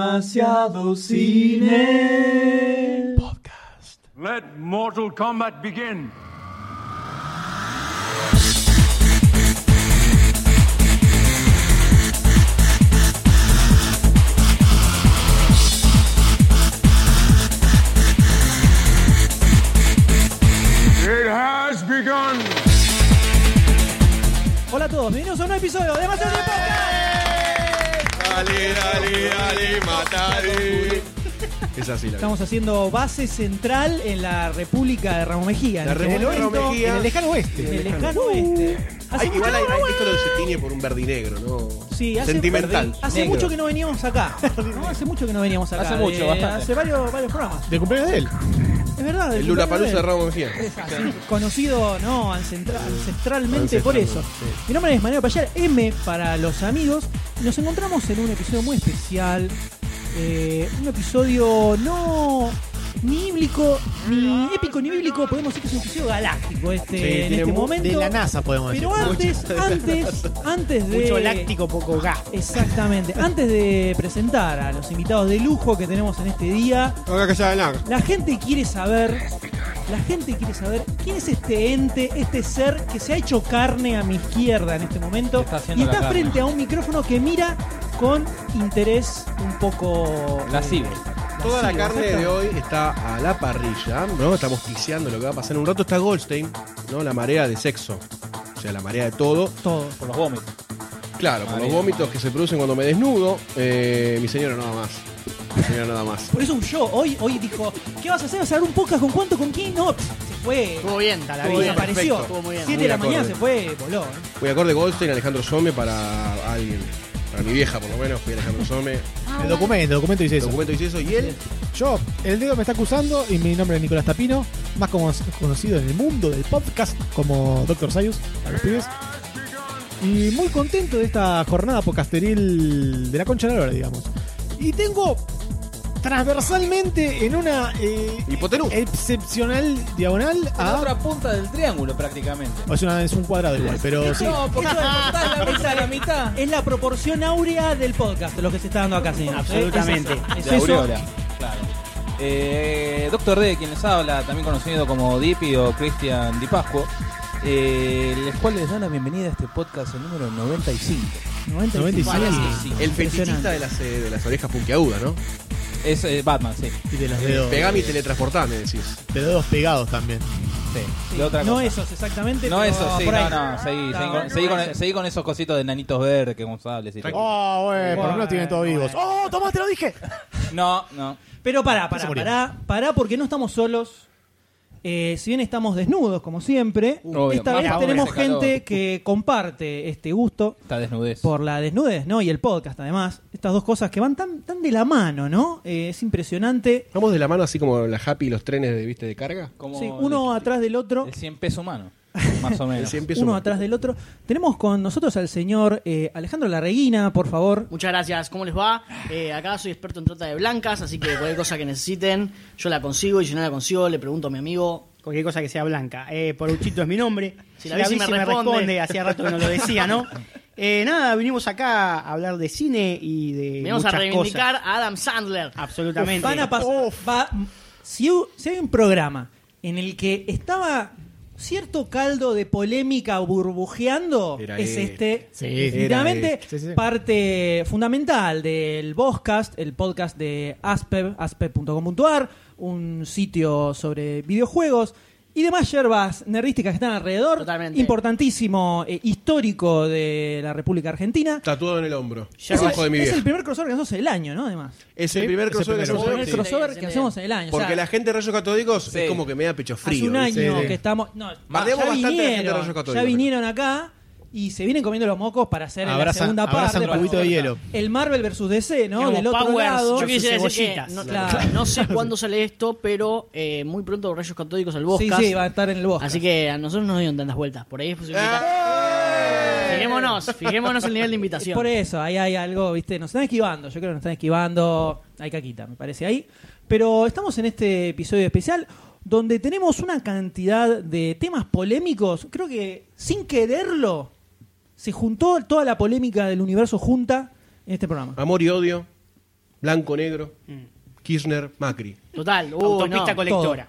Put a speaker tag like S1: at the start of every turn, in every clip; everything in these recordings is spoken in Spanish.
S1: Demasiado cine.
S2: Let Mortal Kombat begin. It has begun.
S3: Hola a todos, bienvenidos a un nuevo episodio de Demasiado Cine Podcast.
S4: Dale, dale, dale, matare. Es así la vida.
S3: Estamos haciendo base central en la República de Ramón Mejía.
S4: La
S3: en este
S4: República de Ramón
S3: momento,
S4: Mejía.
S3: En el lejano oeste. En el lejano oeste. Hace
S4: Hay-
S3: mucho
S4: igual hay,
S3: que no-
S4: hay- esto lo se tiñe por un verde y negro, ¿no?
S3: Sí, hace,
S4: Sentimental.
S3: Hace
S5: Negro.
S3: mucho que no veníamos acá. ¿no? Hace mucho que no veníamos acá.
S5: Hace mucho,
S3: de-
S5: bastante.
S3: Hace varios, varios programas.
S6: De cumpleaños de él.
S3: Es verdad.
S4: El Lula Palusa de
S3: Ramón.
S4: Ramón Mejía.
S3: Así, conocido no Ancestra- ancestralmente por eso. Mi nombre es Manuel Payar, M para los amigos. Y nos encontramos en un episodio muy especial. eh, un episodio no ni bíblico, ni épico, ni bíblico. Podemos decir que es un episodio galáctico este, en
S4: Eh, tiene
S3: este
S4: mu-
S3: momento.
S6: De la NASA, podemos decir.
S3: Pero antes, antes, antes de.
S6: Mucho láctico, poco gas.
S3: Exactamente. Antes de presentar a los invitados de lujo que tenemos en este día,
S4: Acá que
S3: la gente quiere saber, la gente quiere saber quién es este ente, este ser que se ha hecho carne a mi izquierda en este momento
S5: Está haciendo
S3: y
S5: la
S3: está
S5: carne.
S3: frente a un micrófono que mira con interés un poco eh,
S5: Lascivo.
S4: Toda la
S3: lascivo,
S4: carne de
S3: exacto.
S4: hoy está a la parrilla, ¿no? Estamos tiseando lo que va a pasar en un rato. Está Goldstein, ¿no? La marea de sexo. O sea, la marea de todo.
S3: Todo.
S5: Por los vómitos.
S4: Claro, por los
S5: Marea.
S4: vómitos que se producen cuando me desnudo. Eh, mi señora nada más. Mi señora nada más.
S3: Por eso un yo hoy hoy dijo, ¿qué vas a hacer? ¿Vas a dar un podcast con cuánto? ¿Con quién? No, pff, se fue.
S6: Estuvo bien, está la
S4: Estuvo
S6: vida.
S4: bien,
S3: desapareció.
S4: perfecto.
S6: Estuvo muy bien.
S3: Siete
S4: Muy
S3: de la mañana
S4: acorde.
S3: se fue, voló. ¿eh?
S4: Voy acorde Goldstein, Alejandro Some para alguien. Para mi vieja, por lo menos. Fui Alejandro Some.
S6: El documento, el documento dice
S4: El
S6: eso.
S4: documento dice eso. Y él
S6: Yo, el dedo me está acusando y mi nombre es Nicolás Tapino, más como- conocido en el mundo del podcast como Dr. Sayus, a los pibes. Y muy contento de esta jornada podcasteril de la concha de la hora, digamos. Y tengo transversalmente en una eh,
S4: Hipotenusa.
S6: excepcional diagonal
S3: Ah.
S5: En la
S6: a...
S5: otra punta del triángulo prácticamente.
S6: Es, una- es un cuadrado igual, pero sí.
S5: No, porque
S3: Eso es-
S5: cortás la mitad, la mitad.
S3: Es la proporción áurea del podcast, lo que se está dando acá, señor. ¿Eh?
S6: Absolutamente.
S3: Es
S5: De
S3: eso.
S5: aureola. Claro. Eh, Doctor D, quien les habla, también conocido como Dipi o Cristian Di Pascuo, eh, les cual les da la bienvenida a este podcast el número 95.
S3: 95.
S6: 95.
S5: Sí.
S4: El fetichista de las, eh, de las orejas puntiagudas, ¿no?
S5: Es eh, Batman, sí.
S6: Y de los dedos.
S4: Pegame y teletransportame, decís.
S6: De dedos pegados también.
S5: sí. De otra
S3: No
S5: cosa.
S3: esos exactamente.
S5: No,
S3: pero
S5: eso, sí,
S3: por
S5: no,
S3: ahí. No,
S5: no, seguí, seguí,
S3: no,
S5: con, seguí,
S3: no,
S5: con, seguí con esos cositos de nanitos verdes que González y todo.
S6: Oh, güey, por
S3: Bueno,
S6: no lo tienen todos vivos.
S3: bueno.
S6: ¡Oh, Tomás, te lo dije!
S5: No, no.
S3: Pero pará,
S6: Se
S3: pará,
S6: murió.
S3: pará, pará, porque no estamos solos. Eh, si bien estamos desnudos, como siempre,
S5: Uh, Obvio,
S3: esta
S5: más
S3: vez
S5: ahora,
S3: tenemos
S5: hace calor.
S3: gente que comparte este gusto
S5: Está desnudez.
S3: por la desnudez, ¿no? Y el podcast, además. Estas dos cosas que van tan, tan de la mano, ¿no? Eh, es impresionante.
S4: Vamos de la mano así como la Happy y los trenes de, ¿viste, de carga.
S5: Como
S3: Sí, uno
S5: el-
S3: atrás del otro.
S5: El 100 peso humano, más o menos.
S4: Siempre es
S3: uno
S4: un-
S3: atrás del otro. Tenemos con nosotros al señor eh, Alejandro Larreguina, por favor.
S7: Muchas gracias, ¿cómo les va? Eh, acá soy experto en trata de blancas, así que cualquier cosa que necesiten, yo la consigo y si no la consigo, le pregunto a mi amigo.
S8: Cualquier cosa que sea blanca. Eh, Poruchito es mi nombre.
S7: Si la bici me responde.
S8: hacía rato que no lo decía, ¿no? Eh, nada, vinimos acá a hablar de cine y
S3: Eh,
S8: de.
S7: Venimos a
S8: muchas
S7: reivindicar
S8: cosas.
S7: a Adam Sandler.
S8: Absolutamente.
S3: Van a pasar. va- si, hu- si hay un programa en el que estaba cierto caldo de polémica burbujeando,
S4: Era
S3: es este.
S6: Sí.
S3: Definitivamente,
S4: Era
S6: este. Sí, sí.
S3: parte fundamental del podcast, el podcast de Aspeb, aspeb.com.ar, un sitio sobre videojuegos. Y demás hierbas nerdísticas que están alrededor.
S7: Totalmente.
S3: Importantísimo, eh, histórico de la República Argentina.
S4: Tatuado en el hombro.
S3: Es el-
S4: Abajo de mi
S3: es
S4: vieja.
S3: el primer crossover que nosotros el año, ¿no? Además.
S4: Es el
S6: Sí,
S4: primer
S6: es el
S4: crossover que
S6: primer
S4: hacemos
S3: primer
S4: hoy.
S7: sí.
S3: crossover que
S7: Sí.
S3: hacemos en el año. o
S4: Porque
S3: sea,
S4: la gente de Rayos Catódicos
S5: Sí.
S4: es como que me da pecho
S3: hace
S4: frío.
S3: un
S4: ¿viste?
S3: año
S6: Sí.
S3: que estamos. No,
S4: Bardeamos
S3: ya
S4: bastante a la gente de
S3: vinieron,
S4: Rayo Católico,
S3: ya vinieron acá y se vienen comiendo los mocos para hacer la
S6: Abrazan-
S3: segunda parte.
S6: abrazan
S3: para
S6: cubito de
S3: hacer
S6: hielo.
S3: El Marvel versus DC, ¿no?
S7: Digamos,
S3: Del otro
S7: powers.
S3: lado.
S7: Yo quisiera
S8: sus
S7: decir que
S8: cebollitas.
S7: no,
S3: Claro.
S7: no sé cuándo sale esto, pero eh, muy pronto Rayos Católicos al
S3: Sí,
S7: Boscas.
S3: sí, va a estar en el bosque.
S7: Así que a nosotros no nos dieron tantas vueltas. Por ahí es posible.
S4: ¡Eh!
S7: Fijémonos, fijémonos el nivel de
S3: Es
S7: invitación.
S3: por eso, ahí hay algo, ¿viste? Nos están esquivando, yo creo que nos están esquivando. Hay caquita, me parece ahí. Pero estamos en este episodio especial donde tenemos una cantidad de temas polémicos. Creo que sin quererlo
S4: Ah,
S3: se juntó toda la polémica del universo junta en este programa.
S4: Amor y odio. Blanco, negro, Kirchner, Macri.
S7: Total, uy,
S8: Autopista
S7: no.
S8: colectora.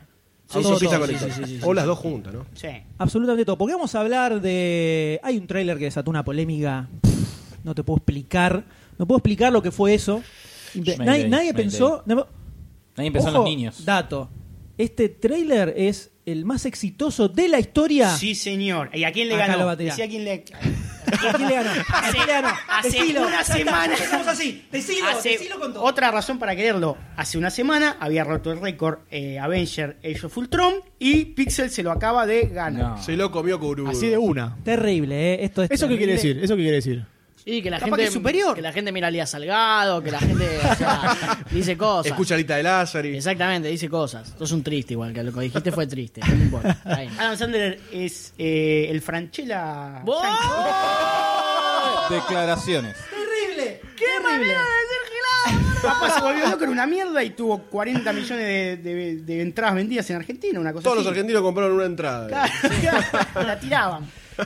S7: Sí, sí,
S4: Autopista
S7: sí,
S4: colectora.
S7: sí, sí, sí, sí.
S4: O las dos juntas, ¿no?
S8: Sí.
S3: Absolutamente todo. Porque vamos a hablar de. Hay un tráiler que desató una polémica. Pff, No te puedo explicar. No puedo explicar lo que fue eso. Inte-
S5: Mayday,
S3: nadie nadie
S5: Mayday.
S3: pensó. no-
S5: Ahí empezaron
S3: Ojo,
S5: los niños.
S3: Dato. Este tráiler es el más exitoso de la historia.
S8: Sí, señor. ¿Y a quién le
S3: Ah. Acá lo
S8: ganó?
S3: va a tirar.
S8: Decía a quién le.
S3: ¿Y a quién le ganó? ¿A quién le ganó?
S8: Hace
S3: Decilo.
S8: una
S3: Ya está.
S8: semana.
S3: Hacemos así. Decilo,
S8: Hace-
S3: decilo con todo.
S8: Otra razón para quererlo. Hace una semana había roto el récord eh, Avenger Age of Ultron y Pixel se lo acaba de ganar.
S5: No.
S4: Se lo comió Curu.
S6: Así de una.
S3: Terrible, ¿eh? Esto es
S6: ¿Eso qué quiere
S3: terrible.
S6: decir? ¿Eso qué quiere decir?
S7: Y que la
S8: Capaz
S7: gente
S8: que es superior.
S7: Que la gente mira a Lía Salgado, que la gente o sea, dice cosas.
S4: Escucha a Lita de Lázari.
S7: Exactamente, dice cosas. Sos un triste igual, que lo que dijiste fue triste. No me importa. Está bien.
S8: Adam Sandler es eh, el Franchella.
S7: ¡Vos!
S5: Declaraciones.
S8: ¡Qué manera de ser gelado! Papá se volvió loco en una mierda y tuvo 40 millones de, de- de entradas vendidas en Argentina, una cosa
S4: Todos los
S8: así.
S4: argentinos compraron una entrada.
S8: la tiraban.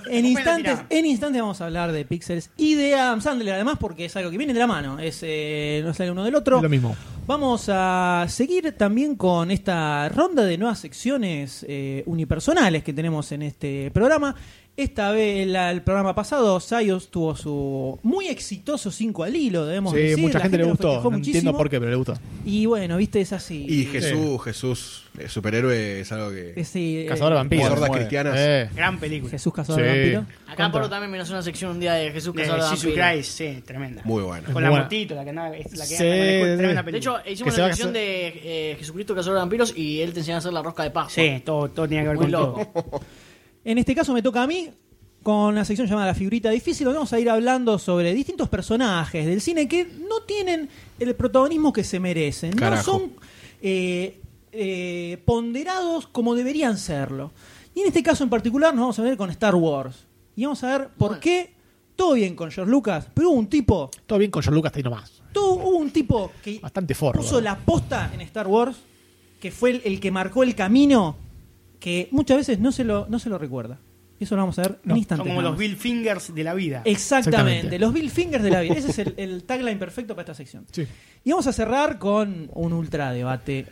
S3: En
S8: Bueno,
S3: instantes,
S8: mirá.
S3: en instantes vamos a hablar de Pixels y de Adam Sandler, además, porque es algo que viene de la mano. Es, eh, no sale uno del otro.
S6: Lo mismo.
S3: Vamos a seguir también con esta ronda de nuevas secciones eh, unipersonales que tenemos en este programa. Esta vez, la- el programa pasado, Sayos tuvo su muy exitoso 5 al hilo, debemos
S6: Sí,
S3: decir.
S6: mucha
S3: La
S6: gente, le
S3: lo
S6: gustó.
S3: festejó
S6: No entiendo
S3: muchísimo.
S6: por qué, pero le gustó.
S7: Eh,
S3: Y bueno, viste, es así.
S4: Y Jesús, Jesús, el superhéroe es algo que.
S3: Es, eh,
S6: Cazador de vampiros.
S4: Gordas
S6: Muere.
S4: cristianas.
S6: Eh.
S8: Gran película.
S3: Jesús Cazador de
S6: Sí.
S3: Vampiros.
S7: Acá Pablo también me hizo una sección un día de Jesús
S8: De
S7: Casado de
S8: Jesus
S7: Vampiro.
S8: Eh, Christ, sí, tremenda.
S4: Muy buena.
S8: Con
S6: Muy
S8: la
S6: buena.
S8: motito, la que andaba, es la que
S6: Sí,
S8: anda con el cuello,
S6: sí.
S8: tremenda
S7: De
S8: película.
S7: hecho,
S6: Que
S7: hicimos
S6: se
S7: una
S6: va a
S7: sección de eh, Jesucristo Cazador de Vampiros y él te enseñó a hacer la rosca de Pascua.
S8: Sí, todo, todo tenía que ver
S7: Muy
S8: con
S7: loco.
S8: todo.
S3: En este caso me toca a mí con la sección llamada La figurita difícil, donde vamos a ir hablando sobre distintos personajes del cine que no tienen el protagonismo que se merecen. No
S4: Carajo.
S3: son eh, eh, ponderados como deberían serlo. Y en este caso en particular nos vamos a ver con Star Wars. Y vamos a ver por qué todo bien con George Lucas, pero hubo un tipo,
S6: Todo bien con John Lucas, ahí nomás.
S3: todo, hubo un tipo que
S6: Bastante forro.
S3: puso la posta en Star Wars, que fue el, el que marcó el camino, que muchas veces no se lo, no se lo recuerda. Eso lo vamos a ver en
S6: No,
S8: Son
S3: instantes.
S8: como
S3: nada
S8: los
S3: más.
S8: Bill Fingers de la vida.
S3: Exactamente,
S6: Exactamente.
S3: los Bill Fingers de la vida. Ese es el, el tagline perfecto para esta sección.
S6: Sí.
S3: Y vamos a cerrar con un ultra debate.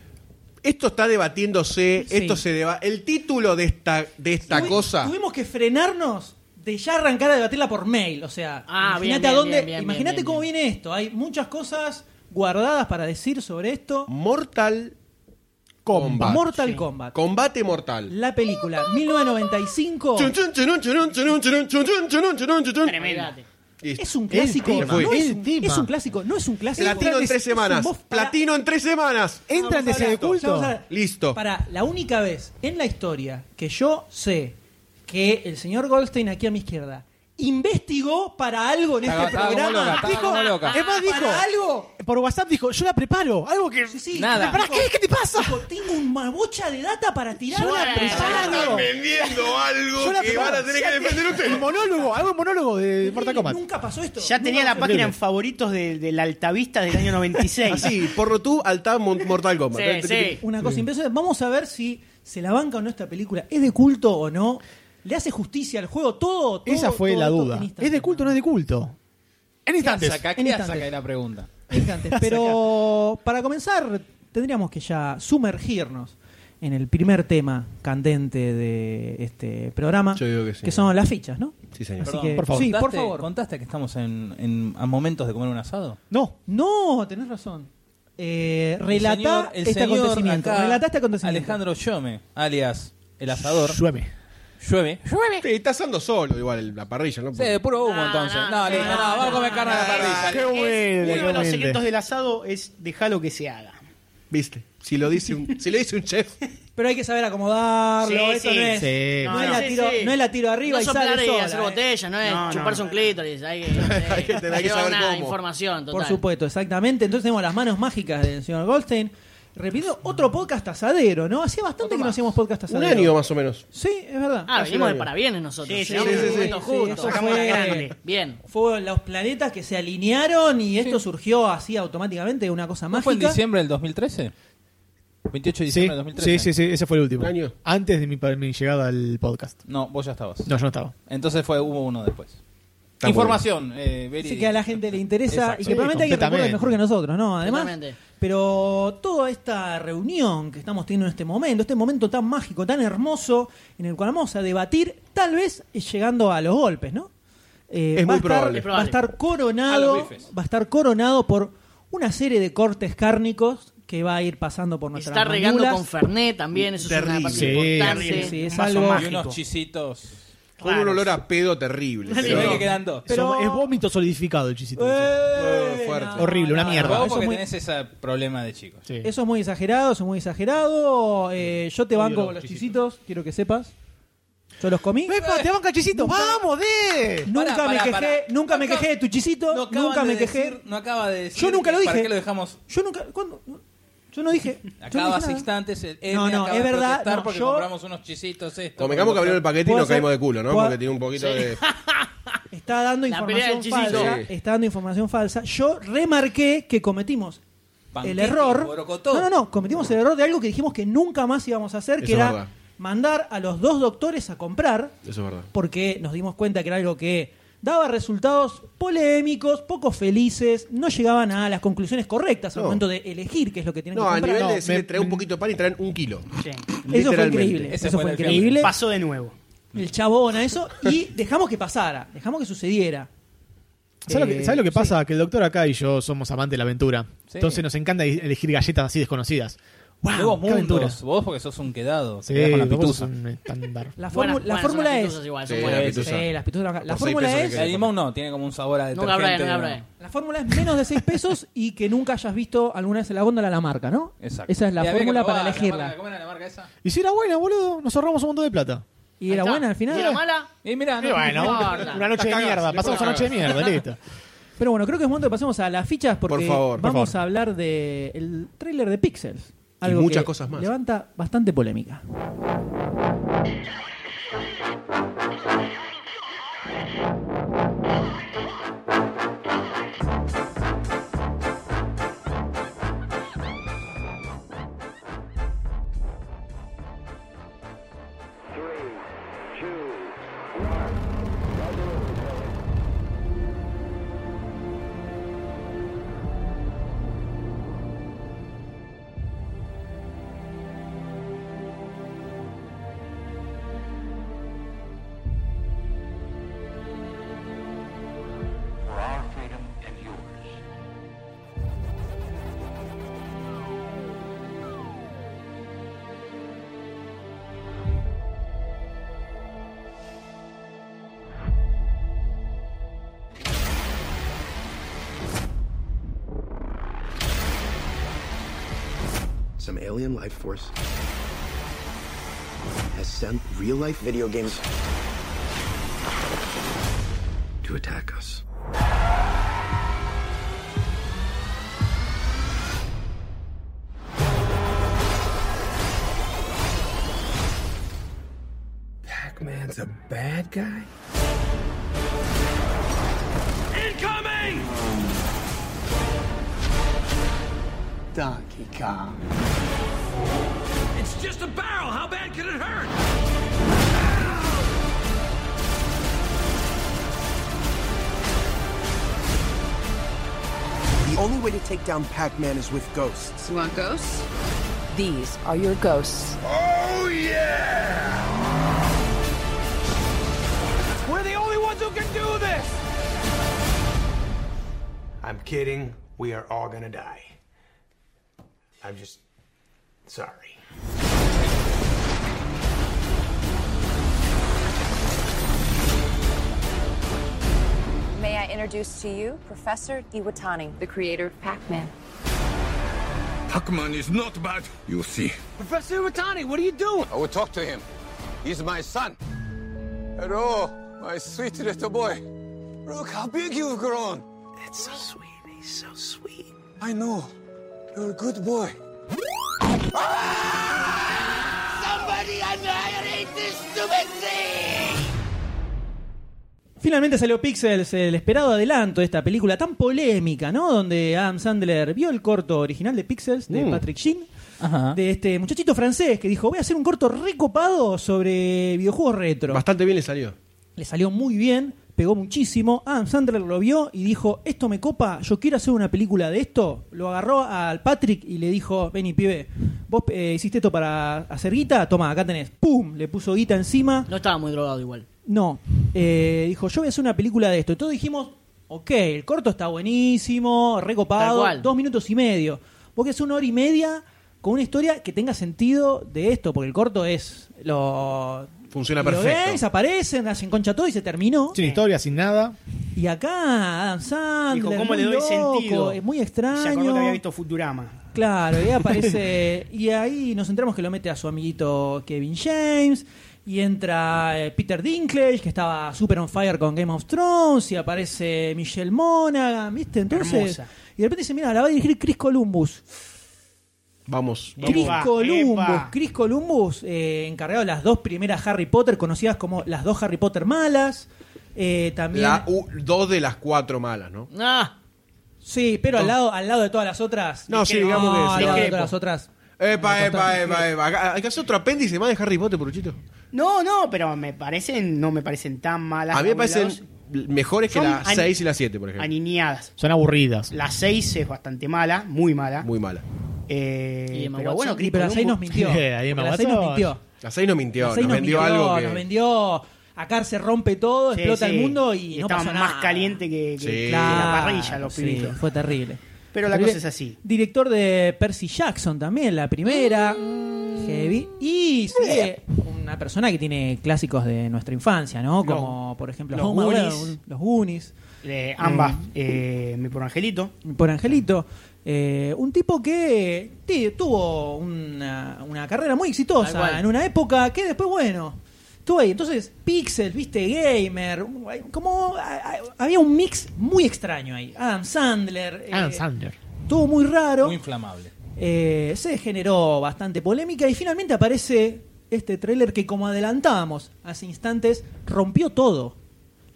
S4: Esto está debatiéndose,
S3: Sí.
S4: esto se deba El título de esta, de esta
S3: Tuvi-
S4: cosa.
S3: Tuvimos que frenarnos de ya arrancar a debatirla por mail. O sea,
S7: Ah, bien,
S3: imagínate a
S7: bien,
S3: dónde.
S7: bien, bien,
S3: imagínate
S7: bien,
S3: cómo
S7: bien.
S3: viene esto. Hay muchas cosas guardadas para decir sobre esto.
S4: Mortal Kombat.
S3: Mortal Kombat.
S4: Combate mortal.
S3: La película 1995
S4: Chun, chun, chun, chun, chun, chun, chun, chun, chun, chun, chun, chun, chun.
S7: Tremenda.
S4: Listo.
S3: es un clásico.
S6: tema,
S3: no es,
S6: el
S3: un,
S6: tema.
S3: es un clásico, no es un clásico.
S4: Platino en
S3: Es-
S4: tres
S3: es un
S4: semanas.
S3: bof- para-
S4: Platino en tres semanas.
S6: Entra en
S3: Vamos a
S6: ese
S3: hablar-
S6: culto.
S3: vamos a hablar-
S4: Listo.
S3: Para la única vez en la historia que yo sé que el señor Goldstein aquí a mi izquierda investigó para algo en
S5: Estaba-
S3: este
S5: estaba como loca,
S3: programa.
S5: estaba
S3: Dijo,
S5: como loca.
S3: es más, dijo, para algo.
S6: Por WhatsApp dijo, yo la preparo. Algo que.
S3: Sí, sí,
S5: Nada.
S3: dijo,
S6: ¿Para qué? ¿Qué te pasa?
S3: dijo, tengo una bocha de data para tirarla.
S6: Yo la preparo.
S4: vendiendo algo
S6: Yo la preparo. Ya te- El monólogo, hago un monólogo de Mortal Kombat.
S3: Nunca pasó esto.
S8: Ya tenía la página en favoritos de- del altavista del año 96.
S6: Ah,
S4: Así, por tú, alta mon- Mortal Kombat.
S7: Sí, sí.
S3: Una cosa impresionante. Vamos a ver si se la banca o no esta película. ¿Es de culto o no? ¿Le hace justicia al juego? Todo, todo,
S6: Esa fue
S3: todo,
S6: la
S3: todo
S6: duda.
S3: en
S6: ¿Es
S3: instantes.
S6: de culto o no es de culto? En instantes.
S5: Saca,
S3: en
S5: ¿Qué
S3: instantes.
S5: saca de la pregunta?
S3: Picantes, Pero para comenzar, tendríamos que ya sumergirnos en el primer tema candente de este programa,
S4: Yo digo que sí.
S3: son las fichas, ¿no?
S4: Sí, señor.
S3: Así
S5: Perdón,
S3: que,
S6: por favor.
S3: Sí, por
S5: ¿Contaste-
S3: favor.
S5: ¿Contaste que estamos en, en- a momentos de comer un asado?
S6: No.
S3: No, tenés razón. Eh, relatá
S5: señor- el
S3: este
S5: señor
S3: acontecimiento.
S5: acá,
S3: Relatá este acontecimiento.
S5: Alejandro Llome, alias el asador.
S6: Llueve.
S5: Llueve.
S4: Te estás asando solo, igual, el- la parrilla, ¿no?
S5: Sí, de puro humo
S7: No,
S5: entonces.
S7: no,
S5: No,
S7: no,
S5: listo,
S7: no,
S5: no, vamos a comer
S7: no,
S5: carne a la
S7: no,
S5: parrilla.
S6: Qué
S8: Uno
S6: humilde, qué
S8: de los secretos
S6: humilde.
S8: del asado es dejarlo que se haga.
S4: Viste, si lo dice un, si lo dice un chef.
S3: Pero hay que saber acomodarlo.
S8: Sí,
S3: eso
S8: sí,
S3: no es.
S6: sí.
S3: No,
S7: No,
S3: es
S7: no,
S3: la
S7: sí,
S3: tiro,
S7: sí.
S3: no es la tiro arriba
S7: No
S3: y sale
S7: soplar y
S3: sola,
S7: hacer
S3: eh.
S7: botellas, no es
S8: No, no,
S7: chuparse
S8: no.
S7: un clítoris. Hay que,
S4: Hay que tener que
S7: llevar
S4: saber
S7: una
S4: cómo.
S7: información, total.
S3: Por supuesto, exactamente. Entonces tenemos las manos mágicas del señor Goldstein. Repito, otro podcast asadero, ¿no? Hacía bastante que no hacíamos podcast
S4: Un
S3: asadero.
S4: año más o menos.
S3: Sí, es verdad.
S7: Ah, venimos de
S4: año.
S7: parabienes nosotros.
S8: Sí, sí,
S7: Llegamos
S4: sí, sí,
S7: un momento
S3: sí,
S7: justo.
S3: eso
S7: Sacamos la
S3: fue-
S7: grande. Bien.
S3: Fueron los planetas que se alinearon y esto surgió así automáticamente, una cosa
S5: ¿No
S3: mágica.
S5: fue en diciembre del 2013? 28 de
S6: Sí,
S5: diciembre del 2013.
S6: sí, sí, sí, ese fue el último.
S4: Un año.
S6: Antes de mi, mi llegada al podcast.
S5: No, vos ya estabas.
S6: No, yo no estaba.
S5: Entonces fue, hubo uno después.
S4: Está
S5: Información. Eh,
S3: Así
S5: verídica.
S3: que a la gente le interesa
S5: Exacto.
S3: y que probablemente hay que
S6: completamente.
S3: recuerda mejor que nosotros, ¿no? Además,
S7: Completamente.
S3: pero toda esta reunión que estamos teniendo en este momento, este momento tan mágico, tan hermoso, en el cual vamos a debatir, tal vez llegando a los golpes, ¿no? Eh,
S4: Es
S3: va
S4: muy
S3: a estar-
S4: probable.
S7: Es probable.
S3: Va a estar
S5: A
S3: coronado,
S5: los bifes.
S3: va a estar coronado por una serie de cortes cárnicos que va a ir pasando por
S7: Y se
S3: nuestras
S7: está regando
S3: mandulas.
S7: con Fernet también, eso es una
S4: Terrible.
S7: parte
S6: Sí,
S7: importante.
S3: Sí, sí, es
S8: Vaso
S3: algo
S5: Y
S8: mágico.
S5: unos chisitos.
S4: Con un olor a pedo terrible.
S5: Se
S4: pero-
S5: ve que quedan dos.
S3: Pero-
S6: Es vómito solidificado el chisito. ese.
S3: ¡Eh!
S4: fuerte.
S6: Horrible, una mierda.
S5: Vos
S3: Eso
S5: porque
S3: es muy-
S5: tenés ese problema de chicos.
S6: Sí.
S3: Eso es muy exagerado, eso es muy exagerado. Eh, yo te
S6: Odio
S3: banco
S6: los
S3: con los
S6: chisitos.
S3: chisitos, quiero que sepas. Yo los comí.
S6: ¡Pepa, te banca chisito! ¡Vamos, de!
S3: Nunca
S5: Pará,
S3: me
S5: pará,
S3: quejé,
S5: pará.
S3: nunca me
S5: Acá-
S3: quejé de tu chisito,
S5: No acaban
S3: nunca
S5: de
S3: me quejé.
S5: decir- no acaba de decir.
S3: Yo nunca lo
S5: ¿Para
S3: dije.
S5: qué lo dejamos?
S3: Yo nunca, ¿cuándo? Yo no dije. yo no
S5: Acaba
S3: dije
S5: hace
S3: nada.
S5: instantes el M
S3: No, no,
S5: acaba
S3: es
S5: de
S3: verdad,
S5: protestar
S3: no,
S5: porque
S3: yo-
S5: compramos unos chisitos esto.
S4: Convengamos que abrió el paquete y
S3: ¿Puedo
S4: nos caímos
S3: hacer-
S4: de culo, ¿no?
S3: ¿Puedo-
S4: Porque tiene un poquito de.
S3: Está dando
S7: La pelea del
S3: información
S7: chisito.
S3: falsa,
S4: Sí.
S3: está dando información falsa. Yo remarqué que cometimos el
S5: Panqueque,
S3: error.
S5: borocotó.
S3: No, no, no, cometimos el error de algo que dijimos que nunca más íbamos a hacer, que
S4: Eso es
S3: era
S4: verdad.
S3: mandar a los dos doctores a comprar.
S4: Eso es verdad.
S3: porque nos dimos cuenta que era algo que daba resultados polémicos, poco felices, no llegaban a las conclusiones correctas al
S4: No.
S3: momento de elegir qué es lo que tienen
S4: No,
S3: que
S4: a
S3: comprar.
S4: nivel
S6: No,
S4: de decirle,
S6: me-
S4: trae un poquito de pan y traen un kilo.
S3: eso fue
S4: literalmente.
S3: increíble,
S5: Ese
S3: eso
S5: fue
S3: fue
S5: el
S3: increíble.
S8: Pasó de nuevo.
S3: El chabón a eso y dejamos que pasara, dejamos que sucediera.
S6: ¿Sabes lo, que,
S3: Eh,
S6: sabes lo que pasa? Que el doctor acá y yo somos amantes de la aventura.
S5: Sí.
S6: Entonces nos encanta elegir galletas así desconocidas. ¡Wow!
S5: Nuevos
S6: ¡Qué aventura!
S5: mundos. Vos porque sos un quedado.
S6: Sí,
S5: te quedás con la
S6: vos sos
S5: pitusa.
S6: un estándar.
S3: La,
S7: Buenas-
S3: fórmula- la
S7: buenas son
S3: fórmula
S7: las
S3: es...
S7: pituzas igual, son
S4: Sí,
S7: buenas.
S4: la pitusa.
S3: Sí, las pituzas bajan- la
S4: Eh, Por seis
S3: fórmula
S4: pesos
S3: es...
S4: le
S5: El limón no, tiene como un sabor a
S7: Nunca habrá,
S5: detergente,
S7: nunca
S5: ¿no?
S7: habrá.
S3: La fórmula es menos de 6 pesos y que nunca hayas visto alguna vez en la góndola la marca, ¿no?
S5: Exacto.
S3: Esa es la
S5: Y había que
S3: fórmula para
S5: probar, la marca-
S3: elegirla.
S5: ¿Cómo era la marca esa?
S6: Y si era buena, boludo, nos ahorramos un montón de plata.
S3: Y era
S7: Ahí está.
S3: buena al final.
S7: ¿Y era mala?
S5: Y mira,
S6: Y bueno,
S7: importa.
S6: una noche de
S4: cagás,
S6: mierda.
S4: no
S6: Pasamos
S4: importa.
S6: una noche de mierda, listo.
S3: Pero bueno, creo que es momento que pasemos a las fichas porque
S4: Por favor, por
S3: vamos
S6: favor.
S3: a hablar del el tráiler de Pixels.
S4: Y
S3: Algo
S4: muchas
S3: que
S4: cosas más.
S3: Levanta bastante polémica.
S1: for our freedom and yours.
S9: Some alien life force has sent real life video games to attack us. Pac Man's a bad guy?
S2: Incoming!
S9: Donkey Kong.
S2: It's just a barrel. How bad can it hurt?
S9: The only way to take down Pac Man is with ghosts.
S10: You want ghosts? These are your ghosts.
S2: Oh, yeah! We're the only ones who can do this!
S9: I'm kidding. We are all gonna die. I'm just sorry.
S10: May I introduce to you Professor Iwatani, the creator of Pac Man.
S1: Hackman is not bad. You see.
S9: Professor Iwatani, what are you doing?
S1: I will talk to him. He's my son. Hello, my sweet little boy. Look how big you've grown.
S9: That's so sweet. He's so sweet.
S1: I know. You're a good boy. Somebody annihilate this stupid thing!
S3: Finalmente salió Pixels, el esperado adelanto de esta película tan polémica, ¿no? Donde Adam Sandler vio el corto original de Pixels
S4: Mm.
S3: de Patrick Sheen,
S5: Ajá.
S3: de este muchachito francés que dijo, voy a hacer un corto recopado sobre videojuegos retro.
S4: Bastante bien le salió.
S3: Le salió muy bien, pegó muchísimo. Adam Sandler lo vio y dijo, esto me copa, yo quiero hacer una película de esto. Lo agarró al Patrick y le dijo, vení pibe, vos eh, hiciste esto para hacer guita, toma, acá tenés. ¡Pum! Le puso guita encima.
S7: No estaba muy drogado igual.
S3: No, eh, dijo, yo voy a hacer una película de esto. Y todos dijimos, ok, el corto está buenísimo,
S7: Tal
S3: recopado,
S7: cual.
S3: dos minutos y medio. Vos querés una hora y media con una historia que tenga sentido de esto, porque el corto es lo...
S4: Funciona
S3: lo ves,
S4: perfecto.
S3: aparecen, hacen concha todo y se terminó.
S6: Sin historia, sin nada.
S3: Y acá Adam Sandler,
S8: Dijo, ¿cómo
S3: muy
S8: le doy
S3: loco,
S8: sentido?
S3: Es muy
S8: Se acordó que había
S3: extraño.
S8: visto Futurama.
S3: Claro, y ahí aparece. y ahí nos enteramos que lo mete a su amiguito Kevin James. Y entra eh, Peter Dinklage, que estaba super on fire con Game of Thrones. Y aparece Michelle Monaghan, ¿viste? Entonces.
S8: Hermosa.
S3: Y de repente dice: Mira, la va a dirigir Chris Columbus.
S4: Vamos.
S8: Epa,
S3: Chris Columbus.
S8: epa.
S3: Chris Columbus, eh, encargado de las dos primeras Harry Potter, conocidas como las dos Harry Potter malas. Eh, también.
S4: La u- dos de las cuatro malas, ¿no?
S7: Ah,
S3: Sí, pero al lado, al lado de todas las otras.
S4: No, sí, digamos que sí.
S3: al lado de
S8: Discrepo.
S3: todas las otras.
S8: Eh,
S4: Epa, epa,
S3: Bastante.
S4: epa, epa. Acá- Hay que hacer otro apéndice más de Harry Potter, Puruchito.
S8: No, no, pero me parecen, no me parecen tan malas.
S4: A mí me
S8: como las
S4: parecen
S8: dos.
S4: mejores que
S8: Son
S4: las
S8: ani-
S4: 6 y las 7, por ejemplo.
S8: aniñadas.
S6: Son aburridas.
S8: La 6 es bastante mala, muy mala.
S4: Muy mala.
S8: Eh,
S7: Y Emma
S8: pero
S7: Watson.
S8: bueno, Chris
S3: Pero las seis nos
S8: Columbus-
S3: mintió.
S6: Eh, ahí Emma
S3: Las seis nos
S6: Watson.
S3: mintió.
S4: La 6 nos mintió,
S3: Las
S4: nos
S3: seis nos
S4: vendió
S3: mintió,
S4: algo que...
S3: nos vendió. Acá se rompe todo,
S8: Sí,
S3: explota
S8: sí.
S3: el mundo y, no
S8: Estaban
S3: pasa nada.
S8: más caliente que, que-
S4: Sí.
S8: que
S4: Claro,
S8: la parrilla los
S3: sí,
S8: pibitos.
S3: fue terrible.
S8: Pero la
S3: Terrible.
S8: cosa es así.
S3: Director de Percy Jackson también, la primera. Heavy. Y sigue una persona que tiene clásicos de nuestra infancia, ¿no? Como, por ejemplo,
S8: los
S3: Home Alone,
S8: Goonies.
S3: los Goonies.
S8: Eh, ambas,
S3: Mm.
S8: eh, mi por angelito.
S3: por Angelito. Eh, un tipo que sí, tuvo una, una carrera muy
S7: Tal
S3: exitosa
S7: cual.
S3: en una época que después, bueno, estuvo ahí. Entonces, Pixel, viste, Gamer, como a- a- había un mix muy extraño ahí. Adam Sandler, eh,
S6: Adam Sandler.
S3: todo muy raro.
S5: Muy inflamable.
S3: Eh, se generó bastante polémica y finalmente aparece este tráiler que como adelantábamos hace instantes rompió todo.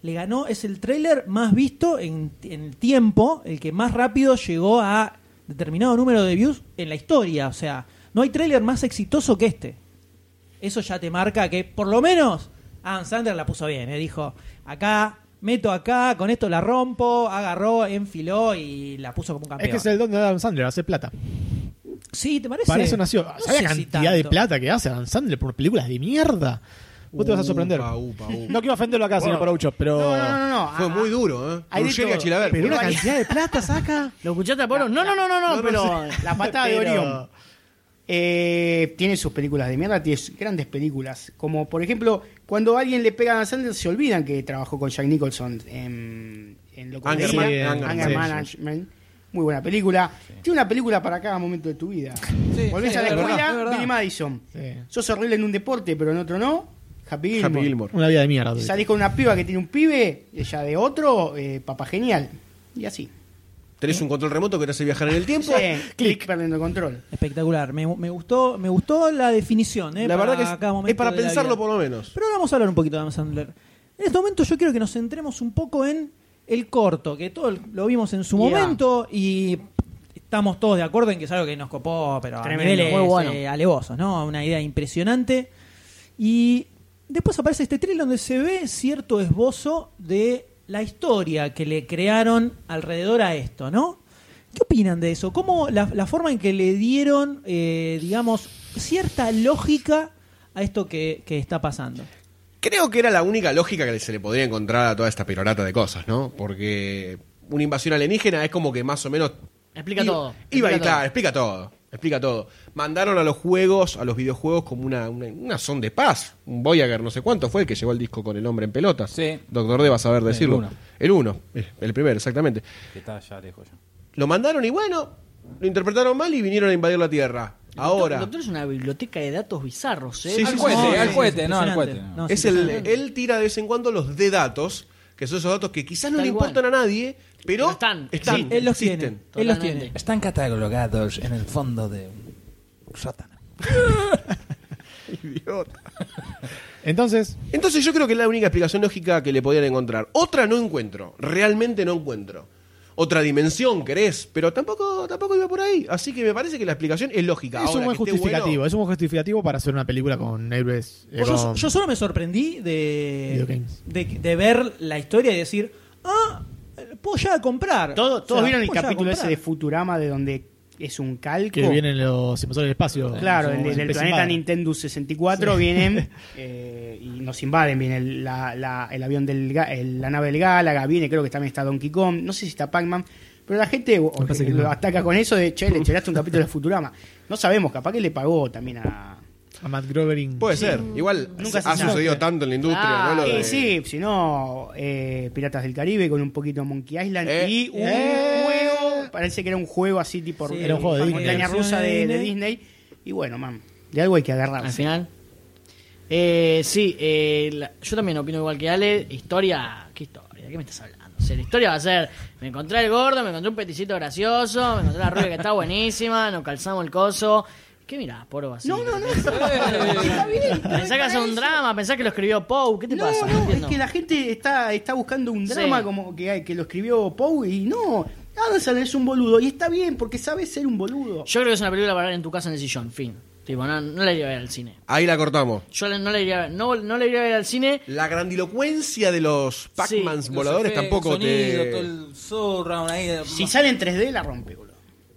S3: Le ganó, es el tráiler más visto en, en el tiempo, el que más rápido llegó a determinado número de views en la historia. O sea, no hay tráiler más exitoso que este. Eso ya te marca que por lo menos Adam Sandler la puso bien. ¿eh? Dijo, acá, meto acá, con esto la rompo, agarró, enfiló y la puso como un campeón.
S6: Es que es el don de Adam Sandler, hace plata.
S3: Sí, ¿te parece?
S6: Para eso nació.
S3: No
S6: ¿Sabes
S3: sé
S6: la
S3: si
S6: cantidad de
S3: tanto.
S6: plata que hace Adam Sandler por películas de mierda? Vos te vas a sorprender.
S4: Upa, upa, upa.
S6: No quiero ofenderlo acá, señor Paroucho, pero.
S8: No, no, no, no.
S4: Fue
S8: Ah,
S4: muy duro, ¿eh?
S8: Hay de
S4: Bruschetta
S8: todo.
S4: Chilaver.
S6: Pero una
S8: Pero hay-
S6: cantidad de plata saca.
S7: ¿lo escuchaste a Poro? No, no, no, no, no,
S8: no,
S7: pero.
S8: pero la patada de
S6: Pero-
S8: Orión. Eh, tiene sus películas de mierda, tiene sus grandes películas. Como por ejemplo, cuando a alguien le pega a Dan Sandler, se olvidan que trabajó con Jack Nicholson en, en lo que
S4: Angerman,
S8: decía,
S4: Angerman,
S8: Anger
S6: sí,
S8: Management. Muy buena película. Tiene una película para cada momento de tu vida. Volvés a la
S4: es verdad,
S8: escuela,
S4: es verdad.
S8: Billy Madison.
S6: Sí.
S8: Sos horrible en un deporte, pero en otro no. Happy Gilmore.
S4: Happy Gilmore.
S6: Una vida de mierda.
S8: Salís con una piba que tiene un pibe, ella de otro, eh, papá genial. Y así.
S4: Tenés un control remoto que te hace viajar en el tiempo.
S8: Sí, clic, perdiendo el control.
S3: Espectacular. Me, me gustó, me gustó la definición, ¿eh?
S4: La verdad
S3: Para
S4: que es-
S3: cada
S4: es,
S3: momento
S4: para
S3: de la
S4: pensarlo
S3: vida.
S4: por lo menos.
S3: Pero ahora vamos a hablar un poquito de Adam Sandler. En este momento yo quiero que nos centremos un poco en el corto, que todo lo vimos en su
S8: Yeah.
S3: momento y estamos todos de acuerdo en que es algo que nos copó, pero a
S8: Tremendo,
S3: niveles
S8: muy bueno.
S3: eh, alevosos, ¿no? Una idea impresionante. Y después aparece este trailer donde se ve cierto esbozo de la historia que le crearon alrededor a esto, ¿no? ¿Qué opinan de eso? ¿Cómo la, la forma en que le dieron, eh, digamos, cierta lógica a esto que, que está pasando?
S4: Creo que era la única lógica que se le podía encontrar a toda esta pirorata de cosas, ¿no? Porque una invasión alienígena es como que más o menos.
S7: Explica
S4: iba-
S7: todo,
S4: Iba
S7: explica
S4: y claro,
S7: todo.
S4: explica todo. Explica todo. Mandaron a los juegos, a los videojuegos, como una, una, una son de paz. Un Voyager, no sé cuánto fue el que llevó el disco con el hombre en pelotas.
S5: Sí.
S4: Doctor D va a saber
S5: El
S4: decirlo.
S5: uno.
S4: El uno. eh, El primero, exactamente.
S5: Que está ya lejos ya.
S4: Lo mandaron y bueno, lo interpretaron mal y vinieron a invadir la Tierra.
S7: El
S4: Ahora.
S7: doctor es una biblioteca de datos bizarros, ¿eh?
S4: Sí, sí,
S5: Al
S4: sí,
S5: cohete,
S4: sí,
S5: al
S4: sí,
S5: cohete,
S3: sí,
S5: no, al
S3: impresionante.
S5: cohete. no.
S3: No,
S4: es el, él tira de vez en cuando los de datos, que son esos datos que quizás no
S7: Tal
S4: le importan a nadie, pero,
S7: Pero están, existen.
S3: Él los
S4: existen.
S3: tiene. Él los
S7: Totalmente.
S3: tiene.
S5: Están catalogados en el fondo de un sótano.
S4: Idiota.
S6: Entonces,
S4: Entonces yo creo que es la única explicación lógica que le podían encontrar. Otra no encuentro, realmente no encuentro. otra dimensión, querés, pero tampoco, tampoco iba por ahí. Así que me parece que la explicación es lógica.
S6: es
S4: Ahora,
S6: un buen
S4: que esté bueno-
S6: justificativo, es un buen justificativo para hacer una película con héroes. eh,
S3: Pues Yo,
S6: con-
S3: yo solo me sorprendí de,
S6: Video games.
S3: de, de ver la historia y decir, ah, puedo ya a comprar.
S8: Todo-
S3: O sea,
S8: todos vieron el
S3: puedo ya
S8: capítulo
S3: comprar.
S8: ese de Futurama de donde es un calco.
S6: que vienen los invasores del espacio.
S8: Claro,
S6: Son
S8: el, del
S6: especies
S8: planeta
S6: madre.
S8: Nintendo 64 vienen eh, y nos invaden. Viene el, la- la- el avión del Ga- el- la nave del Gálaga, viene, creo que también está Donkey Kong, no sé si está Pac-Man, pero la gente o-
S6: parece que
S8: lo
S6: no.
S8: ataca con eso de che, le echaste un capítulo de Futurama. No sabemos, capaz que le pagó también a.
S6: A Matt Grovering.
S4: Puede ser. Igual
S8: Nunca se
S4: ha
S8: sabe.
S4: sucedido tanto en la industria.
S7: Ah,
S4: ¿no? Lo
S8: Eh,
S4: de-
S8: sí, si no, eh, Piratas del Caribe con un poquito Monkey Island
S4: Eh.
S8: y un
S6: Eh.
S8: juego, parece que era un juego así tipo
S3: Sí,
S6: era un juego de Disney.
S8: montaña rusa de, de Disney. Y bueno, man, de algo hay que
S7: Al
S8: agarrarse.
S7: final. Eh, sí, eh, la- yo también opino igual que Ale. Historia. ¿Qué historia? ¿De qué me estás hablando? O sea, la historia va a ser: me encontré el gordo, me encontré un peticito gracioso, me encontré la rubia que está buenísima, nos calzamos el coso. ¿Qué mirás, poro así? No, no, no. Pensás que hace un drama, pensás que lo escribió Poe. ¿Qué te
S8: No,
S7: pasa?
S8: no,
S7: entiendo.
S8: es que la gente está, está buscando un
S7: Sí.
S8: drama como que, que lo escribió Poe y no, Adam Sandler es un boludo y está bien porque sabe ser un boludo.
S7: Yo creo que es una película para ver en tu casa en el sillón, fin. Tipo, no, no la iría a ver al cine.
S4: Ahí la cortamos.
S7: Yo la- no la iría a ver, no, no la iría a ver al cine.
S4: La grandilocuencia de los Pac-Mans
S5: Los
S4: voladores
S5: efectos,
S4: tampoco
S5: sonido,
S4: te.
S5: todo el surround ahí.
S8: Si sale en 3D la rompe, boludo.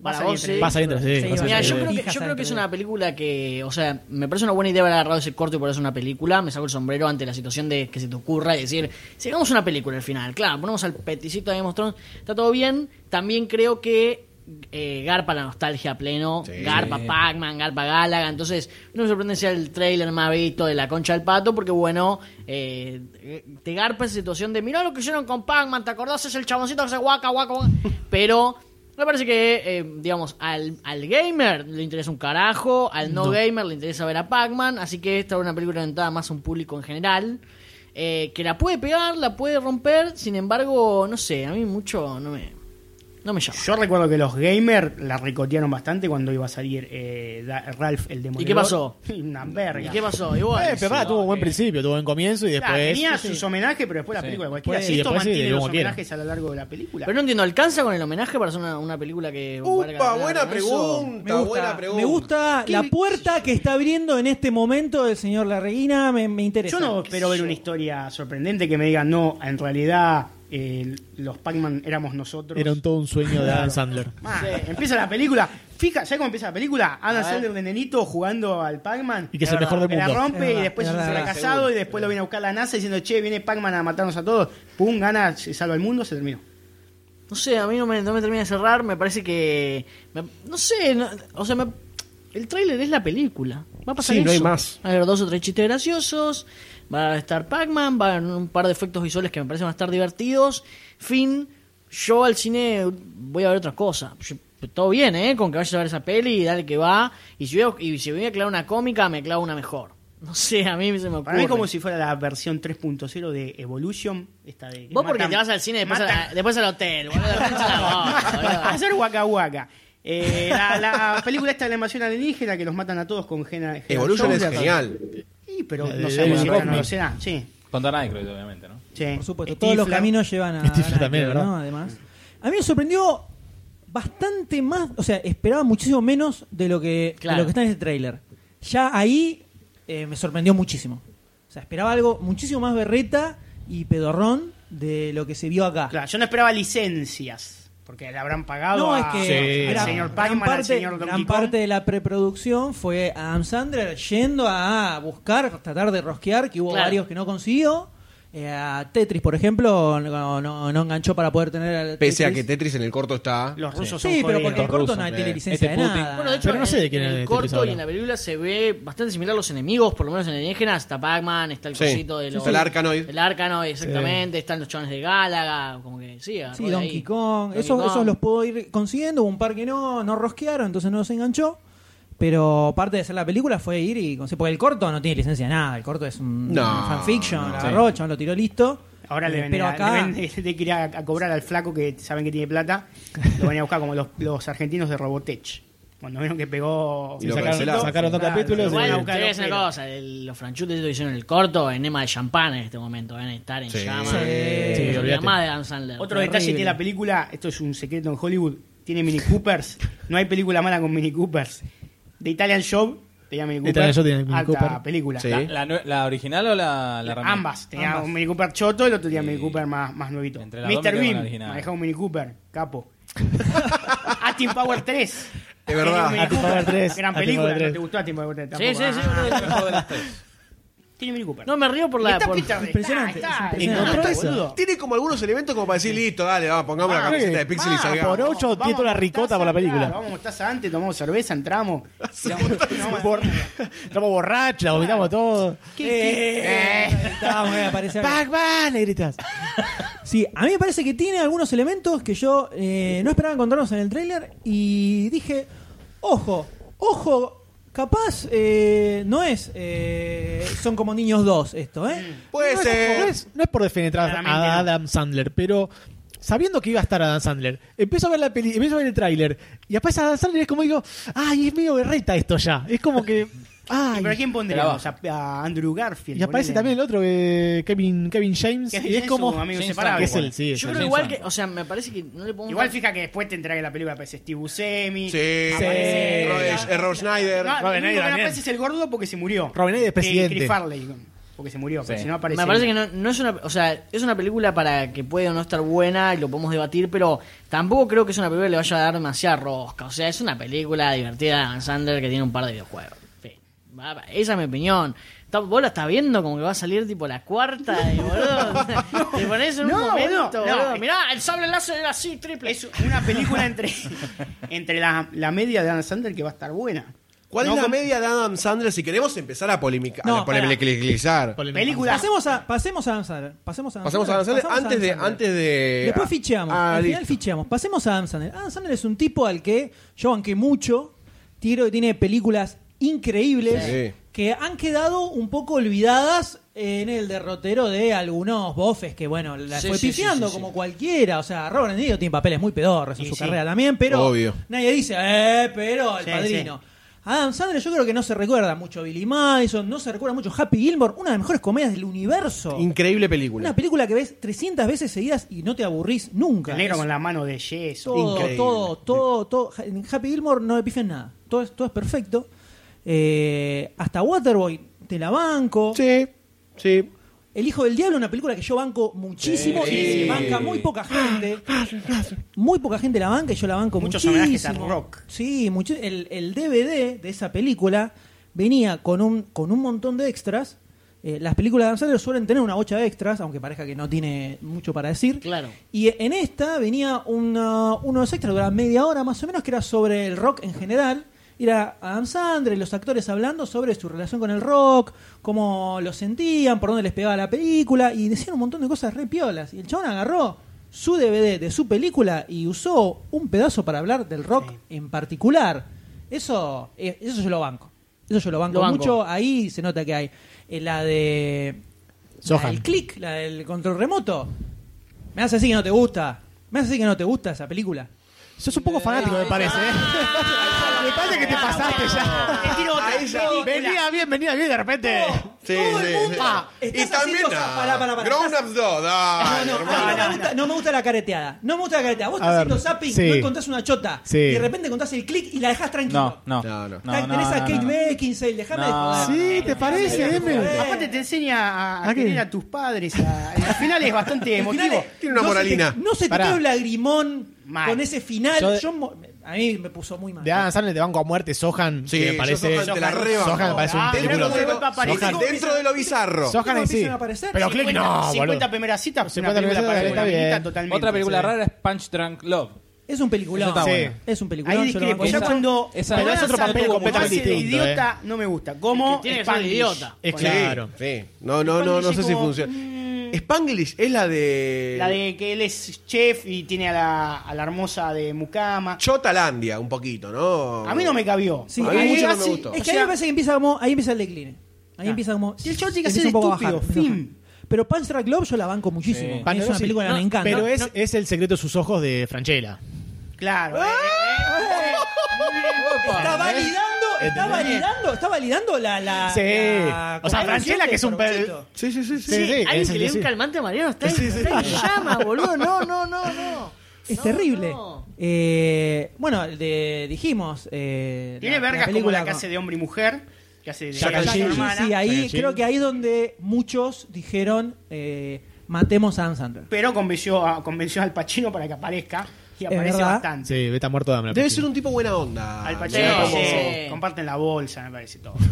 S7: Para
S8: Pasa
S7: vos,
S8: bien,
S7: sí.
S6: Pasa mientras sí,
S3: Sí,
S6: pasa
S7: Mira,
S3: Pasa
S7: yo
S3: bien.
S7: creo, que,
S3: Hijas
S7: yo creo que es
S3: dentro de-
S7: una película que, o sea, me parece una buena idea haber agarrado ese corto y por eso una película. Me saco el sombrero ante la situación de que se te ocurra y decir, si hagamos una película al final, claro, ponemos al peticito de Game of Thrones, está todo bien. También creo que eh, garpa la nostalgia a pleno,
S6: Eh.
S7: garpa Pac-Man, garpa Galaga. Entonces, no me sorprende si el trailer más visto de la concha del pato, porque bueno, eh, te garpa esa situación de, mirá lo que hicieron con Pac-Man, ¿te acordás? Es el chaboncito que se guaca, guaca, guaca. Pero. Me parece que, eh, digamos, al, al gamer le interesa un carajo, al no, gamer le interesa ver a Pac-Man, así que esta es una película orientada más a un público en general, eh, que la puede pegar, la puede romper, sin embargo, no sé, a mí mucho no me, no me llama.
S8: Yo recuerdo que los gamers la ricotearon bastante cuando iba a salir eh, da- Ralph el demonio.
S7: ¿Y qué pasó?
S8: Una verga.
S7: ¿Y qué pasó? Y bueno,
S6: Eh, pero pará, tuvo un buen principio, tuvo un buen comienzo y
S8: Claro,
S6: después.
S8: tenía sus homenajes, pero después la película cualquiera.
S6: Después-
S8: si
S6: y
S8: esto
S6: después sí,
S8: mantiene
S6: de
S8: los
S6: como quiera.
S8: homenajes a lo largo de la película.
S7: pero no entiendo, ¿alcanza con el homenaje para hacer una, una película que...
S4: Upa,
S7: valga
S4: buena
S7: la pena eso?
S4: pregunta, buena pregunta.
S3: Me gusta la puerta que está abriendo en este momento el señor Larreguina, me, me interesa.
S8: Yo no espero ver una historia sorprendente que me digan, no, en realidad eh, los Pac-Man éramos nosotros.
S6: Era un- todo un sueño de Adam Sandler.
S8: Ah, Empieza la película. Fija, ¿sabes cómo empieza la película? Adam
S7: ver.
S8: Sandler de nenito jugando al Pac-Man.
S6: Y que es el mejor del
S8: Que la
S6: mundo.
S8: rompe
S3: Es
S8: y
S3: verdad,
S8: después
S3: es
S8: es un
S3: verdad.
S8: fracasado y después lo viene a buscar la NASA diciendo, che, viene Pac-Man a matarnos a todos. Pum, gana, se salva el mundo, se terminó.
S7: No sé, a mí no me, no me termina de cerrar, me parece que... me- no sé, no- o sea, me- el tráiler es la película. Va a pasar
S4: Sí, no hay
S7: eso.
S4: más.
S7: Va a haber dos o tres chistes graciosos, va a estar Pac-Man, va a haber un par de efectos visuales que me parecen van a estar divertidos. Fin, yo al cine voy a ver otra cosa. Yo- todo bien, ¿eh? Con que vayas a ver esa peli y dale que va. Y si voy a, y si voy a clavar una cómica, me clavo una mejor. No sé, a mí se me ocurre.
S8: Para mí es como si fuera la versión 3.0 de Evolution. Esta de,
S7: Vos porque
S8: matan-
S7: te vas al cine y después, a la-
S8: matan-
S7: después al hotel, boludo, la concha de la bola, boludo.
S8: hacer guaca guaca. Eh, la, la película esta de la invasión alienígena que los matan a todos con Gena. Gena
S4: Evolution es
S8: Jones.
S4: genial.
S8: Sí, pero
S6: La
S8: no
S6: de
S8: sabemos si
S6: David
S8: era o no lo
S6: Hoffman.
S8: será. Sí,
S5: Con Dan Aykroyd, obviamente, ¿no?
S8: sí.
S3: Por supuesto,
S8: Steve
S3: todos los
S8: Flam-
S3: caminos llevan a.
S6: Steve
S3: Galaxy,
S6: también, ¿verdad?
S3: ¿no? Además. A mí me sorprendió bastante más, o sea, esperaba muchísimo menos de lo que, de
S7: Claro.
S3: lo que está en este tráiler. Ya ahí eh, me sorprendió muchísimo. O sea, esperaba algo muchísimo más berreta y pedorrón de lo que se vio acá.
S8: Claro, yo no esperaba licencias. Porque le habrán pagado
S3: No,
S8: a-
S3: es que
S6: Sí.
S8: al
S3: gran-
S8: Ah, señor
S3: gran
S8: Pac-Man, al
S3: parte,
S8: señor Donkey
S3: gran
S8: Kong.
S3: parte de la preproducción fue Adam Sandler yendo a buscar, tratar de rosquear, que hubo
S7: Claro.
S3: varios que no consiguió. Eh, a Tetris, por ejemplo, no, no- no enganchó para poder tener al
S4: Pese a que
S3: Tetris.
S4: Tetris en el corto está.
S8: Los rusos son
S3: Sí, pero
S8: jodidos.
S3: porque el corto
S5: rusos,
S3: no
S5: eh.
S3: tiene
S5: Este
S3: licencia de
S5: Putin.
S3: nada.
S7: Bueno, de hecho,
S6: Pero no sé
S7: en-
S6: de quién
S7: en
S6: es
S7: el
S6: el
S7: corto
S6: episodio.
S7: y en la película se ve bastante similar los enemigos, por lo menos en alienígenas. Está Pac-Man, está el
S4: Sí.
S7: cosito de
S4: Sí,
S7: los.
S4: sí. El Arkanoid.
S7: El Arkanoid, exactamente. Están los chones de Gálaga, como que sí. agarró
S3: Sí,
S7: de
S3: Donkey
S7: Ah, ahí.
S3: Kong.
S7: Donkey
S3: esos,
S7: Kong.
S3: esos los puedo ir consiguiendo. Hubo un par que no, no rosquearon, entonces no los enganchó. Pero parte de hacer la película fue ir y conseguir. Porque el corto no tiene licencia de nada. El corto es un,
S4: No,
S3: un fanfiction.
S4: no.
S3: la agarró, el chabón lo tiró listo.
S8: Ahora
S3: Eh,
S8: le ven,
S3: Pero acá.
S8: de que ir a, a cobrar al flaco que saben que tiene plata. Lo van a buscar como los, los argentinos de Robotech. Cuando vieron que pegó.
S4: Y lo
S6: sacaron,
S4: cancelaron.
S6: sacaron dos
S8: Claro,
S6: capítulos.
S8: pero
S6: y-
S8: bueno,
S6: Sí.
S8: buscar
S7: te voy a decir
S8: los
S7: una cosa, el- los franchutes que hicieron el corto en Emma de Champán en este momento, van a estar en
S4: Sí.
S7: llamas.
S4: Sí,
S7: Y
S6: olvídate.
S7: más de Adam Sandler.
S8: Otro detalle tiene la película, esto es un secreto en Hollywood, tiene Mini Coopers. No hay película mala con Mini Coopers. The Italian Job tenía Mini Cooper.
S6: Italian Job tenía Mini
S8: alta
S6: Cooper.
S8: película.
S4: Sí.
S8: La-
S5: ¿La, nue- la original o la, la remake?
S8: ambas. Tenía
S5: Ambas.
S8: un Mini Cooper choto y el otro tenía
S5: Y-
S8: Mini Cooper más, más nuevito.
S5: Entre las dos me
S8: Mr.
S5: quedo con la
S8: Bean
S5: original.
S8: manejaba un Mini Cooper, capo. Austin Power 3.
S4: Es verdad.
S6: Austin Power 3,
S8: Gran
S6: Austin
S8: película.
S6: Power 3.
S8: ¿No te gustó Austin Power 3?
S7: Sí, sí,
S8: Tampoco.
S7: sí.
S8: Ah,
S7: boludo.
S8: Tiene Mini Cooper.
S7: No, me río por la...
S8: Está
S7: por-
S8: Peter Beck,
S3: impresionante,
S8: está, está,
S3: es
S6: impresionante.
S8: está,
S6: Encontró
S8: boludo.
S4: Tiene como algunos elementos como para decir, listo, dale, vamos, pongamos la
S6: Ah,
S4: camiseta
S6: sí.
S4: de Pixel y
S8: Ah,
S4: salgamos.
S6: por ocho,
S8: Vamos,
S6: tiento la ricota
S8: mostaza,
S6: por la película.
S8: claro, Vamos, estás antes, tomamos cerveza, entramos.
S6: Bor- Estamos borrachos, la vomitamos todo. Eh,
S3: Estábamos, eh, aparece algo.
S6: ¡Back, back! Le gritas.
S3: Sí, a mí me parece que tiene algunos elementos que yo eh, no esperaba encontrarnos en el tráiler y dije, ojo, ojo, capaz eh, no es, eh, son como niños dos esto, ¿eh?
S4: Puede
S6: no, Es,
S4: ser.
S6: no es- no es por defenestrar
S8: Claramente no.
S6: a Adam Sandler, pero sabiendo que iba a estar Adam Sandler, empiezo a ver la peli, empiezo a ver el tráiler y aparece Adam Sandler y es como digo, ay, es medio berreta esto ya. Es como que. Ay.
S8: ¿Pero a quién pondríamos? A, a Andrew Garfield.
S6: Y aparece
S8: ponele.
S6: también el otro, eh, Kevin, Kevin James,
S8: Que
S6: y es como.
S8: su amigo
S5: James
S8: inseparable.
S6: Es el- sí, es
S7: Yo
S6: el-
S7: creo igual que... O sea, me parece que no le pongo...
S8: Igual fija que después te enterás que la película aparece Steve Buscemi.
S4: Sí,
S8: aparece-
S4: Es- es Rob Schneider.
S8: No,
S6: Robin
S8: el único
S6: Hood
S8: que no
S6: también.
S8: aparece es el gordo porque se murió.
S6: Robin Hood es
S8: Eh,
S6: presidente.
S8: Chris Farley, porque se murió. pero
S5: Sí.
S8: si no aparece
S7: Me parece que no, no es una... O sea, es una película para que puede o no estar buena y lo podemos debatir, pero tampoco creo que es una película que le vaya a dar demasiada rosca. O sea, es una película divertida de Adam Sandler que tiene un par de videojuegos. Sí. Va- va- Esa es mi opinión. Está- Vos la estás viendo como que va a salir tipo la cuarta y boludo. Te pones en un
S8: No,
S7: momento,
S8: boludo, no.
S7: boludo. Mirá, el sable láser era así, triple.
S8: Es una película entre, entre la, la media de Adam Sandler que va a estar buena.
S4: ¿Cuál
S8: No,
S4: es la
S8: con-
S4: media de Adam Sandler si queremos empezar a polemicar?
S3: No,
S4: a polemicalizar.
S8: Película.
S3: Pasemos a, pasemos a Adam Sandler. Pasemos a Adam
S4: Pasemos a Adam Sandler
S3: pasamos a
S4: antes
S3: Adam
S4: de.
S3: Sandler.
S4: Antes de
S3: Después ficheamos.
S4: Ah,
S3: al
S4: listo.
S3: final ficheamos. Pasemos a Adam Sandler. Adam Sandler es un tipo al que yo banqué mucho. Tiro tiene películas increíbles
S4: Sí.
S3: que han quedado un poco olvidadas en el derrotero de algunos bofes que, bueno, las
S7: Sí,
S3: fue
S7: sí,
S3: pifiando
S7: sí, sí, sí.
S3: como cualquiera. O sea, Robert De Niro tiene papeles muy pedorros en
S8: Y
S3: su
S8: sí.
S3: carrera también, pero
S4: Obvio.
S3: nadie dice, eh, pero el
S8: Sí,
S3: padrino. Adam Sandler yo creo que no se recuerda mucho a Billy Madison, no se recuerda mucho a Happy Gilmore, una de las mejores comedias del universo.
S4: Increíble película.
S3: Una película que ves 300 veces seguidas y no te aburrís nunca.
S8: El negro
S3: Es
S8: con la mano de
S6: Oh,
S8: yeso.
S3: todo,
S4: Increíble.
S3: todo, todo, todo. En Happy Gilmore no le pifian nada. Todo es, todo es perfecto. Eh, hasta Waterboy te la banco.
S4: Sí, sí.
S3: El Hijo del Diablo, una película que yo banco muchísimo y que banca muy poca
S8: Ah,
S3: gente. Muy poca gente la banca y yo la banco
S8: Muchos
S3: muchísimo.
S8: homenajes a rock.
S3: Sí, mucho- el, el DVD de esa película venía con un, con un montón de extras. Eh, las películas de Adam Sandler suelen tener una bocha de extras, aunque parezca que no tiene mucho para decir.
S7: Claro.
S3: Y en esta venía una- uno de los extras, duraba media hora más o menos, que era sobre el rock en general. Era Adam Sandler, y los actores hablando sobre su relación con el rock, cómo lo sentían, por dónde les pegaba la película, y decían un montón de cosas re piolas. Y el chabón agarró su DVD de su película y usó un pedazo para hablar del rock en particular. Eso, eh, eso yo lo banco. Eso yo lo banco,
S7: Lo banco.
S3: mucho. Ahí se nota que hay. Eh, la de.
S6: Sohan.
S3: La del click, la del control remoto. Me hace así que no te gusta. Me hace así que no te gusta esa película.
S6: Sos un poco fanático, me parece. ¿eh? me parece que te pasaste ya.
S4: Ah,
S8: Te tiro otra.
S4: Ahí ya.
S8: Película.
S6: Venía bien, venía bien, de repente.
S4: Sí,
S3: Todo el
S4: sí,
S3: mundo Ah,
S4: sí.
S3: estás
S4: Y también. ah,
S3: haciendo- o sea, pará, pará, pará,
S4: Grown
S3: estás-
S4: Ups 2.
S3: No,
S4: Dale,
S3: no,
S4: hermano.
S3: ay, no me gusta, no me gusta la careteada. No me gusta la careteada. Vos
S6: A
S3: estás
S6: ver,
S3: haciendo zapping,
S6: sí.
S3: no encontrás una chota.
S6: Sí.
S3: Y de repente encontrás el click y la dejás tranquilo.
S5: No, no.
S4: No, no.
S5: no,
S3: Tenés
S5: no,
S3: a
S5: no,
S3: Kate
S5: no.
S3: Beckinsale, dejame de
S5: No.
S3: joder.
S6: Sí, ¿te parece, M?
S8: Aparte te enseña a,
S6: ¿A
S8: a
S6: qué?
S8: querer a tus padres. a- al final es bastante
S3: El final
S8: emotivo.
S3: es-
S4: Tiene una
S3: no se
S4: moralina.
S3: te- no se te
S6: Pará.
S3: quedó el lagrimón
S8: Mal.
S3: con ese final.
S6: Yo de-
S3: Yo mo- a mí me puso muy mal.
S6: De Adam Sandler te banco a muerte, Sohan.
S4: Sí,
S6: que me
S4: yo
S6: parece.
S4: Sohan te la rebanco.
S6: Sohan me parece un
S8: Ah, mirá
S6: película.
S8: cómo de vuelta aparece.
S6: Sohan-
S4: Dentro de lo bizarro.
S6: Sohan en sí.
S3: empiezan a aparecer,
S6: Pero Click
S8: 50,
S6: no,
S8: 50
S6: boludo.
S8: primeras citas, pues
S6: 50
S8: una película
S6: primeras
S8: para
S6: citas, está
S8: una
S6: bien.
S8: habilita totalmente.
S5: Otra película
S8: Sí.
S5: rara es Punch Drunk Love.
S3: Es un peliculón.
S5: Eso está
S6: Sí.
S5: bueno.
S3: Es un peliculón.
S8: Ahí
S3: yo lo
S8: discrepo.
S3: banco
S8: Ya
S5: Esa-
S3: mucho.
S8: cuando
S5: esa-
S8: cuando
S5: Pero es
S8: hace
S5: otro
S8: el
S5: papel
S8: salto
S6: completamente
S8: como base de
S6: distinto, eh.
S8: idiota no me gusta. Como
S7: Tiene que ser
S8: Spanglish.
S7: idiota.
S6: Es
S4: Sí,
S6: claro.
S4: Sí. No, no, no, no sé si
S8: Spanglish es como,
S4: funciona. Eh,
S8: mm.
S4: Spanglish es la de.
S8: La de que él es chef y tiene a la, a la hermosa de Mucama.
S4: Chotalandia, un poquito, ¿no?
S8: A mí no me cabió.
S3: Sí,
S4: A mí
S3: ahí,
S4: mucho no me
S3: hace-
S4: gustó.
S3: Es que
S8: O
S3: ahí
S8: sea-
S3: me parece que empieza como. Ahí empieza el decline. Ahí empieza como.
S8: Y el chabón tiene que
S3: empieza
S8: hacer
S3: un poco a
S8: estúpido,
S3: bajar, empieza a
S8: fin.
S3: bajar. Pero Panzer Club yo la banco muchísimo.
S5: Sí.
S3: Es una película que me encanta.
S6: Pero
S3: No,
S6: es,
S3: no.
S8: eh,
S6: es el secreto de sus ojos de Franchella.
S8: Claro.
S3: Está validando, está
S6: ¿Entendés?
S3: validando, está validando la. la
S6: Sí.
S3: la-
S6: O sea, Franchella, que es un
S3: Corbuchito.
S6: pe-
S4: Sí, sí, sí. sí.
S6: Sí, sí, es
S7: Alguien que
S6: el
S7: le
S6: que
S7: dé un
S6: sí.
S7: calmante a Mariano está, en- está en llama, boludo. No, no, no, no.
S3: Es
S7: No,
S3: terrible.
S7: no.
S3: Eh, bueno, de- dijimos. eh,
S8: Tiene
S3: la- la
S8: vergas como
S3: película
S8: la que
S3: con-
S8: hace de hombre y mujer, que hace de
S6: Jack
S8: la
S6: and
S8: su
S3: Sí,
S6: Jill.
S8: hermana.
S3: sí, ahí
S6: Sí.
S3: creo que ahí donde muchos dijeron eh, matemos a Adam Sandler.
S8: Pero convenció, a- convenció al Pacino para que aparezca. Y aparece
S3: verdad.
S8: bastante.
S6: Sí, está muerto de hambre.
S4: Debe ser un tipo buena onda.
S8: Al
S7: Sí,
S8: Pacino
S7: sí.
S8: como- comparten la bolsa, me parece todo.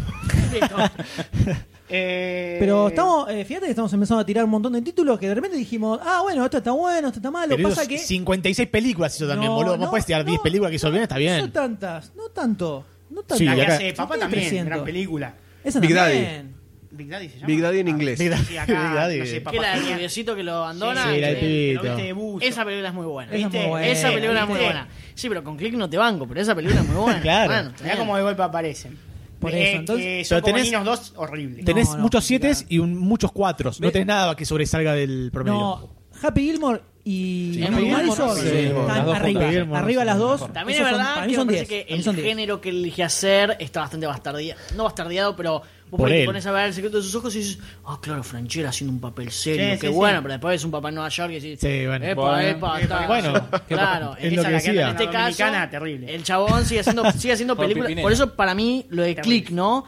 S8: Eh,
S3: Pero estamos, eh, fíjate que estamos empezando a tirar un montón de títulos que de repente dijimos, ah, bueno, esto está bueno, esto está malo.
S6: Pero
S3: Pasa
S6: hizo
S3: que.
S6: 56 películas hizo también,
S3: No,
S6: boludo.
S3: no,
S6: Vos puedes tirar 10
S3: no,
S6: películas que hizo bien, está bien.
S3: No tantas, no tanto. No tanto.
S6: Sí,
S8: La que
S6: acá-
S8: hace papá también,
S3: 300.
S8: gran película.
S3: Esa
S4: Big
S3: también.
S8: Big Daddy se llama. Ah,
S4: Big Daddy en inglés.
S6: Big Daddy,
S8: Sí, acá,
S6: Big Daddy.
S8: no sé,
S7: Que
S8: papá
S7: la del
S8: tenía-
S7: noviocito que lo abandona.
S6: Sí, la del
S7: que-
S8: que lo
S6: pibito.
S8: viste de buzo.
S7: Esa película es muy buena.
S3: Esa es muy buena.
S7: Esa película es muy
S8: ¿Viste?
S7: buena. Sí, pero con Click no te banco, pero esa película es muy buena.
S6: Claro.
S7: Bueno, está
S8: Mirá
S7: bien.
S8: cómo de golpe aparecen.
S3: Por
S8: Eh,
S3: eso, entonces-
S8: que son
S6: Pero
S8: como
S6: tenés-
S8: niños dos horribles.
S6: Tenés
S3: No, no,
S6: muchos 7 y un- muchos 4. No tenés nada que sobresalga del promedio.
S3: No, Happy Gilmore y
S6: Sí,
S3: Emma
S6: Happy Gilmore,
S3: Madison
S6: sí, las
S3: están
S6: dos juntas.
S3: arriba.
S6: Happy Gilmore,
S3: arriba
S6: sí,
S3: las dos.
S7: También
S3: Esos
S7: es
S3: son-
S7: verdad
S3: para mí
S7: que
S3: son
S7: me parece
S3: 10,
S7: que
S3: para mí
S7: el
S3: son 10.
S7: género que elige hacer está bastante bastardeado. No bastardeado, pero vos por
S6: Por
S7: ahí te
S6: él.
S7: pones a ver el secreto de sus ojos y dices, ah, claro, Franchella haciendo un papel serio,
S8: Sí,
S7: qué
S8: sí,
S7: bueno,
S8: sí.
S7: pero después es un papá en Nueva York y decís,
S6: Sí, bueno.
S7: epa,
S5: Bueno.
S7: epa, está.
S6: Bueno,
S7: claro,
S6: es
S7: esa
S6: lo que
S7: la
S6: decía.
S7: En este
S8: La
S7: caso,
S8: dominicana, terrible.
S7: el chabón sigue haciendo, sigue haciendo
S5: Por
S7: películas.
S5: Pimpinela.
S7: Por eso, para mí, lo de
S8: Terrible.
S7: Click, ¿no?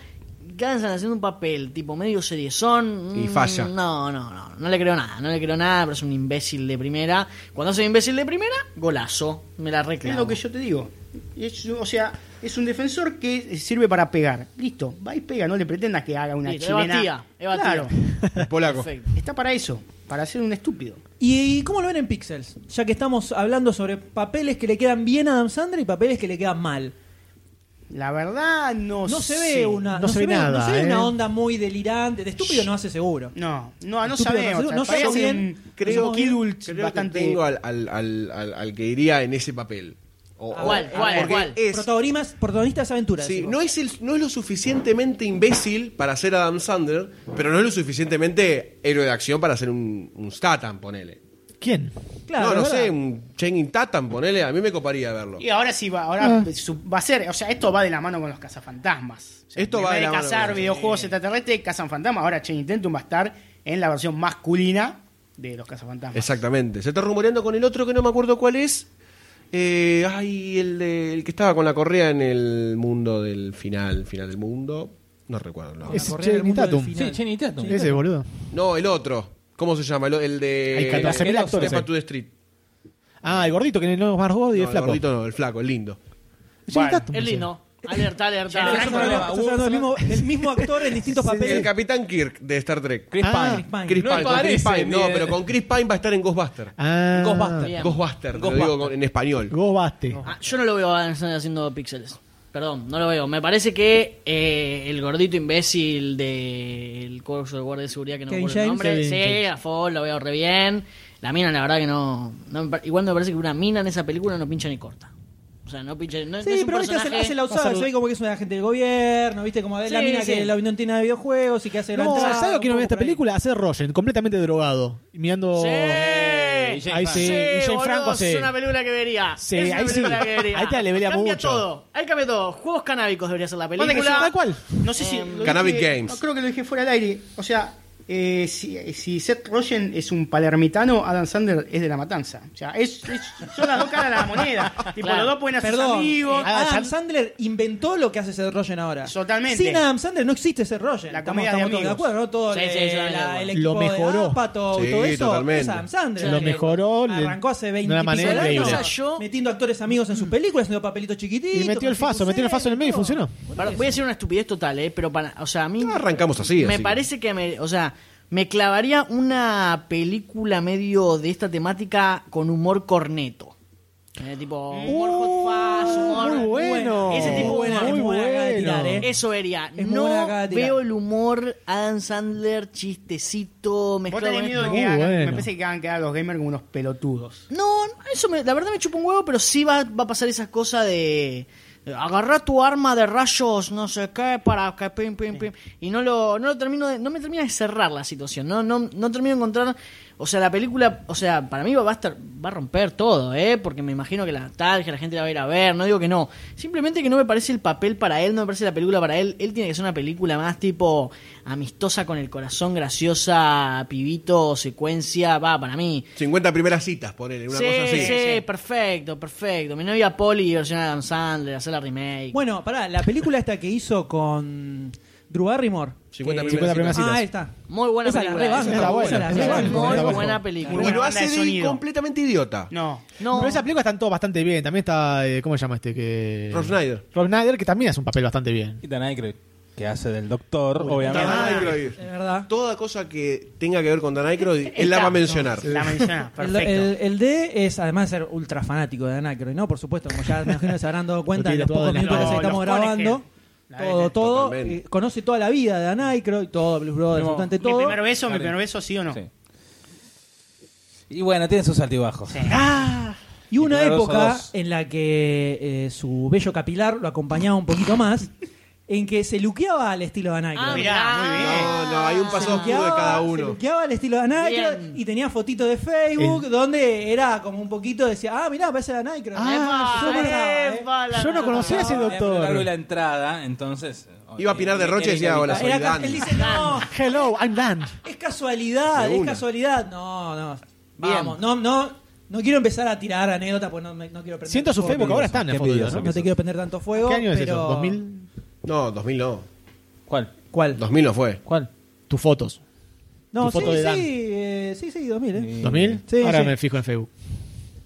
S7: Gansan haciendo un papel tipo medio seriezón.
S4: Y
S7: mm,
S4: falla.
S7: No, no, no. No le creo nada. No le creo nada, pero es un imbécil de primera. Cuando es un imbécil de primera, golazo. Me la
S8: Es
S7: reclamo.
S8: lo que yo te digo. Es- o sea, es un defensor que sirve para pegar. Listo, va y pega, no le pretendas que haga una
S7: Listo,
S8: chilena.
S7: Eva Tía, Eva Tía.
S8: claro,
S4: Polaco.
S7: Perfecto.
S8: está para eso, para ser un estúpido.
S3: ¿Y y cómo lo ven en Pixels? Ya que estamos hablando sobre papeles que le quedan bien a Adam Sandler y papeles que le quedan mal.
S8: La verdad no
S3: No se
S8: sé.
S3: ve una,
S6: no
S3: no
S6: se
S3: se
S6: ve
S3: no
S6: nada,
S3: se ve
S6: ¿eh?
S3: una onda muy delirante. De estúpido no hace seguro.
S8: No, no, no
S3: Estúpido,
S8: sabemos.
S3: no sé- no
S8: Todavía
S3: sé
S8: es
S3: bien,
S8: un-
S4: creo
S8: un
S4: que,
S8: kidult
S4: creo que
S8: bastante
S4: tengo al, al, al, al- al que iría en ese papel. O-
S7: Ah, ¿cuál,
S4: o-
S7: cuál,
S4: porque
S7: cuál?
S4: es-
S3: Protagonistas, protagonistas de aventuras.
S4: sí,
S3: decimos.
S4: no, es el, no es lo suficientemente imbécil para ser Adam Sandler, pero no es lo suficientemente héroe de acción para ser un, un Statham, ponele.
S6: ¿Quién?
S3: Claro,
S4: no, no
S3: es verdad.
S4: sé, un Chengin Tatam, ponele. A mí me coparía verlo.
S8: Y ahora sí va, ahora pues, su- va a ser, o sea, esto va de la mano con los cazafantasmas. O sea,
S4: Esto
S8: en
S4: va
S8: vez
S4: de
S8: de,
S4: la mano
S8: cazar
S4: con-
S8: videojuegos extraterrestres, cazan fantasmas. Ahora Chain Intentum va a estar en la versión masculina de los cazafantasmas.
S4: Exactamente. Se está rumoreando con el otro que no me acuerdo cuál es. Eh, ay, el, de- el que estaba con la correa en el mundo del final, final del mundo. No recuerdo. No,
S6: Es
S3: correa del
S6: Channing
S3: mundo del
S6: Tatum.
S3: fin.
S5: Sí, Jenny Tatum.
S6: Ese, boludo.
S4: no el otro. ¿Cómo se llama? El, el de...
S6: Hay 14.000
S4: el-
S6: actores
S4: Step
S6: ahí.
S4: up to the Street.
S6: Ah, el gordito que no es más gordo y
S4: No,
S6: es
S4: el
S6: flaco.
S4: gordito no, el flaco, el lindo.
S6: Channing Tatum,
S7: El
S6: sí.
S7: lino. Alerta, alerta.
S3: Ah, Estás
S5: Frank
S7: alerta.
S3: hablando-
S5: Problema,
S3: estás hablando del mismo,
S5: Wolf-
S3: del mismo actor en distintos
S4: El
S3: papeles.
S4: Capitán Kirk de Star Trek.
S5: Chris
S6: Ah,
S5: Pine.
S3: Pan.
S4: Chris
S5: No
S4: Pine, con Chris
S5: aparece,
S4: Pine. No,
S5: ni-
S4: pero con Chris Pine va a estar en Ghostbuster.
S6: Ah,
S5: Ghostbuster.
S7: Bien.
S4: Ghostbuster, te lo
S5: Ghostbuster.
S4: digo con- en español.
S6: Ghostbuster.
S7: Ah, yo no lo veo a Adam Sandler haciendo píxeles. Perdón, no lo veo. Me parece que eh, el gordito imbécil del curso de guardia de seguridad que no me
S3: Kevin
S7: acuerdo el
S3: James,
S7: nombre.
S6: Kevin
S7: Sí,
S6: James.
S7: a Fall lo veo re bien. La mina, la verdad que no. no me par- igual me parece que una mina en esa película no pincha ni corta. O sea, no pincha. No, no es
S3: Sí,
S7: un
S3: pero viste, hace,
S7: personaje-
S3: hace la usada,
S6: Pasarlo.
S3: se ve como que es un agente del gobierno, viste, como de la
S7: Sí,
S3: mina
S7: sí.
S3: que la no tiene de videojuegos y que hace la
S6: No,
S3: entrada,
S6: ¿sabes lo que no
S3: un
S6: ve esta
S3: poco por ahí.
S6: película? Hacer Rogen, completamente drogado. Y mirando.
S7: Sí.
S5: Eh,
S6: Ahí sí. Y Jane
S7: boludo,
S6: Franco sí.
S7: Es una película que vería.
S6: Sí,
S7: es una
S6: ahí sí.
S7: película que vería.
S6: Ahí te la levelea
S7: Cambia
S6: mucho.
S7: todo. Ahí cambia todo. Juegos canábicos debería ser la película.
S8: Ponte que sea
S6: Tal cual.
S8: No sé si.
S7: Em,
S8: lo
S4: Cannabis
S8: dije-
S4: Games.
S8: No, creo que lo dije fuera del aire. O sea, eh, si, si Seth Rogen es un palermitano, Adam Sandler es de la matanza. O sea, es, es- son las dos caras de la moneda. tipo,
S7: Claro.
S8: los dos pueden hacer sus
S3: Perdón,
S8: amigos. Ah,
S3: eh, Adam Sandler inventó lo que hace Seth Rogen ahora.
S8: Totalmente.
S3: Sin Adam Sandler no existe Seth Rogen.
S8: La
S3: estamos
S8: comedia
S3: estamos
S8: de
S3: todos de
S8: amigos.
S3: acuerdo, ¿no? Todo
S7: Sí,
S3: el-
S7: sí, yo también de
S3: la- el
S7: acuerdo.
S3: equipo
S6: Lo mejoró.
S3: de Apato y
S4: Sí,
S3: todo eso
S4: totalmente.
S3: es Adam Sandler.
S6: Lo
S7: Sí.
S6: mejoró. le-
S3: Arrancó hace 20
S6: de una
S3: y pico
S6: manera
S3: de años,
S6: increíble.
S7: O sea, yo-
S3: metiendo actores amigos en sus películas, haciendo papelitos chiquititos.
S6: Y metió el faso, metió el faso en el medio y funcionó.
S7: Para- voy a decir una estupidez total, ¿eh? Pero para. O sea, a mí.
S4: Ah, arrancamos así,
S7: Me
S4: así que-
S7: parece que me. O sea. Me clavaría una película medio de esta temática con humor corneto. Eh, tipo, humor hot
S4: Oh,
S3: Ah,
S7: fast, humor.
S6: muy bueno.
S7: Ese tipo de
S3: buena,
S7: humor.
S3: muy buena acá de
S6: bueno.
S3: tirar, ¿eh?
S7: Eso vería.
S3: Es muy
S7: no
S3: buena acá de tirar.
S7: veo el humor Adam Sandler, chistecito,
S8: Vos
S7: mezclado
S8: tenés
S7: con
S8: miedo de
S7: esto.
S8: que
S6: Muy
S8: hagan, me
S6: bueno.
S8: parece que hagan quedar a los gamers como unos pelotudos.
S7: No, eso me- la verdad me chupa un huevo, pero sí va, va a pasar esas cosas de... de Agarrar tu arma de rayos, no sé qué, para que pim, pim, pim. Y no lo, no lo termino de- no me termina de cerrar la situación. No, no, no termino de encontrar. O sea, la película, o sea, para mí va a, estar- va a romper todo, ¿eh? Porque me imagino que la nostalgia, la gente la va a ir a ver, no digo que no. Simplemente que no me parece el papel para él, no me parece la película para él. Él tiene que ser una película más tipo amistosa con el corazón, graciosa, pibito, secuencia, va, para mí.
S4: 50 primeras citas, ponele, una
S7: sí,
S4: cosa así.
S7: sí, perfecto, perfecto. Mi novia Polly versión Adam Sandler, hacer la remake.
S3: Bueno, pará, la película esta que hizo con Drew Barrymore.
S4: 50
S3: que-
S6: 50
S4: primeras
S6: primeras
S4: citas.
S3: Ah, ahí está.
S7: muy buena
S3: Esa la
S7: película.
S3: rebanco,
S7: esa
S6: está buena,
S7: muy buena,
S6: está
S7: muy
S6: buena.
S7: buena película.
S8: Muy
S4: Y lo
S8: buena
S4: hace
S8: banda de
S4: de
S8: sonido.
S4: completamente idiota.
S8: No.
S7: No,
S6: Pero esas películas están todas bastante bien. También está, eh, ¿cómo se llama este? Que...
S4: Rob Schneider.
S6: Rob Schneider, que también hace un papel bastante bien.
S5: Y Dan Aykroyd, que hace del doctor, obviamente.
S4: Dan Aykroyd.
S3: Es verdad.
S4: Toda cosa que tenga que ver con Dan Aykroyd, él la
S8: Está.
S4: va a mencionar.
S8: La menciona,
S3: El,
S8: perfecto.
S3: el- el D es, además de ser ultra fanático de Dan Aykroyd, ¿no? Por supuesto, como ya me imagino se habrán dado cuenta
S6: Lo
S3: en
S6: tiene
S3: los
S6: todo de
S3: pocos
S6: la-
S3: minutos que
S8: No,
S3: estamos
S8: los
S3: grabando.
S8: conejes. La
S3: Todo,
S8: verdad.
S3: todo.
S4: Totalmente.
S3: eh, conoce toda la vida de Dan Aykroyd, todo Blues Brothers,
S5: Primo,
S3: absolutamente
S8: Mi
S3: todo.
S8: primer beso, mi
S5: Dale.
S8: primer beso, sí o no.
S5: Sí. Y bueno, tiene sus altibajos.
S8: Sí.
S3: Ah, Y una
S5: Primero
S3: época
S5: dos.
S3: en la que eh, su bello capilar lo acompañaba un poquito más, en que se luqueaba al estilo de Dan Aykroyd.
S7: Ah,
S8: Mirá, muy bien.
S4: No, no, hay un
S3: Se
S4: paso oscuro de
S3: luqueaba-
S4: cada
S3: Se
S4: uno.
S3: luqueaba al estilo de Dan Aykroyd
S7: Bien.
S3: y tenía fotito de Facebook donde era como un poquito, decía, ah, mirá, parece Dan Aykroyd.
S6: Ah,
S3: Yo no estaba, ¿eh?
S7: Epa, la-
S6: Yo no conocía a ese
S5: Abre la
S6: doctor.
S5: entrada, entonces. eh,
S4: Iba a Pinar de Rocha y decía, hola, soy
S3: Era ca-
S4: Dan.
S3: él dice, no,
S6: Hello, I'm Dan.
S3: es casualidad,
S4: De
S3: es
S4: una.
S3: casualidad. No, no, vamos, no, no. No quiero empezar a tirar anécdotas porque no, me- no quiero prender
S6: Siento su fe
S3: fuego.
S6: porque ahora están en
S5: Qué
S6: fotos,
S5: envidioso
S6: ¿no?
S3: No te quiero prender tanto fuego.
S6: ¿Qué año es
S3: pero-
S6: eso? ¿2000?
S4: No, 2000 no.
S5: ¿Cuál?
S3: ¿Cuál?
S4: 2000 no fue.
S5: ¿Cuál?
S6: Tus fotos.
S3: No,
S6: tu
S3: sí,
S6: foto de Dan.
S3: sí, eh, sí, sí, 2000, ¿eh?
S6: ¿2000?
S3: Sí,
S6: ahora
S3: sí.
S6: me fijo en Facebook.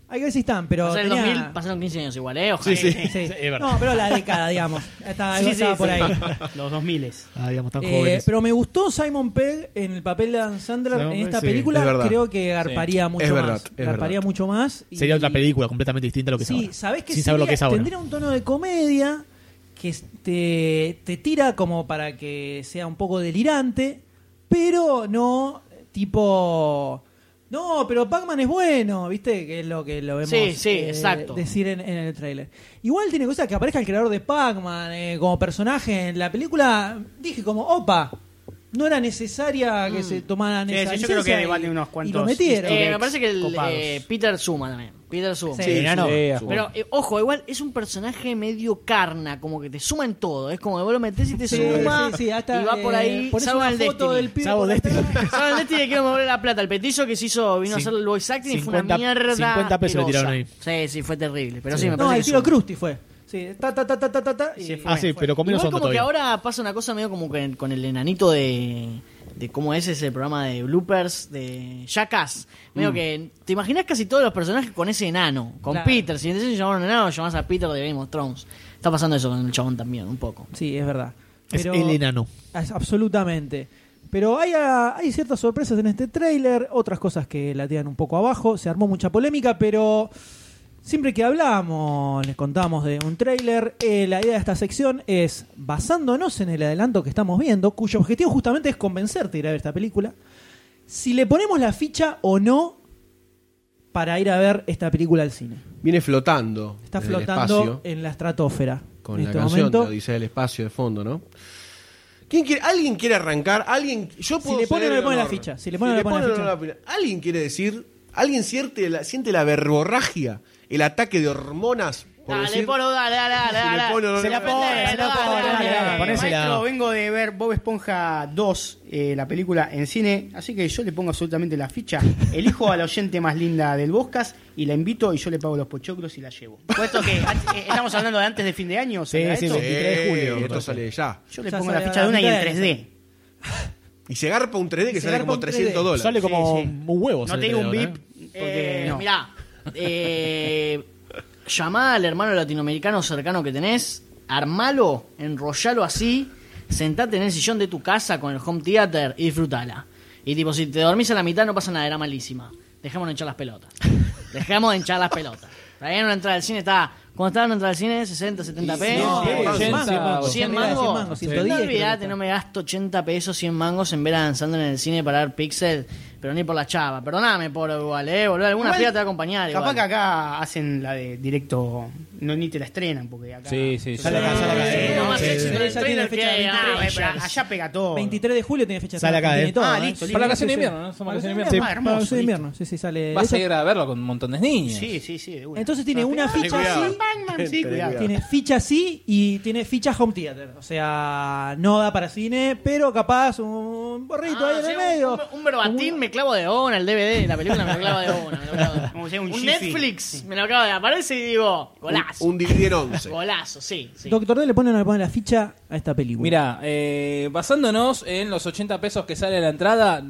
S3: Hay que ver si están, pero
S7: O sea, en
S3: tenía-
S7: 2000 pasaron 15 años igual, ¿eh? Ojalá.
S6: Sí,
S3: Sí.
S6: es verdad.
S3: No, pero la década, digamos. Estaba, algo estaba por ahí.
S8: Los 2000
S6: Ah, digamos, tan
S3: Eh,
S6: jóvenes.
S3: pero me gustó Simon Pegg en el papel de Dan Sandler
S6: Simon
S3: en
S6: Pegg,
S3: esta
S6: sí,
S3: película.
S4: es verdad.
S3: Creo que garparía mucho
S4: Es verdad,
S3: más.
S4: es
S3: garparía
S4: verdad.
S3: mucho más. y-
S6: Sería otra película completamente distinta a lo que es
S3: Sí,
S6: ahora.
S3: sabes que
S6: Sin saber lo
S3: sería-
S6: que es ahora.
S3: tendría un tono de comedia que te, te tira como para que sea un poco delirante, pero no tipo. No, pero Pac-Man es bueno, ¿viste? Que es lo que lo vemos
S7: Sí, sí, exacto.
S3: decir en, en el tráiler. Igual tiene cosas que aparezca el creador de Pac-Man eh, como personaje en la película. Dije como, opa, no era necesaria que se tomaran
S8: Sí,
S3: esa
S8: sí, yo creo que
S3: licencia y-
S8: debate unos
S3: y lo
S8: cuantos
S3: metieron.
S8: easter
S7: Eh,
S8: eggs.
S7: me parece que el,
S8: Copados.
S7: eh, Peter Suma también. Peter Suma.
S3: Sí.
S6: Sí, enano.
S7: Pero, eh, ojo, igual es un personaje medio carna, como que te suma en todo. Es como que vos lo metés y te
S3: Sí,
S7: suma.
S3: sí, sí, hasta,
S7: y va por ahí.
S3: eh, ponés
S7: salvo
S3: una
S7: en el
S3: foto del
S7: Destiny.
S3: pibe
S6: Salvo
S3: por
S6: Destiny.
S3: atrás.
S7: Salvo en el Destiny que quiero mover la plata. El petizo que se hizo, vino a hacer el voice acting y fue una
S6: 50
S7: mierda.
S6: 50 pesos le
S7: grosa.
S6: tiraron ahí.
S7: Sí, sí, fue terrible. Pero sí, me parece.
S3: No, el
S7: que
S3: tiro
S7: suma.
S3: Krusty fue. Sí, ta, ta, ta, ta, ta, ta, ta, y-
S8: Sí, fue.
S6: Ah, sí, pero con menos
S7: Igual
S6: onda
S7: como que
S6: todavía.
S7: ahora pasa una cosa medio como que con el enanito de, de cómo es ese programa de bloopers de Jackass. Medio que te imaginas casi todos los personajes con ese enano, con
S3: Claro.
S7: Peter. Si necesitas llamar a un enano, llamás a Peter de Game of Thrones. Está pasando eso con el chabón también, un poco.
S3: Sí, es verdad.
S6: Es
S3: Pero-
S6: el enano.
S3: Es- absolutamente. Pero hay, ah, hay ciertas sorpresas en este tráiler, otras cosas que la tiran un poco abajo. Se armó mucha polémica, pero siempre que hablamos, les contamos de un tráiler, eh, la idea de esta sección es, basándonos en el adelanto que estamos viendo, cuyo objetivo justamente es convencerte de ir a ver esta película, si le ponemos la ficha o no para ir a ver esta película al cine.
S4: Viene flotando.
S3: Está
S4: desde el
S3: flotando
S4: espacio,
S3: en la estratosfera.
S4: con
S3: en
S4: la
S3: este
S4: canción
S3: momento.
S4: de Odisea del Espacio de fondo, ¿no? ¿Quién quiere, ¿Alguien quiere arrancar? ¿Alguien, yo puedo
S3: Si le pone,
S4: ceder
S3: no le
S4: el
S3: pone la
S4: honor.
S3: ficha. Si le pone, no le pone la
S4: o no le pone- ¿Alguien quiere decir? ¿Alguien siente la, siente la verborragia? ¿El ataque de hormonas? por
S7: Dale,
S4: decir?
S7: polo, dale, dale, dale.
S4: Si le
S7: dale.
S4: pone o no
S6: Se
S4: le
S6: la
S4: pone.
S6: pone, se la
S7: Dale,
S6: pone,
S7: dale,
S6: dale,
S7: dale.
S6: dale, ponésela.
S8: Maestro, vengo de ver Bob Esponja 2, eh, la película en cine, así que yo le pongo absolutamente la ficha. Elijo a la oyente más linda del Boscas y la invito y yo le pago los pochoclos y la llevo. Puesto que antes- eh, estamos hablando de antes de fin de año, ¿saldrá
S6: sí,
S8: esto?
S4: Sí,
S6: 23 de julio,
S4: Esto sale ya.
S8: yo le
S3: Ya
S8: pongo la
S3: sale
S8: ficha
S3: a
S8: de
S3: la
S8: una y en
S3: mitad
S8: 3D.
S4: Y se garpa un 3D que
S3: Se
S4: sale
S3: garpa
S4: como
S3: un
S4: 300
S3: 3D.
S4: dólares.
S6: Sale como
S8: Sí, sí.
S6: un huevo.
S8: No
S6: sale
S8: te digo un
S6: ahora, ¿eh?
S8: bip, porque
S7: Eh,
S8: no.
S7: Mirá, eh, llamá al hermano latinoamericano cercano que tenés, armalo, enrollalo así, sentate en el sillón de tu casa con el home theater y disfrutala. Y tipo, si te dormís a la mitad no pasa nada, era malísima. Dejémonos hinchar las pelotas. Dejémonos hinchar las pelotas. Todavía no entrar al cine está Cuando estaban entrando al cine, 60, 70
S3: Eh,
S7: pesos.
S5: No, 80
S3: mangos.
S5: mangos.
S7: 100
S3: Era
S7: mangos.
S3: 100 Ah, mangos, 110
S7: no
S3: creo que
S7: olvidate,
S3: está.
S7: no me gasto 80 pesos, 100 mangos en ver a Danzando en el cine para ver Pixel, pero ni por la chava. Perdóname por igual, eh, boludo. Alguna
S8: Igual,
S7: pila te va a acompañar.
S8: Capaz
S7: igual.
S8: que acá hacen la de directo, no ni te la estrenan, porque acá.
S5: Sí, sí, sí.
S6: Sale acá, sale acá.
S7: Sí, no, más
S6: Sí,
S7: éxito
S6: sí.
S7: en el
S3: Esa
S7: trailer
S3: tiene
S7: que
S3: fecha
S7: hay, ah,
S3: 23.
S7: eh, pero
S8: allá pega todo.
S3: 23 de julio tiene fecha.
S6: Sale acá,
S3: tiene
S6: ¿eh?
S3: todo,
S8: Ah,
S3: ¿eh?
S8: listo,
S5: Para la canción
S8: listo.
S5: de
S3: Sí, sí.
S5: invierno, ¿no? Somos
S8: Para
S5: canción de
S8: la
S5: invierno.
S8: Ah,
S3: Para la
S8: hermoso,
S3: canción de
S8: listo.
S3: invierno, sí, sí, sale.
S5: Vas a
S3: de hecho,
S5: ir a verlo con un montón de niños.
S8: Sí, sí, sí, de una.
S3: Entonces tiene
S8: Ah,
S3: una
S8: sí.
S3: ficha
S1: cuidado.
S3: así,
S8: Batman, sí, cuidado.
S3: tiene ficha así y tiene ficha home theater. O sea, no da para cine, pero capaz un borrito
S7: Ah,
S3: ahí en
S7: sí,
S3: el
S7: un-
S3: medio.
S7: Un, un verbatim me clavo de una, el DVD, la película me lo clavo de una. me lo clavo de-
S8: Como sea un
S7: un
S8: Jiffy.
S7: Netflix me lo clavo de aparece y digo, golazo.
S4: Un, un dividir 11.
S7: Golazo, sí. sí.
S3: Doctor D le pone, le pone la ficha a esta película.
S5: Mira, eh, basándonos en los 80 pesos que sale la entrada,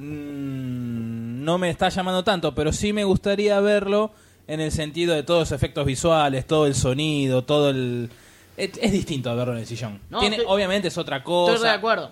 S5: mm, no me está llamando tanto, pero sí me gustaría verlo en el sentido de todos los efectos visuales, todo el sonido, todo el... Es, es distinto a verlo en el sillón.
S7: No,
S5: Tiene,
S7: estoy-
S5: obviamente es otra cosa.
S7: Estoy de acuerdo.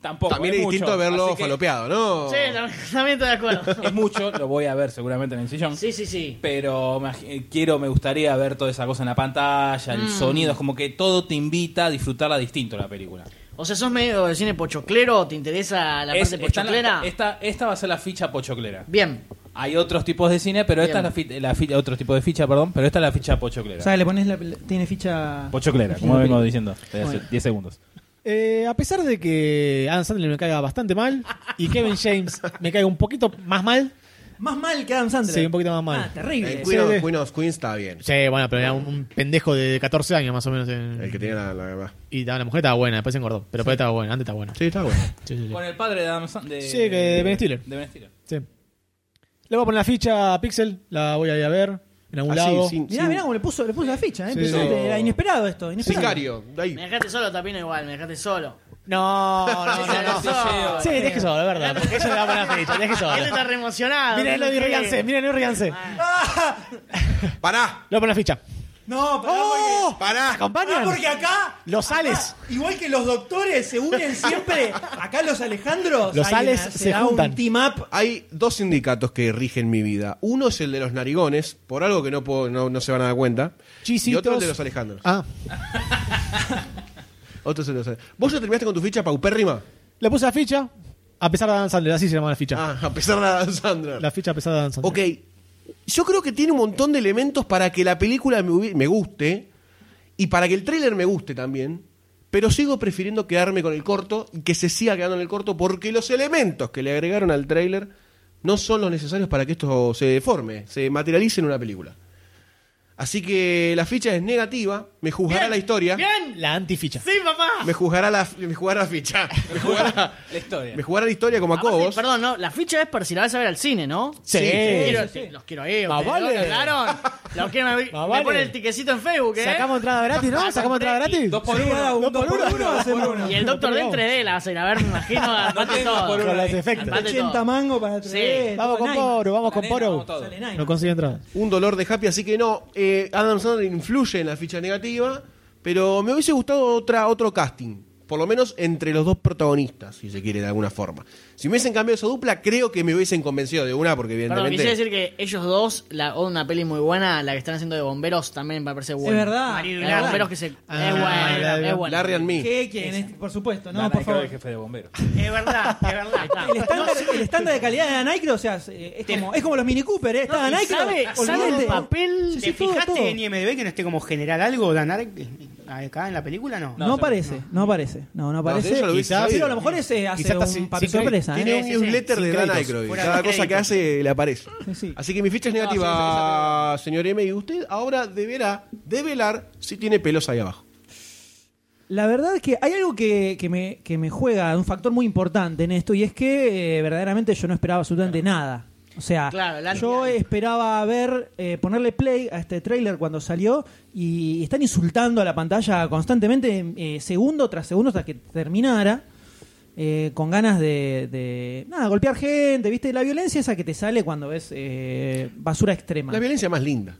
S5: Tampoco.
S4: También
S5: es
S4: es distinto
S5: mucho,
S4: verlo
S5: así que
S4: falopeado, ¿no?
S7: Sí, también, también estoy de acuerdo.
S5: Es mucho, lo voy a ver seguramente en el sillón.
S7: Sí, sí, sí.
S5: Pero me ag- eh, quiero, me gustaría ver toda esa cosa en la pantalla, el
S7: Mm.
S5: sonido, es como que todo te invita a disfrutarla distinto la película.
S7: O sea, ¿sos medio de cine pochoclero? ¿Te interesa la
S5: Es-
S7: parte
S5: está en la-
S7: pochoclera?
S5: esta, esta va a ser la ficha pochoclera.
S7: Bien.
S5: Hay otros tipos de cine, pero esta
S7: Bien.
S5: es la, fi- la fi- otro tipo de ficha, perdón, pero esta es la ficha pochoclera.
S3: O sea, le pones la. Tiene ficha.
S5: Pochoclera, como vengo diciendo desde hace 10 segundos.
S6: Eh, a pesar de que Adam Sandler me caiga bastante mal y Kevin James me caiga un poquito más mal,
S3: Más mal que Adam Sandler.
S6: Sí, un poquito más mal.
S3: Ah, terrible.
S6: Eh,
S4: Queen, of,
S6: sí.
S4: Queen of Queens está bien.
S6: sí, bueno, pero era un, un pendejo de 14 años más o menos. en-
S4: El que tiene la, la-
S6: Y ah, la, la mujer estaba buena, después se engordó, pero después estaba buena, antes estaba buena.
S4: Sí, está bueno.
S6: Sí, sí, sí.
S5: Con el padre de Adam Sand- de,
S6: Sí, que de Ben Stiller.
S5: de Ben Stiller.
S6: Sí. Le voy a poner la ficha a Pixel, la voy a ir a ver en algún
S4: Así,
S6: lado.
S4: Ah, sin-
S3: Mirá,
S4: sin-
S3: mirá cómo le puso, le puso la ficha. ¿eh?
S6: Sí.
S3: Empezó-
S4: Sí.
S3: Era inesperado esto. Inesperado.
S4: Sicario, de ahí.
S7: Me dejaste solo, Tapino, igual. Me dejaste solo.
S6: No, no,
S7: Me
S6: no,
S7: dejaste
S6: no.
S7: solo.
S6: Sí, deje solo, la verdad. Porque eso le va a poner la ficha, deje
S7: Él está
S6: solo.
S7: re emocionado.
S6: Mírenlo y ríanse, mírenlo y ríanse. Le
S4: Pará,
S6: voy a poner la ficha.
S2: No, pero
S6: ¡Oh!
S4: pará.
S6: ¿Acompañan?
S2: acá.
S6: Los sales.
S3: Igual que los doctores se unen siempre. Acá los Alejandros.
S6: Los
S3: hay
S6: Ales
S3: una-
S6: se
S3: da
S6: juntan.
S3: un team up.
S4: Hay dos sindicatos que rigen mi vida. Uno es el de los narigones, por algo que no, puedo- no, no se van a dar cuenta. Y otro
S6: Chisitos.
S4: el de los alejandros.
S6: Ah,
S4: Otro es el de los alejandros. ¿Vos ya terminaste con tu ficha paupérrima?
S6: le puse la ficha, a pesar de Dan Sandler, así se llama la ficha.
S4: Ah, a pesar de Adam Sandler.
S6: La ficha a pesar de Dan Sandler.
S4: Ok. Yo creo que tiene un montón de elementos para que la película me, hubi- me guste y para que el tráiler me guste también. Pero sigo prefiriendo quedarme con el corto y que se siga quedando en el corto porque los elementos que le agregaron al tráiler no son los necesarios para que esto se forme, se materialice en una película. Así que la ficha es negativa, me juzgará la historia.
S7: Bien.
S6: La antificha.
S7: Sí, papá.
S4: Me juzgará la, me jugará la ficha. Me jugará,
S5: La historia.
S4: me jugará la historia como a
S7: Aparte,
S4: Cobos.
S7: perdón, no, la ficha es para si la vas a ver al cine, ¿no?
S6: Sí.
S7: Quiero- Los quiero ir.
S6: Más
S7: ustedes,
S6: vale.
S7: ¿no? ¿Lo hablaron? Los quiero me,
S6: Más
S7: me
S6: vale.
S7: pone el tiquecito en Facebook, ¿eh?
S6: Sacamos entrada gratis, ¿no? Sacamos entrada gratis.
S5: Dos por
S3: Sí,
S5: uno.
S3: da un
S6: Dos
S3: dos
S6: por
S3: por
S6: uno,
S3: uno, hacemos uno.
S7: Y el Doctor D en 3D la vas a ir a ver, me imagino. Aparte
S5: tengo por
S7: todo.
S5: uno.
S6: Con los
S5: Empate
S6: efectos.
S7: todo.
S3: 80 mango para
S7: Sí.
S3: tres.
S6: Vamos con
S3: Nine.
S6: Poro, vamos
S5: Con
S6: con
S5: la
S6: Poro.
S5: nena, vamos todos.
S3: Sale nine.
S6: No consigue entrada.
S4: un dolor de happy, así que no, eh, Adam Sandler influye en la ficha negativa, pero me hubiese gustado otra, otro casting, por lo menos entre los dos protagonistas, si se quiere de alguna forma. Si me hubiesen cambiado esa dupla, creo que me hubiesen convencido de una, porque
S7: Perdón,
S4: evidentemente...
S7: quisiera decir que ellos dos, la, oh, una peli muy buena, la que están haciendo de bomberos también me parece buena.
S3: verdad.
S7: Marido
S3: Es
S7: y la de
S3: verdad.
S7: bomberos que se.
S6: Ah,
S7: es
S6: la
S7: buena,
S6: de-
S7: es buena.
S4: Larry and me.
S3: ¿Qué? ¿Quién? es? Por supuesto,
S5: La
S3: no, por
S5: Nike
S3: favor.
S5: del jefe de bomberos.
S8: Es verdad, es verdad.
S7: Ahí está.
S3: El estándar, el estándar de calidad de la Nike, o sea, es, es como, es como los Mini Cooper, ¿eh? Está la
S7: No, y
S3: Nike.
S7: sabe- sabe el papel
S3: Sí, sí,
S8: ¿Te
S3: todo, todo.
S8: fijaste en IMDB que no esté como general algo, Dan Ark- acá en la película? No.
S3: No, aparece, no aparece. No, no
S4: de
S3: aparece.
S4: hecho lo hubiese
S3: Quizás-
S4: sabido.
S3: pero a lo mejor ese hace
S6: Quizás está sin-
S3: un papel
S6: sin crédito.
S3: sorpresa, ¿eh?
S4: Tiene un
S8: Sí, sí,
S4: newsletter
S6: sí.
S4: de
S6: Sin
S4: Dan
S6: créditos.
S4: Aykroyd.
S8: Fuera
S4: Cada
S8: de
S4: cosa que
S8: créditos.
S4: hace le aparece.
S3: Sí, sí.
S4: Así que mi ficha es negativa, señor M. Y usted ahora deberá develar si tiene pelos ahí abajo.
S3: La verdad es que hay algo que, que me, que me juega, un factor muy importante en esto, y es que eh, verdaderamente yo no esperaba absolutamente nada. O sea,
S7: Claro, el
S3: yo
S7: anti-
S3: esperaba ver, eh, ponerle play a este trailer cuando salió y están insultando a la pantalla constantemente, eh, segundo tras segundo, hasta que terminara, eh, con ganas de, de, nada, golpear gente, ¿viste? La violencia esa que te sale cuando ves eh, basura extrema.
S4: La violencia más linda.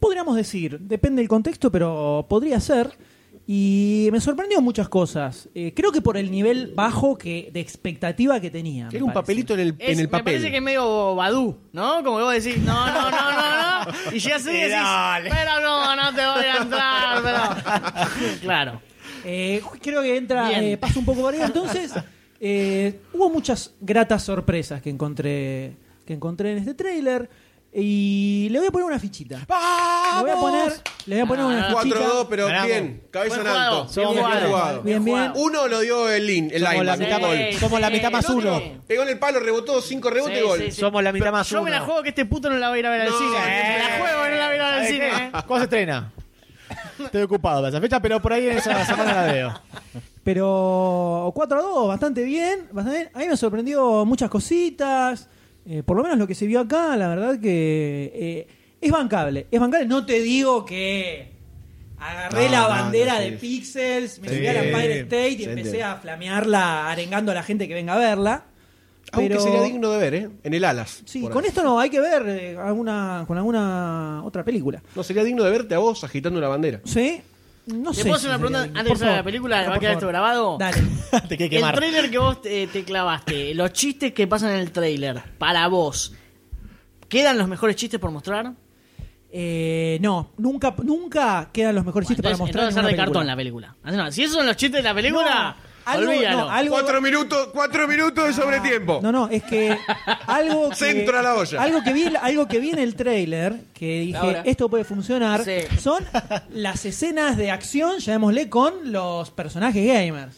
S3: Podríamos decir, depende del contexto, pero podría ser. Y me sorprendió muchas cosas. Eh, creo que por el nivel bajo que de expectativa que tenía. me
S4: Era un
S3: parece.
S4: papelito en el,
S7: Es-
S4: en el
S7: Me parece que es
S4: papel.
S7: medio Badú, ¿no? Como que vos decís, no, no, no, no, no. Y llegas y decís,
S8: Dale.
S7: pero no, no te voy a entrar, pero... Claro.
S3: Eh, creo que entra,
S7: Bien.
S3: eh, pasa un poco por ahí. Entonces, eh, hubo muchas gratas sorpresas que encontré, que encontré en este tráiler. Y le voy a poner una fichita. Le voy a poner, le voy a poner una
S7: Cuatro,
S3: fichita.
S4: 4-2, pero
S6: Ganamos.
S4: bien, cabeza en
S7: Buen jugado,
S4: alto.
S7: bien
S4: bien
S7: jugado.
S4: jugado.
S3: Bien, bien.
S7: jugado.
S4: Uno lo dio el lin,
S6: Somos
S4: el
S6: la
S4: lineback,
S6: mitad,
S4: el gol.
S7: Sí,
S6: somos la mitad
S7: sí,
S6: más
S7: el otro.
S6: uno.
S4: Pegó en el palo, rebotó, cinco rebotes,
S7: Sí,
S4: gol.
S7: sí, sí.
S6: Somos la mitad más
S7: Yo me la
S6: uno.
S7: juego que este puto no la va a ir a ver al
S4: No,
S7: cine.
S4: eh.
S7: Me la juego que no la va a ir a ver al cine. eh.
S6: ¿Cuándo se estrena? Estoy ocupado para esa fecha, pero por ahí en esa semana la veo.
S3: Pero 4 a 2, bastante bien, bastante bien. A mí me sorprendió muchas cositas. eh, por lo menos lo que se vio acá, la verdad que eh, es bancable. Es bancable, no te digo que agarré
S4: No,
S3: la
S4: no,
S3: bandera
S4: no, sí.
S3: de Pixels, me
S6: Sí.
S3: subí a la Empire State y
S6: Se
S3: empecé
S6: entiende.
S3: a flamearla arengando a la gente que venga a verla.
S4: Aunque
S3: Pero-
S4: sería digno de ver, ¿eh? En el Alas.
S3: Sí,
S4: por
S3: con
S4: ahí.
S3: esto no, hay que ver eh, alguna, con alguna otra película.
S4: No, sería digno de verte a vos agitando una bandera.
S3: ¿Sí? No
S7: ¿Te
S3: sé.
S7: puedo
S3: si
S7: hacer una pregunta
S3: sería bien.
S7: antes de
S3: Por
S7: pasar a la
S3: favor.
S7: película?
S3: No,
S7: ¿Va a
S3: por
S7: quedar esto
S3: favor.
S7: grabado?
S3: Dale.
S6: Te quiere
S7: El
S6: quemar.
S7: trailer que vos eh, te clavaste, los chistes que pasan en el trailer, para vos, ¿quedan los mejores chistes por mostrar?
S3: Eh, no, nunca, nunca quedan los mejores chistes para
S7: Entonces-
S3: mostrar.
S7: entonces
S3: en
S7: hacer
S3: una
S7: de cartón la
S3: película.
S7: película. Así no, si esos son los chistes de la película,
S3: No, algo-
S7: olvídalo.
S3: no, algo-
S4: Cuatro minutos, cuatro minutos de sobretiempo.
S3: No, no, es que algo que,
S4: Centro a la olla.
S3: Algo que vi, algo que vi en el trailer, que dije,
S5: Ahora.
S3: esto puede funcionar,
S7: Sí.
S3: son las escenas de acción, llamémosle, con los personajes gamers.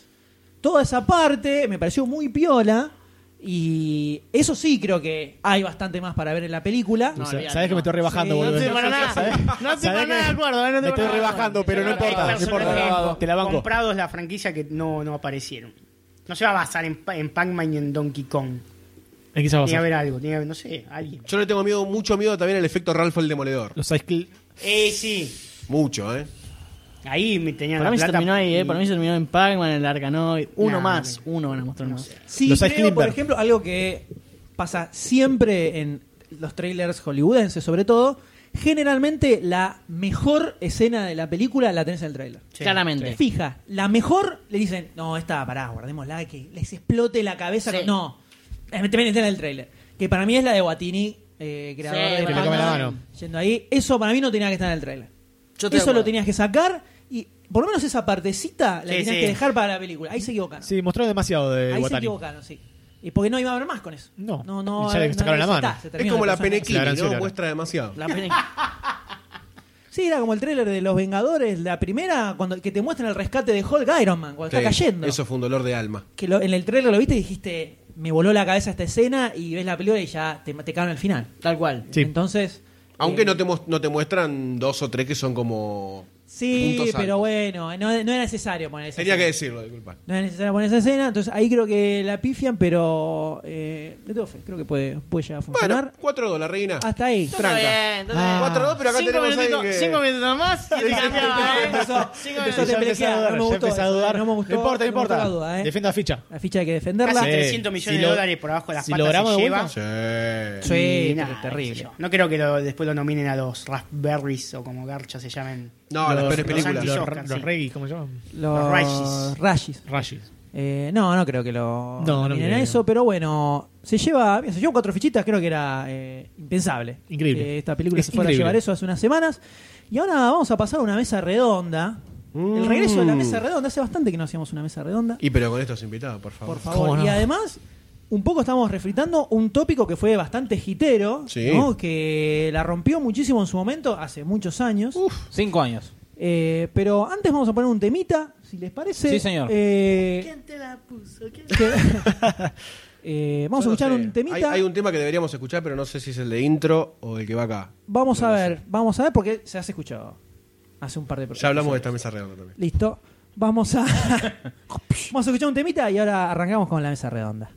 S3: Toda esa parte me pareció muy piola. Y eso sí creo que hay bastante más para ver en la película.
S7: No,
S6: Sabes
S7: olvídate,
S6: que
S7: no.
S6: me estoy rebajando,
S7: Sí,
S6: boludo.
S7: no estoy para nada.
S6: ¿Sabés?
S7: No estoy
S6: ¿Sabés
S7: para
S6: que
S7: nada de acuerdo, eh, no
S6: Me
S7: estoy
S6: estoy
S7: para nada de
S6: rebajando,
S7: acuerdo.
S6: pero no
S7: Pero
S6: importa. No
S7: personaje
S6: importa.
S7: banco.
S6: Te la banco.
S8: Comprados la franquicia que no, no aparecieron. No se va a basar en, Pa- en Pac-Man y en Donkey Kong.
S6: ¿En qué se va a
S8: Tiene que
S6: basar?
S8: haber algo, tiene que haber, no sé, alguien.
S4: Yo le tengo miedo, mucho miedo también al efecto Ralph el Demoledor.
S6: Los Ice Cl-
S8: Eh, sí.
S4: Mucho, ¿eh?
S8: Ahí me tenían
S7: Para
S8: la
S7: mí se
S8: plata
S7: terminó ahí, eh.
S8: y-
S7: Para mí se terminó en Pac-Man, en el Arcanoid. Uno
S8: Nah,
S7: más,
S8: no.
S7: uno van a mostrar
S8: No
S7: más.
S8: sé.
S3: Sí,
S6: Los Ice
S3: creo, por
S6: Climber.
S3: ejemplo, algo que pasa siempre en los trailers hollywoodenses, sobre todo, generalmente la mejor escena de la película la tenés en el trailer.
S8: Sí.
S7: Claramente.
S3: Fija, la mejor le dicen, no, esta, pará, guardémosla, que les explote la cabeza.
S7: Sí.
S3: con- No, Eh, te meten en el trailer. Que para mí es la de Guatini, eh, creador
S7: Sí,
S3: de
S7: que le
S3: Batman,
S6: come la mano.
S3: yendo ahí. Eso para mí no tenía que estar en el trailer.
S7: Yo estoy de
S3: Eso
S7: acuerdo.
S3: lo tenías que sacar y por lo menos esa partecita la
S8: Sí,
S3: tenías
S8: sí.
S3: que dejar para la película. Ahí se equivocan.
S6: Sí, mostró demasiado de
S3: Ahí se
S6: Watani.
S3: equivocaron, sí. Y porque no iba a haber más con eso.
S6: No.
S3: no, no.
S6: Y ya le
S3: no,
S6: sacaron la
S3: ya
S6: mano.
S3: está, se
S4: Es
S3: termina
S4: como la
S3: cosa.
S4: Penequini,
S6: La gran
S4: ¿no?
S6: Ciudadana.
S4: Muestra demasiado.
S7: La peli-
S3: Sí, era como el tráiler de Los Vengadores, la primera, cuando que te muestran el rescate de Hulk Iron Man, cuando está
S4: Sí,
S3: cayendo.
S4: Eso fue un dolor de alma.
S3: Que lo- en el tráiler lo viste y dijiste, me voló la cabeza esta escena y ves la película y ya te, te cagan al final.
S7: Tal cual.
S6: Sí.
S3: Entonces,
S4: Aunque no te, mos- no te muestran dos o tres que son como.
S3: sí,
S4: puntos
S3: pero
S4: altos.
S3: bueno, no, no era necesario poner esa
S4: Tenía que
S3: escena.
S4: decirlo, disculpa.
S3: No era necesario poner esa escena, entonces ahí creo que la pifian, pero eh, le tengo fe, creo que puede, puede llegar a
S4: Bueno,
S3: funcionar.
S4: cuatro dólares, reina.
S3: Hasta ahí.
S7: Está
S4: Tranca.
S7: bien, está bien.
S4: Cuatro dos, pero acá
S7: cinco
S4: tenemos a alguien
S7: minutitos,
S4: que-
S7: cinco minutos más y te cambiaba, eh.
S3: Empezó-
S7: Cinco
S3: empezó
S6: Ya
S3: a
S7: minutos.
S6: empecé a
S3: temblequear,
S6: dudar,
S3: no me
S6: ya
S3: gustó
S6: empecé a
S3: eso,
S6: dudar.
S3: no me gustó,
S6: importa, no
S3: no me
S6: importa.
S3: gustó la duda, eh.
S6: Defienda la ficha.
S3: La ficha hay que
S8: Casi
S3: defenderla.
S6: Sí.
S8: 300 millones
S6: Si lo-
S8: de dólares por abajo de las
S6: si lo
S8: patas
S6: grabamos
S8: se
S6: de
S8: lleva.
S6: vuelta,
S4: Sí.
S3: Sí,
S8: Y
S3: pero
S8: nada, qué sé
S3: terrible.
S8: yo. No creo que lo- después lo nominen a los Raspberries o como Garcha se llamen.
S4: No, las peores películas.
S6: Los,
S8: Oscar,
S6: los
S8: sí.
S6: Reggie, ¿cómo se llaman?
S3: Los
S8: Rashis.
S3: Rashis.
S6: Rashis.
S3: Eh, no, no creo que lo
S6: No, no
S3: nominen
S6: creo.
S3: a eso, pero bueno, se lleva, mira, se llevó cuatro fichitas, creo que era eh, impensable.
S6: Increíble.
S3: que esta película
S6: Es
S3: se fuera
S6: increíble.
S3: a llevar eso hace unas semanas. Y ahora vamos a pasar a una mesa redonda. El regreso de la mesa redonda, hace bastante que no hacíamos una mesa redonda.
S4: Y pero con estos invitados, por favor.
S3: Por favor.
S6: ¿Cómo no?
S3: Y además, un poco estamos refritando un tópico que fue bastante jitero,
S4: Sí.
S3: ¿no? que la rompió muchísimo en su momento, hace muchos años.
S5: Cinco años.
S3: Eh, pero antes vamos a poner un temita, si les parece.
S5: Sí, señor.
S3: Eh,
S7: ¿Quién te la puso? ¿Quién
S3: eh,
S4: Yo
S3: vamos a
S4: no
S3: escuchar
S4: sé.
S3: un temita.
S4: Hay, hay un tema que deberíamos escuchar, pero no sé si es el de intro o el que va acá.
S3: Vamos
S4: no
S3: a
S4: lo
S3: ver, vamos a ver porque se hace escuchado. Hace un par de
S4: Ya hablamos de esta mesa redonda también.
S3: Listo. Vamos a Vamos a escuchar un temita y ahora arrancamos con la mesa redonda.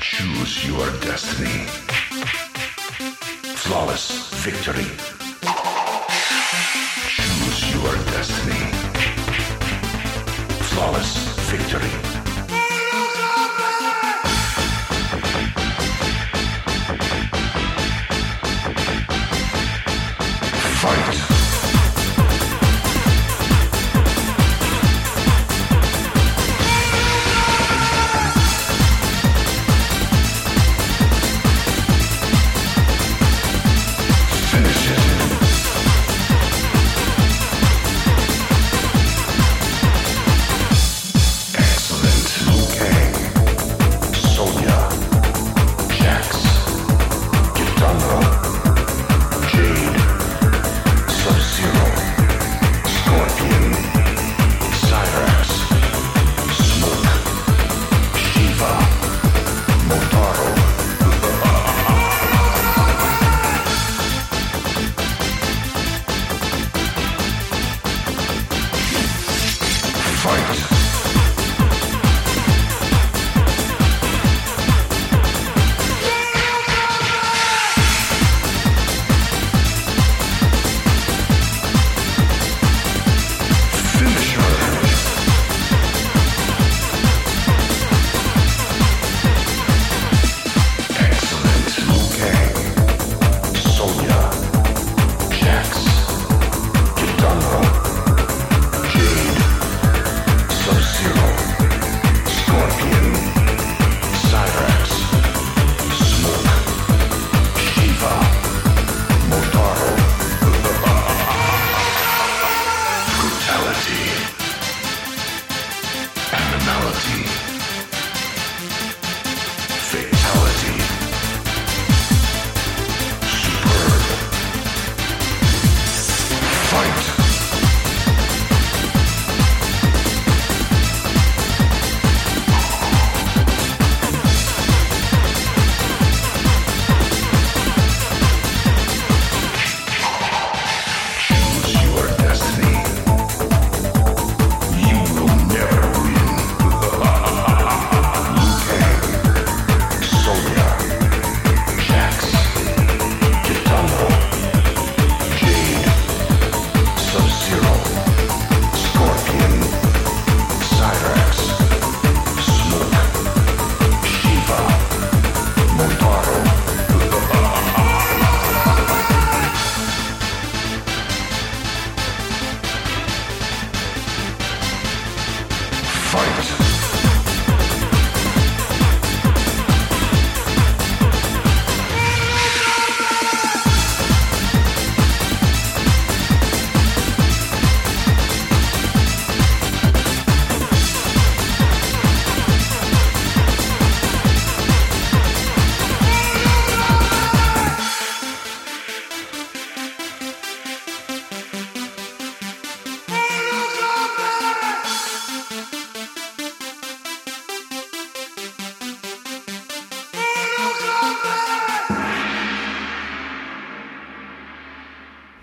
S9: Choose your destiny. Flawless victory. Choose your destiny. Flawless victory. Fight.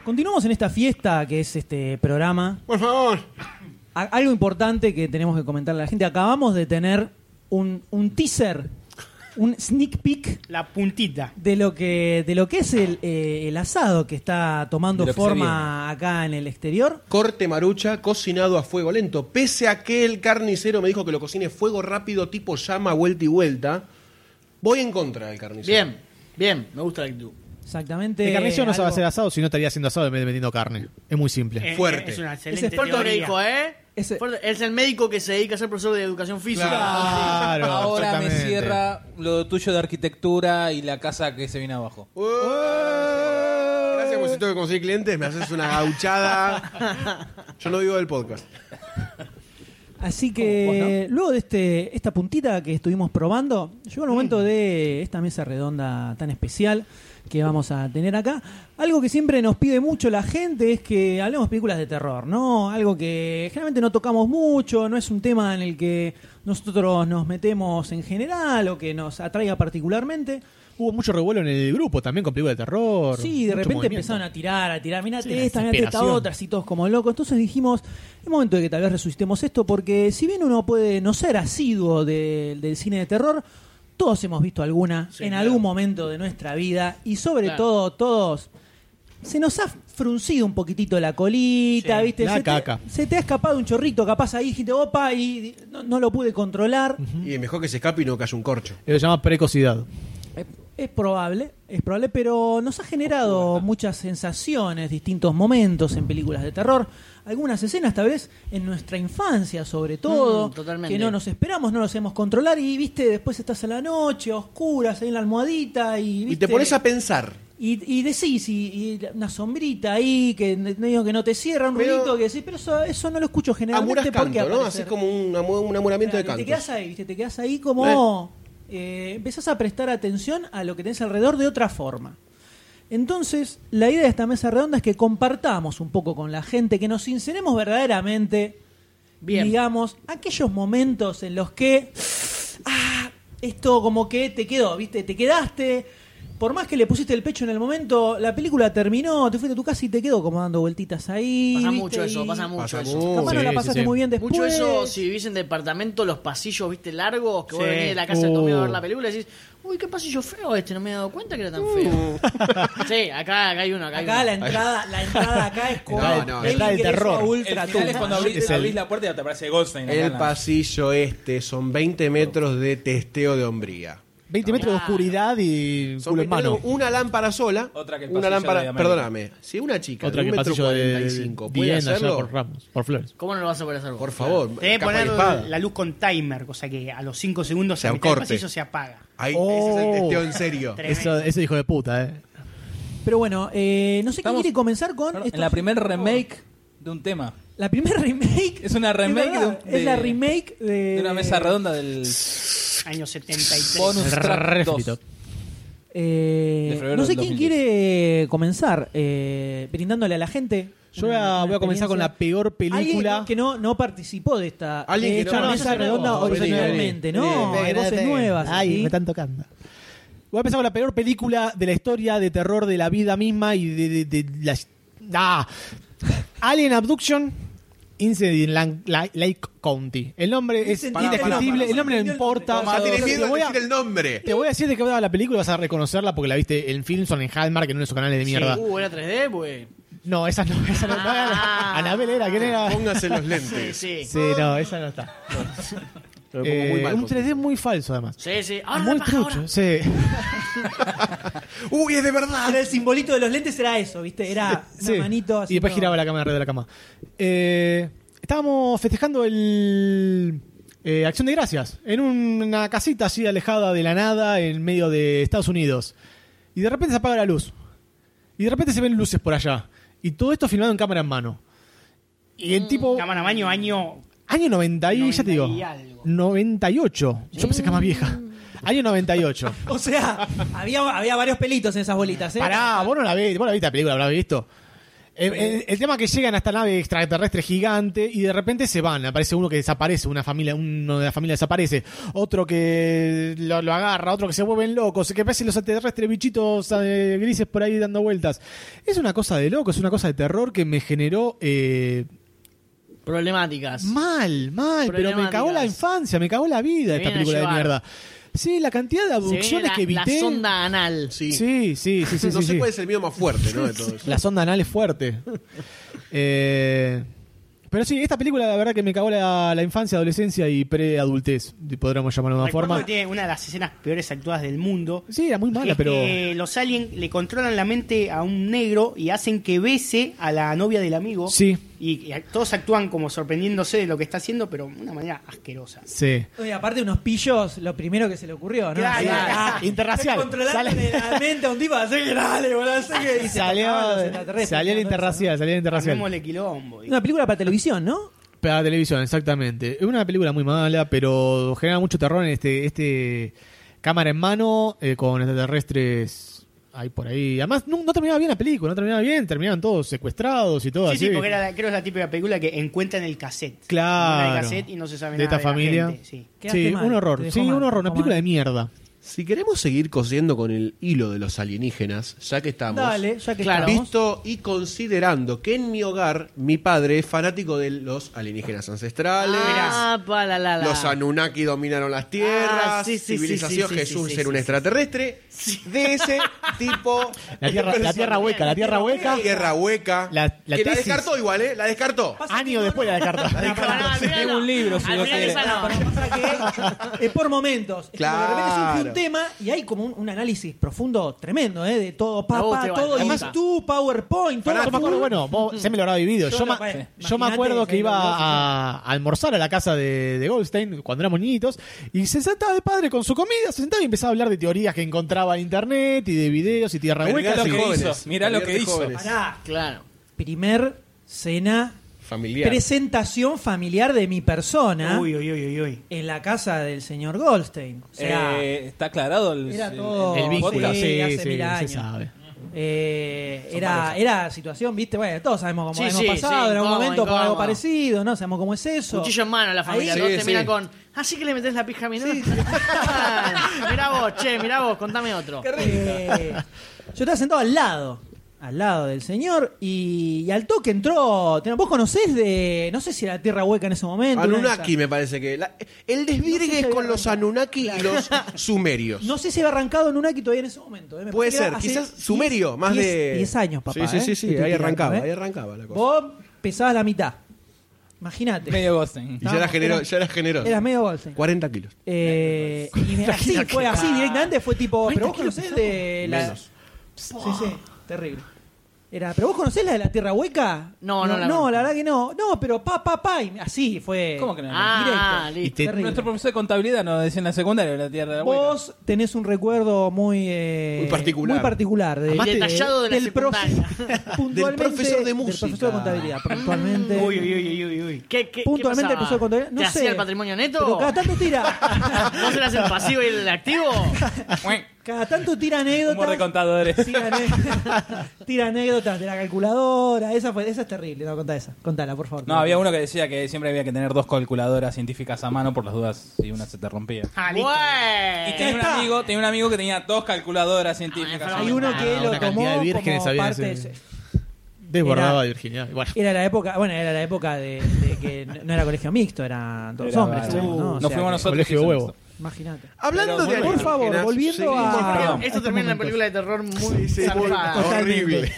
S3: Continuamos en esta fiesta que es este programa.
S4: Por favor.
S3: A- algo importante que tenemos que comentarle a la gente. Acabamos de tener un, un teaser, un sneak peek
S8: La puntita.
S3: de lo que, de lo que es el, eh, el asado que está tomando
S5: De lo que se
S3: forma acá en el exterior.
S4: Corte marucha cocinado a fuego lento. Pese a que el carnicero me dijo que lo cocine fuego rápido, tipo llama, vuelta y vuelta, voy en contra del carnicero.
S7: Bien, bien, me gusta la actitud.
S3: Exactamente.
S6: El carnicero no
S3: algo-
S6: sabe hacer asado si no estaría haciendo asado en vez de vendiendo carne. Es muy simple.
S8: Eh,
S4: Fuerte.
S8: Es una
S3: Ese
S8: excelente
S3: es Puerto
S7: Fuerte lo que
S8: teoría.
S7: dijo, ¿eh?
S3: Ese-
S7: Fuerte- Es el médico que se dedica a ser profesor de educación física.
S6: Claro,
S5: Ahora me
S6: exactamente.
S5: cierra lo tuyo de arquitectura y la casa que se viene abajo.
S4: Ué. ¡Oh! Gracias, porque si tengo que conseguir clientes, me haces una gauchada. Yo no vivo del podcast.
S3: Así que luego de este, esta puntita que estuvimos probando, llegó el momento de esta mesa redonda tan especial que vamos a tener acá. Algo que siempre nos pide mucho la gente es que hablemos películas de terror, ¿no? Algo que generalmente no tocamos mucho, no es un tema en el que nosotros nos metemos en general o que nos atraiga particularmente.
S6: Hubo mucho revuelo en el grupo también con películas de terror.
S3: Sí, de
S6: mucho
S3: repente
S6: movimiento.
S3: empezaron a tirar, a tirar, mirate
S6: Sí, la
S3: esta, mirate esta
S6: desesperación.
S3: otra, así todos como locos. Entonces dijimos, es momento de que tal vez resucitemos esto, porque si bien uno puede no ser asiduo de- del cine de terror, todos hemos visto alguna en algún momento de nuestra vida y sobre
S7: Claro.
S3: todo todos... Se nos ha fruncido un poquitito la colita, ¿viste?
S6: La
S3: se,
S6: caca.
S3: Te, se te ha escapado un chorrito, capaz ahí dijiste, opa, y no, no lo pude controlar.
S4: Y es mejor que se escape y no caiga un corcho.
S6: Eso se llama precocidad.
S3: Es, es probable, es probable, pero nos ha generado muchas sensaciones, distintos momentos en películas de terror, algunas escenas tal vez en nuestra infancia sobre todo,
S7: Mm, totalmente.
S3: que no nos esperamos, no nos hacemos controlar y viste, después estás a la noche, a oscuras, ahí en la almohadita y...
S4: Y
S3: ¿viste?
S4: te pones a pensar.
S3: Y, y decís, y, y una sombrita ahí, que n- medio que no te cierra, un
S4: Pero-
S3: ruidito que decís, pero eso, eso no lo escucho
S4: Amuras
S3: generalmente porque
S4: canto, ¿no?
S3: aparece-
S4: Así como un, amu- un amuramiento
S3: Claro, y
S4: de
S3: Te quedas
S4: canto.
S3: ahí, ¿viste? Te quedas ahí como. eh, empezás a prestar atención a lo que tenés alrededor de otra forma. Entonces, la idea de esta mesa redonda es que compartamos un poco con la gente, que nos sinceremos verdaderamente,
S7: Bien.
S3: digamos, aquellos momentos en los que. Ah, esto como que te quedó, ¿viste? Te quedaste. Por más que le pusiste el pecho en el momento, la película terminó, te fuiste a tu casa y te quedó como dando vueltitas ahí.
S7: Pasa
S3: ¿viste?
S7: mucho eso,
S3: Y
S7: pasa mucho
S4: Pasa
S7: eso.
S4: mucho.
S3: Capaz no
S6: Sí,
S3: la
S6: sí,
S3: pasaste
S6: sí.
S3: muy bien después.
S7: Mucho eso, si vivís en departamento, los pasillos, viste, largos, que vos
S8: Sí.
S7: venís de la casa de tu amigo a ver
S6: Uh.
S7: la película y decís, uy, qué pasillo feo este, no me he dado cuenta que era tan feo. sí, acá, acá hay uno, acá, hay
S3: Uh. Acá
S7: uno.
S3: la entrada, la entrada acá es como
S4: No, no,
S3: el
S4: está
S6: de
S3: ingreso
S6: terror.
S3: a Ultra
S5: el final es cuando abrís,
S6: Es el-
S5: abrís la puerta y te aparece Goldstein. acá
S4: El
S5: en la-
S4: pasillo este son 20 metros de testeo de hombría.
S6: 20 metros de oscuridad y
S4: Son
S6: culo en
S4: 20
S6: mano.
S4: metros, una lámpara sola.
S5: Otra que el
S4: una
S5: pasillo
S4: lámpara,
S5: de América.
S4: perdóname. Si una chica
S6: Otra
S4: de
S6: que
S4: un metro
S6: pasillo de
S4: 45 puede
S6: Diana allá
S4: hacerlo,
S6: por Ramos, por Flores.
S7: ¿Cómo no lo vas a poder hacer vos?
S4: por favor,
S8: Tenés que
S4: capa y
S8: poner
S4: espada.
S8: la luz con timer, cosa que a los 5 segundos
S4: Se
S8: a mitad del
S4: corte.
S8: pasillo se apaga.
S4: Ahí,
S6: Oh.
S4: Ese es el testeo en serio.
S6: Eso, ese hijo de puta, eh.
S3: Pero bueno, eh, no sé qué
S5: Estamos-
S3: quiere comenzar con.
S5: Perdón,
S3: esto.
S5: En la primer remake de un tema.
S3: La primera remake.
S5: Es una remake
S3: Es, verdad,
S5: de un-
S3: es la
S5: de-
S3: remake de.
S5: De una mesa redonda del
S8: Años 73.
S5: bonus track 2.
S6: Refrito.
S3: Eh,
S5: De febrero
S3: no sé
S5: del
S3: quién
S5: 2015.
S3: quiere comenzar eh, brindándole a la gente.
S6: Yo voy
S3: una-
S6: a,
S3: una
S6: voy a comenzar con la
S3: experiencia.
S6: peor película.
S3: Alguien que no, no participó de esta,
S4: Alguien
S3: de
S6: Eh,
S4: que
S3: esta
S4: no-
S3: mesa
S4: no,
S3: redonda
S4: no, vení,
S3: originalmente,
S6: vení.
S3: ¿no?
S6: Vení,
S3: Hay
S6: vení,
S3: voces
S6: vení.
S3: nuevas.
S6: Ay,
S3: ¿sí?
S6: me están tocando. Voy a empezar con la peor película de la historia de terror de la vida misma y de, de- de la... Ah. Alien Abduction Incident Lan- La- Lake County. El nombre es
S3: Pará,
S6: indescriptible,
S4: pará, pará,
S6: el nombre no importa.
S4: Ya tenés
S6: Te
S4: miedo
S6: voy
S4: de
S6: a-
S4: decir el nombre.
S6: te voy a decir de qué va la película y vas a reconocerla porque la viste en Filmson, en Hallmark, en uno de esos canales de
S7: Sí,
S6: mierda.
S7: uh, era 3D, pues.
S6: No, esa no, esa no. no
S4: Ah.
S6: era- Anabel era, ¿quién era?
S4: Póngase los
S7: Sí,
S4: lentes.
S7: sí.
S6: Sí, no, esa no está.
S4: Pero como
S6: Eh,
S4: muy mal
S6: un
S4: posible.
S6: 3D muy falso, además.
S7: Sí, sí. Ahora
S6: muy
S7: la paja, ahora.
S6: trucho, sí.
S4: Uy, es de
S3: Era
S4: verdad.
S3: el simbolito de los lentes, era eso, ¿viste? Era una
S6: Sí.
S3: manito así.
S6: Y después giraba la cámara alrededor de la cama. Eh, estábamos festejando el. eh, Acción de Gracias, en un- una casita así alejada de la nada en medio de Estados Unidos. Y de repente se apaga la luz. Y de repente se ven luces por allá. Y todo esto filmado en cámara en mano. Y el tipo.
S8: Cámara baño, año.
S6: Año 90 y ya te digo.
S8: 90 y algo. Mm.
S6: 98. Yo pensé que era más vieja. Año 98.
S3: O sea, había, había varios pelitos en esas bolitas, ¿eh?
S7: Ah.
S6: Pará, vos no la viste, vos la viste la película, la habrás visto. El, el- el tema es que llegan a esta nave extraterrestre gigante y de repente se van. Aparece uno que desaparece, una familia, uno de la familia desaparece, otro que lo, lo agarra, otro que se vuelven locos, que aparecen los extraterrestres bichitos eh, grises por ahí dando vueltas. Es una cosa de loco, es una cosa de terror que me generó eh,
S7: Problemáticas.
S6: mal, mal, pero me cagó la
S7: Problemáticas.
S6: infancia, me cagó la vida esta
S7: Te vienen a
S6: película de
S7: llevar.
S6: mierda. Sí, la cantidad de
S7: Se viene
S6: abducciones
S7: la,
S6: que evité.
S7: la sonda anal.
S4: Sí.
S6: Sí, sí, sí, sí.
S4: no
S6: sí,
S4: sé
S6: sí.
S4: cuál es el miedo más fuerte, ¿no? De todo eso.
S6: La sonda anal es fuerte. Eh, pero sí, esta película la verdad que me cagó la, la infancia, adolescencia y preadultez, de- podríamos llamarlo de una
S8: Recuerdo
S6: forma.
S8: que tiene una de las escenas peores actuadas del mundo.
S6: Sí, era muy
S8: que
S6: mala,
S8: es
S6: pero...
S8: que los aliens le controlan la mente a un negro y hacen que bese a la novia del amigo.
S6: Sí.
S8: Y, y todos actúan como sorprendiéndose de lo que está haciendo, pero de una manera asquerosa.
S6: Sí.
S3: Oye, aparte unos pillos, lo primero que se le ocurrió, ¿no?
S8: Claro,
S3: Así,
S8: claro.
S3: ah,
S6: Interracial.
S3: Controlándole
S6: Sale-
S3: la mente a un tipo, así que dale, boludo, así que... y se
S8: Ah,
S3: tocaban los
S6: Salió,
S3: extraterrestres,
S6: salió el
S3: ¿no?
S6: interracial, salió el interracial.
S8: Armémosle quilombo. digo.
S3: Una película para televisión, ¿no?
S6: Para televisión, exactamente. Es una película muy mala, pero genera mucho terror en este, este cámara en mano eh, con extraterrestres ahí por ahí. Además, no, no terminaba bien la película, no terminaba bien, terminaban todos secuestrados y todo
S8: Sí,
S6: así.
S8: sí, porque era la- creo que es la típica película que encuentran el cassette.
S6: Claro.
S8: Encuentran El cassette y no se sabe
S6: De
S8: nada
S6: esta
S8: la
S6: familia.
S8: gente, sí.
S3: Quedaste
S6: Sí,
S3: mal,
S6: un
S3: te
S6: horror.
S3: dejó
S6: Sí,
S3: mal,
S6: un horror,
S3: te
S6: una
S3: dejó
S6: película
S3: mal.
S6: de mierda.
S4: Si queremos seguir cosiendo con el hilo de los alienígenas, ya que estamos.
S3: Dale, ya que
S7: Claro.
S3: estamos.
S4: Visto y considerando que en mi hogar mi padre es fanático de los alienígenas ancestrales.
S7: Ah, pa, la, la, la.
S4: Los Anunnaki dominaron las tierras,
S7: Ah, sí, sí, sí,
S4: civilización
S7: sí, sí,
S4: Jesús
S7: sí, sí,
S4: era un
S7: sí,
S4: extraterrestre, de ese tipo.
S6: La tierra, la tierra hueca, la tierra hueca.
S4: La tierra hueca.
S6: La- la
S4: que la
S6: tesis-
S4: descartó igual, ¿eh? La descartó.
S6: Año después la
S7: Ah, pará,
S6: descarta.
S7: al final
S5: Tengo
S7: no.
S5: un libro, si
S7: Al
S5: lo
S7: final
S5: quiere.
S7: esa no.
S3: Eh, por momentos. Es como que de repente surge
S4: Claro.
S3: un tema y hay como un, un análisis profundo tremendo, ¿eh? De todo,
S7: A vos
S3: papá,
S7: te va
S3: todo.
S7: la
S3: Y
S7: boca.
S3: tú, PowerPoint, todo.
S6: Yo me acuerdo, bueno,
S8: Mm.
S6: vos se me lo habrá vivido.
S3: Yo
S6: Yo, ma-
S3: lo- sí.
S6: yo me
S3: Imaginate,
S6: acuerdo que
S3: sí,
S6: iba
S3: lo-
S6: a, a almorzar a la casa de, de Goldstein cuando éramos niñitos y se sentaba de padre con su comida, se sentaba y empezaba a hablar de teorías que encontraba en internet y de videos y tierra
S4: Vergara
S6: hueca.
S5: lo
S6: sí.
S5: que
S4: jóvenes,
S5: hizo, mirá lo que
S4: vergara
S5: hizo.
S4: jóvenes.
S3: Pará.
S7: Claro.
S3: Primer cena,
S4: Familiar.
S3: presentación familiar de mi persona
S8: Uy, uy, uy, uy, uy.
S3: en la casa del señor Goldstein. O sea,
S5: Eh, está aclarado el,
S3: era
S5: el-
S3: todo.
S6: El vínculo,
S3: sí,
S6: sí,
S3: hace
S6: sí,
S3: mil
S6: se
S3: años.
S6: sabe.
S3: Eh, era, era situación, viste, bueno, todos sabemos cómo
S7: Sí,
S3: hemos
S7: sí,
S3: pasado
S7: sí,
S3: en algún
S7: incómodo,
S3: momento por algo
S7: incómodo.
S3: parecido, ¿no? Sabemos cómo es eso.
S7: Cuchillo en mano la familia.
S3: Ahí-
S7: todos
S4: Sí,
S7: te
S4: sí.
S7: miran con. Así que le metés la pija a mi novia. mirá vos, che, mirá vos, contame otro.
S3: Eh, yo estaba sentado al lado, al lado del señor, y, y al toque entró. te- Vos conocés de. No sé si era Tierra Hueca en ese momento.
S4: Anunnaki
S3: una de
S4: me parece que. la- el
S3: No
S4: desvirgue
S3: sé si
S4: es con
S3: había
S4: los
S3: arrancado.
S4: Anunnaki y los sumerios.
S3: esas. No sé si había arrancado Anunnaki todavía en ese momento. eh, me
S4: Puede
S3: parece que
S4: ser,
S3: era hace
S4: quizás
S3: 10,
S4: sumerio, más
S3: 10,
S4: de.
S3: 10 años, papá.
S4: Sí, sí, sí,
S3: eh,
S4: sí,
S3: te estoy
S4: ahí arrancaba,
S3: tirando, eh.
S4: ahí arrancaba la cosa.
S3: Vos pesabas la mitad. Imagínate.
S5: medio Goldstein.
S4: Y ya era, genero- ya era generoso.
S3: Eras medio Goldstein.
S4: 40 kilos.
S3: Eh, y me- así, fue así directamente, fue tipo, pero vos conocés de la...
S4: Menos.
S3: Sí, sí, terrible. Era, pero vos conocés la de la Tierra Hueca?
S7: No, no,
S3: no.
S7: la
S3: No,
S7: verdad.
S3: la verdad que no. No, pero pa, pa, pa, y así fue.
S5: ¿Cómo que no?
S7: Ah,
S3: Directo.
S7: listo.
S6: te-
S3: Terrible.
S5: Nuestro profesor de contabilidad nos decía en la secundaria de la tierra de la hueca.
S3: Vos tenés un recuerdo muy... eh,
S4: Muy particular.
S3: Muy particular. De,
S6: Además,
S7: Detallado de la
S3: del profe-
S7: secundaria.
S3: puntualmente,
S4: Del profesor de
S3: Del
S4: música.
S3: profesor de contabilidad, puntualmente.
S8: Uy, uy, uy, uy, uy, uy.
S7: ¿Qué, qué,
S3: Puntualmente
S7: qué
S3: el profesor de contabilidad. No
S7: ¿Te
S3: sé.
S7: hacía el patrimonio neto?
S3: Pero cada tanto tira...
S7: ¿Vos eras el pasivo y el activo?
S3: Cada tanto tira
S5: Como
S3: anécdotas.
S5: recontadores.
S3: Tira, ane- tira anécdotas de la calculadora. Esa fue, esa es terrible. No, contá esa. Contala, por favor.
S5: No, había uno que decía que siempre había que tener dos calculadoras científicas a mano por las dudas si una se te rompía.
S8: Ah, listo.
S5: Y
S7: Güey.
S5: tenía un,
S3: está.
S5: amigo, tenía un amigo que tenía dos calculadoras científicas.
S7: Ah,
S5: a
S3: Hay
S5: mano.
S3: uno que
S7: Ah,
S3: lo
S6: una
S3: tomó
S6: cantidad de vírgenes
S3: como
S6: había
S3: parte de
S6: ese-
S3: ese-
S6: Desbordaba
S3: Era-
S6: de virginidad. Bueno,
S3: Era la época, bueno, era la época de, de que no no era colegio mixto, eran todos
S5: Era-
S3: hombres.
S5: era-
S6: Uh,
S3: digamos, ¿no? O
S5: Nos
S3: sea
S5: fuimos
S3: que-
S5: nosotros.
S6: colegio
S5: que
S6: huevo.
S5: hicimos
S3: Imagínate.
S4: Hablando
S5: Pero,
S4: de
S5: por
S3: Por favor,
S4: alienígenas,
S3: volviendo
S4: seguimos
S3: a.
S5: perdón.
S3: a
S7: Esto
S3: estos
S7: termina en
S3: momentos.
S7: película de terror muy
S4: Sí, muy-
S7: zarpada.
S3: Totalmente.
S4: horrible.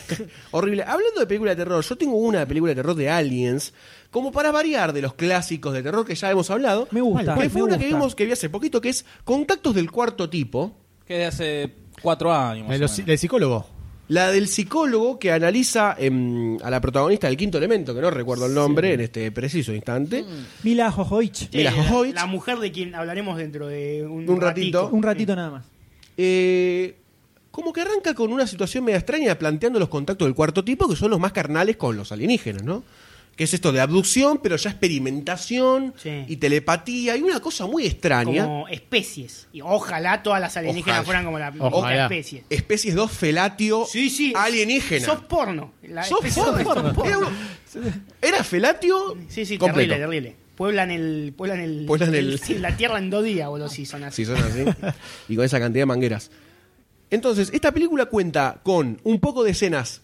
S4: horrible. Hablando de películas de terror, yo tengo una película de terror de Aliens, como para variar de los clásicos de terror que ya hemos hablado.
S3: Me gusta,
S4: Que fue
S3: me
S4: una que
S3: gusta.
S4: vimos que vi hace poquito, que es Contactos del Cuarto Tipo.
S5: Que de hace cuatro años. más
S6: El,
S5: o menos.
S6: el psicólogo.
S4: La del psicólogo que analiza em, a la protagonista del quinto elemento, que no recuerdo el nombre en este preciso instante.
S8: Mm.
S3: Mila Jojoich.
S8: Sí,
S4: Mira,
S8: la-
S4: Hobbits.
S8: la, mujer de quien hablaremos dentro de un,
S4: Un ratito.
S3: Un ratito nada más.
S4: Eh, como que arranca con una situación media extraña planteando los contactos del cuarto tipo, que son los más carnales con los alienígenas, ¿no? que es esto de abducción, pero ya experimentación
S8: Sí.
S4: y telepatía, y una cosa muy extraña.
S8: Como especies. Y ojalá todas las alienígenas
S4: Ojalá.
S8: fueran como la
S6: Ojalá.
S8: misma especie.
S4: Especies 2 felatio
S8: Sí, sí.
S4: alienígena.
S8: Sos porno. La
S4: Sos
S8: especie
S4: porno.
S8: de- sos porno.
S4: Era, uno- era felatio
S8: Sí, sí,
S4: completo.
S8: terrible, terrible. Pueblan el. Pueblan el.
S4: Pueblan el-
S8: sí, la tierra en dos días, boludo, si son así.
S4: si son así, y con esa cantidad de mangueras. Entonces, esta película cuenta con un poco de escenas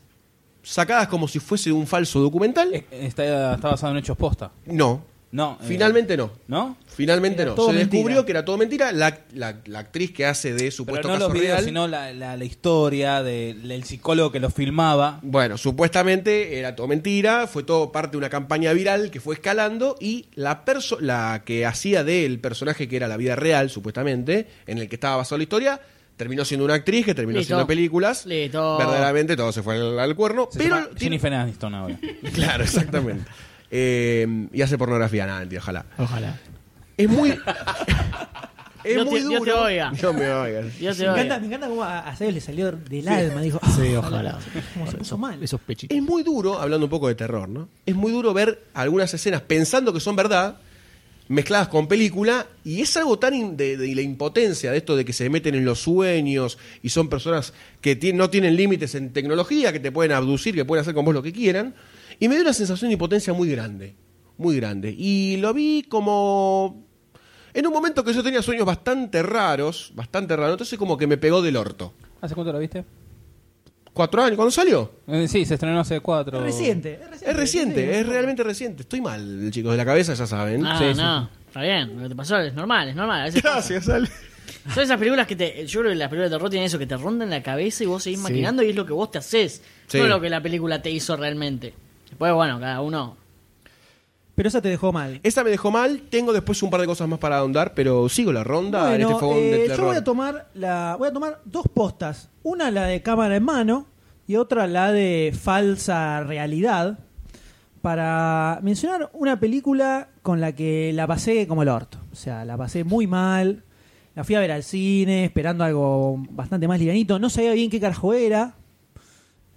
S4: sacadas como si fuese un falso documental.
S5: Eh, Está, está basado en hechos posta.
S4: No,
S5: No. eh,
S4: finalmente no.
S5: ¿No?
S4: Finalmente
S3: Era
S4: no.
S3: todo
S4: Se descubrió
S3: mentira.
S4: que era todo mentira. La, la- la actriz que hace de
S5: Pero
S4: supuesto
S5: no
S4: caso
S5: los videos,
S4: real.
S5: sino la, la, la historia de- del psicólogo que lo filmaba.
S4: Bueno, supuestamente era todo mentira, fue todo parte de una campaña viral que fue escalando y la, perso- la que hacía del personaje que era la vida real, supuestamente, en el que estaba basada la historia, terminó siendo una actriz que terminó
S7: Listo.
S4: haciendo películas.
S7: Listo.
S4: Verdaderamente todo se fue al, al cuerno,
S5: Se
S4: pero...
S5: llama
S4: tiene-
S5: Jennifer Aniston ahora.
S4: Claro, exactamente. Eh, y hace pornografía, nada, mentira, ojalá.
S6: Ojalá.
S4: Es muy... es
S7: Dios te-
S4: muy
S7: Dios te
S4: duro.
S7: oiga.
S4: Dios me oiga.
S7: Dios te
S3: Me
S7: oiga.
S3: encanta, me encanta cómo a, a Zeus le salió del alma. Dijo, "Ah,
S6: Sí, ojalá.
S3: Como se puso mal.
S6: Esos pechitos.
S4: Es muy duro, hablando un poco de terror, ¿no? Es muy duro ver algunas escenas pensando que son verdad, mezcladas con película, y es algo tan in- de, de la impotencia de esto de que se meten en los sueños y son personas que ti- no tienen límites en tecnología, que te pueden abducir, que pueden hacer con vos lo que quieran, y me dio una sensación de impotencia muy grande, muy grande. Y lo vi como... En un momento que yo tenía sueños bastante raros, bastante raros, entonces como que me pegó del orto.
S5: ¿Hace cuánto la viste?
S4: ¿Cuatro años? ¿Cuándo salió?
S5: Eh, sí, se estrenó hace cuatro.
S3: Es reciente, es reciente.
S4: Es
S6: eh.
S4: reciente, es realmente reciente. Estoy mal, chicos, de la cabeza, ya saben.
S7: Ah, no. Está bien, lo que te pasó es normal, es normal. a veces pasa.
S4: Gracias, Ale.
S7: Son esas películas que te. Yo creo que las películas de terror tienen eso, que te rondan la cabeza y vos seguís maquinando y es lo que vos te haces.
S4: Sí.
S7: No lo que la película te hizo realmente. Después, bueno, cada uno.
S3: Pero esa te dejó mal.
S4: Esta me dejó mal. Tengo después un par de cosas más para ahondar, pero sigo la ronda en
S3: Bueno,
S4: este fogón de
S3: eh,
S4: terror.
S3: yo voy a tomar la, voy a tomar dos postas, una la de cámara en mano y otra la de falsa realidad, para mencionar una película con la que la pasé como el orto, o sea, la pasé muy mal, la fui a ver al cine esperando algo bastante más livianito, no sabía bien qué carajo era.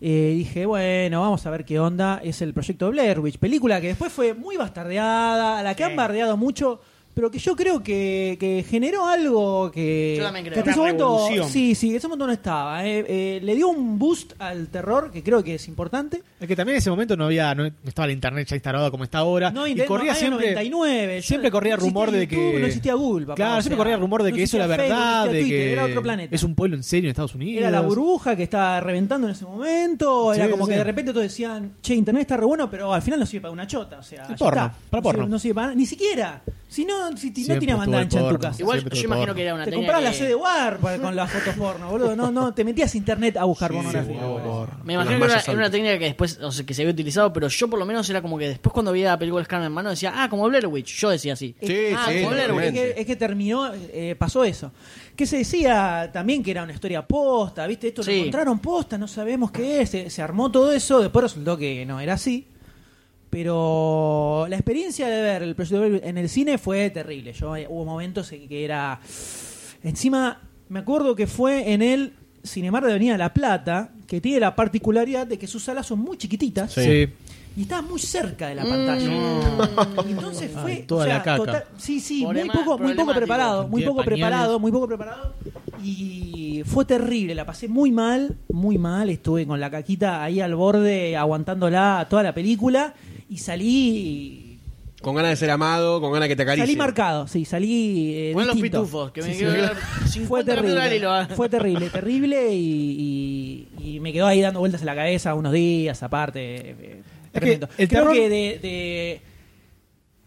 S3: Eh, dije, bueno, vamos a ver qué onda. Es el proyecto Blair Witch, película que después fue muy bastardeada, a la que han bardeado mucho, pero que yo creo que, que generó algo que.
S7: Yo también creo.
S3: que hasta ese
S8: Una
S3: momento.
S8: revolución.
S3: Sí, sí, ese momento no estaba. eh. Eh, le dio un boost al terror, que creo que es importante.
S6: Es que también en ese momento no había, no estaba el internet ya instalado como está ahora.
S3: No,
S6: Ah, y
S3: inte-
S6: corría
S3: no, año
S6: siempre.
S3: 99. yo-
S6: siempre corría
S3: no existía
S6: rumor de
S3: YouTube,
S6: que.
S3: No existía Google, papá,
S6: Claro,
S3: o
S6: siempre
S3: sea,
S6: corría rumor de
S3: no
S6: que eso era
S3: existía Facebook,
S6: verdad,
S3: no
S6: de
S3: existía
S6: que.
S3: Twitter, era otro planeta.
S6: Es un pueblo en serio en Estados Unidos.
S3: Era la burbuja que estaba reventando en ese momento. Era
S6: Sí,
S3: como
S6: sí,
S3: que
S6: sí.
S3: de repente todos decían, che, internet está re bueno, pero al final no sirve para una chota. O sea, ya
S6: porno,
S3: está.
S6: para
S3: no
S6: porno.
S3: Sirve, no sirve para nada, ni siquiera. Si no, si ti- no
S6: Siempre
S3: tiene
S6: estuvo
S3: banda
S6: el
S3: ancha en tu
S6: porno.
S3: casa.
S7: Igual,
S6: Siempre
S7: yo
S6: tuve
S7: imagino
S6: porno.
S7: que era una
S3: Te
S7: técnica
S3: comprabas la
S7: que-
S3: CD War para- con las fotos porno, boludo. No, no, te metías a internet a buscar pornografía. boludo.
S7: Me imagino que era, era una técnica que después, o sea, que se había utilizado, pero yo por lo menos era como que después cuando veía la película Scarman en mano decía, ah, como Blair Witch. Yo decía así.
S4: Sí,
S7: ah,
S4: sí,
S7: como Blair Witch.
S3: Es que, es que terminó, eh, pasó eso. Que se decía también que era una historia posta, ¿viste? Esto lo
S7: Sí.
S3: encontraron posta, no sabemos qué es. Se, se armó todo eso, después resultó que no era así. Pero la experiencia de ver el proyecto Belleville en el cine fue terrible. Yo eh, hubo momentos en que era. Encima, me acuerdo que fue en el Cinemar de Avenida La Plata, que tiene la particularidad de que sus salas son muy chiquititas
S6: Sí.
S3: y estaba muy cerca de la pantalla. Entonces fue
S6: Ay, toda la caca.
S3: sí, sí,
S7: Problema-
S3: muy poco, muy poco
S7: problemático.
S3: preparado, muy
S6: Cantidad de
S3: poco
S6: pañales.
S3: preparado, muy poco preparado y fue terrible, la pasé muy mal, muy mal, estuve con la caquita ahí al borde aguantándola toda la película y salí
S4: Con ganas de ser amado, con ganas que te acaricie.
S3: salí marcado, sí, salí eh,
S7: Como los
S3: distinto.
S7: pitufos, que me
S3: Sí,
S7: quiero
S3: sí.
S7: ver 50
S3: Fue
S7: capítulos al
S3: terrible,
S7: hilo, ah.
S3: fue terrible, terrible y, y- y me quedó ahí dando vueltas en la cabeza unos días, aparte. eh, tremendo.
S6: el
S3: Creo
S6: terror-
S3: que de, de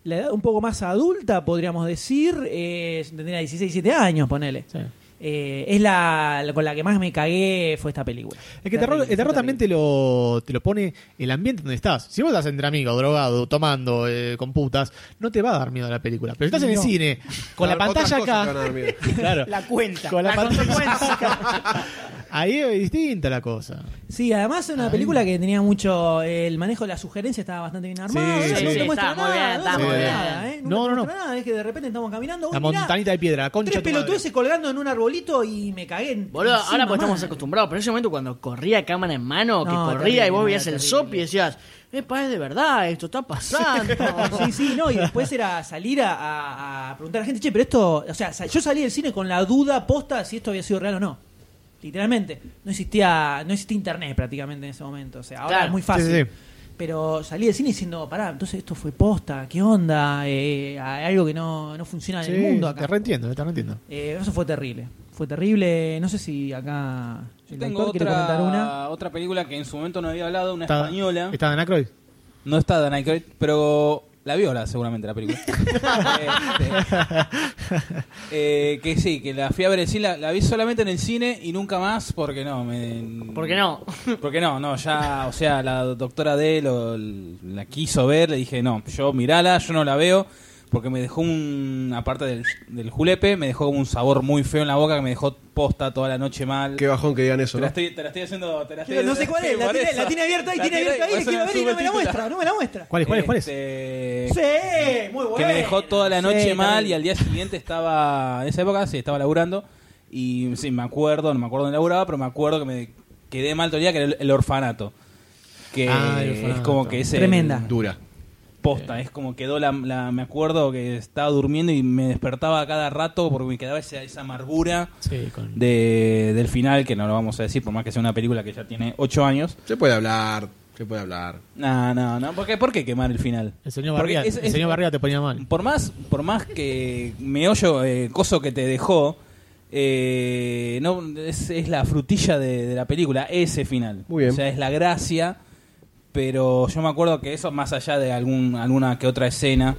S3: la edad un poco más adulta, podríamos decir, eh, tendría 16, 17 años, ponele.
S6: Sí.
S3: Eh, es la, la con la que más me cagué fue esta película.
S6: Es que el terror, el terror también te lo, te lo pone el ambiente donde estás. Si vos estás entre amigos, drogado, tomando, eh, con putas, no te va a dar miedo la película. Pero si estás en el
S3: No.
S6: cine, con la
S4: Otras
S6: pantalla
S4: cosas te van a
S6: acá.
S4: dar miedo.
S6: Claro.
S8: La cuenta.
S6: Con la
S8: la
S6: pantalla
S8: consecuencia.
S6: acá. Ahí es distinta la cosa.
S3: Sí, además es una película que tenía mucho. El manejo de la sugerencia estaba bastante bien armado.
S6: Sí,
S3: no,
S6: sí,
S3: no
S6: sí,
S3: te muestra
S7: está muy
S3: nada,
S7: bien,
S3: no
S7: está
S3: te
S6: muy
S3: muestra
S7: bien.
S3: nada, ¿eh?
S6: No,
S3: te
S6: no,
S3: muestra nada, es que de repente estamos caminando.
S6: La
S3: uy, Oh, mirá,
S6: montañita de piedra, la concha.
S3: Tres
S6: de tu madre.
S3: pelotudeces colgando en una arbolito y me cagué. en-
S7: Boludo,
S3: encima,
S7: ahora pues estamos
S3: man.
S7: acostumbrados, pero en ese momento cuando corría cámara en mano, que
S3: No,
S7: corría
S3: terrible,
S7: y vos veías
S3: era
S7: el
S3: terrible.
S7: sop y decías, epa, es de verdad, esto está pasando.
S3: Sí, sí, no, y después era salir a, a- a preguntar a la gente, che, pero esto, o sea, sa- yo salí del cine con la duda posta si esto había sido real o no. Literalmente, no existía, no existía internet prácticamente en ese momento, o sea, ahora
S7: Claro.
S3: es muy fácil.
S6: Sí, sí, sí.
S3: Pero salí del cine diciendo, pará, entonces esto fue posta, ¿qué onda? Eh, hay algo que no, no funciona en
S6: Sí,
S3: el mundo acá.
S6: Te reentiendo, te reentiendo.
S3: Eh, eso fue terrible, fue terrible, no sé si acá
S5: Yo
S3: el
S5: tengo
S3: doctor quiere comentar
S5: otra,
S3: una.
S5: otra película que en su momento no había hablado, una
S6: Está-
S5: española.
S6: ¿Está Dan Aykroyd?
S5: No está Dan Aykroyd, pero la viola seguramente la película. Eh, este, eh, que sí, que la fui a ver en cine, la, la vi solamente en el cine y nunca más porque no. Me,
S7: ¿Por qué no?
S5: Porque no, no, ya, o sea, la doctora D lo- la quiso ver, le dije, no, yo mirala, yo no la veo, porque me dejó un, aparte del, del julepe, me dejó un sabor muy feo en la boca que me dejó posta toda la noche mal.
S4: Qué bajón que digan eso.
S5: Te
S4: ¿no?
S5: la estoy, te la estoy haciendo. Te la
S3: Yo
S5: estoy,
S3: no sé cuál es, la
S5: por
S3: tiene,
S5: eso.
S3: la tiene abierta ahí,
S5: La
S3: tiene abierta ahí,
S5: por
S3: la
S5: eso
S3: quiero
S5: la
S3: ver y no me la
S5: subtitula.
S3: muestra, no me la muestra.
S6: ¿Cuál es? ¿Cuál es? ¿Cuál es?
S5: Este,
S3: Sí, muy bueno.
S5: Que me dejó toda la noche
S3: Sí,
S5: mal
S3: terrible.
S5: y al día siguiente estaba. En esa época sí, estaba laburando. Y sí, me acuerdo, no me acuerdo dónde laburaba, pero me acuerdo que me quedé mal todo el día, que era el, el orfanato. Que
S6: Ah, el
S5: es
S6: orfanato.
S5: como que es el-
S3: Tremenda.
S4: Dura.
S5: posta, es como quedó la, la- Me acuerdo que estaba durmiendo y me despertaba cada rato porque me quedaba esa, esa amargura.
S6: Sí, con.
S5: de- del final, que no lo vamos a decir, por más que sea una película que ya tiene 8 años.
S4: Se puede hablar, se puede hablar.
S5: No, no, no. ¿Por qué, por qué quemar el final?
S6: El señor
S5: Porque
S6: Barriga,
S5: es-
S6: el
S5: es-
S6: señor Barriga te ponía mal.
S5: Por más, por más que meollo, eh, coso que te dejó, eh, no, es, es la frutilla de, de la película, ese final.
S4: Muy bien.
S5: O sea, es la gracia, pero yo me acuerdo que eso, más allá de algún, alguna que otra escena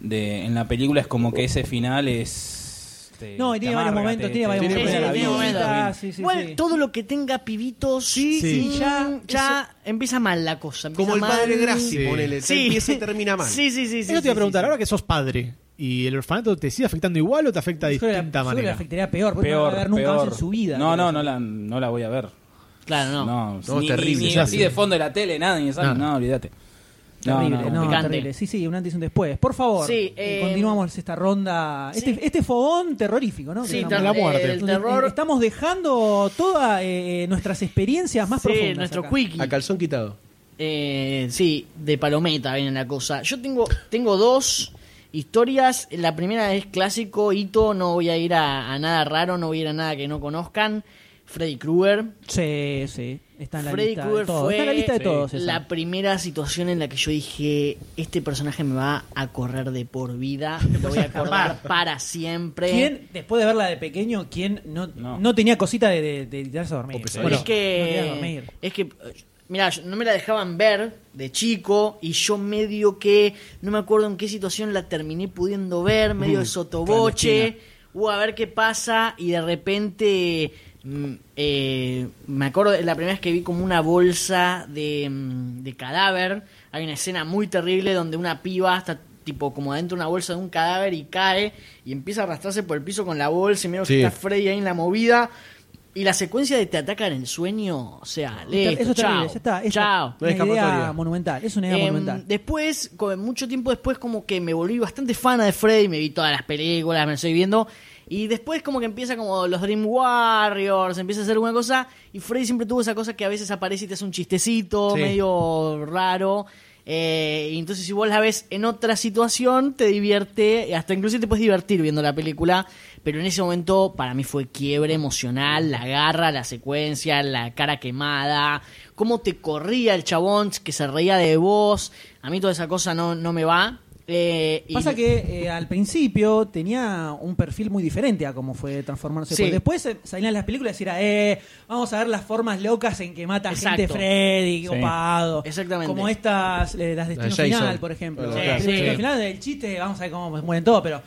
S5: de, en la película, es como que ese final es... te-
S3: No, y tiene
S5: te
S3: varios
S5: amarga,
S3: momentos,
S5: te-
S3: tiene
S5: te-
S3: varios
S5: te-
S3: momentos.
S7: Sí,
S5: te-
S7: tiene
S5: te-
S7: momentos.
S5: te-
S3: Sí, sí,
S7: bueno,
S3: sí.
S7: todo lo que tenga pibitos, sí,
S6: Sí.
S7: sí, ya, ya empieza mal la cosa. empieza
S4: Como el
S7: mal.
S4: padre Graci,
S6: Sí.
S4: ponele. se
S7: Sí.
S4: Empieza y termina mal.
S7: Sí, sí, sí.
S6: Eso
S7: sí,
S6: te iba
S7: sí,
S6: a preguntar,
S7: sí.
S6: ahora que sos padre, ¿y el orfanato te sigue afectando igual o te afecta de
S3: Yo creo que la-
S6: distinta
S3: yo creo que
S6: manera?
S3: la afectaría peor, porque no
S5: Peor,
S3: la va a ver nunca
S5: peor.
S3: más en su vida.
S5: No, no, no la, no la voy a ver.
S7: Claro, no.
S5: No,
S4: No,
S5: ni,
S4: terrible,
S5: ni- ni
S6: ya
S5: así
S6: sé.
S5: de fondo de la tele, nada, ni esa,
S6: Nada.
S5: no, olvídate. No,
S3: Terrible, no,
S5: no, no.
S7: picante.
S3: terrible. Sí, sí, un antes y un después. Por favor,
S7: Sí,
S3: eh,
S7: eh,
S3: continuamos esta ronda.
S7: sí.
S3: Este, este fogón terrorífico, ¿no?
S7: Sí,
S3: Digamos.
S7: ter-
S6: la muerte.
S7: el
S3: Donde
S7: terror.
S3: eh, Estamos dejando todas eh, nuestras experiencias más
S7: sí,
S3: profundas.
S7: nuestro
S3: acá.
S7: quickie.
S4: A calzón quitado.
S7: Eh, sí, de palometa viene la cosa. Yo tengo, tengo dos historias. La primera es clásico, hito, no voy a ir a, a nada raro, no voy a ir a nada que no conozcan. Freddy Krueger.
S3: Sí, sí. Está en la
S7: Freddy
S3: lista de
S7: Krueger
S3: todos.
S7: fue
S3: Está en la lista de todos. esa.
S7: la primera situación en la que yo dije, este personaje me va a correr de por vida, lo voy a acordar para siempre.
S3: ¿Quién, después de verla de pequeño, quién no, no.
S5: No.
S3: tenía cosita de, de, de tirarse a dormir?
S4: O pesadilla.
S3: Bueno,
S7: es
S3: no quería
S7: que
S3: dormir.
S7: es que mira no me la dejaban ver de chico y yo medio que no me acuerdo en qué situación la terminé pudiendo ver medio de sotoboche o a ver qué pasa y de repente mm, eh, me acuerdo de la primera vez que vi como una bolsa de, mm, de cadáver hay una escena muy terrible donde una piba está tipo como adentro de una bolsa de un cadáver y cae y empieza a arrastrarse por el piso con la bolsa y medio
S4: Sí.
S7: que está Freddy ahí en la movida y la secuencia de te atacan en el sueño, o sea, listo,
S3: Eso es
S7: chao,
S3: terrible, ya está. Es
S7: chao.
S4: No
S3: Una
S4: hay
S3: idea
S4: escapatoria.
S3: monumental. Es una idea
S7: Em,
S3: monumental.
S7: después, co- mucho tiempo después, como que me volví bastante fana de Freddy, me vi todas las películas, me las estoy viendo. Y después como que empieza como los Dream Warriors, empieza a hacer alguna cosa. Y Freddy siempre tuvo esa cosa que a veces aparece y te hace un chistecito
S4: Sí.
S7: medio raro. Eh, y entonces si vos la ves en otra situación, te divierte, hasta inclusive te puedes divertir viendo la película. Pero en ese momento para mí fue quiebre emocional, la garra, la secuencia, la cara quemada, cómo te corría el chabón que se reía de vos. A mí toda esa cosa no, no me va. Eh, y-
S3: Pasa que eh, al principio tenía un perfil muy diferente a cómo fue transformarse.
S7: Sí.
S3: Porque Después eh, salían las películas y era, eh, vamos a ver las formas locas en que mata gente
S7: Exacto.
S3: Freddy, copado.
S7: Exactamente.
S3: Como estas, eh, las de Destino
S4: Jason.
S3: Final, por ejemplo.
S4: Sí,
S3: Las de
S7: sí.
S3: Destino Final, el chiste, vamos a ver cómo mueren todos, pero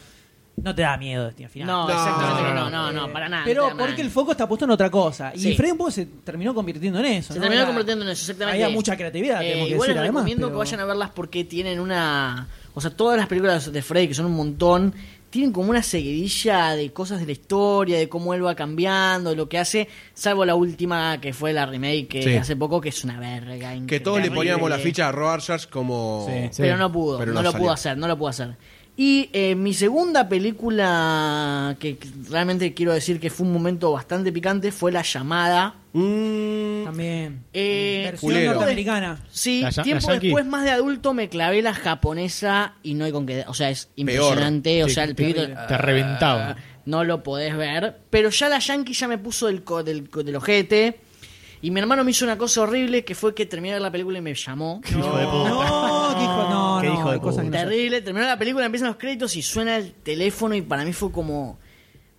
S3: no te da miedo Destino Final.
S7: No,
S4: No,
S7: exactamente, no, no,
S4: no,
S7: no, no,
S3: Eh,
S7: para nada. no
S3: Pero
S7: te da
S3: porque el
S7: mal.
S3: foco está puesto en otra cosa. Y
S7: Sí.
S3: Freddy un poco se terminó convirtiendo en eso.
S7: Se
S3: ¿no?
S7: terminó
S3: Era-
S7: convirtiendo en eso, exactamente.
S3: Había mucha creatividad,
S7: Eh,
S3: tenemos que
S7: igual
S3: decir,
S7: les
S3: además,
S7: recomiendo
S3: pero-
S7: que vayan a verlas porque tienen una. O sea, todas las películas de Freddy, que son un montón, tienen como una seguidilla de cosas de la historia, de cómo él va cambiando, de lo que hace, salvo la última que fue la remake que
S4: Sí.
S7: hace poco, que es una verga.
S4: Que todos le
S7: terrible.
S4: poníamos la ficha a Rogers como.
S3: Sí.
S7: Pero no pudo,
S4: Pero
S7: no,
S4: no
S7: lo
S4: salió.
S7: pudo hacer, no lo pudo hacer. Y eh, mi segunda película que realmente quiero decir que fue un momento bastante picante fue La Llamada.
S4: Mm,
S3: También.
S7: Eh,
S3: Mm, Versión
S4: Culero.
S3: norteamericana.
S7: Sí,
S6: La ya- la
S7: tiempo
S6: yankee.
S7: después, más de adulto, me clavé la japonesa y no hay con qué. O sea, es impresionante. O
S6: Sí,
S7: sea, el pibito.
S6: terrible. Te reventaba.
S7: No lo podés ver. Pero ya la yankee ya me puso del, co- del, co- del ojete. Y mi hermano me hizo una cosa horrible que fue que terminé de ver la película y me llamó.
S6: Hijo de puta.
S3: No, que hijo, no,
S6: Qué
S3: no,
S6: hijo de
S3: hay cosas que no se-
S7: Terrible. Terminó la película, empiezan los créditos y suena el teléfono y para mí fue como...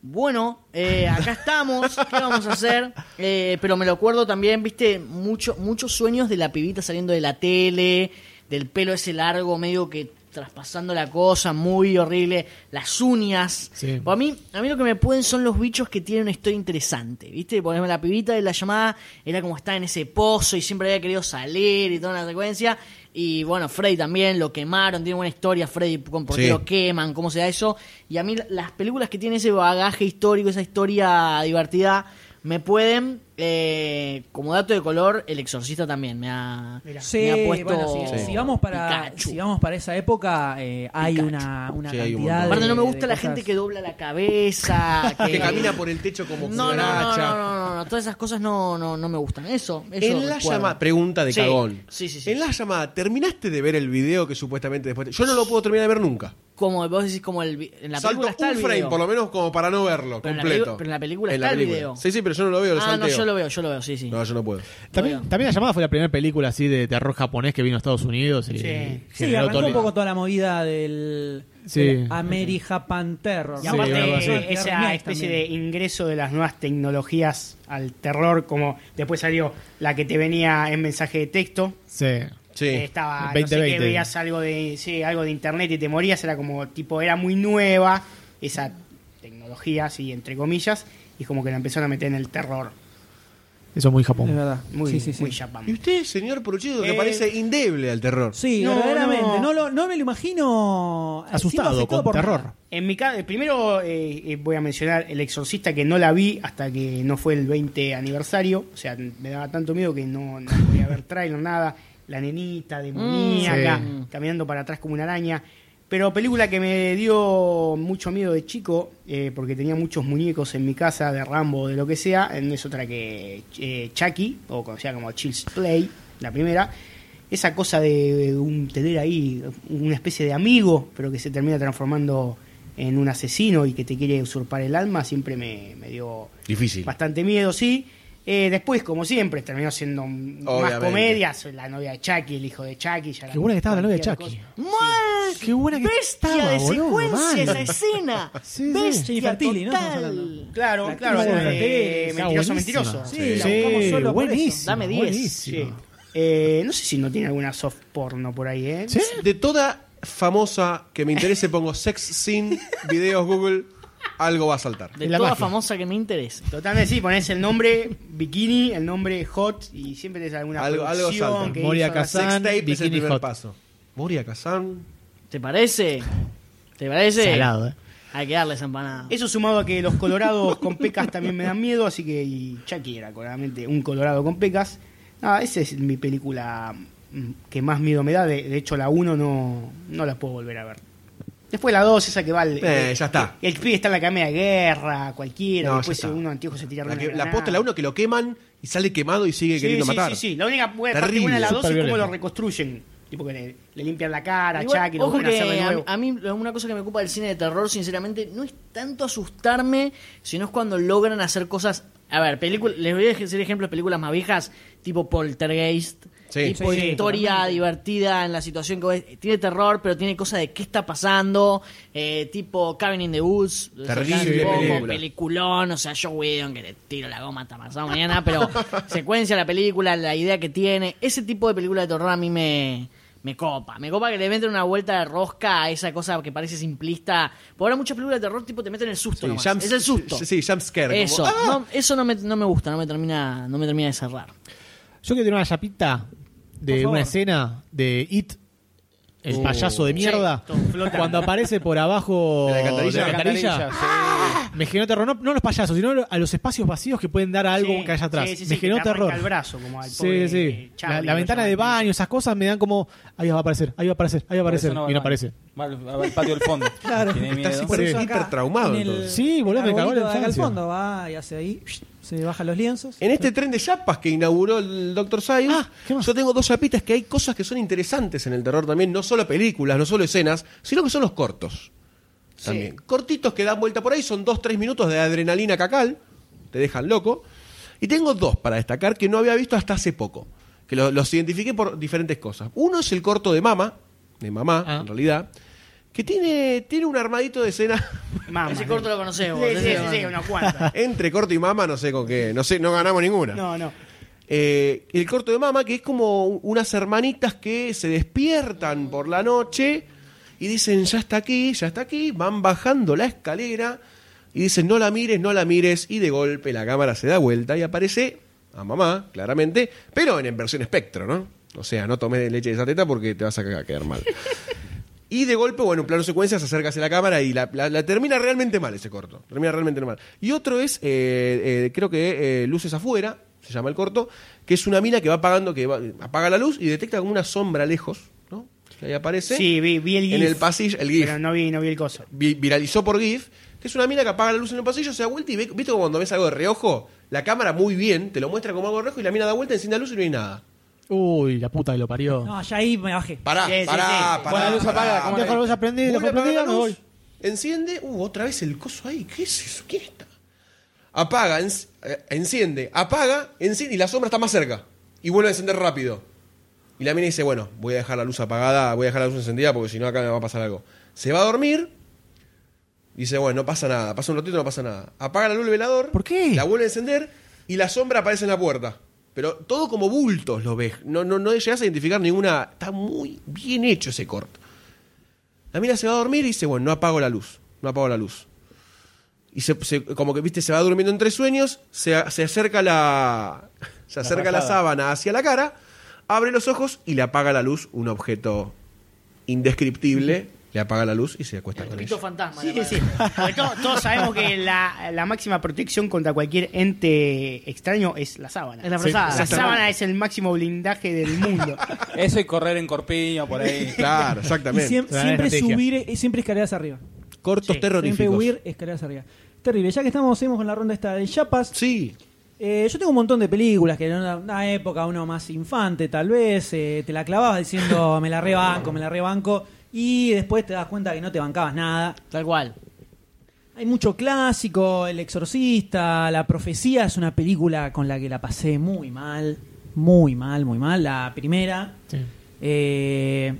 S7: Bueno, eh, acá estamos, ¿qué vamos a hacer? Eh, pero me lo acuerdo también, viste, mucho, muchos sueños de la pibita saliendo de la tele, del pelo ese largo, medio que traspasando la cosa, muy horrible, las uñas.
S6: Sí.
S7: Para mí, a mí lo que me pueden son los bichos que tienen una historia interesante, viste, por ejemplo la pibita de la llamada era como estaba en ese pozo y siempre había querido salir y toda una secuencia. Y bueno, Freddy también lo quemaron, tiene buena historia Freddy con por qué
S4: Sí.
S7: lo queman, cómo se da eso. Y a mí las películas que tienen ese bagaje histórico, esa historia divertida, me pueden, eh, como dato de color, El Exorcista también me ha, me
S3: Sí,
S7: ha puesto
S3: bueno, si, si vamos para,
S7: Pikachu.
S3: si vamos para esa época, eh, hay una, una
S4: Sí, hay
S3: cantidad de.
S4: un montón.
S7: Aparte no me
S3: de
S7: gusta la
S3: cosas.
S7: gente que dobla la cabeza, que,
S4: Que camina por el techo como
S7: no, no, no, no,
S4: cucaracha.
S7: no, no, no, todas esas cosas no, no, no me gustan. Eso, eso
S4: En la
S7: recuerdo.
S4: llamada. Pregunta de
S7: Sí,
S4: cagón.
S7: sí, sí, sí.
S4: En la llamada, ¿terminaste de ver el video que supuestamente después.? te- Yo no lo puedo terminar de ver nunca.
S7: Como vos decís, como el, vi- en la
S4: Salto
S7: película
S4: un
S7: está el
S4: frame,
S7: video.
S4: por lo menos, como para no verlo
S7: Pero en la
S4: completo.
S7: peli- pero en la película
S4: En la
S7: está el
S4: película.
S7: video.
S4: Sí, sí, pero yo no lo veo, lo
S7: Ah, no,
S4: salteo.
S7: yo lo veo, yo lo veo, sí, sí.
S4: No, yo no puedo.
S6: También, también La Llamada fue la primera película así de terror japonés que vino a Estados Unidos. Y
S8: Sí.
S3: Sí,
S6: generó
S3: arrancó
S6: todo-
S3: un poco toda la movida del,
S6: Sí.
S3: del Ameri Japan Terror.
S8: Y
S6: Sí,
S8: aparte,
S6: algo así.
S8: eh, esa especie de ingreso de las nuevas tecnologías al terror, como después salió la que te venía en mensaje de texto.
S6: Sí.
S4: Sí.
S8: que Estaba, no
S6: 20,
S8: sé qué,
S6: 20.
S8: veías algo de, sí, algo de internet y te morías, era como, tipo, era muy nueva esa tecnología, así, entre comillas, y como que la empezaron a meter en el terror.
S6: Eso es muy Japón.
S3: Es verdad.
S8: Muy,
S3: sí, sí, sí.
S8: muy Japán.
S4: ¿Y usted, señor Poruchido, que
S8: Eh,
S4: parece indeble al terror?
S3: Sí,
S8: No,
S3: verdaderamente.
S8: no.
S3: No, lo- no me lo imagino siendo
S6: Asustado,
S3: afectado
S6: con
S3: por
S6: terror.
S3: nada.
S8: En mi caso, primero eh, eh, voy a mencionar El Exorcista, que no la vi hasta que no fue el 20 aniversario. O sea, me daba tanto miedo que no, no podía ver trailer, nada. La nenita demoníaca,
S6: Mm,
S8: caminando para atrás como una araña. Pero película que me dio mucho miedo de chico, eh, porque tenía muchos muñecos en mi casa de Rambo o de lo que sea, eh, no es otra que eh, Chucky, o conocida como Child's Play, la primera. Esa cosa de, de un tener ahí una especie de amigo, pero que se termina transformando en un asesino y que te quiere usurpar el alma, siempre me, me dio
S4: Difícil.
S8: bastante miedo, sí. Eh, después, como siempre, terminó siendo un- más
S4: Obviamente.
S8: comedias. La novia de Chucky, el hijo de Chucky. Ya
S6: Qué buena que estaba la novia de
S8: cualquier
S6: Chucky.
S8: cosa.
S7: ¡Mal!
S6: Qué buena que
S7: bestia
S6: estaba,
S7: de
S6: boludo,
S7: secuencia
S6: mal.
S7: esa escena.
S6: Sí, sí.
S7: Bestia
S3: Jennifer Tilly, ¿no? Estamos
S7: total.
S3: hablando.
S8: Claro, claro.
S6: actriz
S8: eh,
S6: de- Está
S8: mentiroso,
S6: buenísima.
S8: mentiroso.
S3: Sí, la
S6: Sí,
S3: buscamos solo por eso.
S6: buenísimo.
S7: Dame 10.
S8: Sí.
S6: Buenísimo.
S8: Eh, no sé si no tiene alguna soft porno por ahí, ¿eh?
S6: ¿Sí?
S4: De toda famosa que me interese, pongo sex scene, videos Google, algo va a saltar.
S7: De
S6: En la
S7: toda
S6: magia.
S7: famosa que me interese.
S8: Totalmente sí, ponés el nombre bikini, el nombre hot y siempre tenés alguna
S4: Algo- algo
S8: producción
S4: salta.
S8: que
S6: Moria
S8: hizo la-
S6: Kazan.
S4: Sex tape es el
S6: Bikini
S4: primer
S6: Hot.
S4: paso. Moria Kazan.
S7: ¿Te parece? ¿Te parece?
S6: Salado, eh.
S7: Hay que darle esa empanada.
S8: Eso sumado a que los colorados con pecas también me dan miedo, así que y Chucky era claramente un colorado con pecas. Nada, esa es mi película mm, que más miedo me da. De, de hecho, la 1 no, no la puedo volver a ver. Después la 2, esa que va al-
S4: Eh, ya está.
S8: El pibe está en la cama de guerra, cualquiera.
S4: No, ya
S8: después
S4: está.
S8: uno antiguo se tira
S4: La,
S8: una
S4: que- la
S8: granada.
S4: posta la uno que lo queman y sale quemado y sigue
S8: Sí,
S4: queriendo
S8: sí,
S4: matar.
S8: Sí, sí, La única buena parte
S4: Terrible.
S8: buena de la 2 es cómo
S6: Superviolenta.
S8: lo reconstruyen. Tipo que le, le limpian la cara,
S7: Igual,
S8: Chucky, lo
S7: ojo
S8: vuelven a hacer
S7: que
S8: de
S7: a,
S8: nuevo.
S7: a mí una cosa que me ocupa del cine de terror, sinceramente, no es tanto asustarme, sino es cuando logran hacer cosas... A ver, película, les voy a decir ejemplos de películas más viejas, tipo Poltergeist,
S4: Sí.
S7: tipo
S3: Sí, sí,
S7: historia
S3: totalmente.
S7: divertida en la situación que vos- eh, tiene terror, pero tiene cosas de qué está pasando, eh, tipo Cabin in the Woods,
S4: Terrible
S7: Cercano al Pogo,
S4: película.
S7: peliculón, o sea, Joe Whedon que le tiro la goma hasta pasado mañana, pero secuencia la película, la idea que tiene, ese tipo de película de terror a mí me, me copa, me copa que le meten una vuelta de rosca a esa cosa que parece simplista, porque ahora muchas películas de terror tipo te meten el susto,
S4: Sí,
S7: nomás,
S4: jump-
S7: es el susto.
S4: Sí, sí, jumpscare. como,
S7: Eso,
S4: ¡ah!
S7: no, eso no me, no me gusta, no me termina, no me termina de cerrar.
S6: Yo quiero tener una chapita
S3: Por
S6: de
S3: favor.
S6: una escena de It el payaso de mierda,
S7: Sí, todo flota.
S6: cuando aparece por abajo
S4: ¿De la alcantarilla?
S6: de la alcantarilla, me generó terror, no, no a los payasos, sino a los espacios vacíos que pueden dar a algo
S8: Sí,
S6: que haya atrás.
S8: sí, sí, sí,
S6: me
S8: que
S6: generó
S8: te arranca
S6: terror.
S8: el brazo, como al
S6: sí,
S8: pobre
S6: sí.
S8: Charlie,
S6: la, la
S8: que
S6: ventana
S8: se
S6: de
S8: llama.
S6: baño, esas cosas me dan como, ahí va a aparecer, ahí va a aparecer, ahí va a aparecer, y no aparece.
S5: Va al, va al patio del fondo.
S3: Claro.
S5: Tiene
S4: Está
S5: miedo.
S4: así por
S6: Sí.
S4: eso hiper traumado.
S3: en el-
S6: Sí, boludo, me cagó la
S3: arbolito de acá al
S6: infancia.
S3: fondo va y hace ahí, se bajan los lienzos.
S4: En este tren de chapas que inauguró el Dr. Science,
S6: Ah, ¿qué más?
S4: yo tengo dos chapitas que hay cosas que son interesantes en el terror también, no solo películas, no solo escenas, sino que son los cortos. También. Cortitos que dan vuelta por ahí, son dos, tres minutos de adrenalina cacal, te dejan loco. Y tengo dos para destacar que no había visto hasta hace poco, que lo- los identifiqué por diferentes cosas. Uno es el corto de Mama, de Mamá,
S6: Ah.
S4: en realidad, que tiene, tiene un armadito de escena
S8: Mamá,
S7: Ese corto lo conocemos,
S8: Sí, sí,
S7: ese
S8: sí,
S7: lo-
S8: sí, unos cuantos.
S4: entre corto y Mama, no sé con qué, no sé, no ganamos ninguna.
S8: No, no.
S4: Eh, el corto de mama, que es como unas hermanitas que se despiertan por la noche y dicen, ya está aquí, ya está aquí, van bajando la escalera y dicen, no la mires, no la mires, y de golpe la cámara se da vuelta y aparece a mamá, claramente, pero en, en versión espectro, ¿no? O sea, no tomes de leche de esa teta porque te vas a cagar- quedar mal. Y de golpe, bueno, en plano secuencia se acerca hacia la cámara y la, la- la termina realmente mal ese corto. Termina realmente mal. Y otro es, eh, eh, creo que eh, Luces Afuera, se llama el corto, que es una mina que va apagando, que va- apaga la luz y detecta como una sombra lejos, ¿no? Y Ahí aparece.
S8: Sí, vi, vi el GIF.
S4: En el pasillo, el GIF.
S8: Pero no vi, no vi el coso.
S4: Vi- viralizó por GIF, que es una mina que apaga la luz en el pasillo, se da vuelta y ve, ¿viste como cuando ves algo de reojo? La cámara muy bien, te lo muestra como algo de reojo y la mina da vuelta, enciende la luz y no hay nada.
S6: Uy, la puta que lo parió.
S3: No, ya ahí me bajé.
S4: Pará,
S8: Sí, sí,
S4: pará,
S8: sí.
S4: pará.
S6: Bueno, la luz
S4: pará,
S6: apaga,
S4: pará.
S6: dejo la luz aprendida,
S4: Vuelve
S6: dejo
S4: a apagar
S6: aprendida,
S4: la
S6: me
S4: luz.
S6: voy.
S4: Enciende, uh, otra vez el coso ahí, ¿qué es eso? ¿Quién está? Apaga, enci- eh, enciende, apaga, enciende y la sombra está más cerca. Y vuelve a encender rápido. Y la mina dice, bueno, voy a dejar la luz apagada, voy a dejar la luz encendida porque si no acá me va a pasar algo. Se va a dormir. Dice, bueno, no pasa nada, pasa un ratito, no pasa nada. Apaga la luz del velador.
S6: ¿Por qué?
S4: La vuelve a encender y la sombra aparece en la puerta. Pero todo como bultos lo ves. No, no, no llegas a identificar ninguna. Está muy bien hecho ese corte. La mina se va a dormir y dice, bueno, no apago la luz, no apago la luz. Y se, se- como que, viste, se va durmiendo entre sueños, se, se acerca la se acerca la, sábana hacia la cara, abre los ojos y le apaga la luz un objeto indescriptible, le apaga la luz y se acuesta con
S7: Pito
S4: ella.
S7: fantasma.
S8: Sí,
S7: la
S8: sí.
S7: verdad.
S8: Porque to- todos sabemos que la, la máxima protección contra cualquier ente extraño es la sábana.
S7: Es la frazada.
S8: la sábana es el máximo blindaje del mundo.
S5: Eso y correr en corpiño por ahí.
S4: Claro,
S3: Y
S4: exactamente.
S3: siem-
S6: Claro,
S3: siempre
S6: estrategia.
S3: subir, eh, siempre escaleras arriba.
S4: Cortos
S8: Sí,
S3: Siempre
S4: terroríficos.
S3: huir, escaleras arriba. Terrible. Ya que estamos, seguimos con la ronda esta de Chapas.
S4: Sí.
S3: Eh, yo tengo un montón de películas que en una, una época uno más infante tal vez eh, te la clavabas diciendo me la rebanco, me la rebanco y después te das cuenta que no te bancabas nada.
S7: Tal cual.
S3: Hay mucho clásico, El Exorcista, La Profecía es una película con la que la pasé muy mal, muy mal, muy mal, la primera.
S6: Sí.
S3: Eh,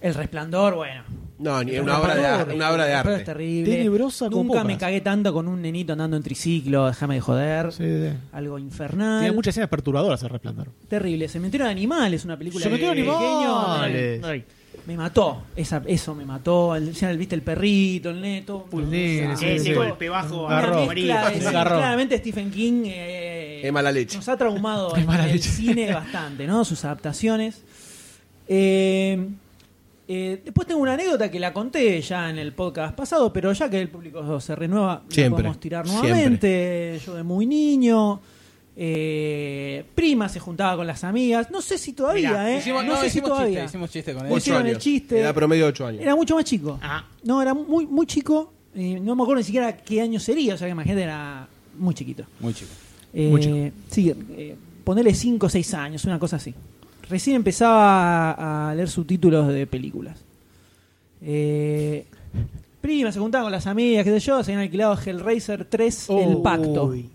S3: el Resplandor, bueno.
S4: No, ni una obra de arte, una obra de
S3: El Resplandor es
S4: arte.
S3: terrible.
S6: Tenebrosa como
S3: Nunca me
S6: pocas.
S3: cagué tanto con un nenito andando en triciclo, déjame de joder.
S6: Sí, sí.
S3: Algo infernal.
S6: Tiene muchas escenas perturbadoras el resplandor.
S3: Terrible. Cementerio de Animales, una película
S6: Cementerio
S3: de
S6: de Animales.
S3: pequeño. Me mató. Esa, eso me mató. El, ya viste el perrito, el neto.
S6: El negro, sí,
S8: Ese
S6: sí.
S8: golpe bajo
S3: Una
S8: a
S6: Agarró.
S8: morir.
S3: mezcla de-
S6: Se agarró.
S3: claramente Stephen King eh,
S4: Es mala leche.
S3: nos ha traumado
S6: Es
S3: en
S6: mala
S3: el
S6: leche.
S3: cine bastante, ¿no? Sus adaptaciones. Eh, eh, después tengo una anécdota que la conté ya en el podcast pasado, pero ya que el público se renueva, la
S4: Siempre.
S3: podemos tirar nuevamente. Yo de muy niño. eh, prima se juntaba con las amigas. No sé si todavía,
S8: Mirá,
S3: ¿eh?
S5: Hicimos,
S3: no,
S5: no,
S3: sé si
S5: hicimos
S3: todavía.
S5: chiste, hicimos chiste con él.
S4: Ocho
S3: Hicieron el
S4: años.
S3: chiste.
S4: Era promedio ocho años.
S3: Era mucho más chico.
S5: Ah.
S8: Ajá.
S3: No, era muy, muy chico. eh, no me acuerdo ni siquiera qué año sería. O sea, que imagínate, era muy chiquito.
S5: Muy chico.
S3: Eh, Sí, eh, ponele 5 o 6 años, una cosa así. Recién empezaba a, a leer subtítulos de películas. Eh, prima, se juntaban con las amigas, qué sé yo, se habían alquilado Hellraiser 3, El Pacto.
S8: Uy.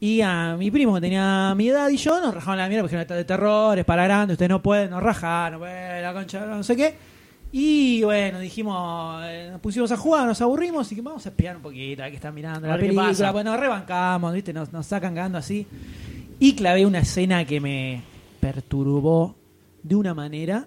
S3: Y a mi primo que tenía mi edad y yo nos rajaban la mierda porque era de terror, es para grande, ustedes no pueden, nos rajan, no pueden, la concha, no sé qué. Y bueno, dijimos, eh, nos pusimos a jugar, nos aburrimos y que vamos a esperar un poquito, a ver que están mirando
S7: A
S3: la
S7: ver qué pasa.
S3: película, bueno, nos rebancamos, ¿viste? Nos, nos sacan cagando así. Y clavé una escena que me perturbó de una manera.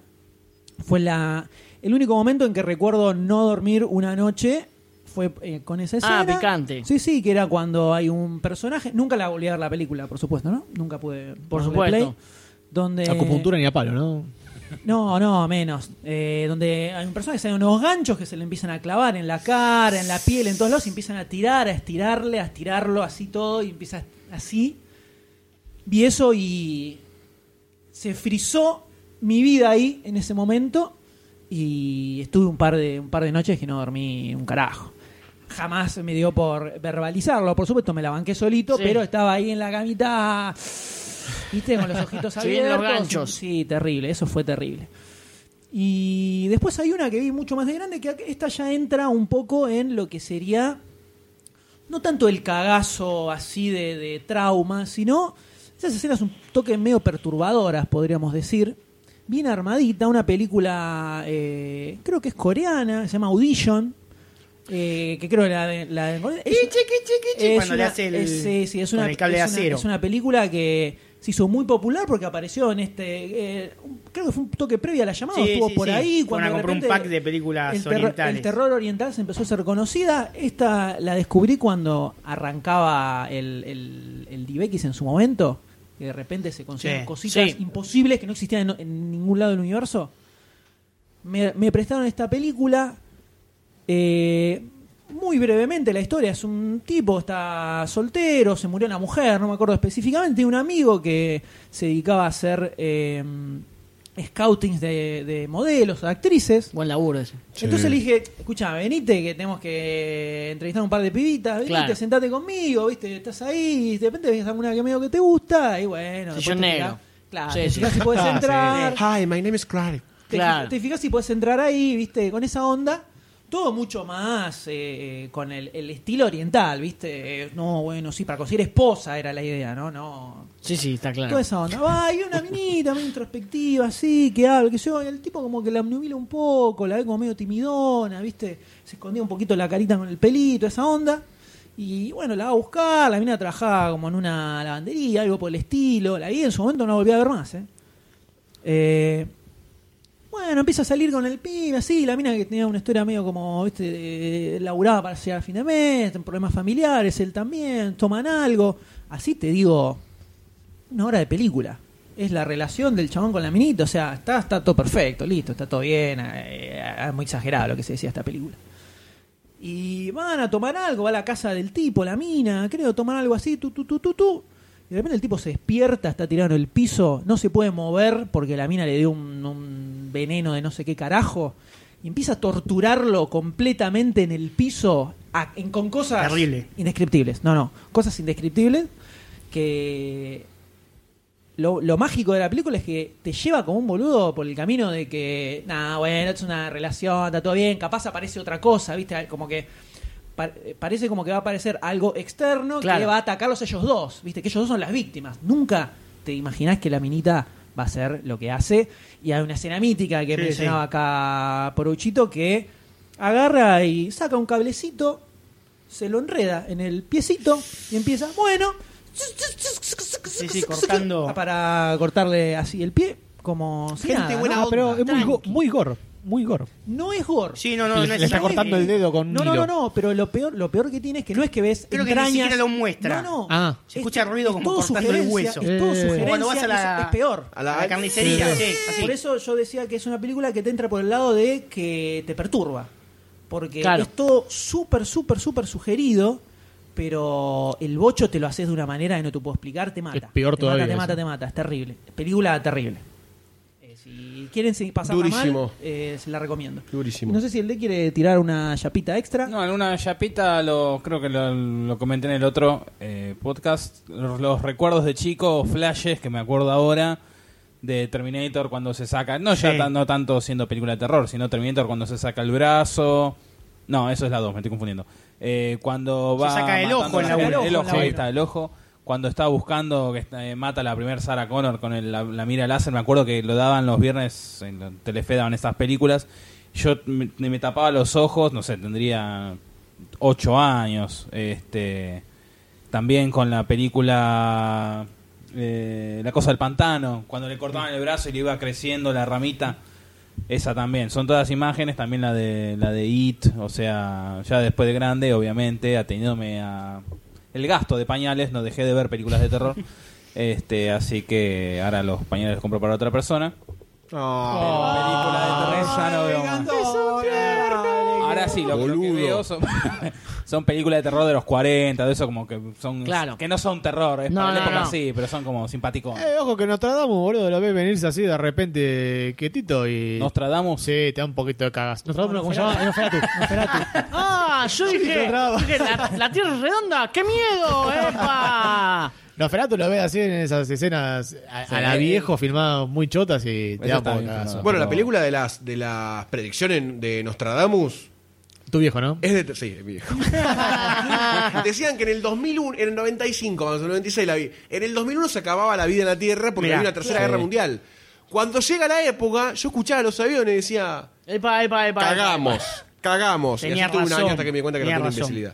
S3: Fue la el único momento en que recuerdo no dormir una noche fue eh, con esa escena.
S7: Ah, picante.
S3: Sí, sí, que era cuando hay un personaje. Nunca la volví a ver la película, por supuesto, ¿no? Nunca pude.
S7: Por
S3: ponerle
S7: supuesto.
S3: donde
S6: Acupuntura ni a palo, ¿no?
S3: No, no, menos. Eh, donde hay un personaje que sale unos ganchos que se le empiezan a clavar en la cara, en la piel, en todos lados, y empiezan a tirar, a estirarle, a estirarlo, así todo, y empieza así. Vi eso y se frizó mi vida ahí en ese momento y estuve un par de, un par de noches que no dormí un carajo. Jamás me dio por verbalizarlo, por supuesto me la banqué solito,
S7: Sí.
S3: pero estaba ahí en la camita, viste, con los ojitos
S7: Se vienen
S3: abiertos.
S7: los ganchos.
S3: Sí, terrible, eso fue terrible. Y después hay una que vi mucho más de grande, que esta ya entra un poco en lo que sería no tanto el cagazo así de, de trauma, sino esas escenas un toque medio perturbadoras, podríamos decir. Bien armadita, una película, eh, creo que es coreana, se llama Audition. eh, que creo que la de, la de- es- es
S8: Cuando le
S3: una-
S8: hace el-
S3: es- sí, sí, es una,
S8: con el
S3: es
S8: cable de
S3: una-
S8: acero.
S3: es una película que se hizo muy popular porque apareció en este. eh, un- creo que fue un toque previo a la llamada,
S8: Sí,
S3: estuvo
S8: sí,
S3: por
S8: sí.
S3: ahí.
S8: Bueno,
S3: Cuando de
S8: compré un
S3: repente
S8: pack de películas
S3: el terro-
S8: orientales.
S3: El terror oriental se empezó a ser conocida. Esta la descubrí cuando arrancaba el, el, el DBX en su momento. Que de repente se consiguen
S8: Sí,
S3: cositas
S7: sí.
S3: imposibles que no existían en, en ningún lado del universo. Me, me prestaron esta película. Eh, muy brevemente la historia es un tipo, está soltero, se murió una mujer, no me acuerdo específicamente, tiene un amigo que se dedicaba a hacer eh, scoutings de, de modelos, actrices.
S7: Buen laburo ese.
S3: Entonces le dije, escucha, venite que tenemos que entrevistar a un par de pibitas, venite,
S7: Claro.
S3: sentate conmigo, viste, estás ahí, y de repente ves alguna que medio que te gusta, y bueno, después
S7: Sillón
S3: te
S7: negro.
S3: fijás- Claro,
S7: Sí,
S3: te
S7: sí.
S3: fijás si podés entrar,
S4: Hi, my name is Craig.
S3: te,
S7: Claro.
S3: fi- te fijas si puedes entrar ahí, viste, con esa onda. Todo mucho más eh, eh, con el, el estilo oriental, viste. Eh, no, bueno, sí, para conseguir esposa era la idea, ¿no? No.
S7: Sí, sí, está claro.
S3: Toda esa onda. Va, hay una minita muy introspectiva, así, que habla, que yo, el tipo como que la obnubila un poco, la ve como medio timidona, viste. Se escondía un poquito la carita con el pelito, esa onda. Y bueno, la va a buscar, la mina trabajaba como en una lavandería, algo por el estilo. La vi en su momento, no la volví a ver más, ¿eh? Eh, bueno, empieza a salir con el pibe, así, la mina que tenía una historia medio como, viste, de- laburaba para llegar a fin de mes, en problemas familiares, él también, toman algo. Así te digo, una hora de película. Es la relación del chabón con la minita, o sea, está, está todo perfecto, listo, está todo bien, eh, es muy exagerado lo que se decía de esta película. Y van a tomar algo, va a la casa del tipo, la mina, creo, tomar algo así, tu, tu, tu, tu, tu. Y de repente el tipo se despierta, está tirado en el piso, no se puede mover porque la mina le dio un, un veneno de no sé qué carajo. Y empieza a torturarlo completamente en el piso a- en- con cosas
S8: Terrible.
S3: indescriptibles. No, no, cosas indescriptibles que lo, lo mágico de la película es que te lleva como un boludo por el camino de que, nada, bueno, es una relación, está todo bien, capaz aparece otra cosa, ¿viste? Como que pa- parece como que va a aparecer algo externo que
S7: Claro.
S3: va a atacarlos ellos dos, ¿viste? Que ellos dos son las víctimas. Nunca te imaginás que la minita va a hacer lo que hace. Y hay una escena mítica que
S8: Sí,
S3: mencionaba acá Poruchito que agarra y saca un cablecito se lo enreda en el piecito y empieza, bueno, Ah,
S8: sí, cortando.
S3: para cortarle así el pie, como si
S4: Gente
S3: nada, ¿no?
S4: buena
S6: Ah, pero es muy, go-
S7: Tranqui.
S6: muy gore. Muy gore.
S3: No es gore.
S8: Sí, no, no, no
S6: Le-
S8: es
S6: le está
S8: esa-
S6: cortando el dedo con un
S3: No, no,
S6: hilo.
S3: no, no, pero lo peor, lo peor que tiene es que no es que ves
S8: Creo que ni
S3: entrañas.
S8: siquiera lo muestra.
S3: No, no.
S6: Ah.
S8: Se escucha ruido como cortando el
S3: sugerencia,
S8: hueso.
S3: Es todo
S6: Eh.
S3: sugerencia,
S8: Cuando vas a la-
S3: es- es peor.
S4: A
S8: A la carnicería, sí, así.
S3: Por eso yo decía que es una película que te entra por el lado de que te perturba. Porque
S7: Claro.
S3: es todo súper, súper, súper sugerido, pero el bocho te lo haces de una manera que no te puedo explicar, te mata.
S6: Es peor
S3: te
S6: todavía
S3: Mata, te
S6: eso.
S3: mata, te mata, es terrible. Película terrible. Eh, si quieren seguir pasando mal,
S4: Durísimo.
S3: eh, se la recomiendo.
S4: Durísimo.
S3: No sé si el D quiere tirar una chapita extra.
S5: No, en una chapita, lo, creo que lo, lo comenté en el otro eh, podcast, los, los recuerdos de chico, flashes que me acuerdo ahora de Terminator cuando se saca, no ya
S8: Sí.
S5: tan- no tanto siendo película de terror, sino Terminator cuando se saca el brazo. No, eso es la 2, me estoy confundiendo. Eh, cuando
S8: Se
S5: va
S8: saca el
S5: matando-
S8: ojo en
S5: se
S8: la
S5: saca
S8: uno.
S5: el ojo,
S3: Sí.
S5: ahí está, el ojo. Cuando está buscando, que está- eh, mata a la primera Sarah Connor con el- la, la mira láser, me acuerdo que lo daban los viernes, en la Telefe daban estas películas. Yo me, me tapaba los ojos, no sé, tendría ocho años. Este, también con la película eh, La cosa del pantano, cuando le cortaban el brazo y le iba creciendo la ramita. Esa también, son todas imágenes, también la de la de IT, o sea, ya después de grande, obviamente, ateniéndome a el gasto de pañales, no dejé de ver películas de terror. Este, así que ahora los pañales los compro para otra persona. película de terror, ya no broma. Ahora sí, lo, lo que
S4: Boludo.
S5: veo son, son películas de terror de los 40, de eso como que son...
S7: Claro.
S5: Que no son terror, es
S7: No,
S5: para la
S7: no,
S5: época
S7: no.
S5: sí, pero son como simpáticos.
S6: Eh, ojo que Nostradamus, boludo, lo ve venirse así de repente quietito y.
S5: Nostradamus.
S6: Sí, te da un poquito de cagas. Nostradamus, no, ¿cómo se llama?
S7: Ah, yo dije, dije, la, la tierra es redonda, qué miedo, epa.
S6: Noferatu lo ves así en esas escenas a, a la
S5: Sí.
S6: viejo filmadas muy chotas y te
S5: Eso
S6: da un
S5: está
S6: poco de
S5: bien
S6: cagazo.
S5: filmado.
S4: Bueno, la película de las, de las predicciones de Nostradamus
S6: Tu viejo, ¿no?
S4: es de... ter- Sí, es mi viejo. Decían que en el 2001, en el 95, más o menos, en el 96 la vi, en el 2001 se acababa la vida en la Tierra porque
S8: Mirá.
S4: había una tercera
S6: Sí.
S4: guerra mundial. Cuando llega la época, yo escuchaba los aviones y decía,
S7: Epa, epa, epa.
S4: cagamos, cagamos. y
S8: Tenía
S4: así tuve un
S8: razón.
S4: año hasta que me di cuenta que no
S8: Tenía
S4: era una
S8: razón.
S4: imbecilidad.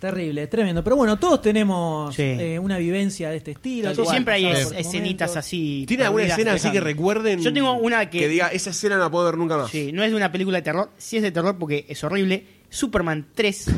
S3: Terrible, tremendo. Pero bueno, todos tenemos
S8: Sí.
S3: eh, una vivencia de este estilo.
S8: Sí,
S3: todos
S8: siempre hay
S3: pasamos
S8: es-
S3: por
S8: escenitas
S3: momentos.
S8: así.
S4: ¿Tiene alguna
S8: perdidas
S4: escena así que
S8: dejando.
S4: recuerden?
S8: Yo tengo una que-
S4: diga, esa escena no la puedo ver nunca más.
S8: Sí, no es de una película de terror, sí es de terror porque es horrible. Superman 3.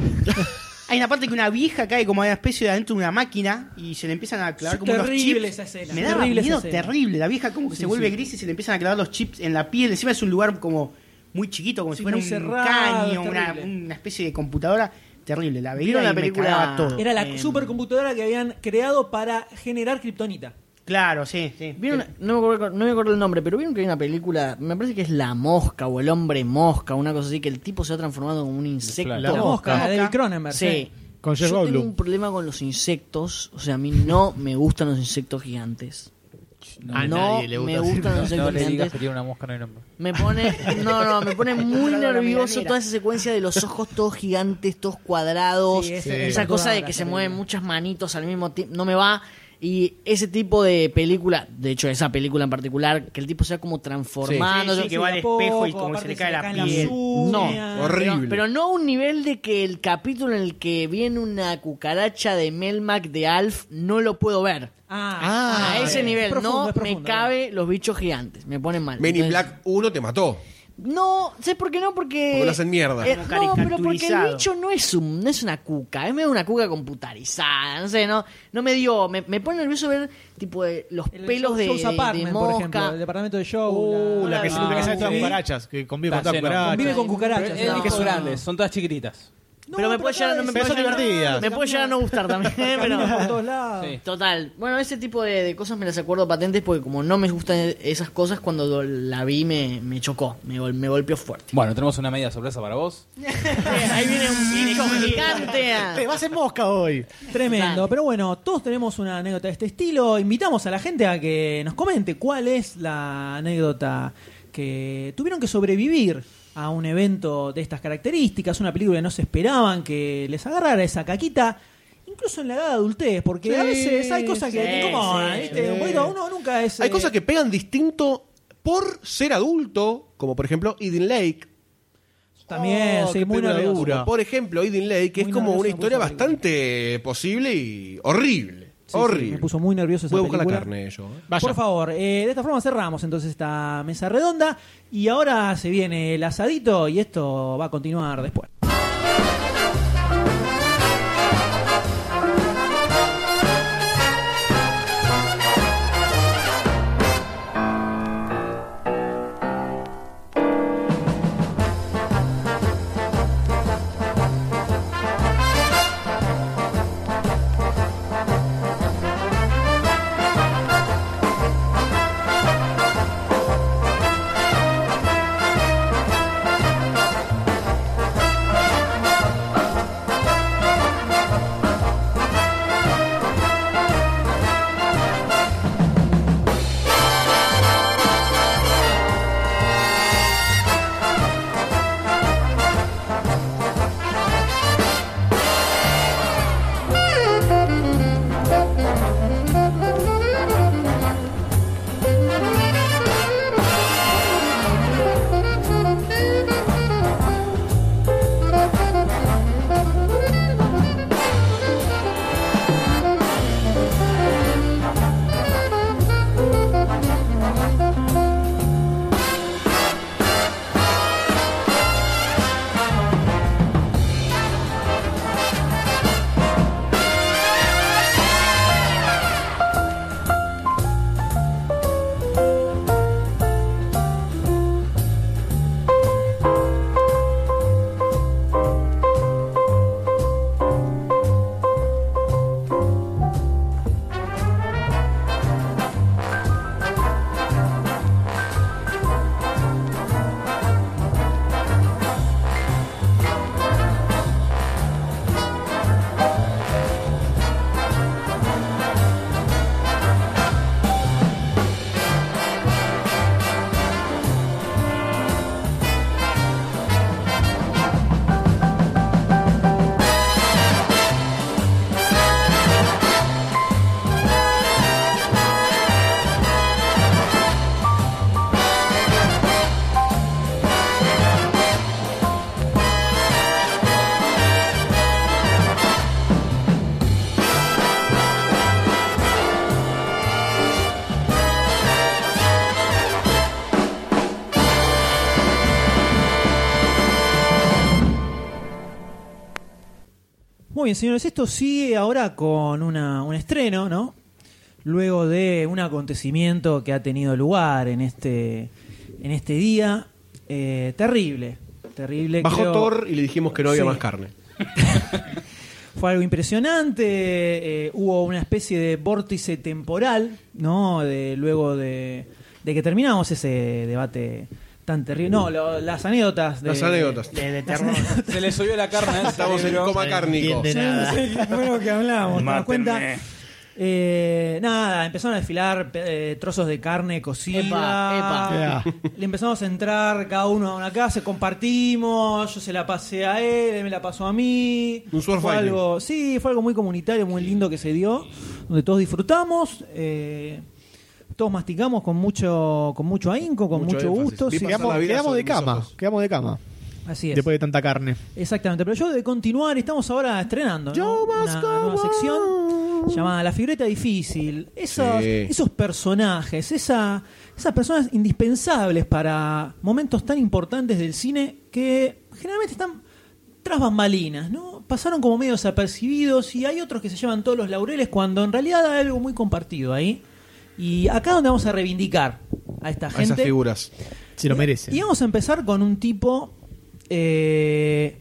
S8: Hay una parte que una vieja cae como de una especie de adentro de una máquina y se le empiezan a clavar
S3: Es
S8: como unos
S3: terrible
S8: chips.
S3: esa escena,
S8: Me da
S3: terrible esa
S8: miedo
S3: escena.
S8: terrible. La vieja como que se vuelve gris y se le empiezan a clavar los chips en la piel. Encima es un lugar como muy chiquito, como
S3: Sí,
S8: si fuera un
S3: muy cerrado,
S8: caño,
S3: es
S8: una,
S3: terrible.
S8: una especie de computadora. Terrible. La veía
S7: ¿Vieron
S8: y
S7: la
S8: me
S7: película?
S8: cagaba todo.
S3: Era la
S7: Em.
S3: supercomputadora que habían creado para generar kriptonita.
S8: Claro, sí, sí.
S7: ¿Vieron? No, me acuerdo, no me acuerdo el nombre, pero vieron que hay una película, me parece que es La Mosca o El Hombre Mosca, una cosa así, que el tipo se ha transformado como un insecto.
S3: La mosca,
S8: mosca.
S3: de David Cronenberg.
S7: Sí.
S6: Con Jeff
S7: Yo tengo
S6: Goldblum.
S7: un problema con los insectos, o sea, a mí no me gustan los insectos gigantes.
S6: A
S7: no
S6: nadie le
S7: me
S6: gusta.
S7: gustan los
S5: No
S7: insectos
S5: le digas
S7: gigantes.
S5: que tiene una mosca en el hombro.
S7: Me pone, no, no, me pone muy
S8: Dorado la
S7: nervioso
S8: medianera.
S7: toda esa secuencia de los ojos todos gigantes, todos cuadrados,
S3: Sí, esa-
S7: esa
S3: sí.
S7: cosa de
S3: Dorada,
S7: que se
S3: terrible.
S7: mueven muchas manitos al mismo tiempo, no me va. Y ese tipo de película, de hecho esa película en particular, que el tipo sea como transformando.
S8: Sí, sí,
S7: yo-
S8: que va al
S3: de a
S8: espejo y
S3: poco,
S8: como se
S3: aparte
S8: le cae la
S3: caen
S8: piel.
S3: las uñas.
S7: No,
S4: horrible.
S7: Pero, pero no a un nivel de que el capítulo en el que viene una cucaracha de Melmac de Alf no lo puedo ver.
S3: Ah,
S7: a ese
S3: bien.
S7: nivel
S3: Profundo,
S7: no
S3: es profundo,
S7: me cabe los bichos gigantes, me ponen mal.
S4: Men in
S7: Entonces-
S4: Black 1 te mató.
S7: No, ¿sabes por qué no? Porque.
S4: Porque lo hacen mierda.
S7: Eh,
S8: Como
S7: no, pero porque el
S8: caricaturizado.
S7: bicho no es, un, no es una cuca, es medio una cuca computarizada, no sé, no, no me dio. Me, me pone nervioso ver, tipo, de, los
S3: El
S7: pelos
S3: Joe-
S7: de,
S3: Joe's
S7: de
S3: Apartment, por ejemplo,
S7: mosca.
S3: el departamento de show.
S6: Uh,
S3: la-
S6: la que, se
S5: Ah,
S6: la que sale todas
S5: sí.
S6: cucarachas, que convive con
S5: Está
S6: todas
S5: lleno.
S6: cucarachas.
S3: Convive con cucarachas.
S5: Pero es
S3: no.
S5: Eh, que son grandes, son todas chiquititas.
S3: No,
S7: pero me puede
S3: acá
S7: llegar, no me
S3: es-
S7: puede
S6: Pero son
S7: llegar-
S6: divertidas.
S7: Me puede llegar a no gustar también, pero.
S3: Caminan por todos lados.
S5: Sí.
S7: Total. Bueno, ese tipo de, de cosas me las acuerdo patentes porque como no me gustan esas cosas, cuando la vi me, me chocó, me, gol- me golpeó fuerte.
S5: Bueno, tenemos una media sorpresa para vos.
S7: Ahí viene un bicho gigante. a-
S3: Eh,
S6: Te vas en mosca hoy.
S3: Tremendo,
S7: Total.
S3: pero bueno, todos tenemos una anécdota de este estilo. Invitamos a la gente a que nos comente cuál es la anécdota que tuvieron que sobrevivir a un evento de estas características, una película que no se esperaban que les agarrara esa caquita, incluso en la edad de adultez, porque a
S6: Sí,
S3: veces hay cosas que
S7: sí,
S3: te incomodan,
S7: sí,
S3: ¿viste?
S6: sí.
S3: Un poquito, uno nunca es...
S4: Hay
S3: eh,
S4: cosas que pegan distinto por ser adulto, como por ejemplo Eden Lake.
S3: También,
S6: Oh,
S3: sí,
S6: qué
S3: muy
S6: película
S3: nervioso.
S6: dura.
S4: Por ejemplo, Eden Lake, que
S3: Muy
S4: es como
S3: nervioso,
S4: una historia
S3: muy horrible.
S4: bastante posible y horrible.
S3: Sí, sí,
S4: horrible.
S3: me puso muy nervioso esa
S4: Voy a buscar
S3: película.
S4: la carne yo. ¿eh?
S6: Vaya.
S3: Por favor, eh, de esta forma cerramos entonces esta mesa redonda y ahora se viene el asadito y esto va a continuar después.
S6: Vaya.
S3: Muy bien, señores, esto sigue ahora con una, un estreno, ¿no? Luego de un acontecimiento que ha tenido lugar en este, en este día. eh, terrible, terrible.
S4: Bajó
S3: creo-
S4: Thor y le dijimos que no había
S3: Sí.
S4: más carne.
S3: fue algo impresionante. eh, hubo una especie de vórtice temporal, ¿no? De, luego de, de que terminamos ese debate tan terrible. No, lo- las anécdotas. De,
S4: Las anécdotas.
S8: De, de terror.
S5: Se le subió la carne. al
S4: Estamos en
S5: cerebro.
S4: coma cárnico.
S7: entiende nada.
S3: Sí, sí, lo primero que hablamos, ¿te das cuenta? Eh, nada, empezaron a desfilar pe- eh, trozos de carne cocida.
S7: Epa,
S6: epa.
S3: Le empezamos a entrar cada uno a una casa, compartimos, yo se la pasé a él, él me la pasó a mí.
S4: Un sword
S3: fue
S4: fighting.
S3: algo, Sí, fue algo muy comunitario, muy lindo que se dio, donde todos disfrutamos, eh, todos masticamos con mucho, con mucho ahínco, con mucho,
S4: Mucho énfasis.
S3: gusto.
S4: Vi
S3: sí.
S4: pasar
S6: Quedamos,
S4: la vida
S6: quedamos
S4: sobre
S6: de
S4: mis
S6: cama,
S4: ojos.
S6: quedamos de cama.
S3: Así es.
S6: Después de tanta carne.
S3: Exactamente, pero yo de continuar, estamos ahora estrenando ¿no?
S4: Yo
S3: una
S4: must go
S3: nueva
S4: on.
S3: sección llamada La figureta difícil. Esos,
S4: Sí.
S3: esos personajes, esa- esas personas indispensables para momentos tan importantes del cine que generalmente están tras bambalinas, ¿no? Pasaron como medio desapercibidos y hay otros que se llevan todos los laureles cuando en realidad hay algo muy compartido ahí. Y acá es donde vamos a reivindicar a esta
S4: A esas
S3: gente.
S4: figuras.
S6: Si lo merecen.
S3: Y vamos a empezar con un tipo, eh,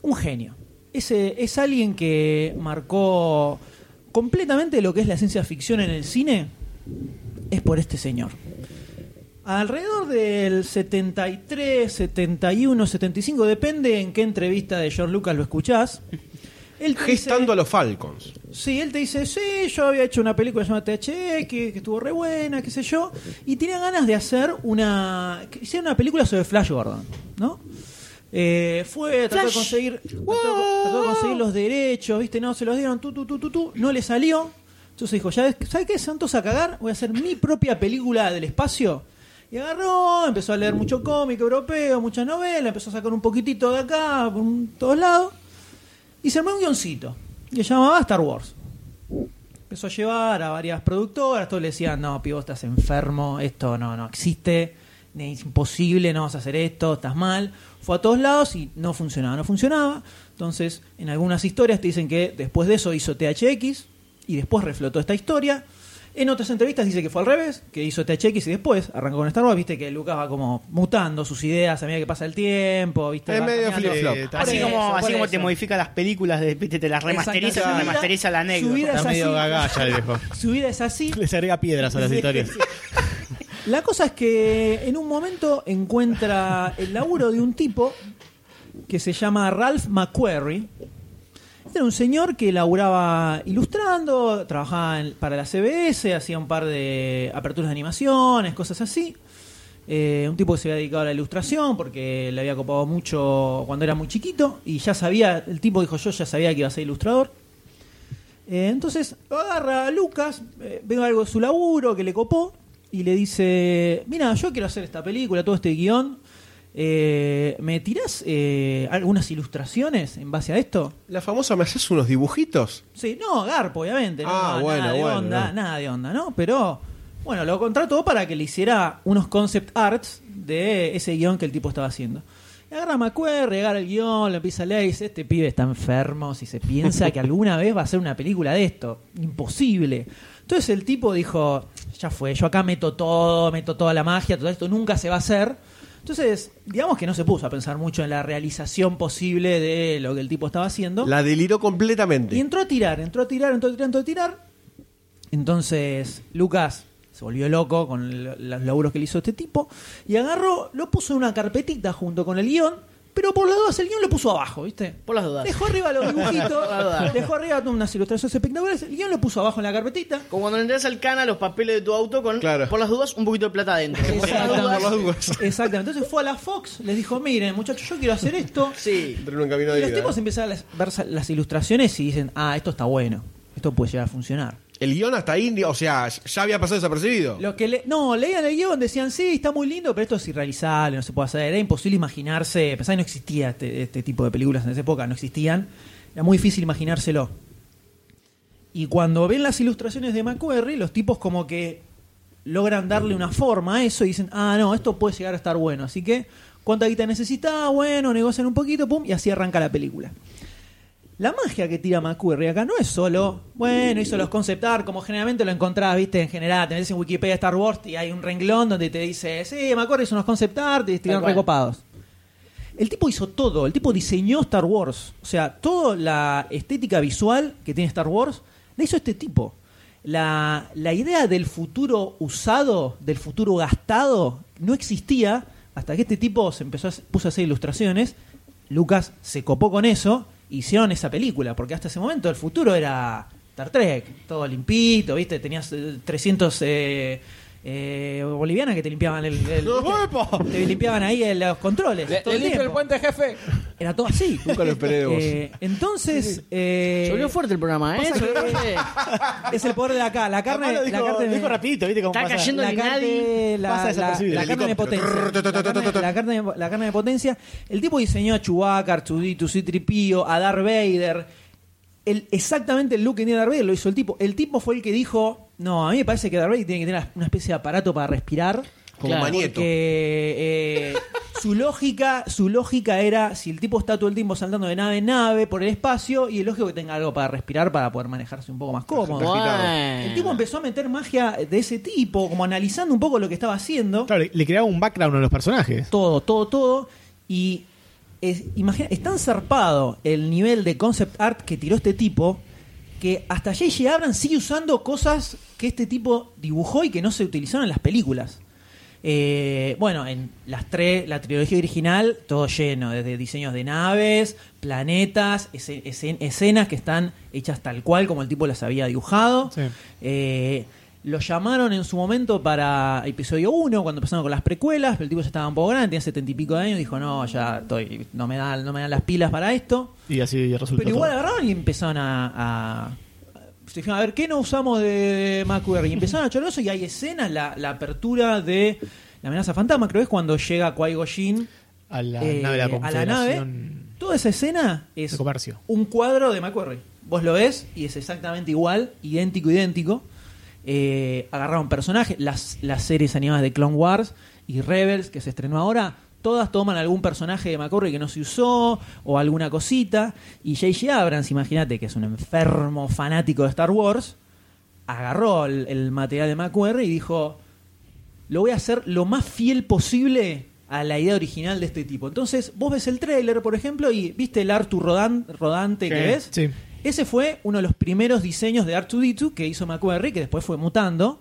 S3: un genio. Ese es alguien que marcó completamente lo que es la ciencia ficción en el cine. Es por este señor. Alrededor del 73, 71, 75, depende en qué entrevista de George Lucas lo escuchás. Él te dice-
S4: Gestando a los Falcons.
S3: Sí, él te dice, sí, yo había hecho una película llamada THX, que estuvo re buena, qué sé yo, y tenía ganas de hacer una... que Hicieron una película sobre Flash Gordon, ¿no? Eh, fue, trató de conseguir trató, de- trató de conseguir los derechos, ¿viste? No, se los dieron, tú, tú, tú, tú, tú, no le salió. Entonces dijo, ya ves- ¿sabes qué? Santos a cagar, voy a hacer mi propia película del espacio. Y agarró, empezó a leer mucho cómic europeo, mucha novela, empezó a sacar un poquitito de acá, por un- todos lados. Y se armó un guioncito que llamaba Star Wars. Empezó a llevar a varias productoras, todos le decían, no, pivo, estás enfermo, esto no, no existe, es imposible, no vas a hacer esto, estás mal. Fue a todos lados y no funcionaba, no funcionaba. Entonces, en algunas historias te dicen que después de eso hizo THX y después reflotó esta historia. En otras entrevistas dice que fue al revés, que hizo THX y después arrancó con Star Wars, viste que Lucas va como mutando sus ideas a medida que pasa el tiempo, viste.
S4: Es
S3: va
S4: medio
S3: cambiando.
S4: flip-flop.
S6: Eh,
S8: Así
S7: Por
S8: como,
S7: eso,
S8: así
S7: por
S8: como
S7: eso.
S8: te modifica las películas, de- viste, te las remasteriza, te
S3: Exactamente.
S8: remasteriza la anécdota.
S3: Su vida es
S6: Está medio
S3: así.
S6: gagalla el viejo.
S3: Su vida es así.
S6: Les agrega piedras a las
S3: Sí,
S6: historias.
S3: sí. La cosa es que en un momento encuentra el laburo de un tipo que se llama Ralph McQuarrie. Este era un señor que laburaba ilustrando, trabajaba en- para la CBS, hacía un par de aperturas de animaciones, cosas así. Eh, un tipo que se había dedicado a la ilustración porque le había copado mucho cuando era muy chiquito y ya sabía, el tipo dijo yo ya sabía que iba a ser ilustrador. Eh, entonces lo agarra a Lucas, eh, ve algo de su laburo que le copó y le dice, mira, yo quiero hacer esta película, todo este guión, eh, ¿me tirás eh, algunas ilustraciones en base a esto?
S4: La famosa, ¿me haces unos dibujitos?
S3: Sí, no, Garpo, obviamente. no,
S4: Ah,
S3: nada
S4: bueno,
S3: de
S4: bueno,
S3: onda,
S4: no.
S3: nada de onda, ¿no? Pero, bueno, lo contrató para que le hiciera unos concept arts de ese guión que el tipo estaba haciendo. Y agarra a McQuarrie, agarra el guión, lo empieza a leer y dice, este pibe está enfermo, si se piensa que alguna vez va a hacer una película de esto. Imposible. Entonces el tipo dijo, ya fue, yo acá meto todo, meto toda la magia, todo esto nunca se va a hacer. Entonces, digamos que no se puso a pensar mucho en la realización posible de lo que el tipo estaba haciendo.
S4: La deliró
S3: Y
S4: completamente.
S3: entró a tirar, entró a tirar, entró a tirar, entró a tirar. Entonces, Lucas se volvió loco con l- los logros que le hizo este tipo y agarró, lo puso en una carpetita junto con el guión, pero por las dudas el guión lo puso abajo, ¿viste?
S7: Por las dudas.
S3: Dejó arriba los dibujitos,
S7: Por las dudas.
S3: dejó arriba unas ilustraciones espectaculares, el guión lo puso abajo en la carpetita.
S7: Como cuando le entregas al cana los papeles de tu auto con,
S4: Claro.
S7: por las dudas, un poquito de plata adentro. Por las dudas.
S3: Exactamente. Entonces fue a la Fox, les dijo, miren muchachos, yo quiero hacer esto.
S7: Sí.
S4: Entró en un camino
S3: Y
S4: de
S3: los
S4: vida,
S3: tipos
S4: ¿eh?
S3: empiezan a las- ver sa- las ilustraciones y dicen, ah, esto está bueno, esto puede llegar a funcionar.
S4: El guión hasta ahí, o sea, ya había pasado desapercibido.
S3: Los que le- no, leían el guión, decían, sí, está muy lindo, pero esto es irrealizable, no se puede hacer. Era imposible imaginarse, pensá que no existía este, este tipo de películas en esa época, no existían. Era muy difícil imaginárselo. Y cuando ven las ilustraciones de McQuarrie, los tipos como que logran darle una forma a eso y dicen, ah, no, esto puede llegar a estar bueno. Así que, ¿cuánta guita necesita? Bueno, negocian un poquito, pum, y así arranca la película. La magia que tira McQuarrie acá no es solo, bueno, hizo los concept art, como generalmente lo encontrás, viste, en general, tenés en Wikipedia Star Wars y hay un renglón donde te dice, sí, McQuarrie hizo unos concept art y estuvieron
S7: cual.
S3: recopados. El tipo hizo todo, el tipo diseñó Star Wars. O sea, toda la estética visual que tiene Star Wars la hizo este tipo. La, la idea del futuro usado, del futuro gastado, no existía hasta que este tipo se empezó a, puso a hacer ilustraciones. Lucas se copó con eso, hicieron esa película, porque hasta ese momento el futuro era Star Trek, todo limpito, ¿viste? Tenías eh, 300 eh, eh, bolivianas que te limpiaban el, el- te limpiaban ahí el- los controles.
S5: Le,
S3: todo el
S5: le limpio el
S3: tiempo.
S5: puente, jefe.
S3: Era todo así.
S4: Nunca lo esperé de vos.
S3: Eh, entonces, eh,
S7: Se volvió fuerte el programa, ¿eh?
S3: pasa
S7: Se
S3: que-
S7: volvió fuerte.
S3: es el poder de acá. La carne,
S6: Además lo
S3: la
S6: dijo,
S3: carne-
S6: lo dijo rapidito, ¿viste? Cómo
S7: Está
S6: pasa.
S7: cayendo
S3: la
S7: ni
S3: carne,
S7: nadie.
S3: la,
S6: Pasa
S3: la-
S6: desapercibido.
S3: la
S6: El
S3: carne de potencia.
S4: helicóptero.
S3: La carne, la carne de- la carne de potencia. El tipo diseñó a Chewbacca, Archudito, Citripío, a Darth Vader. El, exactamente el look que tenía Darth Vader lo hizo el tipo. El tipo fue el que dijo: No, a mí me parece que Darth Vader tiene que tener una especie de aparato para respirar.
S4: Como
S7: Claro,
S4: Manieto.
S3: Porque eh, su lógica, su lógica era si el tipo está todo el tiempo saltando de nave en nave por el espacio, y es lógico que tenga algo para respirar para poder manejarse un poco más cómodo.
S7: Bueno.
S3: El tipo empezó a meter magia de ese tipo, como analizando un poco lo que estaba haciendo.
S6: Claro, le- le creaba un background a los personajes.
S3: Todo, todo, todo. Y es, imagina, es tan zarpado el nivel de concept art que tiró este tipo que hasta J.J. Abrams sigue usando cosas que este tipo dibujó y que no se utilizaron en las películas. Eh, bueno, en las tres, la trilogía original, todo lleno, desde diseños de naves, planetas, ese- ese- escenas que están hechas tal cual como el tipo las había dibujado.
S6: Sí.
S3: Eh, lo llamaron en su momento para episodio 1, cuando empezaron con las precuelas, pero el tipo ya estaba un poco grande, tenía setenta y pico de años, dijo, no, ya estoy, no me dan, no me dan las pilas para esto.
S6: Y así resultó.
S3: Pero igual
S6: todo.
S3: agarraron y empezaron a. a se dijeron, a ver, ¿qué no usamos de McQuarrie? Y empezaron a chorar eso y hay escenas, la, la apertura de la amenaza fantasma, creo que es cuando llega Qui-Gon Jinn,
S6: A la
S3: eh,
S6: nave de la
S3: a la nave.
S6: Confederación
S3: Toda esa escena
S6: de
S3: es
S6: comercio.
S3: un cuadro de McQuarrie. Vos lo ves y es exactamente igual, idéntico, idéntico. Eh, agarraron personajes, las, las series animadas de Clone Wars y Rebels que se estrenó ahora, todas toman algún personaje de McQuarrie que no se usó o alguna cosita. Y J.J. Abrams, imagínate que es un enfermo fanático de Star Wars, agarró el, el material de McQuarrie y dijo, lo voy a hacer lo más fiel posible a la idea original de este tipo. Entonces, vos ves el tráiler, por ejemplo, y viste el Artu rodan- rodante que
S8: Sí,
S3: ves.
S6: sí.
S3: Ese fue uno de los primeros diseños de Artu Ditu que hizo McQuarrie, que después fue mutando.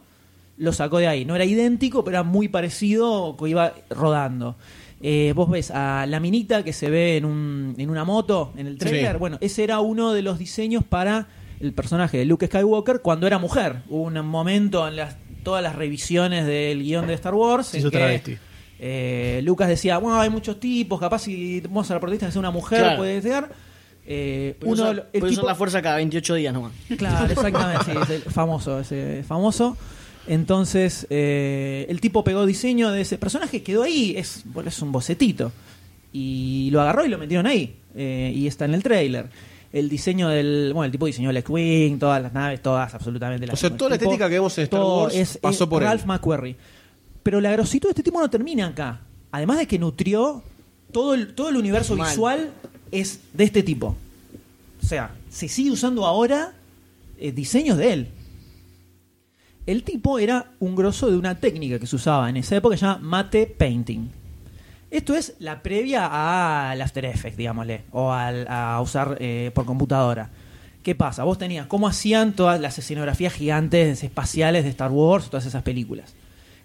S3: Lo sacó de ahí. No era idéntico, pero era muy parecido, que iba rodando. Eh, vos ves a la minita que se ve en, un- en una moto en el tráiler.
S4: Sí.
S3: Bueno, ese era uno de los diseños para el personaje de Luke Skywalker cuando era mujer. Hubo un momento en las, todas las revisiones del guión de Star Wars
S6: Se hizo
S3: en que,
S6: travesti.
S3: eh, Lucas decía, bueno, hay muchos tipos, capaz si vamos a la protagonista que sea una mujer,
S7: Claro.
S3: puede llegar. Eh,
S7: Puede
S3: uno,
S7: usar-
S3: el
S7: puede usar
S3: tipo-
S7: la fuerza cada 28 días nomás.
S3: Claro, exactamente, sí, es el famoso, ese famoso. Entonces, eh, el tipo pegó diseño de ese personaje, quedó ahí, es, bueno, es un bocetito. Y lo agarró y lo metieron ahí. eh, y está en el trailer. El diseño del. Bueno, el tipo diseñó el X-Wing, todas las naves, todas, absolutamente. Las
S4: O sea,
S3: el
S4: toda la
S3: tipo-
S4: estética que vemos en Star
S3: todo
S4: Wars
S3: es-
S4: pasó
S3: es
S4: por él.
S3: Ralph McQuarrie. Pero la grositud de este tipo no termina acá. Además de que nutrió todo el, todo el universo
S7: Mal.
S3: visual es de este tipo. O sea, se sigue usando ahora eh, diseños de él. El tipo era un grosso de una técnica que se usaba en esa época, que se llama mate painting. Esto es la previa al After Effects, digámosle, o al- a usar eh, por computadora. ¿Qué pasa? Vos tenías cómo hacían todas las escenografías gigantes espaciales de Star Wars, todas esas películas.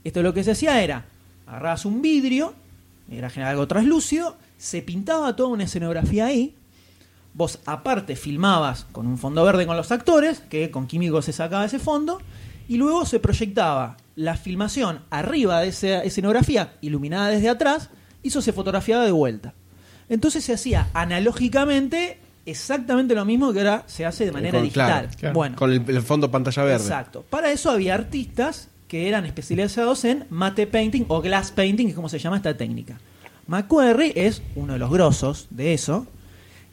S3: Esto lo que se hacía era, agarrabas un vidrio, era general algo traslúcido, se pintaba toda una escenografía ahí, vos aparte filmabas con un fondo verde con los actores, que con químicos se sacaba ese fondo, y luego se proyectaba la filmación arriba de esa escenografía iluminada desde atrás, y eso se fotografiaba de vuelta. Entonces se hacía analógicamente exactamente lo mismo que ahora se hace de manera
S4: Eh, Con- claro,
S3: digital.
S6: claro.
S3: Bueno,
S4: Con el, el fondo pantalla verde.
S3: Exacto. Para eso había artistas que eran especializados en mate painting o glass painting, que es como se llama esta técnica. McQuarrie es uno de los grosos de eso.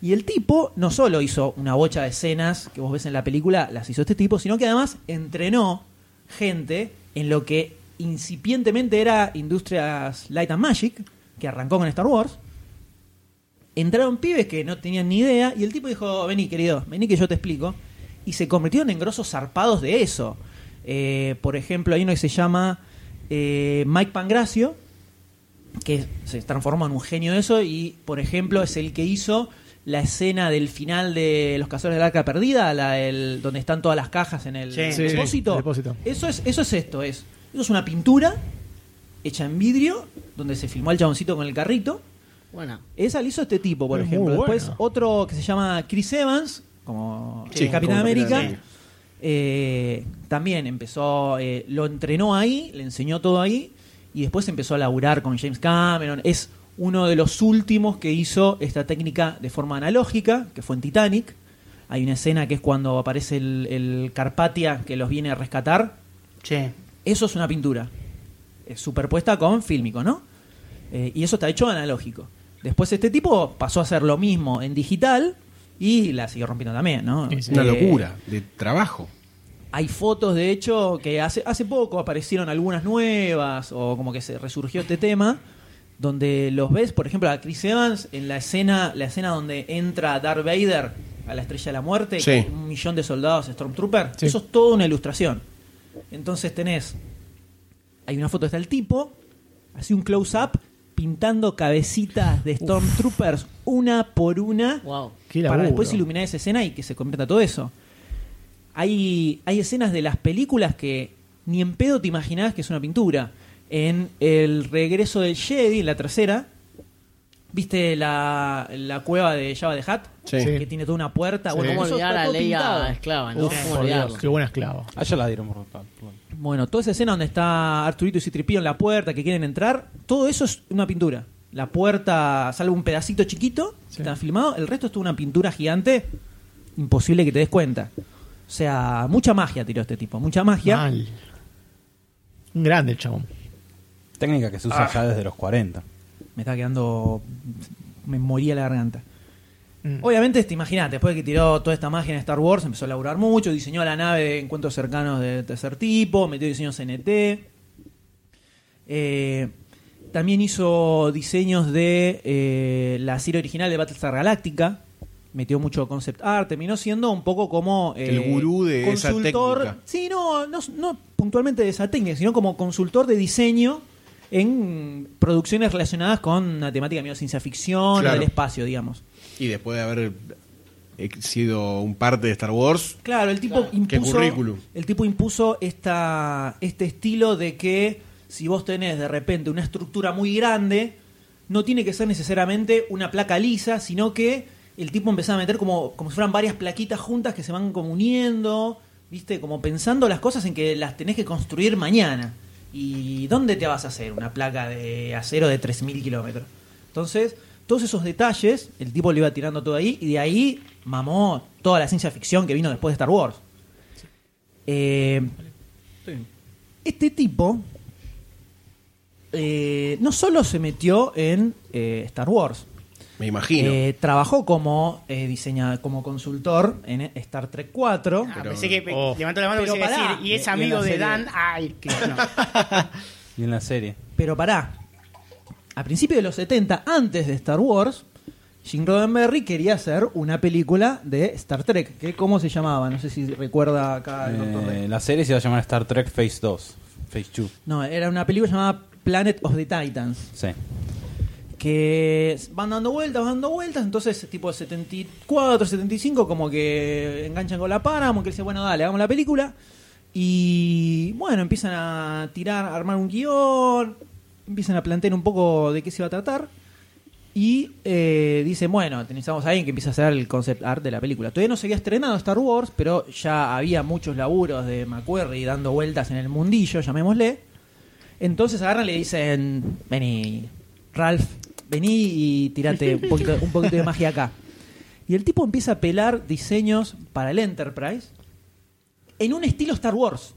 S3: Y el tipo no solo hizo una bocha de escenas que vos ves en la película, las hizo este tipo, sino que además entrenó gente en lo que incipientemente era Industrias Light and Magic, que arrancó con Star Wars, entraron pibes que no tenían ni idea y el tipo dijo, vení querido, vení que yo te explico. Y se convirtieron en grosos zarpados de eso. Eh, por ejemplo, hay uno que se llama eh, Mike Pangracio, que se transforma en un genio de eso y, por ejemplo, es el que hizo la escena del final de Los Cazadores del Arca Perdida, la del- donde están todas las cajas en el
S8: Sí. Sí,
S3: depósito.
S6: el depósito.
S3: Eso es, eso es esto, es. Eso es una pintura hecha en vidrio, donde se filmó el chaboncito con el carrito.
S7: Bueno,
S3: Esa la hizo este tipo, por
S6: Es muy
S3: ejemplo. Después
S6: buena.
S3: otro que se llama Chris Evans, como
S4: Sí,
S3: el Capitán
S4: como Capitán
S3: América.
S4: América.
S3: eh, también empezó, eh, lo entrenó ahí, le enseñó todo ahí y después empezó a laburar con James Cameron. Es uno de los últimos que hizo esta técnica de forma analógica, que fue en Titanic. Hay una escena que es cuando aparece el, el Carpatia que los viene a rescatar.
S8: Che,
S3: Eso es una pintura. eh, superpuesta con fílmico, ¿no? Eh, y eso está hecho analógico. Después este tipo pasó a hacer lo mismo en digital y la siguió rompiendo también, ¿no?
S6: Sí, sí.
S4: Una
S3: Eh,
S4: locura de trabajo.
S3: Hay fotos, de hecho, que hace, hace poco aparecieron algunas nuevas o como que se resurgió este tema, donde los ves, por ejemplo, a Chris Evans en la escena, la escena donde entra Darth Vader a la Estrella de la Muerte,
S4: Sí.
S3: con un millón de soldados Stormtrooper.
S6: Sí.
S3: Eso es toda una ilustración. Entonces tenés, hay una foto, está el tipo, así un close-up, pintando cabecitas de Stormtroopers una por una
S7: wow.
S6: Qué
S3: para
S6: laburo.
S3: después iluminar esa escena y que se convierta todo eso. Hay, hay escenas de las películas que ni en pedo te imaginabas que es una pintura. En El regreso del Jedi, la tercera, ¿viste la, la cueva de Java de Hat?
S4: Sí.
S3: Que tiene toda una puerta.
S6: Sí.
S3: Bueno,
S7: ¿Cómo
S3: eso
S7: olvidar
S3: está
S7: a
S3: todo
S7: Leia
S3: pintado.
S7: esclava, no?
S6: Uf,
S7: ¿Cómo
S6: por
S7: olvidarlo?
S6: Dios, qué buena esclava.
S5: Ayer Ah, la dieron por por-
S3: Bueno, toda esa escena donde está Arturito y Citripío en la puerta que quieren entrar, todo eso es una pintura. La puerta, salvo un pedacito chiquito,
S6: Sí.
S3: que está filmado, el resto es toda una pintura gigante, imposible que te des cuenta. O sea, mucha magia tiró este tipo, mucha magia.
S6: Mal. Un grande el chabón.
S5: Técnica que se
S4: Ah.
S5: usa ya desde los 40.
S3: Me está quedando. Me moría la garganta.
S6: Mm.
S3: Obviamente, te imaginas, después de que tiró toda esta magia en Star Wars, empezó a laburar mucho, diseñó la nave de encuentros cercanos de tercer tipo, metió diseños CNT. Eh, también hizo diseños de eh, la serie original de Battlestar Galactica. Metió mucho concept art, terminó siendo un poco como eh,
S4: El gurú de esa técnica.
S3: Sí, no, no, no puntualmente de esa técnica, sino como consultor de diseño en producciones relacionadas con la temática medio ciencia ficción
S4: Claro.
S3: o del espacio, digamos.
S4: Y después de haber eh, sido un parte de Star Wars,
S3: Claro, el tipo
S4: Qué
S3: impuso.
S4: currículum.
S3: El tipo impuso esta, este estilo de que si vos tenés de repente una estructura muy grande, no tiene que ser necesariamente una placa lisa, sino que el tipo empezaba a meter como, como si fueran varias plaquitas juntas que se van como uniendo, ¿viste? Como pensando las cosas en que las tenés que construir mañana. ¿Y dónde te vas a hacer una placa de acero de 3.000 kilómetros? Entonces, todos esos detalles, el tipo lo iba tirando todo ahí, y de ahí mamó toda la ciencia ficción que vino después de Star Wars. Eh, este tipo eh, no solo se metió en eh, Star Wars,
S4: me imagino.
S3: eh, trabajó como eh, diseña, como consultor en Star Trek 4.
S8: Ah, pensé que levantó la mano
S3: Pero
S8: pensé que
S3: pará.
S8: decir, y es
S5: Y- y
S8: amigo
S5: en la
S8: de
S5: serie.
S8: Dan. Ay, que no.
S5: Y en la serie.
S3: Pero pará, a principios de los 70, antes de Star Wars, Jim Roddenberry quería hacer una película de Star Trek. Que, ¿Cómo se llamaba? No sé si recuerda
S4: Ah,
S3: acá el doctor D.
S5: Eh, la serie se va a llamar Star Trek Phase 2. Phase 2.
S3: No, era una película llamada Planet of the Titans.
S5: Sí.
S3: que van dando vueltas, van dando vueltas, entonces tipo 74, 75 como que enganchan con la Paramount, que dice, bueno, dale, hagamos la película. Y bueno, empiezan a tirar, a armar un guión, empiezan a plantear un poco de qué se va a tratar. Y eh, dicen, bueno, necesitamos a alguien que empiece a hacer el concept art de la película. Todavía no se había estrenado Star Wars, pero ya había muchos laburos de McQuarrie dando vueltas en el mundillo, llamémosle. Entonces agarran y le dicen, vení, Ralph, vení y tirate un poquito, un poquito de magia acá. Y el tipo empieza a pelar diseños para el Enterprise en un estilo Star Wars.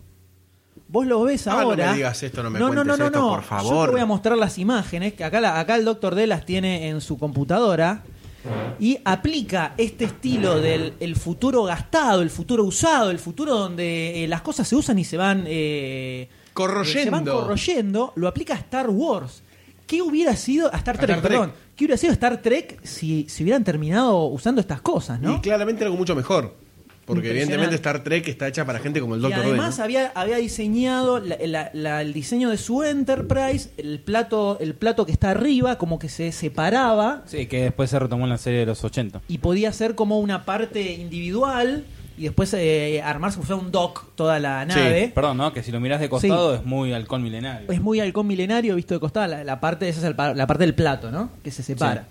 S3: Vos lo ves
S4: Ah, no
S3: ahora.
S4: me digas esto, no me
S3: no, no,
S4: cuentes
S3: no,
S4: esto,
S3: no.
S4: por
S3: Yo
S4: favor.
S3: te voy a mostrar las imágenes, que acá, la- acá el Doctor D las tiene en su computadora y aplica este estilo del el futuro gastado, el futuro usado, el futuro donde eh, las cosas se usan y se van... eh,
S4: Corroyendo.
S3: se van corroyendo, lo aplica a Star Wars. ¿Qué hubiera sido a Star
S4: A
S3: Trek,
S4: Star Trek.
S3: perdón? ¿Qué hubiera sido Star Trek si, si hubieran terminado usando estas cosas, no?
S4: Y claramente algo mucho mejor. Porque
S3: Impresionante.
S4: evidentemente Star Trek está hecha para gente como el
S3: Y
S4: Doctor
S3: además
S4: D. ¿no?
S3: había, había diseñado la- la- la- el diseño de su Enterprise, el plato, el plato que está arriba, como que se separaba
S5: Sí, que después se retomó en la serie de los 80.
S3: y podía ser como una parte individual y después eh, armarse, usar un dock toda la nave.
S5: Perdón, ¿no? Que si lo mirás de costado es muy halcón milenario.
S3: es muy halcón milenario visto de costado, la, la parte esa es el pa- la parte del plato, ¿no? Que se separa.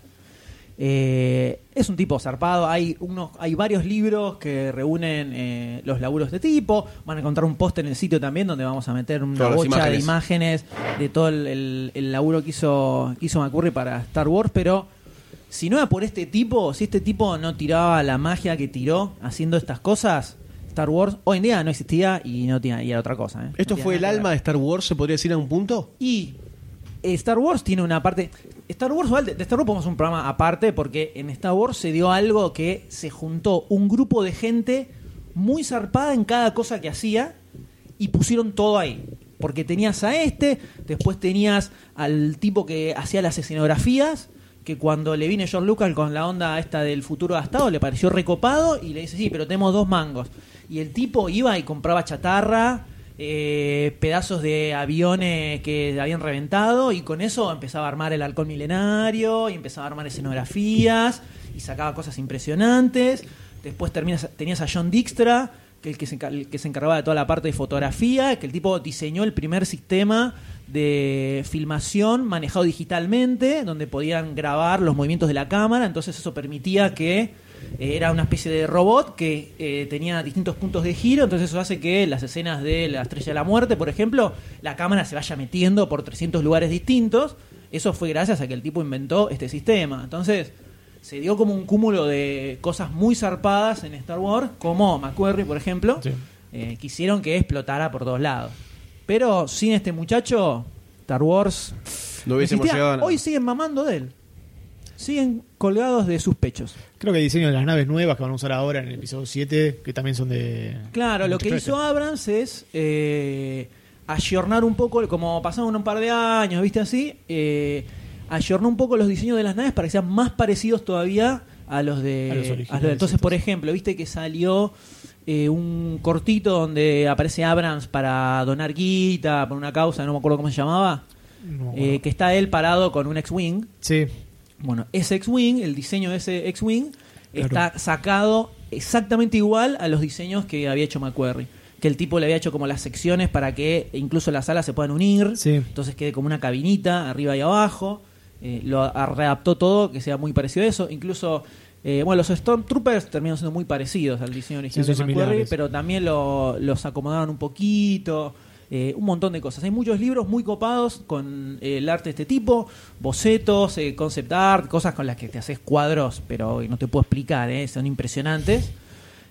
S3: Eh, es un tipo zarpado, hay unos, hay varios libros que reúnen eh, los laburos de este tipo, van a encontrar un post en el sitio también donde vamos a meter una
S4: Todas las
S3: bocha de
S4: imágenes.
S3: imágenes de todo el, el- el laburo que hizo, que hizo McCurry para Star Wars, pero si no era por este tipo, si este tipo no tiraba la magia que tiró haciendo estas cosas, Star Wars hoy en día no existía y no tenía, y era otra cosa. ¿eh?
S4: ¿Esto
S3: No
S4: fue el
S3: tenía nada que ver.
S4: alma de Star Wars, se podría decir a un punto?
S3: Y Star Wars tiene una parte. Star Wars, igual, de de Star Wars podemos hacer un programa aparte porque en Star Wars se dio algo que se juntó un grupo de gente muy zarpada en cada cosa que hacía y pusieron todo ahí. Porque tenías a este, después tenías al tipo que hacía las escenografías, que cuando le vine John Lucas con la onda esta del futuro gastado le pareció recopado y le dice, sí, pero tenemos dos mangos. Y el tipo iba y compraba chatarra, eh, pedazos de aviones que habían reventado y con eso empezaba a armar el halcón milenario y empezaba a armar escenografías y sacaba cosas impresionantes. Después terminas, tenías a John Dijkstra, que el que, se, encar- el que se encargaba de toda la parte de fotografía, que el tipo diseñó el primer sistema de filmación manejado digitalmente, donde podían grabar los movimientos de la cámara, entonces eso permitía que eh, era una especie de robot que eh, tenía distintos puntos de giro, entonces eso hace que las escenas de la Estrella de la Muerte, por ejemplo, la cámara se vaya metiendo por 300 lugares distintos, eso fue gracias a que el tipo inventó este sistema, entonces se dio como un cúmulo de cosas muy zarpadas en Star Wars, como McQuarrie, por ejemplo,
S6: Sí.
S3: eh, que hicieron que explotara por todos lados. Pero sin este muchacho, Star Wars
S4: No hubiésemos
S3: existía.
S4: llegado a nada.
S3: Hoy siguen mamando de él. Siguen colgados de sus pechos.
S6: Creo que el diseño de las naves nuevas que van a usar ahora en el episodio 7, que también son de.
S3: Claro,
S6: de
S3: lo que
S6: Chester.
S3: hizo Abrams es eh, ayornar un poco, como pasaron un par de años, ¿viste así? Eh, ayornó un poco los diseños de las naves para que sean más parecidos todavía a los de.
S6: A los
S3: a
S6: originales,
S3: de- entonces, por
S6: entonces.
S3: ejemplo, ¿viste que salió eh, un cortito donde aparece Abrams para donar guita, por una causa, no me acuerdo cómo se llamaba?
S6: No,
S3: eh,
S6: bueno.
S3: que está él parado con un X-Wing.
S6: Sí,
S3: Bueno, ese X-Wing, el diseño de ese X-Wing,
S6: Claro.
S3: está sacado exactamente igual a los diseños que había hecho McQuarrie. Que el tipo le había hecho como las secciones para que incluso las alas se puedan unir.
S6: Sí.
S3: Entonces quede como una cabinita arriba y abajo. Eh, lo a- readaptó todo, que sea muy parecido a eso. Incluso, eh, bueno, los Stormtroopers terminan siendo muy parecidos al diseño original
S6: Sí,
S3: de
S6: son
S3: McQuarrie,
S6: similares.
S3: pero también lo- los acomodaban un poquito. eh, un montón de cosas. Hay muchos libros muy copados con eh, el arte de este tipo, bocetos, eh, concept art, cosas con las que te haces cuadros, pero no te puedo explicar, eh, son impresionantes.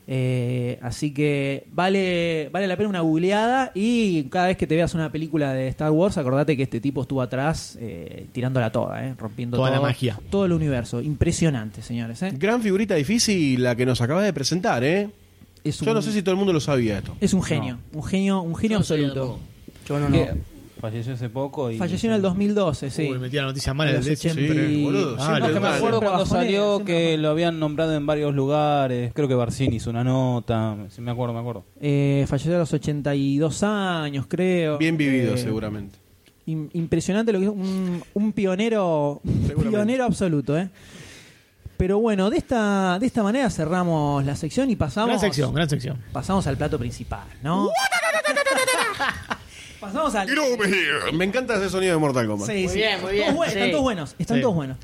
S3: Eh, así que vale, vale la pena una googleada y cada vez que te veas una película de Star Wars, acordate que este tipo estuvo atrás eh, tirándola toda, eh, rompiendo
S6: Toda la
S3: todo,
S6: magia.
S3: todo el universo. Impresionante, señores. eh.
S4: Gran figurita difícil la que nos acaba de presentar, ¿eh?
S3: Es
S4: Yo
S3: un-
S4: no sé si todo el mundo lo sabía esto.
S3: Es un genio, un genio, un genio
S7: Yo no sabía
S3: absoluto.
S7: tampoco.
S8: Yo no, no.
S5: Que Falleció hace poco y...
S3: Falleció en el 2012, sí.
S6: Uy, metí la noticia mala
S3: En los
S6: del
S3: 80
S6: siempre,
S3: y-
S4: boludo,
S6: Ah,
S4: siempre
S5: No,
S6: lo-
S5: que me
S4: mal.
S5: acuerdo
S3: Siempre
S5: cuando
S3: bajonea,
S5: salió
S3: siempre
S5: que
S3: bajonea.
S5: lo habían nombrado en varios lugares. Creo que Barcini hizo una nota. Sí, me acuerdo, me acuerdo.
S3: Eh, falleció a los 82 años, creo.
S4: Bien vivido,
S3: Eh,
S4: seguramente.
S3: im- impresionante lo que hizo, un, un pionero, un
S4: Seguramente.
S3: pionero absoluto, ¿eh? Pero bueno, de esta, de esta manera cerramos la sección y pasamos.
S6: Gran sección, gran sección.
S3: Pasamos al plato principal, ¿no? pasamos al.
S4: Me encanta ese sonido de Mortal Kombat.
S3: Sí,
S7: Muy
S3: sí.
S7: bien, muy bien,
S3: Todos buen-
S7: sí.
S3: Están todos buenos, están
S6: Sí.
S3: todos buenos.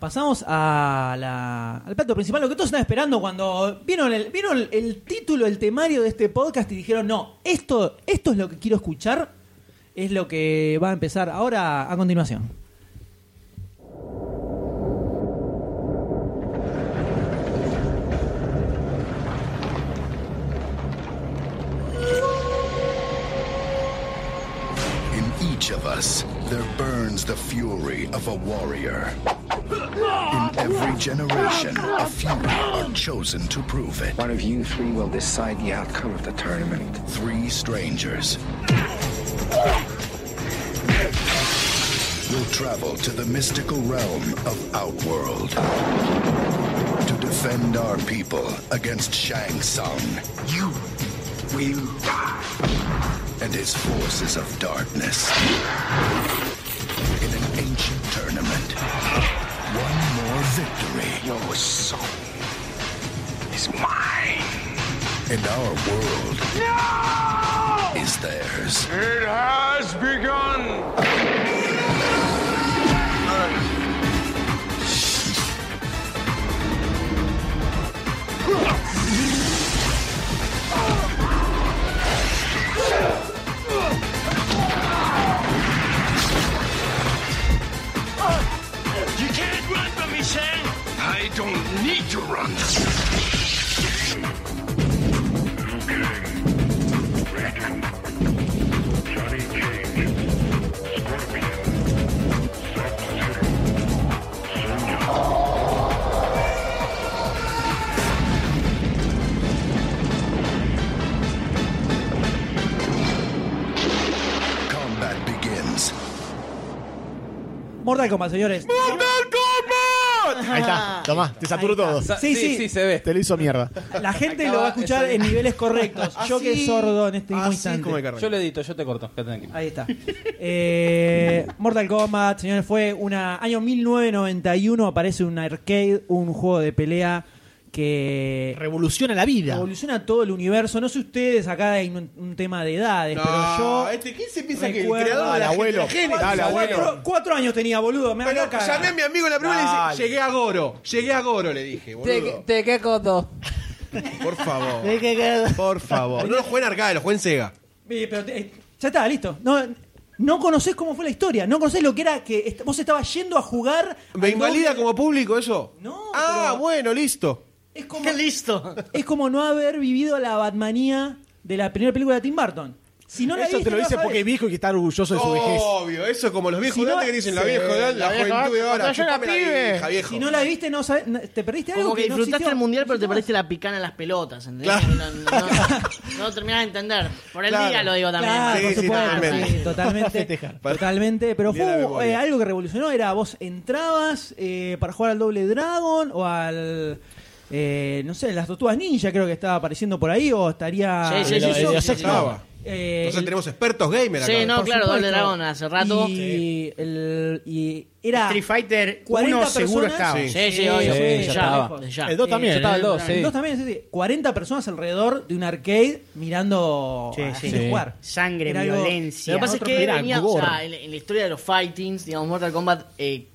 S3: Pasamos a la- al plato principal, lo que todos están esperando cuando vieron el, vieron el, el título, el temario de este podcast y dijeron, no, esto, esto es lo que quiero escuchar, es lo que va a empezar ahora a continuación.
S11: In each of us, there burns the fury of a warrior. In every generation, a few are chosen to prove it.
S9: One of you three will decide the outcome of the tournament.
S11: Three strangers. will travel to the mystical realm of Outworld to defend our people against Shang Tsung. You will die. And his forces of darkness. In an ancient tournament. One more victory. Your soul is mine. And our world is theirs.
S9: It has begun.
S2: You can't run from me, Shang!
S11: I don't need to run. Combat begins.
S3: Mortal Kombat, señores.
S6: Ahí está, tomá, te saturo todo.
S5: Sa-
S3: Sí, sí.
S5: se ve.
S6: Te lo hizo mierda.
S3: La gente
S5: Acaba-
S3: lo va a escuchar
S5: eso-
S3: en niveles correctos. Yo que sordo en este mismo
S4: así
S3: instante.
S4: como hay que arrancar.
S5: Yo lo edito, yo te corto, quédate tranquilo.
S3: Ahí está. Eh, Mortal Kombat, señores, fue una año 1991 aparece un arcade, un juego de pelea que
S6: Revoluciona la vida.
S3: revoluciona todo el universo. No sé ustedes, acá hay un, un tema de edades, pero yo
S4: este, ¿quién se piensa que el
S3: recuerdo-
S4: creador de
S3: Dale,
S4: la
S6: abuelo.
S4: gente?
S6: Dale, abuelo.
S3: cuatro, cuatro años tenía, boludo. Me
S4: Pero
S3: habló acá.
S4: llamé a mi amigo en la primera y le
S6: Dale.
S4: dije, llegué a Goro, llegué a Goro, le dije, boludo.
S7: te qué coto?
S4: Por favor. Por favor. No lo jueguen arcade, lo jueguen Sega.
S3: Eh, pero te- eh, ya está, listo. No, no conocés cómo fue la historia, no conocés lo que era que est- vos estabas yendo a jugar.
S4: ¿Me
S3: al
S4: invalida
S3: doble-
S4: como público eso?
S3: No,
S4: Ah,
S3: pero-
S4: bueno, listo.
S3: Es como,
S7: ¡Qué listo!
S3: es como no haber vivido la Batmanía de la primera película de Tim Burton. Si
S5: Ah,
S3: no la
S6: Eso
S3: viste,
S6: te lo
S3: no
S6: dice
S3: vas a
S6: porque es
S3: ver.
S6: viejo y que está orgulloso
S5: Oh,
S6: de su vejez.
S4: Obvio, eso es como los viejos
S3: Si no-
S4: de antes que dicen la vieja de antes, la,
S6: la vieja
S4: juventud
S6: de
S4: de ahora.
S6: antes, cuando yo era
S4: chupame la
S6: pibe.
S4: vieja, viejo.
S3: Si no la viste, no sabés- no- te perdiste algo
S7: Como que
S3: no
S7: disfrutaste
S3: existió.
S7: el mundial, pero te perdiste la picana en las pelotas, ¿entendés? No, no, no, no lo terminás de entender. Por el
S4: Claro.
S7: día lo digo también.
S3: Claro,
S4: Sí,
S3: por
S4: sí,
S3: supuesto,
S4: totalmente.
S3: sí, totalmente,
S6: Festejar.
S3: totalmente, pero
S4: Bien la
S3: fue
S4: memoria.
S3: eh, algo que revolucionó, era vos entrabas eh, para jugar al doble dragon o al, eh, no sé, las tortugas ninja creo que estaba apareciendo por ahí o estaría...
S7: Sí, sí, sí,
S3: Eh,
S7: sí,
S6: sí, sí.
S4: Estaba.
S3: eh,
S4: Nosotros
S3: el-
S4: tenemos expertos gamer acá.
S7: Sí, no,
S3: por
S7: claro, Doble
S3: supuesto.
S7: Dragón hace rato.
S3: Y,
S7: Sí.
S3: el, y era...
S8: Street Fighter
S3: 40
S8: 1 seguro
S3: personas.
S8: estaba.
S4: Sí.
S7: Sí, sí,
S3: Sí,
S7: obvio.
S5: sí,
S7: desde
S5: ya
S7: ya,
S5: estaba.
S7: desde ya.
S6: El dos también,
S5: Yo estaba
S6: ¿eh?
S5: el dos, sí.
S3: Dos también, sí, sí, 40 personas alrededor de un arcade mirando
S8: Sí,
S3: a
S8: sí.
S3: gente
S8: Sí.
S3: jugar.
S8: Sangre,
S3: Era algo-
S8: violencia.
S7: Lo que pasa es
S3: Otro
S7: que
S3: era
S7: venía, o
S6: gore.
S7: sea, en, en la historia de los fightings, digamos, Mortal Kombat eh,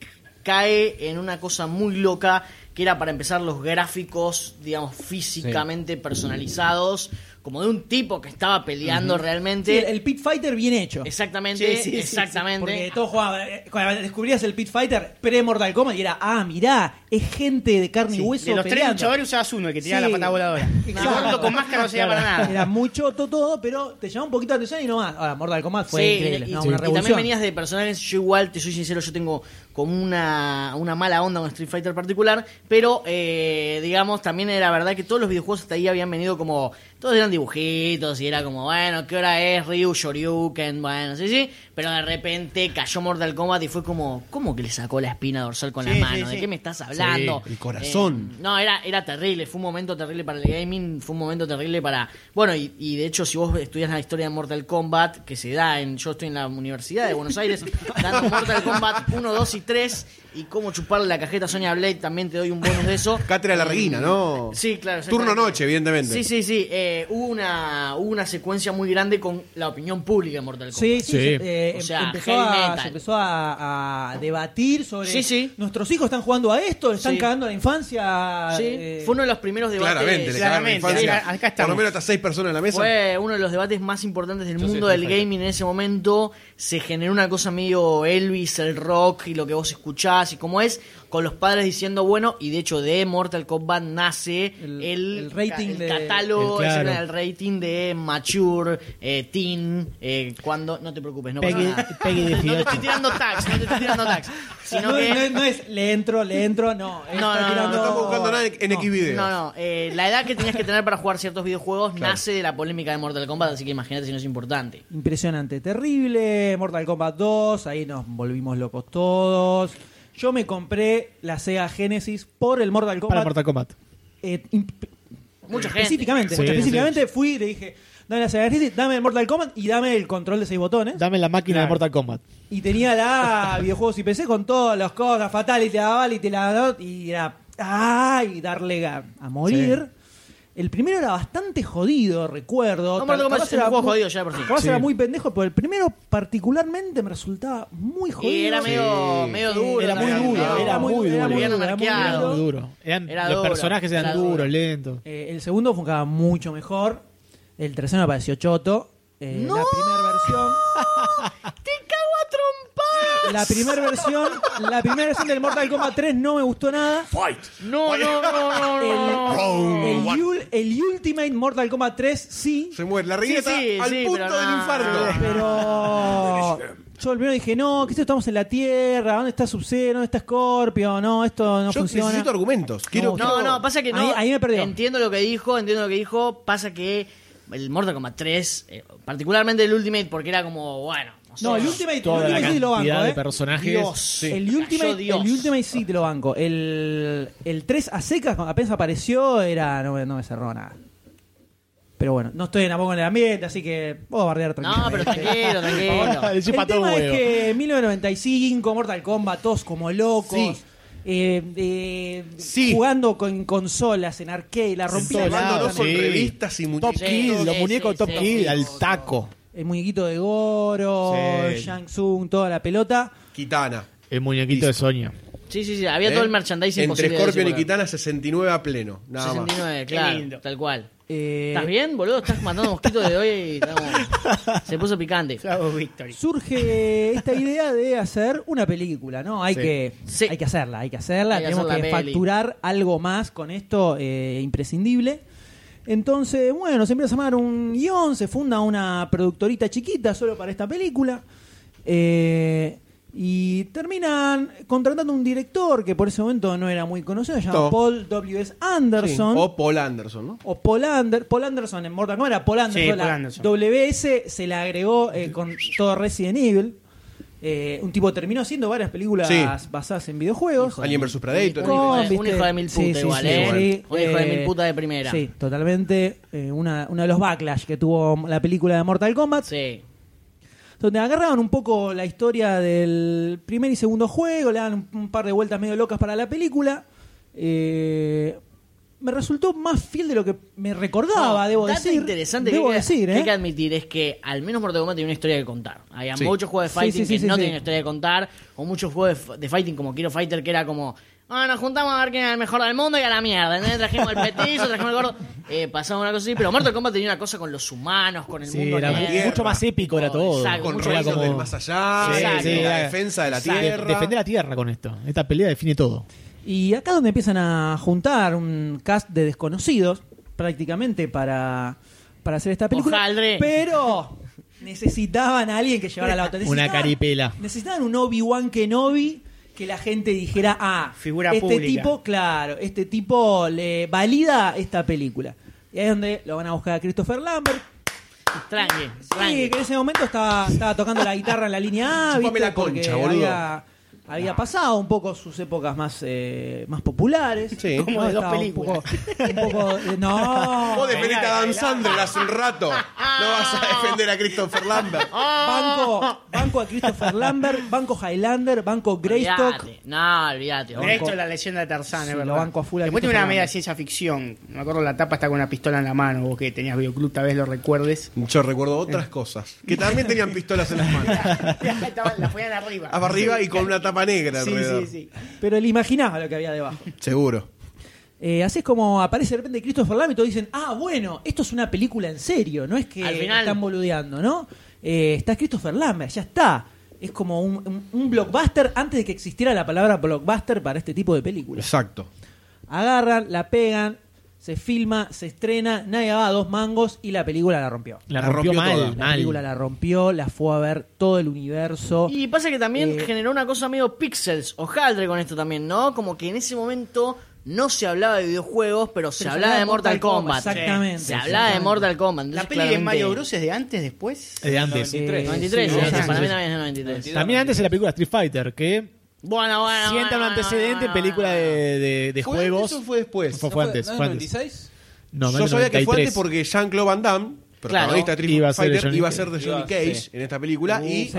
S7: cae en una cosa muy loca que era para empezar los gráficos, digamos, físicamente personalizados, como de un tipo que estaba peleando realmente.
S3: Sí, el, el Pit Fighter bien hecho.
S7: Exactamente,
S8: Sí, sí, sí,
S7: exactamente.
S3: Porque todos jugaban, eh, cuando descubrías el Pit Fighter pre-Mortal Kombat y era, ah, mirá, es gente de carne
S8: Sí,
S3: y hueso.
S8: de los tres
S3: peleando.
S8: luchadores usabas uno, el que tiraba
S3: Sí.
S8: la pata voladora. El
S3: Exacto.
S8: gordo con máscara no servía para nada.
S3: Era mucho todo, pero te llamó un poquito la atención y no más. Ahora, Mortal Kombat fue
S7: Sí,
S3: increíble,
S7: y,
S3: ¿no?
S7: y-
S3: una
S7: y
S3: revolución.
S7: también venías de personajes, yo igual, te soy sincero, yo tengo como una, una mala onda con Street Fighter particular, pero eh, digamos, también era verdad que todos los videojuegos hasta ahí habían venido como, todos eran dibujitos y era como, bueno, ¿qué hora es? Ryu, Shoryuken, bueno, sí, sí, pero de repente cayó Mortal Kombat y fue como, ¿cómo que le sacó la espina dorsal con la
S8: Sí,
S7: mano?
S8: sí,
S7: ¿De
S8: sí.
S7: qué me estás hablando?
S4: el corazón.
S7: Eh, no, era, era terrible, fue un momento terrible para el gaming, fue un momento terrible para... Bueno, y, y de hecho si vos estudias la historia de Mortal Kombat, que se da en... Yo estoy en la Universidad de Buenos Aires, dando Mortal Kombat 1, 2 y 3, y cómo chuparle la cajeta a Sonya Blade, también te doy un bonus de eso.
S4: Cátedra
S7: Eh,
S4: Larguina, ¿no?
S7: Sí, claro.
S4: Turno
S7: exactamente.
S4: noche, evidentemente.
S7: Sí, sí, sí. eh, hubo, una, hubo una secuencia muy grande con la opinión pública de Mortal Kombat.
S3: Sí, sí,
S6: Sí.
S3: se- eh,
S7: O sea,
S3: empezó,
S7: heavy
S3: a,
S7: metal.
S3: se empezó a, a debatir sobre
S7: Sí, sí.
S3: nuestros hijos están jugando a esto, están
S7: Sí.
S3: cagando a la infancia.
S7: Sí,
S3: eh,
S7: fue uno de los primeros debates.
S4: Claramente, le cagaron la
S8: Claramente,
S4: infancia.
S8: acá- acá
S4: Por
S8: estamos.
S4: lo menos hasta seis personas en la mesa.
S7: Fue uno de los debates más importantes del
S5: Yo soy
S7: mundo del
S5: Street Fighter.
S7: gaming en ese momento. Se generó una cosa medio Elvis, el rock y lo que vos escuchás. paz y cómo es, con los padres diciendo bueno, y de hecho de Mortal Kombat nace el,
S3: el rating
S7: el
S3: de-
S7: catálogo,
S3: el-
S7: ese
S3: claro.
S7: era el rating de Mature, eh, Teen, eh, cuando, no te preocupes, no pasa
S3: Peggy-
S7: nada.
S3: Peggy
S7: No te
S3: 18.
S7: estoy tirando tags, no te estoy tirando tags, sino
S3: no,
S7: que...
S3: no es- no es le entro, le entro, no. está
S7: no, no,
S3: tirando-
S7: no estamos
S4: buscando nada en- en
S3: no.
S4: Xvideos.
S7: No, no. eh, la edad que tenías que tener para jugar ciertos videojuegos nace de la polémica de Mortal Kombat, así que imagínate si no es importante.
S3: Impresionante, terrible. Mortal Kombat 2, ahí nos volvimos locos todos. Yo me compré la Sega Genesis por el Mortal Kombat.
S6: Para Mortal Kombat.
S3: Eh, imp-
S7: Mucha gente.
S3: específicamente,
S6: Sí,
S3: específicamente fui y le dije, dame la Sega Genesis, dame el Mortal Kombat y dame el control de seis botones.
S6: Dame la máquina de Mortal Kombat.
S3: Y tenía la videojuegos y PC con todas las cosas, Fatality, la Fatality, la y era ah, y darle a, a morir. El primero era bastante jodido, recuerdo.
S7: No, Mortal Kombat
S3: Capaz
S7: es un
S3: era
S7: juego
S3: muy-
S7: jodido ya de por sí.
S3: capaz
S6: Sí.
S3: era muy pendejo, pero el primero particularmente me resultaba muy jodido.
S7: Y era medio, medio duro.
S6: Era muy
S7: también,
S6: duro,
S7: ¿no?
S6: era muy duro.
S3: era muy
S7: Bien
S3: duro, era muy duro.
S7: anarqueado.
S6: Muy duro. Eran,
S7: Era
S6: los
S7: duro,
S6: personajes eran
S7: era
S6: duros,
S7: duro.
S6: lentos.
S3: Eh, el segundo funcionaba mucho mejor. El tercero me pareció choto. Eh, La primera versión.
S7: ¡Te cago a trompar!
S3: La primera versión. La primera versión del Mortal Kombat 3 no me gustó nada.
S7: No, no, no, no, no. no.
S3: El, el ul- el Ultimate Mortal Kombat 3 sí.
S4: Se muere la reina
S7: Sí,
S4: está
S7: sí,
S4: al
S7: sí,
S4: punto
S7: pero
S4: del
S7: no.
S4: infarto.
S3: Pero. Yo primero dije, no, que esto estamos en la Tierra, ¿dónde está Sub-Zero? ¿Dónde está Scorpio? No, esto no
S4: Yo
S3: funciona.
S4: necesito argumentos. Quiero,
S7: No, no, pasa que no.
S3: Ahí- ahí me perdió.
S7: Entiendo lo que dijo, entiendo lo que dijo. Pasa que el Mortal Kombat 3, eh, particularmente el Ultimate, porque era como, bueno. No, sé,
S3: No, el Ultimate, el
S6: Toda la
S3: Ultimate sí lo
S6: cantidad
S3: banco,
S6: de
S3: ¿eh?
S6: personajes.
S7: Dios.
S6: Sí.
S3: El, Ultimate,
S7: Cayó Dios.
S3: el Ultimate sí te lo banco. El, el 3 a secas, cuando apenas apareció, era no, me- no me cerró nada. Pero bueno, no estoy tampoco en el ambiente, así que puedo bardear
S7: No,
S3: tranquilamente.
S7: pero tranquilo,
S4: Eh,
S7: tranquilo.
S6: Ahora,
S3: El
S6: decí para todo
S3: tema es
S6: huevo.
S3: que 1995, Mortal Kombat, todos como locos.
S4: Sí.
S3: eh, eh,
S4: Sí.
S3: Jugando con consolas en arcade, la rompí
S6: todos
S3: la
S6: lados,
S3: cara.
S4: Armándonos con
S6: sí.
S4: revistas y
S6: Top
S4: muñequitos.
S7: Sí,
S6: Kill, los
S7: sí,
S6: muñecos
S7: sí,
S6: Top
S7: sí,
S6: Kill,
S7: sí.
S6: al taco.
S3: El muñequito de Goro,
S6: Sí.
S3: Shang Tsung, toda la pelota.
S4: Kitana.
S6: El muñequito de Sonia.
S7: Sí, sí, sí. Había
S4: ¿eh?
S7: todo el merchandising
S4: Entre
S7: posible de
S4: Scorpion y
S7: ese programa.
S4: Kitana, 69 a pleno. Nada más.
S7: 69, claro. Tal cual.
S3: Eh,
S7: ¿Estás bien, boludo? Estás matando mosquitos de hoy y estamos- se puso picante.
S8: Bravo, Victory.
S3: surge esta idea de hacer una película, ¿no? Hay, que,
S7: Sí.
S3: hay que hacerla, hay que hacerla,
S7: Hay que
S3: tenemos
S7: hacer la
S3: que
S7: peli.
S3: facturar algo más con esto eh, imprescindible. Entonces, bueno, se empieza a llamar un guión, se funda una productorita chiquita solo para esta película. Eh, y terminan contratando un director que por ese momento no era muy conocido, se llama
S4: No.
S3: Paul W.S. Anderson.
S4: Sí, O Paul Anderson, ¿no?
S3: O Paul, Ander- Paul Anderson en Mortal Kombat era Paul Anderson.
S8: Paul
S3: la
S8: Anderson.
S3: WS se la agregó eh, con todo Resident Evil. Eh, un tipo terminó haciendo varias películas
S4: Sí.
S3: basadas en videojuegos.
S4: Alien vs Predator.
S7: Un hijo de-
S3: Con,
S7: un
S3: ¿viste?
S7: hijo de mil
S3: Sí, sí,
S7: puta igual,
S3: sí,
S7: ¿eh?
S3: sí.
S7: Un hijo de
S3: Eh,
S7: mil puta de primera.
S3: Sí, totalmente. Eh, una, uno de los backlash que tuvo la película de Mortal Kombat.
S7: Sí.
S3: Donde agarraban un poco la historia del primer y segundo juego, le dan un, un par de vueltas medio locas para la película. Eh, me resultó más fiel de lo que me recordaba,
S7: No,
S3: debo
S7: dato
S3: decir.
S7: interesante
S3: debo
S7: que, hay que-
S3: decir,
S7: que
S3: ¿eh?
S7: hay que admitir es que al menos Mortal Kombat tiene una historia que contar. Había
S4: Sí.
S7: muchos juegos
S3: Sí,
S7: de fighting
S3: sí, sí,
S7: que
S3: sí,
S7: no
S3: sí.
S7: tienen historia que contar, o muchos juegos de, de fighting como Kiro Fighter que era como, ah, nos juntamos a ver quién es el mejor del mundo y a la mierda. ¿entendés? Trajimos el petizo, trajimos el gordo. Eh, pasaba una cosa así, pero Mortal Kombat tenía una cosa con los humanos, con el
S6: Sí,
S7: mundo.
S6: era
S7: nerd.
S4: tierra.
S6: mucho más épico, era todo.
S7: Exacto,
S4: Con
S7: mucho
S4: rayos
S7: como-
S4: del más allá,
S7: Sí,
S4: con
S7: sí,
S4: la
S6: era-
S4: defensa de la
S6: Exacto.
S4: tierra.
S6: Defender la tierra con esto. Esta pelea define todo.
S3: Y acá donde empiezan a juntar un cast de desconocidos, prácticamente, para, para hacer esta película.
S7: Hojaldre.
S3: Pero necesitaban a alguien que llevara la otra.
S6: Una
S3: Necesitaban-
S6: caripela.
S3: Necesitaban un Obi-Wan Kenobi que la gente dijera, ah,
S8: Figura
S3: este
S8: pública.
S3: tipo, claro, este tipo le valida esta película. Y ahí es donde lo van a buscar a Christopher Lambert.
S7: Tranqui,
S3: Sí,
S7: tranqui.
S3: que en ese momento estaba, estaba tocando la guitarra en la línea A,
S4: Chupame
S3: ¿viste?
S4: la concha,
S3: Porque
S4: boludo.
S3: había, había pasado un poco sus épocas más, eh, más populares.
S4: Sí.
S3: ¿no?
S8: Como de dos
S3: Estaba un
S8: películas.
S3: poco- un poco de- no.
S4: Vos defendiste a Dan Sandler hace un rato. No vas a defender a Christopher Lambert.
S3: Banco, banco a Christopher Lambert, banco Highlander, banco Greystock.
S7: Olvídate. No, olvídate.
S3: Banco.
S8: Esto es la leyenda de Tarzán,
S3: Sí,
S8: es verdad.
S3: lo banco a full a
S8: Después tiene
S3: Christopher
S8: una media de
S3: Lambert.
S8: ciencia ficción. No Me acuerdo la tapa está con una pistola en la mano, vos que tenías videoclub, tal vez lo recuerdes.
S4: Yo recuerdo otras cosas. Que también tenían pistolas en las manos.
S8: Estaban- la ponían arriba.
S4: Para arriba y con una tapa negra
S8: Sí,
S4: Ah, alrededor.
S8: sí, sí.
S3: Pero él imaginaba lo que había debajo.
S4: Seguro.
S3: Eh, así es como aparece de repente Christopher Lambert y todos dicen, ah, bueno, esto es una película en serio, no es que
S7: Al final.
S3: están boludeando, ¿no? Eh, está Christopher Lambert, ya está. es como un, un- un blockbuster antes de que existiera la palabra blockbuster para este tipo de películas.
S4: Exacto.
S3: Agarran, la pegan, se filma, se estrena, nadie va a dos mangos y la película la rompió.
S6: La rompió mal,
S4: toda.
S3: La película la rompió, la fue a ver todo el universo.
S7: Y pasa que también
S3: Eh,
S7: generó una cosa medio pixels, hojaldre con esto también, ¿no? Como que en ese momento no se hablaba de videojuegos, pero se
S3: Pero
S7: hablaba de Mortal Kombat.
S3: Exactamente.
S7: Se hablaba de
S3: exactamente.
S7: Mortal Kombat.
S8: ¿La
S7: Entonces,
S8: peli de
S7: claramente-
S8: Mario Bros es de antes, después?
S6: de antes.
S5: 93.
S7: 93,
S6: Sí,
S7: eh,
S6: sí, sí,
S7: para
S6: sí.
S7: mí también es de 93.
S6: También antes de la película Street Fighter, que
S7: Bueno, bueno.
S6: sienta un
S7: bueno,
S6: antecedente
S7: bueno,
S6: en película
S7: bueno, bueno.
S6: de, de- de
S4: ¿Fue
S6: juegos.
S4: antes o fue después?
S6: Fue,
S4: ¿No
S6: fue antes,
S5: ¿No
S6: fue
S5: es
S6: antes.
S5: 96?
S6: No,
S4: Yo sabía que fue
S6: 93.
S4: antes porque Jean-Claude Van Damme, protagonista de Street
S6: Iba a ser de
S4: Fighter,
S6: Johnny
S4: iba a
S6: Cage.
S4: ser de
S5: Iba
S4: Johnny
S5: a-
S4: Cage
S5: sí.
S4: en esta película y
S3: Uh, Sí.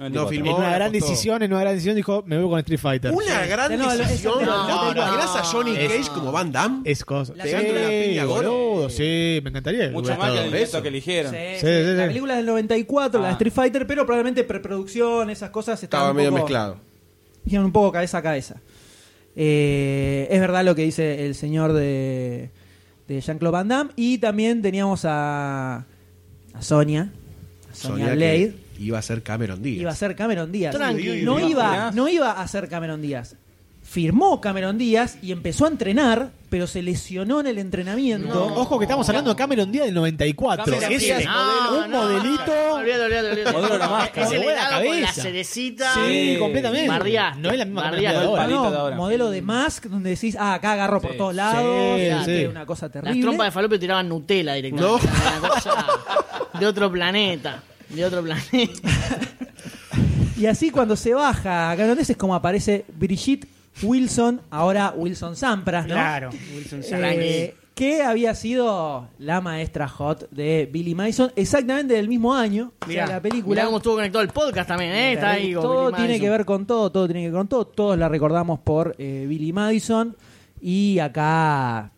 S4: no
S5: 94.
S4: filmó.
S6: En una
S4: la
S6: gran
S4: apostó.
S6: decisión, en una gran decisión dijo, me voy con Street Fighter.
S4: Una gran
S3: No, no, es-
S4: decisión.
S3: no,
S4: ¿No te
S7: no,
S4: imaginas a Johnny
S6: no.
S4: Cage como Van Damme?
S6: Es cosa.
S3: La
S6: Sí,
S3: película-
S4: piña,
S6: boludo, sí, me encantaría.
S5: Mucho
S6: hubiera
S5: más que el
S6: estado.
S5: invento que eligieron.
S3: Sí,
S6: Sí,
S3: sí,
S6: sí,
S3: La
S6: sí.
S3: película del 94, la de
S5: Ah.
S3: Street Fighter, pero probablemente preproducción, esas cosas estaban
S4: Estaba
S3: un
S4: medio
S3: poco-
S4: mezclado.
S3: iban un poco cabeza a cabeza. Eh, es verdad lo que dice el señor de, de Jean-Claude Van Damme. Y también teníamos a, a Sonia, a Sonia,
S4: Sonia
S3: Blade.
S4: que Iba a ser Cameron Díaz.
S3: Iba a ser Cameron Díaz.
S7: Tranqui. Uy, uy,
S3: no,
S7: uy,
S3: iba,
S5: imaginás.
S3: no iba a ser Cameron Díaz. Firmó Cameron Díaz y empezó a entrenar, pero se lesionó en el entrenamiento.
S6: Ojo que estamos hablando de Cameron Díaz del 94.
S5: Cameron
S6: Ese
S5: Díaz.
S6: es
S7: No,
S6: un
S7: no,
S6: modelito.
S7: no, Olvídate, olvídate, olvídate.
S5: Modelo de la máscara.
S7: Es el
S6: Buena
S7: helado con la
S6: cabeza.
S7: cerecita.
S6: Sí, completamente.
S7: Bardeaste,
S6: No es la misma Cameron
S7: bardeaste.
S6: Díaz de
S3: Ah,
S5: El
S6: ahora.
S5: palito.
S3: no,
S5: de ahora.
S3: modelo de Mask, donde decís, ah, acá agarro por
S5: Sí.
S3: todos lados.
S6: Sí,
S3: Ah,
S6: sí.
S3: Una cosa
S7: Las
S3: terrible.
S7: trompas de falopio tiraban Nutella directamente. Era una cosa de otro planeta. De otro planeta.
S3: Y así cuando se baja a Canonés es como aparece Brigitte Wilson, ahora Wilson Sampras, ¿no?
S8: Claro, Wilson
S3: Eh,
S8: Saranqui.
S3: que había sido la maestra hot de Billy Mason, exactamente del mismo año, o sea,
S8: Mirá,
S3: la
S7: Mirá
S3: película.
S7: cómo estuvo conectado el podcast también, ¿eh? Está ahí con
S3: todo
S7: Billy
S3: tiene
S7: Madison.
S3: que ver con todo, todo tiene que ver con todo. Todos la recordamos por eh, Billy Madison y acá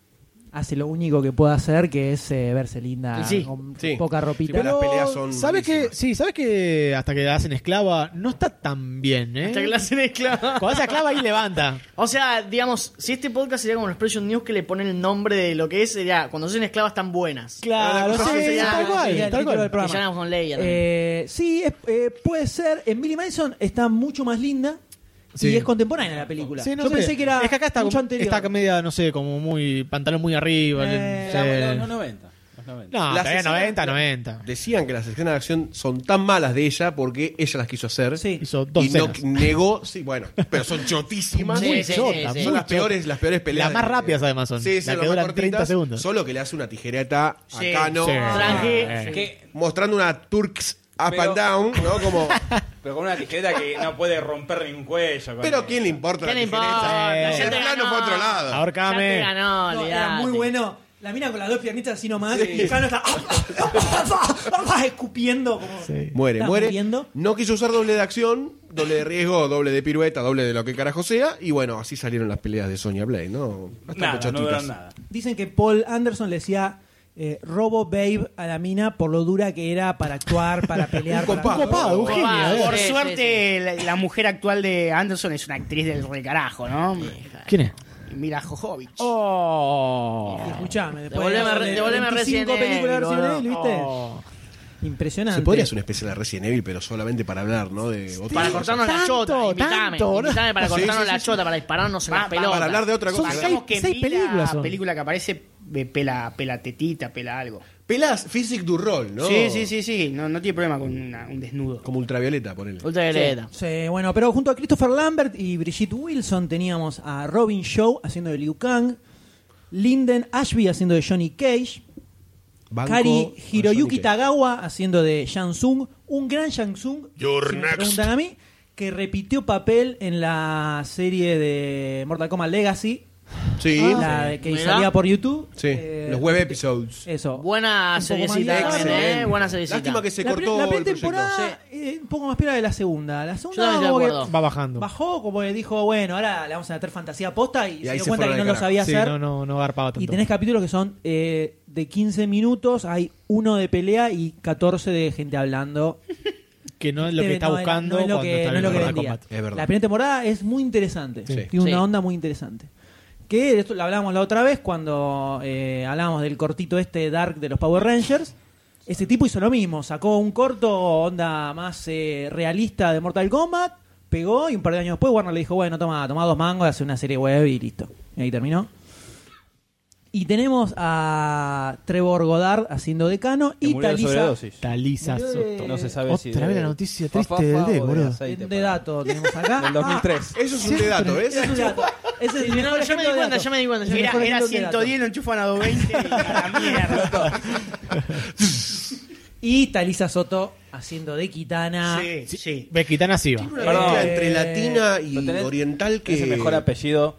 S3: hace lo único que puede hacer, que es eh, verse linda
S7: Sí, sí.
S3: con
S4: Sí.
S3: poca ropita.
S4: Pero las peleas son
S6: ¿Sabes que
S4: malísimas.
S6: Sí, ¿sabes que hasta que la hacen esclava no está tan bien, eh?
S7: Hasta que la hacen esclava.
S6: Cuando hace esclava ahí levanta.
S7: O sea, digamos, si este podcast sería como un Expression News que le ponen el nombre de lo que es, sería cuando hacen esclavas tan buenas.
S6: Claro,
S7: Claro,
S6: sí,
S7: sería-
S6: tal
S3: sería
S6: cual,
S3: el
S6: tal
S3: título del
S6: cual.
S3: programa.
S7: Que ya éramos con Leia también.
S3: Eh, sí, es- eh, puede ser. En Billy Madison está mucho más linda
S6: Sí.
S3: y es contemporánea la película.
S6: Sí, no
S3: Yo
S6: sé.
S3: pensé que era
S6: es que acá está,
S3: mucho
S6: como-
S3: anterior.
S6: está media, no sé, como muy pantalón muy arriba.
S3: Eh,
S6: sí.
S5: La- la- Los 90. los 90.
S6: no,
S4: Las
S6: todavía
S4: escenas-
S6: 90, 90.
S4: Decían que las escenas de acción son tan malas de ella porque ella las quiso hacer.
S3: Sí.
S6: Hizo dos
S4: y no
S6: escenas.
S4: negó, sí, bueno, pero son chotísimas.
S7: Sí,
S6: muy
S7: sí,
S6: chota,
S7: sí,
S6: muy
S7: sí.
S4: Son las
S6: chota.
S4: peores, las peores peleas.
S6: Este, Las más rápidas, además, son.
S4: Sí, sí,
S6: Las que
S4: más
S6: duran
S4: cortitas,
S6: 30 segundos.
S4: Solo que le hace una tijereta a
S7: Sí.
S4: Cano,
S6: Sí.
S7: Tranqui.
S5: Es que-
S4: mostrando una Turks up
S5: Pero-
S4: and down, ¿no? Como,
S5: pero con una tijereta que no puede romper ningún cuello. con
S4: pero
S5: eso.
S4: ¿quién le importa
S7: ¿Qué
S4: la
S7: le
S4: tijereta?
S7: importa?
S6: Sí.
S7: Ya
S4: El
S7: te
S4: plano
S7: ganó.
S4: fue a otro lado.
S7: Ya te
S6: Ahorcame.
S7: ganó,
S3: No, era
S7: olvidate.
S3: muy bueno. La mina con las dos piernitas así nomás. Y Cano está "Ah, escupiendo. Como,
S6: Sí.
S4: Muere,
S3: está
S4: muere.
S3: muriendo.
S4: No quiso usar doble de acción, doble de riesgo, doble de pirueta, doble de lo que carajo sea. Y bueno, así salieron las peleas de Sonya Blade, ¿no?
S5: Nada,
S4: Bastante
S5: no
S4: chotitas.
S5: duran nada.
S3: Dicen que Paul Anderson le decía eh, Robo Babe a la mina por lo dura que era para actuar, para pelear. para-
S4: copado.
S6: Copado, un genio,
S7: Copado.
S6: eh.
S8: Por
S7: Sí, sí,
S8: suerte, La, la mujer actual de Anderson es una actriz del recarajo, ¿no?
S6: ¿Quién es?
S8: Mira Jojovic.
S6: Oh.
S3: Escuchame, después
S7: Devolveme
S3: hacer
S7: re- eh, devolveme
S3: 25
S7: Resident
S3: películas de
S7: Evil,
S3: Resident
S7: boludo.
S3: Evil, ¿viste?
S6: Oh.
S3: Impresionante.
S4: Se podría hacer un especial de Resident Evil, pero solamente para hablar, ¿no? De otra
S7: Para
S4: cosa.
S7: cortarnos la
S6: Tanto,
S7: chota, invitame,
S6: tanto, ¿no?
S7: invitame para
S4: Sí,
S7: cortarnos
S4: sí,
S7: la
S4: sí,
S7: chota, para dispararnos en
S8: Va,
S7: las
S8: va,
S7: pelotas.
S4: Para hablar de otra
S6: Son
S4: cosa.
S6: seis-
S8: Digamos que
S6: seis
S8: Mila-
S6: películas son.
S8: película que aparece eh, pela, pela tetita, pela algo.
S4: Pelas Physic du Roll, ¿no?
S8: Sí, sí, sí, sí. No, no tiene problema con una- un desnudo.
S4: Como ultravioleta, ponele.
S7: Ultravioleta.
S3: Sí, bueno, pero junto a Christopher Lambert y Brigitte Wilson teníamos a Robin Shaw haciendo de Liu Kang, Linden Ashby haciendo de Johnny Cage,
S4: Banco
S3: Kari
S4: con
S3: Hiroyuki
S4: Johnny Cage.
S3: Tagawa haciendo de Shang Tsung, un gran Shang Tsung,
S11: You're
S3: si me
S11: next.
S3: preguntan a mí, que repitió papel en la serie de Mortal Kombat Legacy,
S4: Sí. Ah,
S3: la de- que
S7: Mirá.
S3: salía por YouTube.
S4: Sí.
S3: Eh,
S4: Los web episodes.
S3: Eso. Un poco
S7: Buena
S3: más
S7: seriecita
S3: larga.
S7: también,
S4: Excelente.
S7: ¿eh? Buena seriecita.
S4: Lástima que se
S3: la, pre-
S4: cortó
S3: la
S4: el proyecto.
S3: pretemporada eh, un poco más piola de la segunda. La
S7: Yo
S3: segunda
S7: también estoy
S3: como
S7: de
S3: que
S7: acuerdo.
S6: Oh. Va bajando.
S3: bajó, como que dijo, bueno, ahora le vamos a meter fantasía posta y,
S4: Y
S3: se
S4: ahí
S3: dio
S4: se
S3: cuenta que
S4: fueron
S3: no
S4: al
S3: lo
S4: carajo.
S3: sabía
S6: Sí,
S3: hacer.
S6: no, no, no garpaba tanto.
S3: Y tenés capítulos que son eh, de 15 minutos, hay uno de pelea y 14 de gente hablando.
S6: que no es lo
S3: Eh,
S6: que está
S3: no era-
S6: buscando
S3: no es lo
S6: cuando
S3: que,
S6: está
S3: no es lo que
S6: viendo
S3: vendía.
S6: Mortal Kombat.
S4: Es verdad.
S3: La primera temporada es muy interesante.
S6: Sí.
S3: Tiene una
S7: Sí.
S3: onda muy interesante. Que esto lo hablábamos la otra vez cuando eh, hablábamos del cortito este Dark de los Power Rangers. Ese tipo hizo lo mismo, sacó un corto onda más eh, realista de Mortal Kombat, pegó y un par de años después Warner le dijo, bueno, toma, toma dos mangos, hace una serie web y listo. Y ahí terminó. Y tenemos a Trevor Goddard haciendo decano
S5: Que
S3: y
S5: murió de
S3: Talisa
S5: sobredosis.
S6: Talisa
S3: Murió de-
S6: Soto.
S5: No se sabe si.
S6: Otra
S5: de-
S6: vez la noticia
S5: fa,
S6: triste
S5: fa,
S6: del
S5: fa, o
S6: D, boludo.
S5: aceite,
S3: de
S5: para-
S3: dato tenemos acá.
S5: Del 2003.
S4: Eso es un
S6: Siempre.
S4: dato, ¿ves?
S3: Ese es un dato. Ese es el
S7: No,
S3: mejor
S7: ya me di
S3: ejemplo de
S7: cuenta,
S3: dato.
S7: ya me di cuenta. ya me di
S8: Era,
S7: cuenta.
S8: era
S3: ejemplo de
S8: 110, lo enchufan a 220 y a la mierda.
S3: Y Talisa Soto haciendo de
S7: Ah.
S3: Kitana.
S8: Sí, sí.
S6: Bequitana sí va.
S4: Una
S5: Perdón.
S4: mezcla entre latina
S5: ¿Lo
S4: y
S5: tenés?
S4: oriental que.
S5: Es el mejor apellido.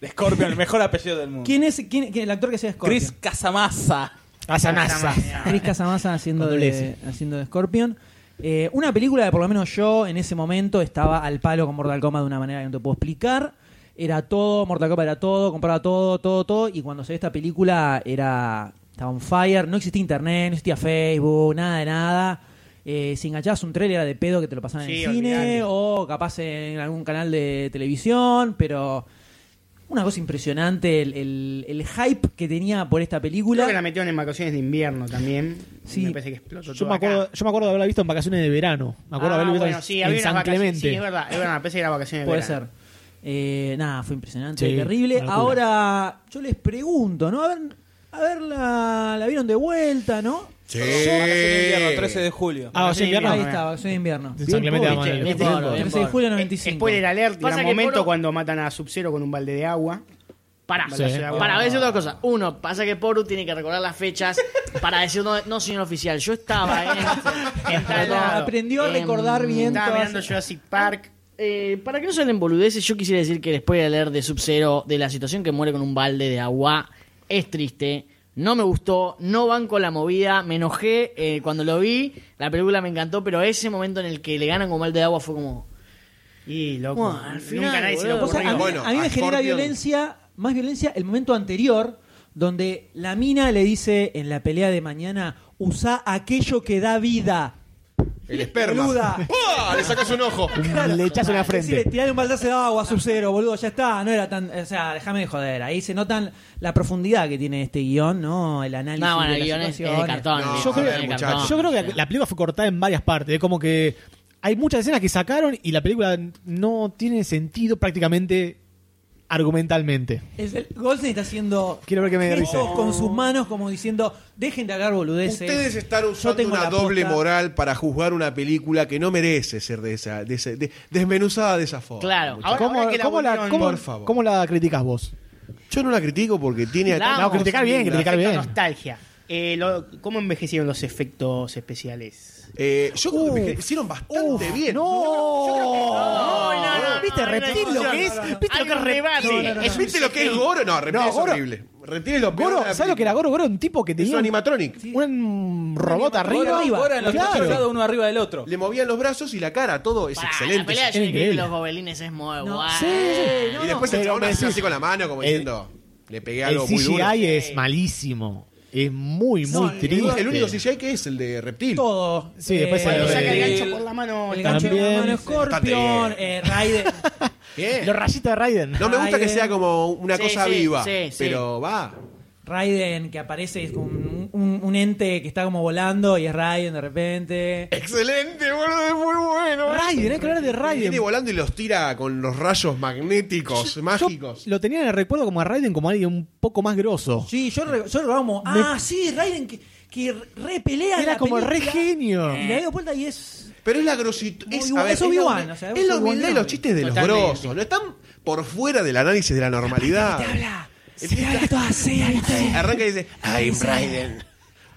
S5: De Scorpion, el mejor apellido del mundo.
S3: ¿Quién es quién, quién- el actor que sea Scorpion?
S5: Chris Casamassa.
S6: Asanasa.
S3: Chris Casamassa haciendo
S6: Con doble
S3: de, haciendo de Scorpion. Eh, una película que por lo menos yo en ese momento estaba al palo con Mortal Kombat de una manera que no te puedo explicar. Era todo, Mortal Kombat era todo, compraba todo, todo, todo. Y cuando se ve esta película era. Estaba on fire, no existía internet, no existía Facebook, nada de nada. Eh, si enganchabas un trailer era de pedo que te lo pasaban
S8: Sí,
S3: en el cine
S8: olvidate.
S3: o capaz en algún canal de televisión, pero una cosa impresionante el, el- el hype que tenía por esta película.
S8: Creo que la metieron en vacaciones de invierno también.
S3: Sí.
S8: Me parece que explotó
S6: Yo
S8: todo
S6: me,
S8: acá.
S6: acuerdo, yo me acuerdo de haberla visto en vacaciones de verano. Me acuerdo de
S8: Ah,
S6: haberla visto
S8: bueno,
S6: en-
S8: sí,
S6: en
S8: había
S6: San
S8: unas vacaciones-
S6: Clemente.
S8: Sí, es verdad, es verdad, me parece que era vacaciones de
S3: Puede
S8: verano.
S3: ser. Eh, nada, fue impresionante,
S6: Sí,
S3: terrible.
S6: una locura.
S3: Ahora, yo les pregunto, ¿no? A ver, a ver la, la vieron de vuelta, ¿no?
S4: Sí.
S5: Invierno, 13 de julio.
S6: Ah, ¿sí, invierno?
S3: Ahí está, vacaciones de invierno.
S6: En San Clemente
S7: pobre,
S6: vamos a-
S7: che,
S6: por
S7: pobre,
S6: ejemplo.
S7: bien
S3: 13 de julio del
S8: Eh,
S3: 95.
S8: Spoiler alert,
S7: Pasa
S8: gran
S7: que el
S8: momento
S7: Poro-
S8: cuando matan a Sub-Zero con un balde de agua.
S7: Pará,
S6: Sí.
S7: para ver otra cosa. Uno, pasa que Poru tiene que recordar las fechas para decir, no, no, señor oficial, yo estaba en, en tal lado.
S3: Aprendió a
S7: Em,
S3: recordar bien
S7: ta-
S8: Mm, Estaba
S3: todas-
S8: mirando Jurassic Park.
S7: eh, para que no sean boludeces, yo quisiera decir que después de leer de Sub-Zero, de la situación que muere con un balde de agua, es triste. No me gustó, no banco la movida, me enojé eh, cuando lo vi, la película me encantó, pero ese momento en el que le ganan con balde de agua fue como...
S8: Y loco.
S7: Bueno, al final,
S8: nunca nadie se
S7: boludo.
S8: lo
S3: O sea, a mí,
S8: ocurrió.
S4: Bueno,
S3: a mí me
S4: a
S3: genera
S4: Scorpion.
S3: violencia, más violencia el momento anterior, donde la mina le dice en la pelea de mañana, usa aquello que da vida.
S4: El esperma.
S3: Boluda.
S4: ¡Pua! Le sacas un ojo.
S6: Un lechazo en la frente.
S3: Decirle, tirale un baldazo de agua a Sub-Zero, boludo, ya está. No era tan. O sea, déjame de joder. Ahí se notan la profundidad que tiene este guión, ¿no? El análisis.
S7: No, bueno,
S3: de las
S7: el guión es, es de
S3: situaciones.
S7: cartón.
S4: No,
S7: el
S4: yo
S7: guión
S4: creo-
S7: es de
S4: muchachos,
S7: cartón.
S6: Yo creo que la película fue cortada en varias partes. Es como que hay muchas escenas que sacaron y la película no tiene sentido prácticamente argumentalmente.
S3: Es el- Goldstein está haciendo.
S6: Quiero ver qué me
S3: gestos
S6: dice.
S3: con sus manos, como diciendo, dejen de hablar boludeces.
S4: Ustedes están usando
S3: tengo
S4: una
S3: la
S4: doble
S3: posta".
S4: moral para juzgar una película que no merece ser de esa, de ese- de- desmenuzada de esa forma.
S7: Claro.
S4: muchachos.
S8: Ahora-
S6: ¿Cómo,
S8: ahora que la
S6: cómo la,
S8: volvieron-
S6: cómo-
S4: Por favor.
S6: cómo la criticas vos?
S4: Yo no la critico porque tiene.
S7: La
S4: tantas
S7: amo.
S4: cosas
S6: Criticar bien,
S4: lindas.
S6: criticar bien.
S8: Nostalgia. Eh, lo- ¿Cómo envejecieron los efectos especiales?
S4: Eh, yo creo que me hicieron bastante bien.
S6: ¡No! ¿Viste?
S7: no, no,
S6: Repetir
S7: no,
S6: lo
S7: no,
S6: que
S7: no, no,
S6: es. ¿Viste
S7: hay
S6: lo que
S7: un
S6: es
S7: rebate.
S6: repetir?
S7: No, no, no,
S6: Es-
S7: no.
S4: ¿Viste lo que es Goro? No, Reptil
S6: No,
S4: es
S6: Goro-
S4: horrible. Reptil es lo peor.
S6: Goro,
S4: de la
S6: ¿sabes lo que
S4: película.
S6: era Goro? Goro era un tipo que
S4: Es un
S6: tenía un,
S4: animatronic.
S6: un robot arriba.
S5: Ahora, ahora en los
S6: Claro.
S5: claro. uno arriba del otro.
S4: Le movían los brazos y la cara, todo es
S7: Pará, La
S4: excelente.
S7: pelea de
S6: es
S7: Johnny Cage y
S6: increíble.
S7: los gobelines es muy
S3: No,
S7: guay.
S3: sí, sí, no,
S4: y
S3: no.
S4: después el
S6: pero
S4: chabón
S6: me
S4: hace
S6: decís-
S4: así con la mano, como
S6: el-
S4: diciendo, le pegué
S6: El
S4: algo muy duro.
S6: CGI es malísimo. Es muy,
S3: No,
S6: muy
S3: el-
S6: triste.
S4: El único CGI que es el de Reptil.
S3: Todo.
S6: Sí, después se
S8: Cuando
S6: Eh,
S8: saca el
S5: eh,
S8: gancho por la mano.
S3: el
S8: el
S3: gancho de la
S6: También.
S3: mano Scorpion,
S4: Bastante bien.
S3: eh, Raiden.
S4: Bien.
S6: Los rayitos de Raiden.
S4: No me gusta que
S3: Raiden.
S6: eh.
S4: sea como una
S7: Sí,
S4: cosa
S7: sí,
S4: viva,
S7: sí, sí.
S4: pero va.
S3: Raiden que aparece es como un, un- un ente que está como volando y es Raiden de repente.
S4: Excelente, boludo, es muy bueno.
S3: Raiden, hay que hablar de Raiden.
S4: Viene volando y los tira con los rayos magnéticos, mágicos.
S6: Lo tenía en el recuerdo como a Raiden como alguien un poco más grosso.
S3: Sí, yo, re- yo lo amo. Ah, sí, Raiden que, que repelea.
S6: Era como re genio.
S3: Y le doy vuelta y es.
S4: Pero es la grositud.
S3: Muy
S4: Es,
S3: igual,
S4: a ver,
S3: es
S4: es la-
S3: Obi-Wan, o sea,
S4: es
S3: es
S4: la
S3: Obi-Wan
S4: humildad y los
S3: Kenobi.
S4: chistes de los
S7: Totalmente.
S4: grosos. No están por fuera del análisis de la normalidad.
S3: Habla. Se habla toda sea, ¿viste?
S4: Arranca y dice, I'm Raiden.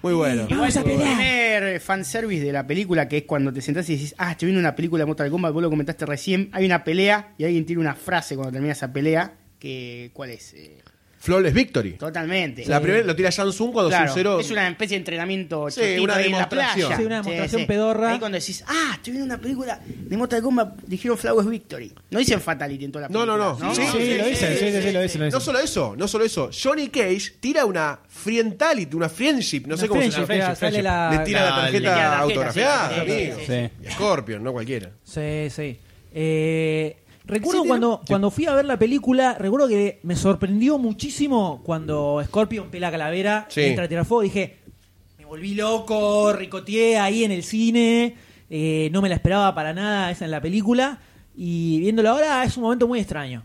S4: Muy bueno.
S3: Vamos a pelear.
S8: primer eh, fanservice de la película, que es cuando te sentás y decís, ah, estoy viendo una película de Mortal Kombat, vos lo comentaste recién, hay una pelea y alguien tiene una frase cuando termina esa pelea, que ¿cuál es? Eh,
S4: Flawless Victory.
S8: totalmente.
S4: La primera lo tira Samsung cuando
S8: Claro,
S4: Sub-Zero-
S8: es una especie de entrenamiento
S4: Sí,
S8: chotito
S4: una
S8: ahí en la
S4: demostración.
S8: playa.
S3: Sí, una demostración pedorra.
S8: Ahí cuando decís, ah, estoy viendo una película de Mortal Kombat, dijeron Flowers Victory. No dicen Fatality en toda la
S4: No,
S8: película.
S4: no, no.
S6: Sí, sí, lo dicen, sí, sí, sí, lo dicen, lo
S4: No
S6: dicen.
S4: solo eso, no solo eso. Johnny Cage tira una friendality, una friendship, no sé
S3: Una
S4: cómo
S3: friendship,
S4: se llama.
S3: ya, sale la-
S4: Le tira la
S8: le tira la
S4: tarjeta
S8: tarjeta,
S4: autografiada,
S8: sí,
S4: amigo.
S5: sí, sí,
S4: Y Scorpion, no cualquiera.
S3: Sí, sí. Eh,
S4: Sí,
S3: recuerdo
S4: tiene-
S3: cuando, cuando fui a ver la película, recuerdo que me sorprendió muchísimo cuando Scorpion pela calavera,
S4: Sí.
S3: entra a tirar fuego. Dije, me volví loco, ricoteé ahí en el cine, eh, no me la esperaba para nada esa en la película. Y viéndola ahora es un momento muy extraño.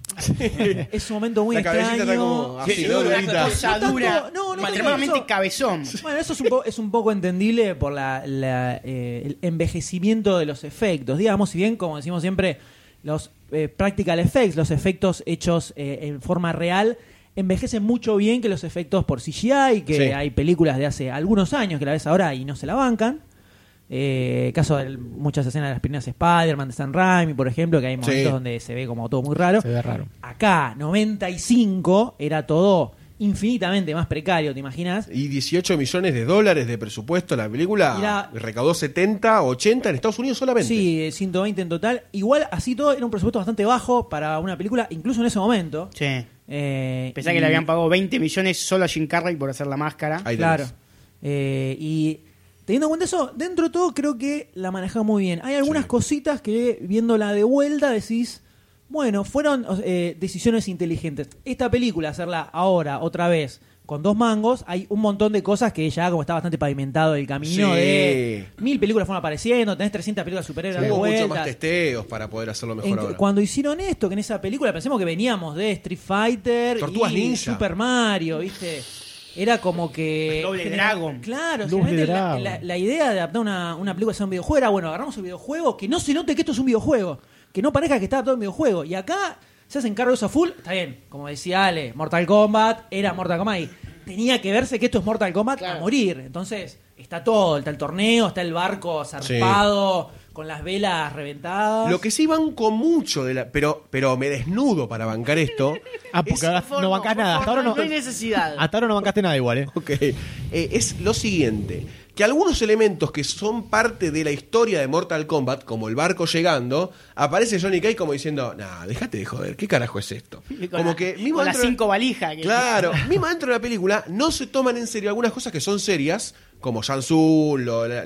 S3: es un momento muy
S4: La cabecita
S3: extraño.
S4: está como así,
S3: Sí,
S4: ¿no?
S3: una
S4: Durita.
S3: cosa
S8: No
S3: dura.
S8: tanto-
S3: No, no, no,
S8: extremadamente
S3: eso-
S8: cabezón.
S3: Bueno, eso es un, po- es un poco entendible por la, la, eh, el envejecimiento de los efectos. Digamos, si bien, como decimos siempre, los eh, practical effects, los efectos hechos eh, en forma real, envejecen mucho bien que los efectos por CGI, que
S4: Sí.
S3: hay películas de hace algunos años que la ves ahora y no se la bancan. Eh, caso de muchas escenas de las primeras Spider-Man de San Raimi, por ejemplo, que hay momentos
S4: Sí.
S3: donde se ve como todo muy raro.
S6: Se ve raro.
S3: Acá, 95, era todo infinitamente más precario, ¿te imaginas?
S4: Y 18 millones de dólares de presupuesto la película.
S3: Mirá.
S4: recaudó 70, 80 en Estados Unidos solamente.
S3: Sí, eh, 120 en total. Igual, así todo, era un presupuesto bastante bajo para una película, incluso en ese momento.
S8: Sí.
S3: Eh,
S8: Pensá
S3: y-
S8: que le habían pagado 20 millones solo a Jim Carrey por hacer la máscara.
S4: Ahí
S3: Claro.
S4: tenés.
S3: Eh, y teniendo en cuenta eso, dentro de todo creo que la manejaba muy bien. Hay algunas cositas que viéndola de vuelta decís, bueno, fueron o- eh, decisiones inteligentes. Esta película, hacerla ahora, otra vez, con dos mangos, hay un montón de cosas que ya como está bastante pavimentado el camino
S4: Sí.
S3: de mil películas fueron apareciendo, tenés 300 películas superhéroes dando
S4: Hubo muchos más
S3: vueltas.
S4: testeos para poder hacerlo mejor
S3: En-
S4: ahora.
S3: cuando hicieron esto, que en esa película pensemos que veníamos de Street Fighter,
S4: Tortugas
S3: y
S4: Ninja.
S3: Super Mario, ¿viste? Era como que.
S8: Doble
S3: genera-
S8: Dragon.
S3: Claro,
S6: Doble
S3: generalmente la-
S6: Dragon.
S3: La, la idea de adaptar una, una película a un videojuego era: bueno, agarramos el videojuego, que no se note que esto es un videojuego, que no parezca que está adaptado a un videojuego. Y acá se hacen cargo de eso a full, está bien, como decía Ale, Mortal Kombat era Mortal Kombat. y tenía que verse que esto es Mortal Kombat a morir. Entonces, está todo: está el torneo, está el barco zarpado, con las velas reventadas.
S4: Lo que sí banco mucho de la. Pero, pero me desnudo para bancar esto.
S6: Ah, porque ahora
S7: Por favor,
S6: no bancás
S7: por
S6: nada. Hasta
S7: favor,
S6: ahora no,
S7: no hay necesidad.
S6: hasta ahora no bancaste nada igual, ¿eh?
S4: Ok. Eh, es lo siguiente. Que algunos elementos que son parte de la historia de Mortal Kombat, como el barco llegando, aparece Johnny Cage como diciendo, nah, déjate de joder, ¿qué carajo es esto?
S8: Y con
S4: Como
S8: la-
S4: que
S8: con
S4: mismo
S8: las
S4: dentro de-
S8: cinco valijas. que-
S4: Claro, mismo dentro de la película no se toman en serio algunas cosas que son serias, como Jansu,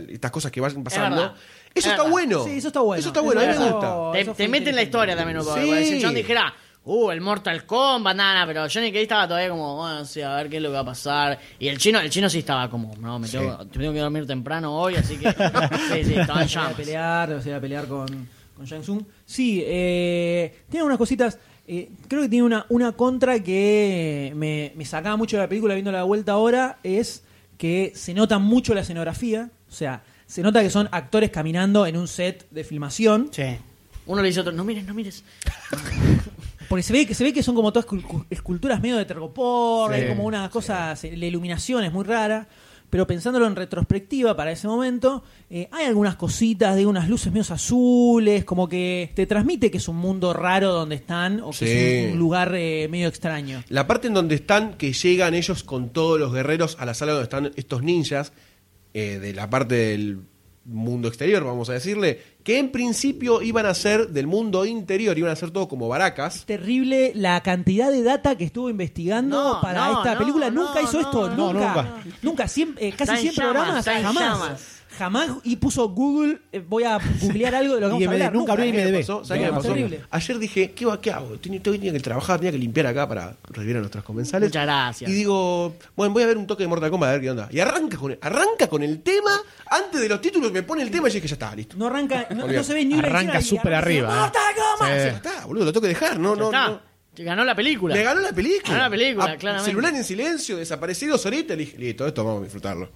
S4: estas cosas que van pasando.
S7: verdad.
S4: eso
S7: Es
S4: está
S7: verdad.
S4: bueno.
S3: Sí, eso está bueno.
S4: Eso está bueno, a mí me gusta.
S7: Te,
S3: Eso
S7: te
S3: fue
S7: meten la historia también un poco.
S4: Sí.
S7: porque Si John dijera, uh, el Mortal Kombat, nada, nada, pero Johnny Cage estaba todavía como, bueno, sí, a ver qué es lo que va a pasar. Y el chino, el chino sí estaba como, no, me tengo, tengo que dormir temprano hoy, así que. sí, sí, estaba en
S3: se iba a
S7: llamas.
S3: pelear, se iba a pelear con, con Shang Tsung. Sí, eh, tiene unas cositas. eh, creo que tiene una, una contra que me, me sacaba mucho de la película viendo la vuelta ahora. Es que se nota mucho la escenografía. O sea, se nota que son actores caminando en un set de filmación.
S8: Sí.
S7: Uno le dice a otro, no mires, no mires.
S3: Porque se ve que se ve que son como todas escul- esculturas medio de tergopor, hay como una cosa, se- la iluminación es muy rara. Pero pensándolo en retrospectiva para ese momento, eh, hay algunas cositas de unas luces medio azules, como que te transmite que es un mundo raro donde están o que es
S4: Sí.
S3: un, un lugar eh, medio extraño.
S4: La parte en donde están, que llegan ellos con todos los guerreros a la sala donde están estos ninjas, eh, de la parte del mundo exterior, vamos a decirle, que en principio iban a ser del mundo interior, iban a ser todo como baracas.
S3: Terrible la cantidad de data que estuvo investigando
S7: No,
S3: para
S7: no,
S3: esta
S7: no,
S3: película.
S7: no,
S3: nunca hizo
S7: no,
S3: esto,
S7: no,
S3: nunca.
S6: no,
S3: Nunca, siempre, eh,
S7: Está
S3: casi
S7: en
S3: 100
S7: llamas,
S3: programas,
S7: está en
S3: jamás.
S7: llamas.
S3: Jamás y puso Google, eh, voy a googlear algo de lo que vamos a
S6: IMDb,
S3: hablar.
S6: nunca abrió
S4: ¿Qué me
S6: IMDb.
S4: pasó? ¿Sabés qué
S3: No,
S4: me pasó?
S3: terrible.
S4: Ayer dije, ¿qué, va- qué hago? Tenía, tenía que trabajar, tenía que limpiar acá para recibir a nuestros comensales.
S7: Muchas gracias.
S4: Y digo, bueno, voy a ver un toque de Mortal Kombat a ver qué onda. Y arranca con, arranca con el tema, antes de los títulos me pone el tema y dije, ya está, listo.
S3: No arranca, no,
S4: Olvidate.
S3: no se ve ni una
S6: Arranca
S3: escena y
S6: súper arriba, ¿eh?
S3: y ¡Mortal Kombat!
S4: Ya está, boludo, lo tengo que dejar, no, no,
S7: Está,
S4: no.
S7: te ganó la película.
S4: Me ganó la película.
S7: Ganó la película,
S4: Ah,
S7: claramente.
S4: Celular en silencio, desaparecidos ahorita, le dije, listo, esto vamos a disfrutarlo.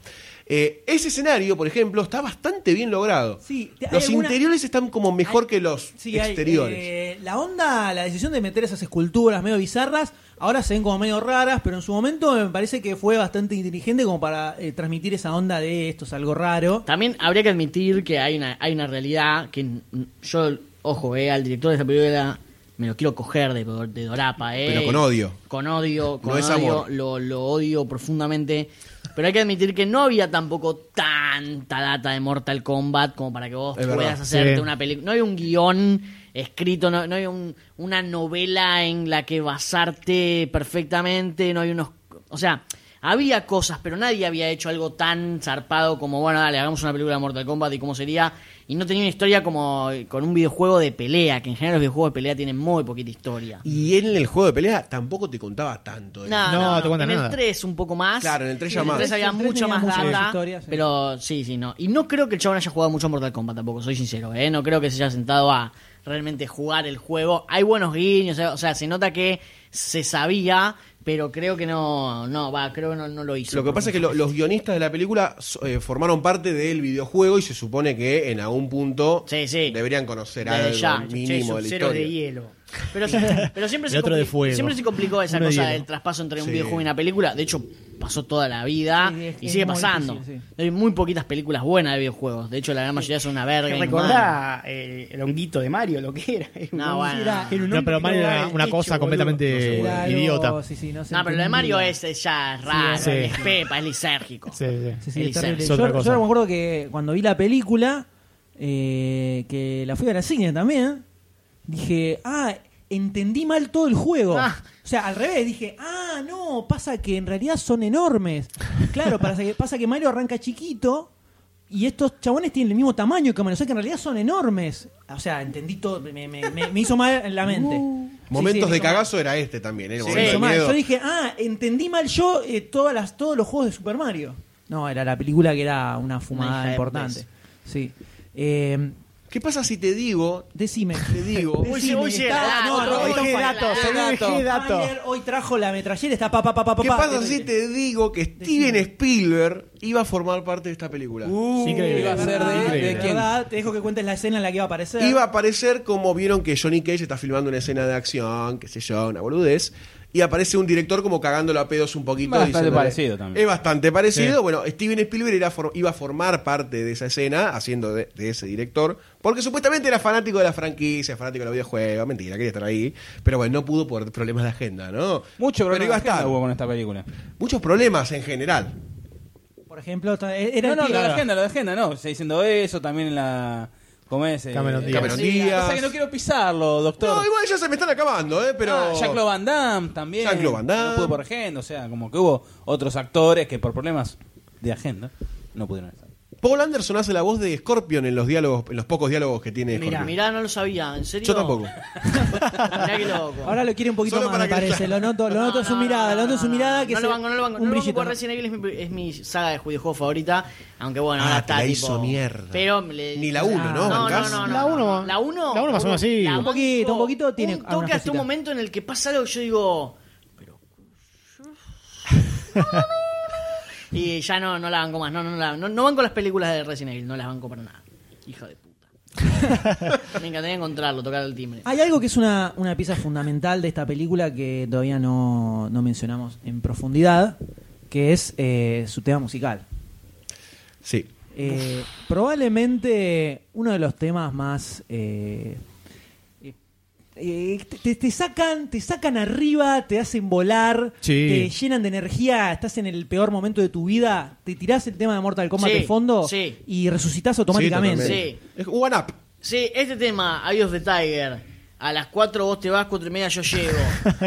S4: Eh, ese escenario, por ejemplo, está bastante bien logrado.
S3: Sí, te- hay
S4: los
S3: alguna-
S4: interiores están como mejor que los
S3: Sí, hay,
S4: exteriores.
S3: eh, la onda, la decisión de meter esas esculturas medio bizarras, ahora se ven como medio raras, pero en su momento me parece que fue bastante inteligente como para eh, transmitir esa onda de esto es algo raro.
S7: También habría que admitir que hay una, hay una realidad que n- n- yo, ojo, eh, al director de esta película me lo quiero coger de, do- de Dorapa, eh.
S4: Pero con odio.
S7: Con odio, con
S4: No es
S7: odio,
S4: amor.
S7: Lo, lo odio profundamente. Pero hay que admitir que no había tampoco tanta data de Mortal Kombat como para que vos
S4: Es
S7: puedas
S4: verdad.
S7: hacerte
S6: Sí.
S7: una película. No hay un guión escrito, no, no hay un- una novela en la que basarte perfectamente, no hay unos... O sea, Había cosas, pero nadie había hecho algo tan zarpado como, bueno, dale, hagamos una película de Mortal Kombat y cómo sería. Y no tenía una historia como eh, con un videojuego de pelea, que en general los videojuegos de pelea tienen muy poquita historia.
S4: Y en el juego de pelea tampoco te contaba tanto. de-
S7: No, no, no, en el 3 un poco más.
S4: Claro, en el 3 ya
S7: En el
S4: más.
S7: 3 había
S4: En el 3
S7: mucho
S4: tenía
S7: más
S4: mucha
S7: data.
S4: más historia, sí.
S7: Pero sí, sí, no. Y no creo que el chabón haya jugado mucho a Mortal Kombat tampoco, soy sincero, ¿eh? No creo que se haya sentado a realmente jugar el juego. Hay buenos guiños, eh, o sea, se nota que se sabía, pero creo que no, no, va, creo que no, no lo hizo.
S4: Lo que pasa es que lo- los guionistas de la película so- eh, formaron parte del videojuego y se supone que en algún punto deberían conocer
S7: Desde
S4: algo
S7: ya.
S4: mínimo de la
S8: Cero de
S4: historia.
S8: hielo.
S7: Pero, pero siempre,
S4: Y
S7: se
S4: otro de
S7: compli-
S4: fuego.
S7: siempre se complicó esa
S4: Uno de
S7: cosa
S4: hielo.
S7: del traspaso entre un
S4: Sí.
S7: videojuego y una película. De hecho, pasó toda la vida y
S8: es
S7: sigue
S8: muy
S7: pasando.
S8: difícil,
S7: Hay muy poquitas películas buenas de videojuegos. De hecho, la gran mayoría son una verga. inhumana.
S8: Recordá el, el honguito de Mario, lo que era. Era un
S7: No,
S8: hongo,
S7: bueno.
S8: era- era un
S6: No, pero
S8: hongo,
S6: Mario
S8: era
S6: era una
S8: hecho,
S6: cosa
S8: boludo.
S6: completamente
S8: No se puede.
S6: idiota.
S7: No, pero lo de Mario es, es ya raro,
S6: Sí.
S7: es pepa, es lisérgico.
S6: Sí, sí.
S3: Sí,
S7: El
S3: es terrible.
S7: Isaac. Es
S3: Yo,
S7: otra
S3: yo
S7: cosa.
S3: me acuerdo que cuando vi la película, eh, que la fui a la cine también, dije, ah, entendí mal todo el juego.
S7: Ah.
S3: O sea, al revés, dije, ah, no, pasa que en realidad son enormes. Claro, pasa que, pasa que Mario arranca chiquito y estos chabones tienen el mismo tamaño que Mario, o sea que en realidad son enormes. O sea, entendí todo, me, me- me- me hizo mal en la mente. Sí, sí,
S4: Momentos
S3: me
S4: de
S3: hizo mal.
S4: cagazo era este también. Era
S3: Sí,
S4: un momento de
S3: mal.
S4: miedo.
S3: Yo dije, ah, entendí mal yo eh, todas las, todos los juegos de Super Mario. No, era la película que era una
S4: Una
S3: fumada
S4: hija de
S3: importante.
S4: pez.
S3: Sí. Eh,
S4: ¿Qué pasa si te digo?
S3: Decime.
S4: Te digo.
S3: Decime, está- no, no, hoy dejé datos, hoy dejé datos. Mailer Hoy trajo la metrallera, está pa, pa, pa, pa, pa,
S4: ¿Qué
S3: pa.
S4: pasa si te digo que Steven Spielberg iba a formar parte de esta película?
S3: Uh,
S7: Uh,
S3: Increíble. Iba a ser de- de verdad, Te dejo que cuentes la escena en la que iba a aparecer.
S4: Iba a aparecer como vieron que Johnny Cage está filmando una escena de acción, qué sé yo, una boludez. Y aparece un director como cagándolo a pedos un poquito.
S5: Bastante
S4: diciéndole-
S5: parecido también.
S4: Es bastante parecido.
S5: Sí.
S4: Bueno, Steven Spielberg era for- iba a formar parte de esa escena, haciendo de, de ese director, porque supuestamente era fanático de la franquicia, fanático de los videojuegos. Mentira, quería estar ahí. Pero bueno, no pudo por problemas de agenda, ¿no?
S5: Mucho
S4: Pero iba a estar.
S5: hubo con esta película.
S4: Muchos problemas en general.
S3: Por ejemplo, está- e-, era
S5: no,
S3: el
S5: no, lo de
S3: tío-
S5: agenda, lo de agenda, no. Está diciendo eso también en la. ¿Cómo es? Eh,
S4: Cameron Díaz. Cameron
S5: Sí,
S4: Díaz.
S5: pasa que no quiero pisarlo, doctor.
S4: No, igual ya se me están acabando, ¿eh? Pero.
S5: Ah, Jean-Claude Van Damme también.
S4: Jean-Claude Van Damme.
S5: No pudo por agenda, o sea, como que hubo otros actores que por problemas de agenda no pudieron estar.
S4: Paul Anderson hace la voz de Scorpion en los diálogos, en los pocos diálogos que tiene
S7: Mirá,
S4: Scorpion.
S7: mirá, no lo sabía, ¿en serio?
S4: Yo tampoco.
S7: Mirá qué loco.
S3: Ahora lo quiere un poquito
S7: Solo
S3: más, me
S7: para que-
S3: parece. Lo noto, lo noto en su mirada, lo noto en su mirada. Que
S7: No
S3: se-
S7: lo banco, no lo banco.
S3: un
S7: No lo banco
S3: brillito,
S7: porque
S3: ¿no?
S7: Resident Evil es mi, es mi saga de videojuegos favorita. Aunque bueno,
S4: Ah,
S7: ahora
S4: te
S7: está
S4: la
S7: tipo...
S4: hizo mierda.
S7: Pero le-
S4: Ni la uno, ¿no?
S7: No, no,
S4: ¿Bancás?
S7: no, no.
S4: La
S7: uno. La uno.
S6: la uno más o menos sí.
S7: la
S6: Un
S7: banco.
S3: poquito, un poquito tiene
S7: Un
S3: algunas
S7: toque hasta un
S3: cositas.
S7: momento en el que pasa algo que yo digo... Pero... y ya no, no la banco más. No, no, la- no, no banco las películas de Resident Evil. No las banco para nada. Hija de puta. Me encantaría encontrarlo, tocar el timbre.
S3: Hay algo que es una, una pieza fundamental de esta película que todavía no, no mencionamos en profundidad, que es eh, su tema musical.
S4: Sí.
S3: Eh, probablemente uno de los temas más... eh, eh, te, te sacan, te sacan arriba, te hacen volar,
S6: Sí.
S3: te llenan de energía, estás en el peor momento de tu vida, te tirás el tema de Mortal Kombat
S7: Sí,
S3: de fondo
S7: sí.
S3: y resucitas automáticamente.
S7: Sí.
S4: Es One Up.
S7: Sí, este tema, Eye of the Tiger. A las 4 vos te vas, 4 y media yo llego.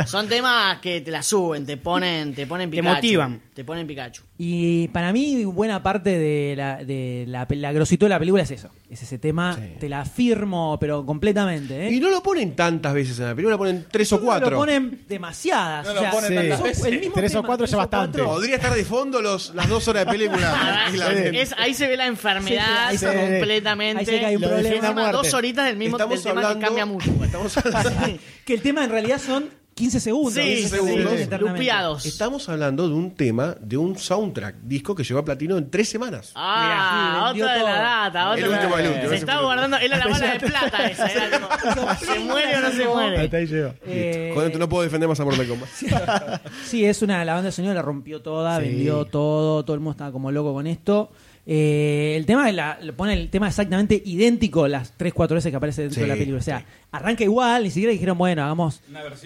S7: Son temas que te la suben, te ponen, te ponen Pikachu.
S8: motivan.
S7: Te ponen Pikachu.
S3: Y para mí, buena parte de la, de la, pe- la grositud de la película es eso. Es ese tema, te la afirmo, pero completamente. ¿eh?
S4: Y no lo ponen tantas veces en la película, lo ponen tres o cuatro.
S3: Lo ponen demasiadas.
S5: No
S3: o
S5: lo
S3: sea,
S5: ponen
S3: son
S5: tantas veces.
S3: el mismo
S6: Tres o
S3: tema,
S6: cuatro
S3: tres
S6: ya
S3: o
S6: bastante.
S3: cuatro.
S4: Podría estar de fondo los, las dos horas de película.
S7: Ah,
S4: tranquilamente.
S7: Es- ahí se ve la enfermedad
S3: Sí, sí, ahí se ve.
S7: completamente.
S3: Ahí se ve que hay un Lo problema. defiende a
S7: Encima, Dos
S3: muerte.
S7: horitas del mismo
S4: Estamos
S7: del tema
S4: hablando-
S7: que cambia mucho. pues.
S3: Que el tema en realidad son 15 segundos.
S7: Sí,
S3: 15
S7: sí,
S3: segundos
S7: sí.
S3: eternamente.
S7: Lupeados.
S4: Estamos hablando de un tema, de un soundtrack, disco que llegó a platino en tres semanas.
S7: Ah,
S3: Mirá, sí, vendió
S7: otra de la
S3: todo.
S7: data. Otra
S4: El último,
S7: de la-
S4: el último,
S7: Se
S4: ese
S7: estaba
S4: fue el
S7: guardando. Era la bala de plata esa. era como, ¿Se muere o no se muere?
S6: Hasta ahí llegó.
S3: Eh,
S4: Joder, no puedo defender más a Mortal Kombat.
S3: Sí, es una. La banda sonora la rompió toda,
S4: Sí.
S3: vendió todo, todo el mundo estaba como loco con esto. Eh, el tema de la, le pone el tema exactamente idéntico las 3, 4 veces que aparece dentro
S4: Sí,
S3: de la película. O sea, arranca igual, ni siquiera dijeron, bueno, hagamos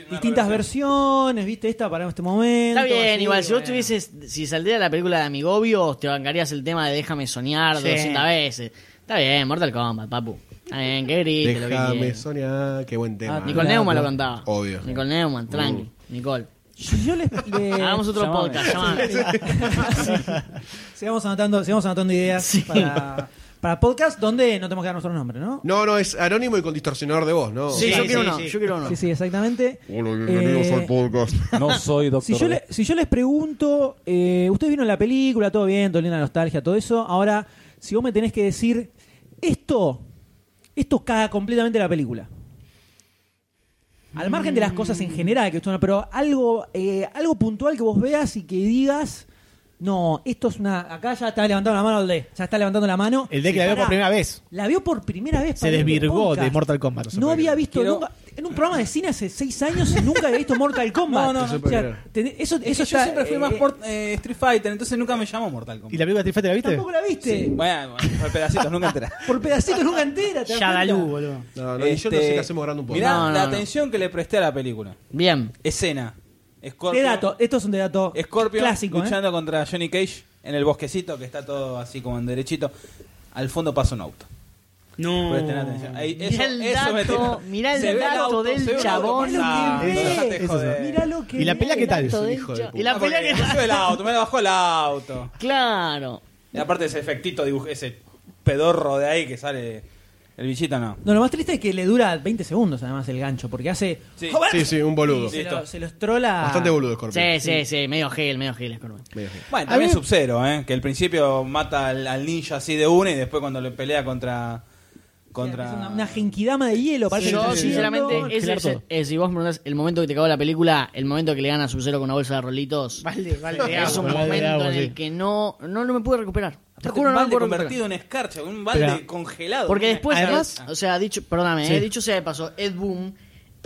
S3: distintas versiones, ¿viste? Esta para este momento.
S7: Está bien,
S3: así,
S7: igual si vos
S3: bueno.
S7: tuvieses, si saldría la película de Amigobio, te bancarías el tema de Déjame soñar
S3: Sí.
S7: 200 veces. Está bien, Mortal Kombat, papu. Está bien, que grite lo que
S4: Déjame
S7: quieras.
S4: soñar, qué buen tema.
S7: Nicole Neumann lo cantaba.
S4: Obvio.
S7: Nicole Neumann, tranqui. Nicole.
S3: Yo, yo les, le-
S7: Hagamos otro
S5: Llamame.
S7: podcast, llamame.
S3: sigamos, anotando, sigamos anotando ideas para, para podcast donde no tenemos que dar nuestro nombre, ¿no?
S4: No, no, es anónimo y con distorsionador de voz, ¿no?
S7: Sí, yo
S8: sí,
S7: quiero
S8: sí,
S7: uno,
S8: sí.
S7: yo quiero uno.
S3: Sí, sí, exactamente.
S11: Hola,
S3: bienvenidos Eh, al
S11: podcast.
S5: No soy
S3: Si
S5: doctor.
S3: yo,
S5: D.
S3: le- si yo les pregunto, eh, ustedes vieron la película, todo bien, todo linda nostalgia, todo eso. Ahora, si vos me tenés que decir, esto, esto caga completamente la película. Al margen de las cosas en general, que esto no- pero algo, eh, algo puntual que vos veas y que digas, no, esto es una. Acá ya está levantando la mano el D, ya está levantando la mano.
S6: El D que la vio por
S3: Pará,
S6: primera vez.
S3: La vio por primera vez.
S6: Se
S3: para este
S6: desvirgó
S3: podcast.
S6: de Mortal Kombat.
S3: No había visto
S5: Quiero-
S3: nunca. En un programa de cine hace seis años y nunca había visto Mortal Kombat.
S5: No, no, no.
S3: O sea, tenés- eso,
S5: Es que
S3: eso
S5: yo
S3: está,
S5: siempre fui
S3: eh,
S5: más por eh, Street Fighter, entonces nunca me llamó Mortal
S6: ¿Y
S5: Kombat.
S6: la película de Street Fighter la viste?
S3: Tampoco la viste.
S5: Bueno, bueno, por pedacitos, nunca enteré.
S3: Por pedacitos nunca entera. ¿te das cuenta?
S8: Yadalú, boludo.
S4: No, no, y yo no
S3: Este,
S4: sé qué hacemos grande un poco.
S5: Mirá
S7: No, no,
S5: la
S7: no.
S5: atención que le presté a la película.
S7: Bien.
S5: Escena. Scorpio,
S3: De dato, esto es un de dato
S5: Scorpio
S3: clásico. ¿eh?
S5: luchando contra Johnny Cage en el bosquecito que está todo así como en derechito. Al fondo pasa un auto.
S8: No.
S5: Podés tener atención. Ahí,
S7: Mirá
S5: eso,
S7: el
S5: eso me
S7: dato,
S5: tiró.
S7: mirá el
S5: Se ve
S7: dato
S5: auto,
S7: del
S5: se ve un auto
S7: chabón. Ah,
S5: pasar.
S3: Mirá lo que
S5: Dejate
S3: ve.
S5: joder.
S3: Mirá lo que
S6: ¿Y la
S3: ve
S6: pela qué
S3: el
S6: tal?
S3: dato de-
S4: Hijo de puta.
S7: Y la
S5: Ah,
S7: pelea
S5: porque
S7: que
S5: me subió el auto, me lo bajó el auto.
S7: Claro.
S5: Y aparte ese efectito, dibuj- ese pedorro de ahí que sale el bichito, no.
S3: No, lo más triste es que le dura 20 segundos además el gancho, porque hace.
S5: Sí.
S3: ¡Joder!
S4: Sí, sí, un
S3: Y
S4: boludo.
S3: Se,
S5: Listo.
S3: lo, se los trola.
S4: Bastante boludo, Scorpio.
S7: Ah. Sí, sí, sí, medio gel, medio gel, Scorpion.
S4: Medio gil.
S5: Bueno,
S6: A
S5: también
S6: mí-
S5: Sub-Zero, ¿eh? que al principio mata al, al ninja así de una y después cuando le pelea contra... contra...
S3: Una, una genkidama de hielo, parece que
S7: Yo,
S3: está
S7: sinceramente,
S3: haciendo.
S7: ese,
S6: Gilar
S7: ese-
S6: todo.
S7: eh, si vos me preguntás el momento que te cagó la película, el momento que le gana a Sub-Zero con una bolsa de rolitos,
S8: Vale, vale. de
S7: es
S8: agua.
S7: un
S6: vale,
S7: momento
S6: agua,
S7: en el
S6: sí.
S7: que no, no, no me pude recuperar. Te
S5: Aparte,
S7: juro,
S5: un
S7: no me
S5: balde
S7: pude recuperar.
S5: convertido en escarcha, un balde
S6: Espera.
S5: congelado.
S7: Porque
S5: Una
S7: después,
S6: Además- ah.
S7: eh, o sea, dicho, perdóname,
S6: Sí.
S7: eh, dicho sea de paso, Ed Boon,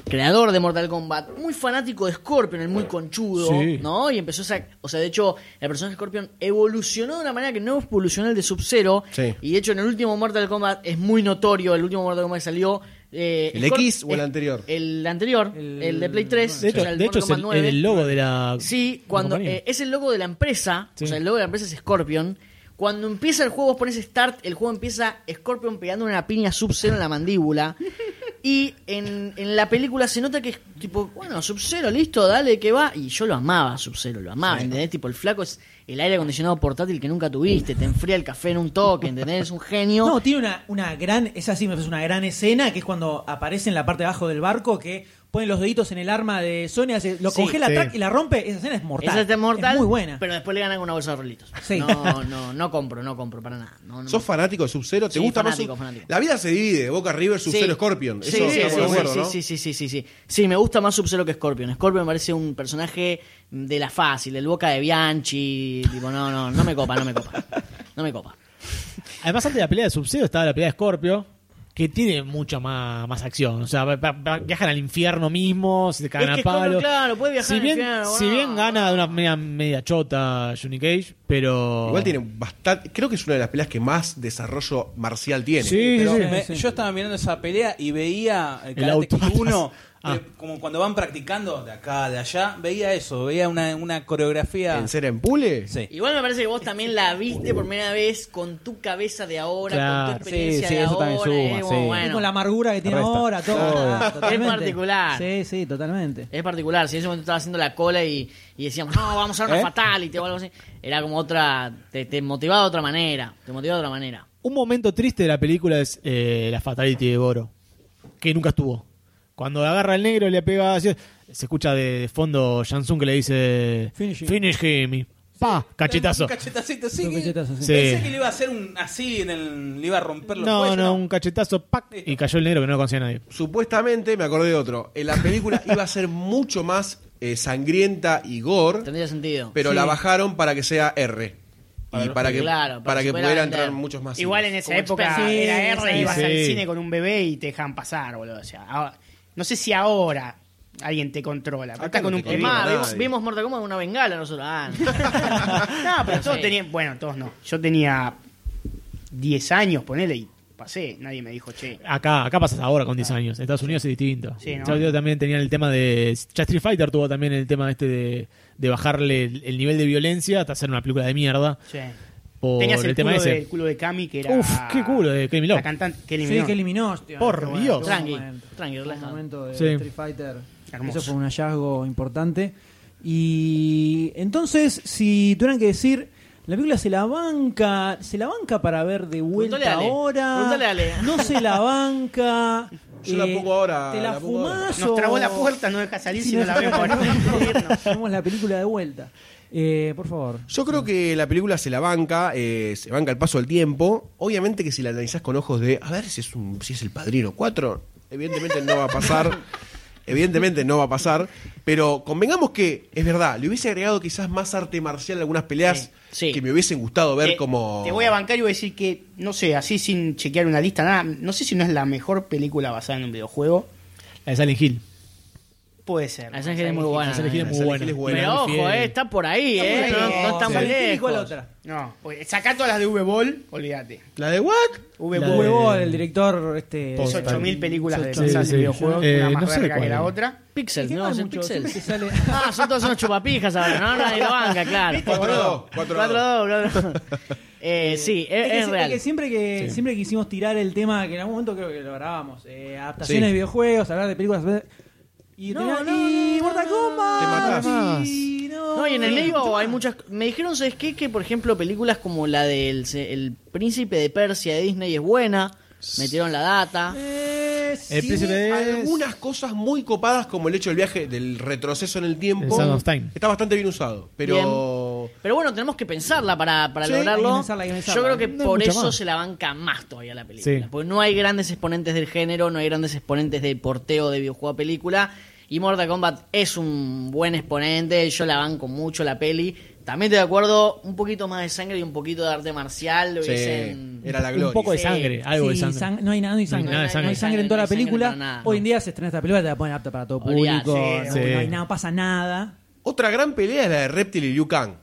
S7: creador de Mortal Kombat, muy fanático de Scorpion, el muy conchudo,
S6: Sí.
S7: ¿no? Y empezó esa, o sea, de hecho, el personaje de Scorpion evolucionó de una manera que no evolucionó el de Sub-Zero.
S4: Sí.
S7: Y de hecho, en el último Mortal Kombat es muy notorio, el último Mortal Kombat que salió. eh,
S4: ¿El
S7: Scorp-
S4: X o el
S7: eh,
S4: anterior?
S7: El anterior, el, de Play 3.
S6: De hecho,
S7: o sea, el
S6: de hecho es
S7: Mortal
S6: el,
S7: Kombat 9.
S6: el logo de la.
S7: Sí, cuando
S6: compañía.
S7: eh, es el logo de la empresa,
S6: Sí.
S7: o sea, el logo de la empresa es Scorpion. Cuando empieza el juego, vos pones Start, el juego empieza Scorpion pegando una piña Sub-Zero en la mandíbula. Y en, en la película se nota que es tipo, bueno, Sub-Zero, listo, dale, que va. Y yo lo amaba, Sub-Zero, lo amaba, ¿entendés? Tipo, el flaco es el aire acondicionado portátil que nunca tuviste, te enfría el café en un toque, ¿entendés? Es un genio.
S3: No, tiene una, una gran, esa sí me parece una gran escena, que es cuando aparece en la parte de abajo del barco, que ponen los deditos en el arma de Sony, hace- lo
S7: Sí.
S3: congela
S6: Sí.
S3: tac, y la rompe. Esa escena es mortal.
S7: Esa es este mortal,
S3: muy buena.
S7: pero después le ganan una bolsa de rolitos.
S3: Sí.
S7: No, no, no compro, no compro para nada. No, no
S4: ¿Sos
S7: me-
S4: fanático de Sub-Zero? ¿Te
S7: Sí,
S4: gusta
S7: fanático,
S4: más? Sub-
S7: fanático.
S4: La vida se divide, Boca River, Sub-Zero, Scorpion. Eso
S7: Sí, sí,
S4: estamos
S7: sí,
S4: de
S7: sí,
S4: acuerdo,
S7: sí,
S4: ¿no?
S7: sí, sí, sí, sí, sí. Sí, me gusta más Sub-Zero que Scorpion. Scorpion me parece un personaje de la fácil, el boca de Bianchi. Tipo, no, no, no me copa, no me copa. No me copa.
S6: Además, antes de la pelea de Sub-Zero estaba la pelea de Scorpio, que tiene mucha más, más acción. O sea, va- va- va- viajan al infierno mismo, se cagan
S7: Es que
S6: a palo.
S7: Scorpio, claro, puede viajar
S6: si
S7: al
S6: bien,
S7: infierno,
S6: Si
S7: bueno.
S6: bien gana de una media, media chota Johnny Cage, pero.
S4: Igual tiene bastante. Creo que es una de las peleas que más desarrollo marcial tiene.
S6: Sí, sí,
S5: Pero
S6: sí.
S5: me- Yo estaba mirando esa pelea y veía el
S6: El
S5: Karate Kid
S6: auto.
S5: 1,
S6: Ah.
S5: eh, como cuando van practicando de acá, de allá, veía eso, veía una, una coreografía.
S4: ¿En serio en Pule?
S5: Sí.
S7: Igual me parece que vos también la viste por primera vez con tu cabeza de ahora,
S6: Claro.
S7: con tu experiencia
S5: Sí, sí,
S7: de
S5: eso también
S7: ahora.
S5: suma,
S7: eh, como,
S5: sí.
S3: Y con la
S7: bueno,
S3: amargura que tiene
S5: Resta.
S3: ahora, todo.
S7: Es
S3: totalmente.
S7: particular.
S3: Sí, sí, totalmente.
S7: es particular. Si en ese momento estaba haciendo la cola y, y decíamos, no, vamos a hacer una
S5: ¿Eh?
S7: fatality o algo así, era como otra. Te, te motivaba de otra manera. Te motivaba de otra manera.
S6: Un momento triste de la película es eh, la fatality de Goro, que nunca estuvo. Cuando agarra al negro y le pega así, se escucha de, de fondo Jansung que le dice
S3: Finish him.
S6: Finish him. y Pa, cachetazo.
S5: Un cachetacito, sí.
S3: Un cachetazo, sí.
S5: Pensé
S6: Sí.
S5: que le iba a hacer un así, en el- le iba a romper los
S6: No,
S5: cuellos,
S6: no, un cachetazo, pac,
S5: Listo.
S6: y cayó el negro que no lo conocía nadie.
S4: Supuestamente, me acordé de otro. En la película iba a ser mucho más eh, sangrienta y gore,
S7: Tendría sentido.
S4: pero la bajaron para que sea R. y para que,
S7: Claro,
S4: para
S7: para
S4: que
S7: que pueda
S4: pudiera
S7: vender.
S4: entrar muchos más.
S8: Igual en
S4: cines.
S8: esa
S7: Como
S8: época
S7: experto. Sí,
S8: era R
S7: sí,
S8: ibas
S6: sí.
S8: al cine con un bebé y te dejaban pasar, boludo. O sea, ahora- no sé si ahora alguien te controla. Pero
S4: Acá
S8: está
S4: no
S8: con
S4: te
S8: un
S4: controla
S8: bebé.
S7: Es más,
S4: nadie.
S7: vimos, vimos Mortal Kombat con una bengala nosotros. Ah, no.
S8: No, pero todos
S7: sí.
S8: tenían. Bueno, todos no. Yo tenía 10 años, ponele, y pasé. Nadie me dijo, che.
S6: Acá, acá pasas ahora con 10 años. En Estados Unidos es distinto.
S8: Sí, ¿no?
S6: Estados Unidos también tenían el tema de. Ya Street Fighter tuvo también el tema este de, de bajarle el, el nivel de violencia hasta hacer una película de mierda.
S8: che.
S6: Por
S8: Tenías el,
S6: tema
S8: culo
S6: ese.
S8: de, el culo de Cami, que era.
S6: Uf, qué culo de Kemi Love.
S8: La cantante que
S3: Sí,
S8: eliminó.
S3: que eliminó. hostia.
S6: Por
S3: Qué bueno,
S6: Dios.
S3: qué buen
S7: Tranqui,
S3: momento.
S7: tranqui,
S3: Qué buen
S7: relajado.
S3: momento de
S6: Sí.
S3: Street Fighter.
S8: Hermoso.
S3: Eso fue un hallazgo importante. Y entonces, si tuvieran que decir, la película se la banca, se la banca para ver de vuelta
S7: Preguntale a Ale.
S3: ahora.
S7: Preguntale a Ale.
S3: No se la banca. Eh,
S4: Yo la pongo ahora,
S3: ¿Te la,
S4: la pongo ahora.
S3: fumás
S8: Nos trabó la
S3: o-
S8: puerta, no deja salir
S3: si
S8: si no
S3: nos-
S8: la vemos.
S3: nos llevamos la película de vuelta. Eh, por favor.
S4: Yo creo que la película se la banca, eh, se banca el paso del tiempo. Obviamente que si la analizás con ojos de, a ver si es, un, si es el Padrino 4, evidentemente no va a pasar. evidentemente no va a pasar. Pero convengamos que, es verdad, le hubiese agregado quizás más arte marcial a algunas peleas
S7: Sí, sí.
S4: que me hubiesen gustado ver
S8: Te-
S4: como...
S8: Te voy a bancar y voy a decir que, no sé, así sin chequear una lista, nada, no sé si no es la mejor película basada en un videojuego.
S6: La de Silent Hill.
S8: Puede ser.
S7: La Silent Hill es muy buena.
S6: La de Silent Hill es muy
S4: Silent
S6: buena.
S4: Hill es buena.
S7: Pero ojo,
S6: Fiel.
S7: eh, está por ahí, eh.
S8: por
S7: No,
S8: ahí.
S7: no está muy
S6: Sí.
S3: ¿Y cuál
S7: lejos.
S3: otra?
S8: No, oye, sacá todas las de V-Ball, olvídate.
S4: ¿La de what?
S3: La
S8: V-Ball
S3: huevo el director este
S8: es 8000 películas de
S6: Sí,
S8: basadas en
S6: sí.
S8: videojuegos,
S6: Eh,
S8: una más
S6: no sé
S8: verga que
S6: cuál
S8: la
S6: era.
S8: otra.
S7: Pixel, no, es el Pixel.
S3: que sale
S7: Ah, son todos unos chupapijas ahora, no, nadie lo banca, claro.
S4: 4-2, 4-2.
S7: 4-2, 4-2. Eh, sí, es,
S3: Es que,
S7: es
S3: si-
S7: real.
S3: que siempre que siempre que quisimos tirar el tema que en algún momento creo que lo grabábamos eh, adaptaciones de videojuegos hablar de películas y
S7: No,
S3: tenía-
S7: no,
S3: y
S7: no,
S3: Mortal
S7: no, no,
S3: Kombat
S4: Te
S6: matás.
S3: y no,
S7: No, y en el
S3: sí, mucho
S7: medio hay
S3: más.
S7: muchas. Me dijeron, ¿sabes qué? Que por ejemplo, películas como la del se- El Príncipe de Persia de Disney es buena. Metieron la data.
S3: Eh, sí,
S6: El príncipe de-
S4: Algunas cosas muy copadas como el hecho del viaje, del retroceso en el tiempo.
S6: El Sound of Time.
S4: Está bastante bien usado, pero...
S7: Pero bueno, tenemos que pensarla para, para
S4: Sí,
S7: lograrlo.
S3: hay que pensarla, hay que pensarla.
S7: Yo creo que
S6: No hay
S7: por
S6: mucha
S7: eso
S6: más.
S7: se la banca más todavía la película.
S6: Sí.
S7: Porque no hay grandes exponentes del género, no hay grandes exponentes de porteo de videojuego a película. Y Mortal Kombat es un buen exponente, yo la banco mucho la peli. También estoy de acuerdo, un poquito más de sangre y un poquito de arte marcial. Lo
S4: Sí,
S7: hubiesen-
S4: era la gloria.
S6: Un poco de
S7: Sí.
S6: sangre, algo de
S3: Sí,
S6: sangre.
S3: sang- no hay nada, no hay sangre.
S6: nada de
S3: No
S6: sangre.
S3: hay sangre en toda
S7: No
S3: la
S7: hay sangre
S3: película.
S7: para nada,
S3: Hoy
S7: no.
S3: en día se estrena esta película, te la ponen apta para todo
S7: Olvidate,
S3: público. no,
S6: sí.
S3: no hay nada, pasa nada.
S4: Otra gran pelea es la de Reptil y Liu Kang.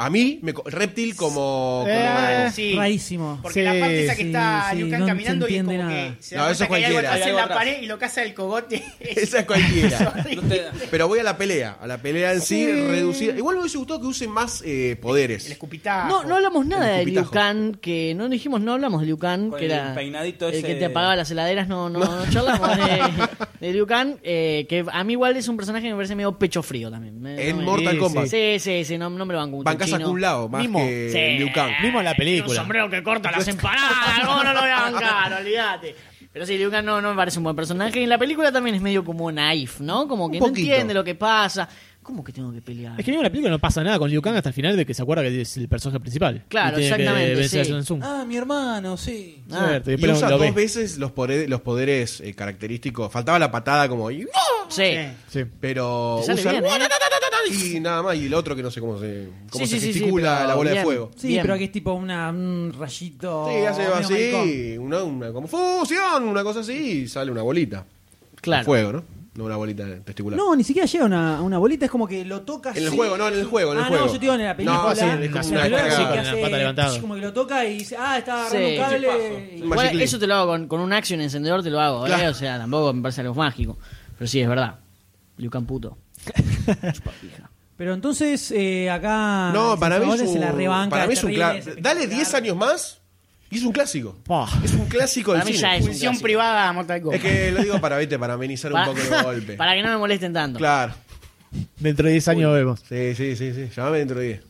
S4: A mí, me co- Reptil como... como
S6: Eh.
S4: malo.
S8: Sí.
S3: Rarísimo.
S8: Porque
S6: Sí,
S8: la parte esa que
S3: sí,
S8: está Liu
S3: sí,
S8: Kang
S3: no se
S8: caminando y es como
S3: entiende
S8: que
S3: nada.
S8: se
S4: No,
S8: da
S4: eso
S8: cuenta que hay algo
S4: cualquiera.
S8: atrás
S5: Hay
S8: en
S5: algo
S8: la
S5: atrás.
S8: pared y lo caza el cogote.
S4: Esa es cualquiera.
S5: No te-
S4: Pero voy a la pelea, a la pelea en sí, reducida. Igual me hubiese gustado que usen más eh,
S8: El
S4: poderes.
S8: escupitajo.
S7: No, no hablamos nada
S4: El
S7: de Liu
S4: cupitajo.
S7: Kang, que no dijimos, no hablamos de Liu Kang,
S5: Con
S7: que
S5: el
S7: era
S5: peinadito
S7: el
S5: ese
S7: que te
S5: de-
S7: apagaba las heladeras, no, no, no charlamos de, de Liu Kang, eh, que a mí igual es un personaje que me parece medio pecho frío también. Me-
S4: En
S7: no me-
S4: Mortal
S6: sí,
S4: Kombat.
S7: Sí, sí, sí, no, no me lo van mucho.
S4: Bancas a
S7: chino.
S4: Kung Lao más
S6: Mimo.
S4: que
S7: Sí.
S4: Liu Kang.
S6: Mismo en la
S7: Un
S6: película.
S7: sombrero que corta las empanadas, no, no lo voy a bancar, olvídate. Pero sí, Liu Kang no, no me parece un buen personaje. Y en la película también es medio como naif, ¿no? Como que no
S4: poquito.
S7: entiende lo que pasa. ¿Cómo que tengo que pelear?
S6: Es que en la película no pasa nada con Liu Kang hasta el final de que se acuerda que es el personaje principal.
S7: Claro,
S6: Y tiene que
S7: exactamente,
S6: vencer a
S7: sí.
S6: Shang Tsung.
S5: Ah, mi hermano, sí.
S7: Ah.
S6: Cierto, y
S4: Y
S6: después
S4: usa
S6: lo- lo
S4: dos
S6: ve.
S4: veces los poderes, los poderes eh, característicos. Faltaba la patada como... y-
S7: Sí.
S6: Sí.
S4: Pero
S7: Te sale
S4: usa...
S7: bien, ¿eh?
S4: Y nada más. Y el otro que no sé cómo se, cómo
S7: Sí,
S4: se
S7: sí, sí, sí,
S4: gesticula
S7: pero
S4: la bola
S7: bien.
S4: de fuego.
S3: Sí,
S7: Bien.
S3: pero aquí es tipo una, un rayito.
S4: Sí, hace
S3: medio maricón.
S4: así, una, una como fusión, una cosa así, y sale una bolita.
S7: Claro.
S4: Fuego, ¿no? No una bolita testicular.
S3: No, ni siquiera llega a una, a una bolita, es como que lo toca
S4: En el
S3: así.
S4: juego, no, en el juego, en el
S3: ah,
S4: juego.
S3: no, yo te digo en la
S4: No,
S3: película.
S4: sí,
S3: la
S4: es como
S3: película
S4: una
S3: que
S4: carga.
S3: hace,
S6: Con la pata levantada.
S3: Como que lo toca y dice, ah, está agarrando
S7: Sí.
S3: un cable. Y-
S4: Un
S7: Igual
S4: Magic
S7: eso te lo hago con, con un action encendedor, te lo hago, ¿eh?
S4: Claro.
S7: O sea, tampoco me parece algo mágico. Pero sí, es verdad. Lucan puto. Chupapija.
S3: Pero entonces, eh, acá.
S4: No, para mí
S3: Sabones
S4: es un,
S3: se la rebanca,
S4: para mí es un
S3: terrible,
S4: clásico. Dale 10 años más y es un clásico.
S6: Pah.
S4: Es un clásico del
S7: Para mí
S4: cine.
S7: ya es un
S8: Función
S7: clásico.
S8: privada Mortal Kombat.
S4: Es que lo digo para, viste, para amenizar un poco el golpe.
S7: para que no me molesten tanto.
S4: Claro.
S6: Dentro de 10 años vemos.
S4: Sí, sí, sí, sí. Llamame dentro de 10.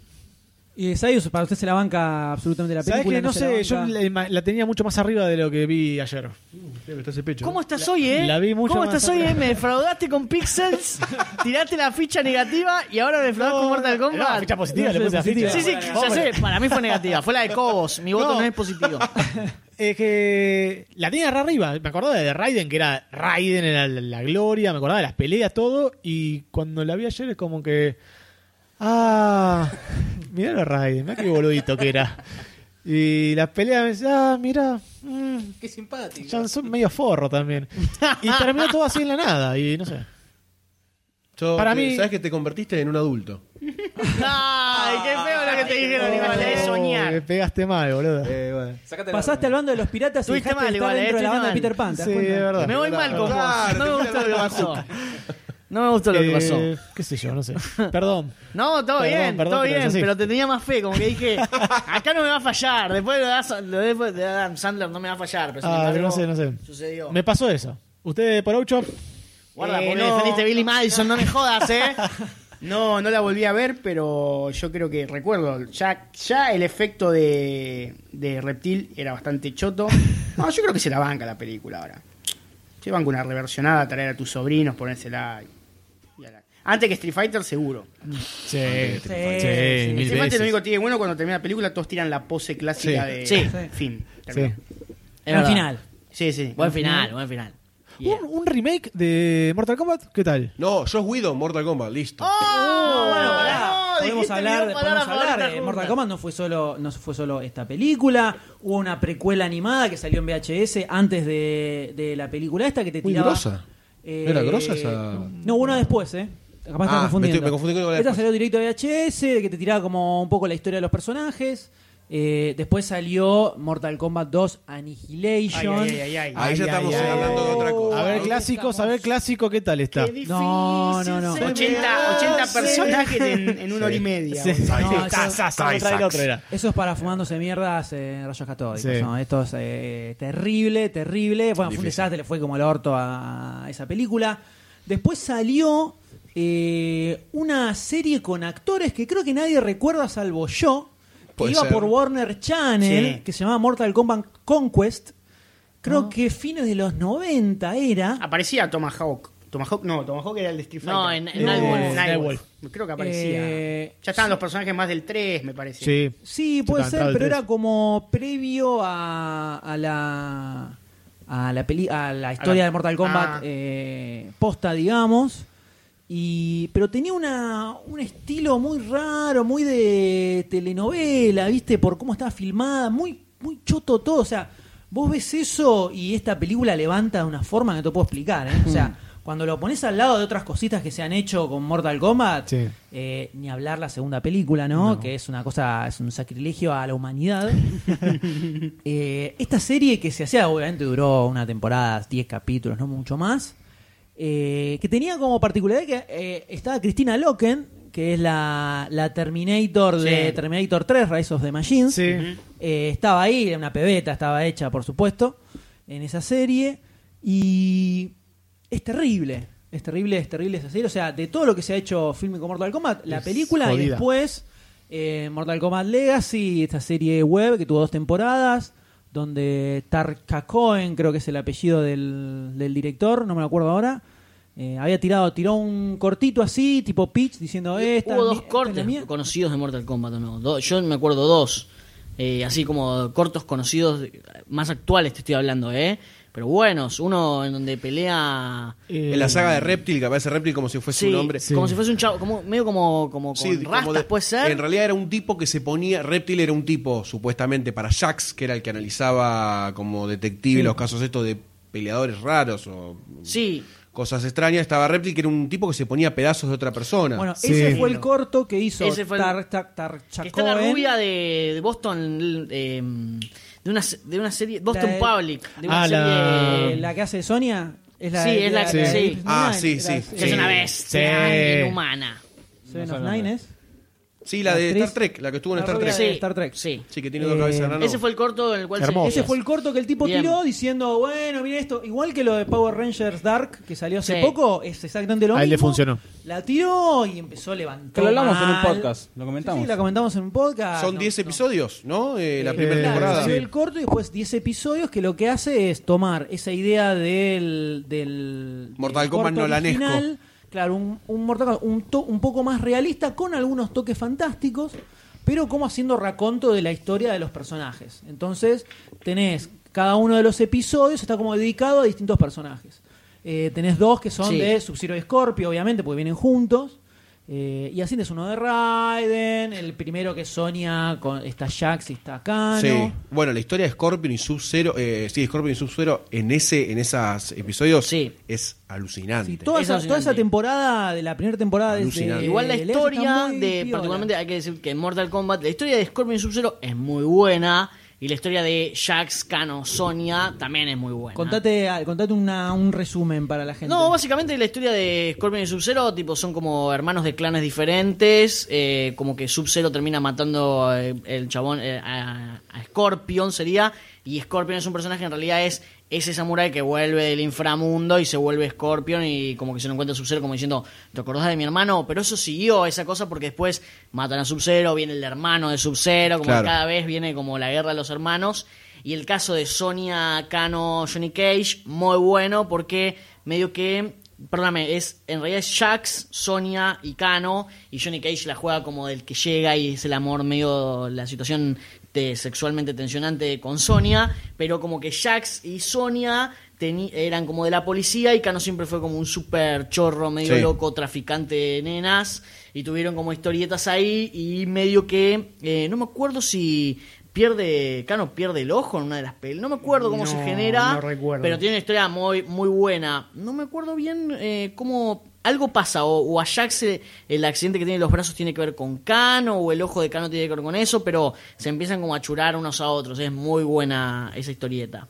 S3: Y Sayus, para usted se la banca absolutamente la
S6: ¿Sabes
S3: película.
S6: que No
S3: se la
S6: sé, yo
S3: banca.
S6: la, la tenía mucho más arriba de lo que vi ayer. Uh,
S7: ¿Cómo estás hoy, eh?
S6: la vi mucho
S7: ¿Cómo
S6: más
S7: estás hoy,
S6: atrás.
S7: eh? Me defraudaste con Pixels, tiraste la ficha negativa y ahora me defraudas con Mortal Kombat.
S6: No, ficha positiva, le puse la ficha.
S7: Sí, sí, ya sé, para mí fue negativa, fue la de Cobos, mi voto no,
S6: No.
S7: es positivo.
S6: Es que la tenía re arriba. Me acordaba de Raiden, que era Raiden, era la, la gloria. Me acordaba de las peleas, todo. Y cuando la vi ayer es como que. Ah, mirá lo Raiden, mirá qué boludito que era. Y las peleas me decían, ah, mirá. mm,
S5: Qué simpático.
S6: ya son medio forro también. Y terminó todo así en la nada. Y no sé.
S4: Yo-
S6: Para
S4: te-
S6: mí-
S4: Sabes que te convertiste en un adulto.
S7: Ay, qué feo lo que te dijeron, igual,
S6: Oh,
S7: eh,
S6: me
S7: soñar.
S6: pegaste mal, boludo.
S4: Eh, bueno.
S5: Sácate la
S3: Pasaste al bando de los piratas y
S7: Tuviste
S3: dejaste
S7: mal
S3: de estar
S7: igual, eh,
S3: dentro de la banda
S7: estuviste
S3: de Peter
S7: mal.
S3: Pan. ¿te das
S6: Sí,
S3: cuenta?
S6: es verdad.
S7: Me voy mal con vos,
S4: Claro,
S7: no me
S4: te
S7: gustó
S4: fuiste
S7: lo que
S4: a la
S7: pasó.
S4: bajuca.
S7: No me gustó lo que
S6: Eh,
S7: pasó.
S6: qué sé yo, no sé. Perdón.
S7: No, todo
S6: Perdón,
S7: bien,
S6: perdón,
S7: todo
S6: pero es
S7: bien,
S6: así.
S7: pero te tenía más fe, como que dije, acá no me va a fallar, después lo de Adam- lo de- de Adam Sandler no me va a fallar, pero sin
S6: Ah,
S7: embargo,
S6: no sé, no sé.
S7: sucedió.
S6: Me pasó eso. Ustedes por 8
S7: Guarda,
S8: Eh,
S7: porque
S8: no.
S7: defendiste a Billy Madison, no me jodas, eh.
S8: No, no la volví a ver, pero yo creo que recuerdo. Ya, ya el efecto de, de reptil era bastante choto. No, yo creo que se la banca la película ahora. Se banca una reversionada, traer a tus sobrinos, ponérsela. y- y a la- Antes que Street Fighter, seguro.
S6: Sí, sí,
S8: Sí,
S6: mil
S8: Street Fighter
S6: veces.
S8: lo único que tiene bueno cuando termina la película, todos tiran la pose clásica
S6: Sí.
S8: de
S6: Sí.
S8: fin.
S6: Sí.
S7: Buen
S8: verdad.
S7: final.
S8: Sí, sí.
S7: Buen final, buen final.
S6: Un, un remake de Mortal Kombat, ¿qué tal?
S4: No, Josh Whedon, Mortal Kombat, listo.
S3: Oh. No, bueno, pará.
S8: no,
S3: podemos
S8: dijiste
S3: hablar,
S8: mi
S3: podemos
S8: palabra
S3: hablar
S8: favorita
S3: de
S8: juntas.
S3: Mortal Kombat, no fue, solo, no fue solo esta película, hubo una precuela animada que salió en VHS antes de, de la película esta que te
S4: Muy
S3: tiraba... eh,
S4: grosa. ¿No era grosa esa?
S3: No, una después, ¿eh? Capaz
S4: Ah,
S3: estás
S4: me
S3: confundiendo.
S4: estoy- me confundí con la
S3: Esta
S4: después.
S3: salió directo a VHS, de que te tiraba como un poco la historia de los personajes. Eh, después salió Mortal Kombat 2 Annihilation.
S8: Ay, ay, ay, ay, ay.
S4: Ahí ya estamos
S8: ay, ay.
S4: hablando de otra cosa.
S6: A ver, clásicos, a ver, clásico, ¿qué tal está?
S3: No, no, no.
S8: 80, 80 personajes en, en una hora y media.
S6: Sí.
S8: boludo.
S3: No, eso-
S6: Trae la otra, era.
S3: Eso es para fumándose mierdas en rayos catódicos.
S6: Sí.
S3: ¿no? Esto es eh, terrible, terrible. Bueno, fue un
S4: Difícil.
S3: desastre, le fue como el orto a, a esa película. Después salió eh, una serie con actores que creo que nadie recuerda salvo yo, que
S4: Puede
S3: iba
S4: ser.
S3: por Warner Channel,
S8: Sí.
S3: que se llamaba Mortal Kombat Conquest. Creo que fines de los 90
S8: Ah,
S3: era.
S8: Aparecía Tomahawk. Tomahawk, no, Tomahawk era el de Street Fighter.
S7: No, en- en
S8: Eh,
S7: Nightwolf.
S8: Nightwolf. Creo que aparecía.
S3: Eh,
S8: ya estaban los personajes más del 3, me parece.
S6: Sí.
S3: Sí,
S6: Se
S3: puede
S6: te
S3: ser,
S6: entraba el
S3: pero
S6: tres.
S3: era como previo a, a la a la peli, a la historia
S8: A la-
S3: de Mortal Kombat
S8: Ah.
S3: eh, posta, digamos. Y pero tenía una un estilo muy raro, muy de telenovela, ¿viste? Por cómo estaba filmada, muy muy choto todo, o sea, vos ves eso y esta película levanta de una forma que no te puedo explicar, ¿eh? O sea, cuando lo pones al lado de otras cositas que se han hecho con Mortal Kombat,
S6: Sí.
S3: eh, ni hablar la segunda película, ¿no? Que es una cosa, es un sacrilegio a la humanidad. Eh, esta serie que se hacía, obviamente duró una temporada, 10 capítulos, no mucho más. eh, que tenía como particularidad que eh, estaba Cristina Loken, que es la, la Terminator de
S8: Sí.
S3: Terminator 3, Rise of the Machines.
S6: Sí.
S3: Eh, estaba ahí, era una pebeta, estaba hecha, por supuesto, en esa serie. Y es terrible. Es terrible, es terrible esa serie. O sea, de todo lo que se ha hecho filme con Mortal Kombat, la
S6: Es
S3: película y
S6: jodida.
S3: después eh, Mortal Kombat Legacy, esta serie web que tuvo dos temporadas, donde Tarka Cohen, creo que es el apellido del, del director, no me lo acuerdo ahora, eh, había tirado, tiró un cortito así, tipo pitch, diciendo esta.
S7: Hubo
S3: mi-
S7: dos
S3: esta es la
S7: cortes
S3: mía".
S7: conocidos de Mortal Kombat, ¿o ¿no? Do- yo me acuerdo dos. eh, así como cortos conocidos, eh, más actuales te estoy hablando, ¿eh? Pero buenos. Uno en donde pelea.
S6: Eh,
S4: En la saga de Reptil, que aparece Reptil como si fuese
S7: Sí,
S4: un hombre.
S7: como si fuese un chavo, como, medio como, como con
S4: Sí, como
S7: rastas,
S4: de-
S7: puede ser.
S4: En realidad era un tipo que se ponía. Reptil era un tipo, supuestamente, para Jax, que era el que analizaba como detective los casos estos de peleadores raros o
S7: Sí,
S4: cosas extrañas. Estaba Reptil, que era un tipo que se ponía pedazos de otra persona.
S3: Bueno,
S6: Sí.
S3: ese fue el corto que hizo
S7: Ese fue el-
S3: Tar- Tar- Tarka
S7: que está la
S3: Cohen.
S7: rubia de, de Boston, eh, de, una, se- de una serie, Boston
S3: de-
S7: Public, de una
S6: Ah, la-
S7: serie...
S3: Eh, la que hace Sonia es la
S7: Sí,
S3: de-
S7: es la-
S3: de-
S7: sí.
S3: de-
S4: Ah,
S3: Nine,
S4: sí, sí.
S3: la-
S7: que es una bestia
S6: Sí.
S7: inhumana.
S3: Seven
S5: No
S3: of
S5: sé
S3: Nine
S5: dónde.
S3: es.
S4: sí, la de
S3: actriz-
S4: Star Trek, la que estuvo en
S3: la
S4: Star
S3: rubia
S4: Trek.
S3: de Star Trek.
S7: Sí.
S4: Sí, que tiene dos cabezas
S3: Eh,
S4: de nano.
S7: Ese fue el corto en el cual se-
S6: Hermoso.
S3: Ese fue el corto que el tipo
S7: Bien.
S3: tiró diciendo, bueno, mira esto, igual que lo de Power Rangers Dark que salió hace
S7: Sí.
S3: poco, es exactamente lo
S6: A él le
S3: mismo.
S6: funcionó.
S3: La tiró y empezó a levantar.
S5: Que lo hablamos en un
S3: mal.
S5: podcast, lo comentamos.
S3: Sí, sí, la comentamos en un podcast.
S4: Son
S3: No,
S4: 10
S3: no.
S4: episodios, ¿no? Eh, la
S3: Eh,
S4: primera
S3: claro,
S4: temporada.
S3: salió el corto y después 10 episodios que lo que hace es tomar esa idea del, del
S4: Mortal
S3: del
S4: Kombat
S3: corto
S4: nolanesco.
S3: original, Claro, un, un Mortal Kombat un, to- un poco más realista con algunos toques fantásticos, pero como haciendo raconto de la historia de los personajes. Entonces, tenés cada uno de los episodios está como dedicado a distintos personajes. Eh, tenés dos que son
S7: Sí.
S3: de Sub-Zero y Scorpio, obviamente, porque vienen juntos. Eh, y así tenés uno de Raiden, el primero que es Sonia, con, está Jax y está Kano.
S4: Sí. Bueno, la historia de Scorpion y Sub-Zero, eh, sí, Scorpion y Sub-Zero en ese en esos episodios
S7: Sí.
S4: es alucinante.
S3: Sí, toda,
S7: Es
S3: esa, toda esa
S7: alucinante.
S3: temporada de la primera temporada de
S4: Alucinante.
S7: Eh, Igual la
S3: de Legacy Eh, está
S7: historia
S3: muy
S7: de,
S3: piola.
S7: particularmente hay que decir que en Mortal Kombat, la historia de Scorpion y Sub-Zero es muy buena y la historia de Jax, Kano, Sonya también es muy buena.
S3: Contate, al- contate una- un resumen para la gente.
S7: No, básicamente la historia de Scorpion y Sub-Zero, tipo, son como hermanos de clanes diferentes. eh, como que Sub-Zero termina matando eh, el chabón eh, a, a Scorpion, sería. Y Scorpion es un personaje que en realidad es ese samurái que vuelve del inframundo y se vuelve Scorpion y como que se lo encuentra Sub-Zero como diciendo, ¿te acordás de mi hermano? Pero eso siguió esa cosa porque después matan a Sub-Zero, viene el hermano de Sub-Zero, como
S4: Claro.
S7: que cada vez viene como la guerra de los hermanos. Y el caso de Sonia Cano, Johnny Cage, muy bueno porque medio que, perdóname, es en realidad es Jax, Sonia y Cano y Johnny Cage la juega como del que llega y es el amor medio, la situación te- sexualmente tensionante con Sonia, pero como que Jax y Sonia teni- eran como de la policía y Cano siempre fue como un super chorro medio
S4: Sí.
S7: loco, traficante de nenas, y tuvieron como historietas ahí y medio que, eh, no me acuerdo si pierde, Cano pierde el ojo en una de las pelis, no me acuerdo cómo
S8: No,
S7: se genera,
S8: no recuerdo.
S7: pero tiene una historia muy, muy buena, no me acuerdo bien eh, cómo... Algo pasa, o, o a Jax se- el accidente que tiene en los brazos tiene que ver con Cano, o el ojo de Cano tiene que ver con eso, pero se empiezan como a churar unos a otros. Es muy buena esa historieta.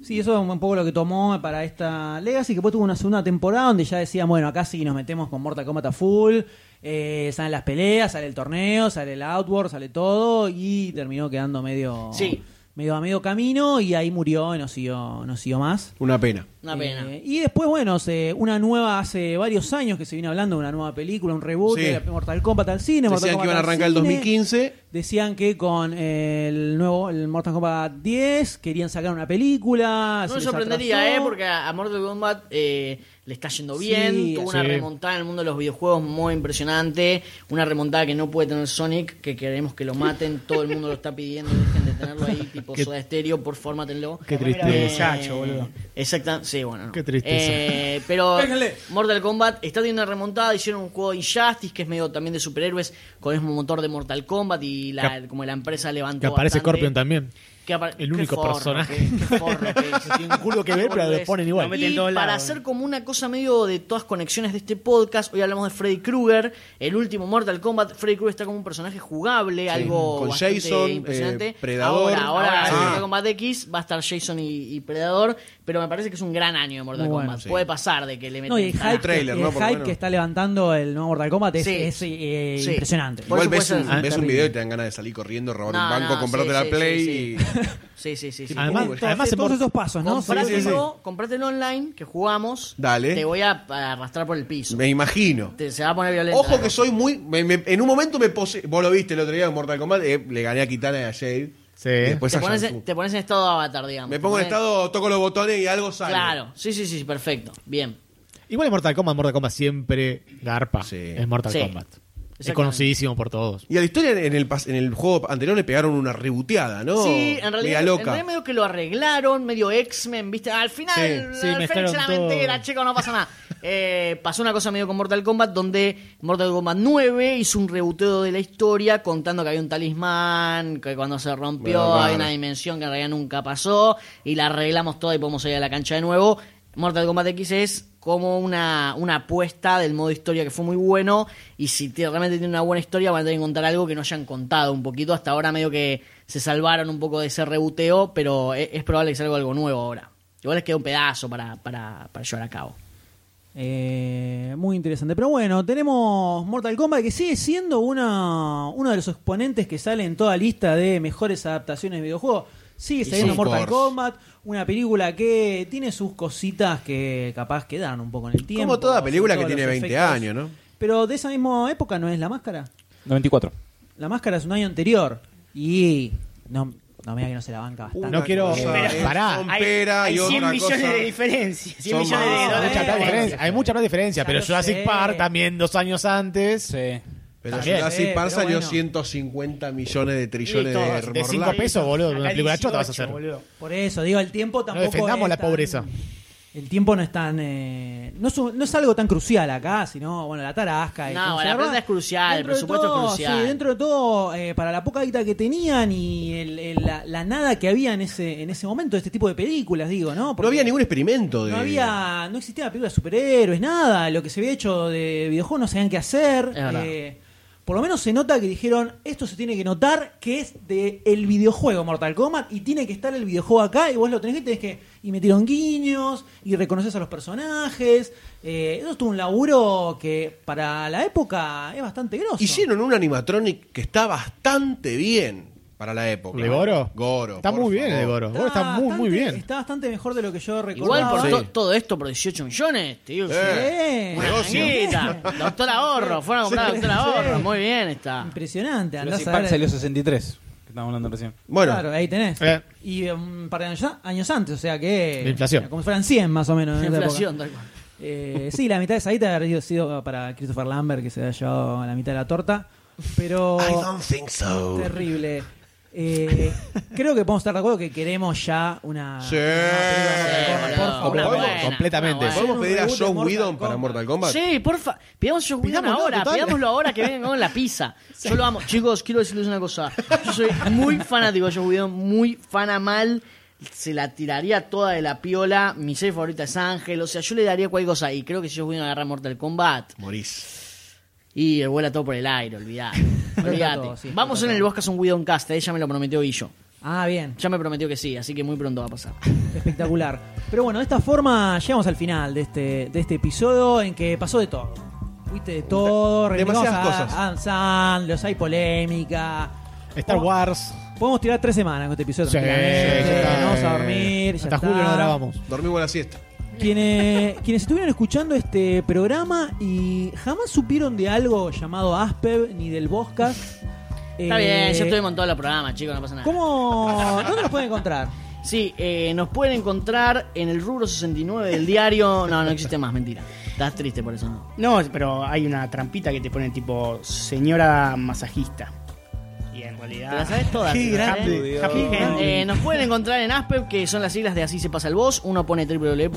S3: Sí, eso es un poco lo que tomó para esta Legacy, que después tuvo una segunda temporada donde ya decían, bueno, acá sí nos metemos con Mortal Kombat a full, eh, salen las peleas, sale el torneo, sale el Outward, sale todo, y terminó quedando medio,
S7: Sí.
S3: medio a medio camino, y ahí murió y no siguió, no siguió más.
S4: Una pena.
S7: Una pena.
S3: Eh, y después, bueno, se- una nueva, hace varios años que se viene hablando de una nueva película, un reboot
S4: Sí.
S3: de Mortal Kombat al cine. Mortal
S4: Decían que
S3: Kombat
S4: iban a
S3: al
S4: arrancar el
S3: cine.
S4: 2015.
S3: Decían que con el nuevo el Mortal Kombat 10 querían sacar una película.
S7: No
S3: se
S7: me
S3: les
S7: sorprendería,
S3: atrasó.
S7: ¿eh? Porque a a Mortal Kombat eh, le está yendo bien.
S3: Sí,
S7: Tuvo una
S6: sí.
S7: remontada en el mundo de los videojuegos muy impresionante. Una remontada que no puede tener Sonic, que queremos que lo maten. Todo el mundo lo está pidiendo. Dejen de tenerlo ahí, tipo
S6: Qué-
S7: soda estéreo. Por favor, mátenlo.
S6: Qué
S8: remera
S6: tristeza.
S8: de muchacho, boludo.
S7: Exacta, sí, bueno. no.
S6: Qué tristeza.
S7: Eh, pero
S5: Déjenle.
S7: Mortal Kombat está teniendo una remontada. Hicieron un juego de Injustice, que es medio también de superhéroes, con el mismo motor de Mortal Kombat. Y la, como la empresa levantó.
S6: Que aparece
S7: bastante.
S6: Scorpion también.
S7: Que apare-
S6: El único
S7: qué forro,
S6: personaje.
S7: qué- qué forro que es.
S6: Tiene un culo que ver, pero lo ponen igual.
S8: Lo meten
S7: Y
S8: en todos
S7: para
S8: lados.
S7: hacer como una cosa medio de todas conexiones de este podcast, hoy hablamos de Freddy Krueger, el último Mortal Kombat. Freddy Krueger está como un personaje jugable, algo
S4: Con
S7: bastante
S4: Jason,
S7: impresionante.
S4: eh, Predador.
S7: Ahora, ahora,
S6: Ah,
S4: Ahora
S7: en
S4: sí.
S7: Mortal Kombat X va a estar Jason y, y Predador, pero me parece que es un gran año de Mortal
S3: Muy bueno,
S7: Kombat.
S4: sí.
S7: Puede pasar de que le metan.
S3: No, y el hype,
S4: trailer,
S3: y el
S4: ¿no? Por lo
S3: hype
S4: menos.
S3: que está levantando el nuevo Mortal Kombat es,
S7: Sí.
S3: es, eh,
S7: Sí.
S3: impresionante.
S7: Por
S4: Igual
S7: eso
S4: ves,
S7: puede
S4: un,
S7: ser-
S4: ves
S7: está
S4: un
S7: bien.
S4: video y te dan ganas de salir corriendo, robar
S7: No,
S4: un banco,
S7: no,
S4: comprarte
S7: sí,
S4: la
S7: sí,
S4: Play
S7: sí,
S4: y...
S7: Sí, sí, sí. sí.
S6: Además,
S4: Uy,
S6: además
S3: Hace
S6: en
S3: todos
S6: Mor-
S3: esos pasos, ¿no? Sí, sí, sí.
S7: Comprátelo, comprátelo online, que jugamos.
S4: Dale.
S7: Te voy a a arrastrar por el piso.
S4: Me imagino.
S7: Te- se va a poner violento.
S4: Ojo que soy muy... me- me- en un momento me pose... Vos lo viste el otro día en Mortal Kombat, eh, le gané a Kitana y a Jade.
S6: Sí.
S4: y después
S7: te
S4: a
S7: pones,
S4: Shang
S7: en,
S4: Tsung.
S7: te pones en estado avatar, digamos.
S4: Me
S7: Te
S4: pongo en
S7: pones-
S4: estado, toco los botones y algo sale.
S7: Claro, sí, sí, sí, sí, perfecto. Bien.
S6: Igual en Mortal Kombat, Mortal Kombat siempre garpa.
S4: Sí.
S6: En Mortal
S7: Sí.
S6: Kombat. Es
S7: Exactamente.
S6: conocidísimo por todos.
S4: Y a la historia en el, pas- en el juego anterior le pegaron una rebuteada, ¿no?
S7: sí, en
S4: Media
S7: realidad, en
S4: Oh, loca.
S7: realidad medio que lo arreglaron, medio X-Men, ¿viste? Al final,
S6: Sí,
S7: el
S6: sí, mezclaron
S7: Fénix la
S6: todo.
S7: mentira, chico, no pasa nada. Eh, pasó una cosa medio con Mortal Kombat, donde Mortal Kombat 9 hizo un reboteo de la historia contando que había un talismán, que cuando se rompió
S4: Bueno,
S7: hay
S4: claro.
S7: una dimensión que en realidad nunca pasó, y la arreglamos toda y podemos ir a la cancha de nuevo. Mortal Kombat X es como una, una apuesta del modo historia que fue muy bueno, y si te- realmente tiene una buena historia van a tener que contar algo que no hayan contado un poquito, hasta ahora medio que se salvaron un poco de ese rebuteo, pero e- es, probable que salga algo nuevo ahora. Igual les queda un pedazo para, para, para llevar a cabo.
S3: Eh, muy interesante. Pero bueno, tenemos Mortal Kombat que sigue siendo una, uno de los exponentes que sale en toda lista de mejores adaptaciones de videojuegos. Sigue saliendo
S4: sí,
S3: Mortal
S4: por-
S3: Kombat, una película que tiene sus cositas que capaz quedan un poco en el tiempo.
S4: Como toda película
S3: sobre
S4: que
S3: todo
S4: tiene
S3: los
S4: 20
S3: efectos.
S4: años, ¿no?
S3: Pero de esa misma época no es La Máscara.
S5: 94.
S3: La Máscara es un año anterior. Y no, no me diga que no se la banca bastante.
S6: No quiero-
S4: cosa es
S6: Pará.
S4: Son
S8: Hay,
S4: pera
S8: hay
S4: y
S8: 100
S4: otra
S8: millones
S4: cosa.
S8: de diferencias. 100
S4: Son
S8: millones de
S4: más.
S6: Hay
S8: dólares.
S6: mucha más
S3: Eh,
S6: diferencia, hay mucha más diferencia,
S3: Ya
S6: pero
S3: lo sé.
S6: Jurassic Park también dos años antes.
S5: Sí.
S4: Pero
S6: También. eh,
S4: Jurassic
S3: Sí,
S4: Park
S3: pero
S4: salió
S3: bueno.
S4: 150 millones de trillones
S8: todo,
S4: de
S8: de
S6: De
S4: remorlac.
S6: 5 pesos, boludo,
S8: Acá
S6: una película
S8: 18,
S6: chota vas a hacer.
S8: boludo.
S3: Por eso, digo, el tiempo tampoco.
S6: defendamos
S3: es
S6: la
S3: tan-
S6: pobreza.
S3: El tiempo no es tan. eh, no, es, un- no es algo tan crucial acá, sino, bueno, la tarasca. y
S7: No,
S3: cómo se
S7: la
S3: llama.
S7: plata es crucial, el
S3: Dentro de
S7: presupuesto es
S3: todo,
S7: crucial.
S3: sí, dentro de todo, eh, para la poca guita que tenían y el- el- la, la nada que había en ese, en ese momento, este tipo de películas, digo, ¿no?
S4: No
S3: Porque
S4: había ningún experimento. De...
S3: No había. No existía película de superhéroes, nada. Lo que se había hecho de videojuegos no sabían qué hacer.
S7: Es verdad.
S3: eh, por lo menos se nota que dijeron, esto se tiene que notar que es de el videojuego Mortal Kombat y tiene que estar el videojuego acá y vos lo tenés que tenés que... Y metieron guiños y reconoces a los personajes. eh, eso tuvo un laburo que para la época es bastante grosso.
S4: Hicieron un animatronic que está bastante bien. para la época.
S6: ¿De Goro?
S4: Goro.
S6: Está
S4: por
S6: muy bien
S4: favor.
S6: el Goro. Goro está muy, muy bien.
S3: Ah, Está bastante mejor de lo que yo recordaba.
S7: Igual por
S4: Sí.
S7: to- todo esto por 18 millones, tío.
S3: Eh,
S7: Una
S4: negocio.
S7: manguita. Doctor Ahorro, fueron a comprar
S3: Sí.
S7: Doctor Ahorro.
S3: Sí.
S7: Muy bien está.
S3: Impresionante. Andás
S5: Jurassic
S3: a
S5: Park
S3: ver-
S5: salió 63, que estábamos hablando recién.
S4: Bueno,
S3: Claro, ahí tenés.
S6: Eh.
S3: Y un par de años, años antes, o sea que.
S6: La inflación.
S3: Como si fueran 100 más o menos. en esa
S7: Inflación,
S3: época.
S7: tal cual.
S3: Eh, sí, la mitad de esa guita habría sido para Christopher Lambert, que se había llevado la mitad de la torta. Pero.
S9: think so.
S3: Terrible. Eh, creo que podemos estar de acuerdo que queremos ya una.
S4: Sí.
S3: una película de Mortal Kombat, por
S7: Sí,
S3: favor.
S7: una
S4: ¿Podemos?
S7: buena,
S6: Completamente.
S7: una buena.
S4: ¿podemos pedir a
S3: reboot de
S4: Joe
S3: Mortal
S4: Whedon para
S3: Kombat.
S4: Mortal Kombat?
S7: Sí, porfa. Pidamos Joe Whedon
S6: Pidámoslo,
S7: ahora.
S6: total.
S7: Pidámoslo ahora que vengan con la pizza. Yo lo amo. Chicos, quiero decirles una cosa. Yo soy muy fanático de Joe Whedon. Muy fana mal. Se la tiraría toda de la piola. Mi serie favorita es Ángel. O sea, yo le daría cualquier cosa. Y creo que si Joe Whedon agarra Mortal Kombat.
S4: Morís.
S7: Y el vuela todo por el aire, olvidate.
S3: Explota todo, sí,
S7: olvidate. Vamos
S3: explota
S7: en el
S3: todo.
S7: Boscas un Whedon Cast. Ella me lo prometió Guillo.
S3: Ah, bien.
S7: Ya me prometió que sí, así que muy pronto va a pasar.
S3: Espectacular. Pero bueno, de esta forma llegamos al final de este, de este episodio en que pasó de todo. Fuiste de todo,
S4: Demasiadas
S3: reivindicamos a
S4: cosas.
S3: Adam Sandler, hay polémica.
S6: Star Wars.
S3: Podemos tirar tres semanas con este episodio.
S6: Sí,
S3: tranquilamente.
S6: ya está.
S3: Nos vamos a dormir. ya
S6: Hasta
S3: está.
S6: julio no grabamos.
S4: Dormimos la siesta.
S3: Quienes, quienes estuvieron escuchando este programa y jamás supieron de algo llamado Aspev ni del Boscas.
S7: Está bien, ya estuvimos en todo el programa, chicos, no pasa
S3: Eh,
S7: nada.
S3: ¿Cómo? ¿Dónde los pueden encontrar?
S7: Sí, eh, nos pueden encontrar en el rubro 69 del diario. No, no existe más, mentira. Estás triste por eso, no.
S8: No, pero hay una trampita que te pone tipo señora masajista. Y en realidad.
S7: Te la sabes todas.
S6: Qué
S7: ¿eh?
S6: grande.
S8: Happy Hand.
S7: Eh, nos pueden encontrar en ASPEP, que son las siglas de Así se pasa el voz. Uno pone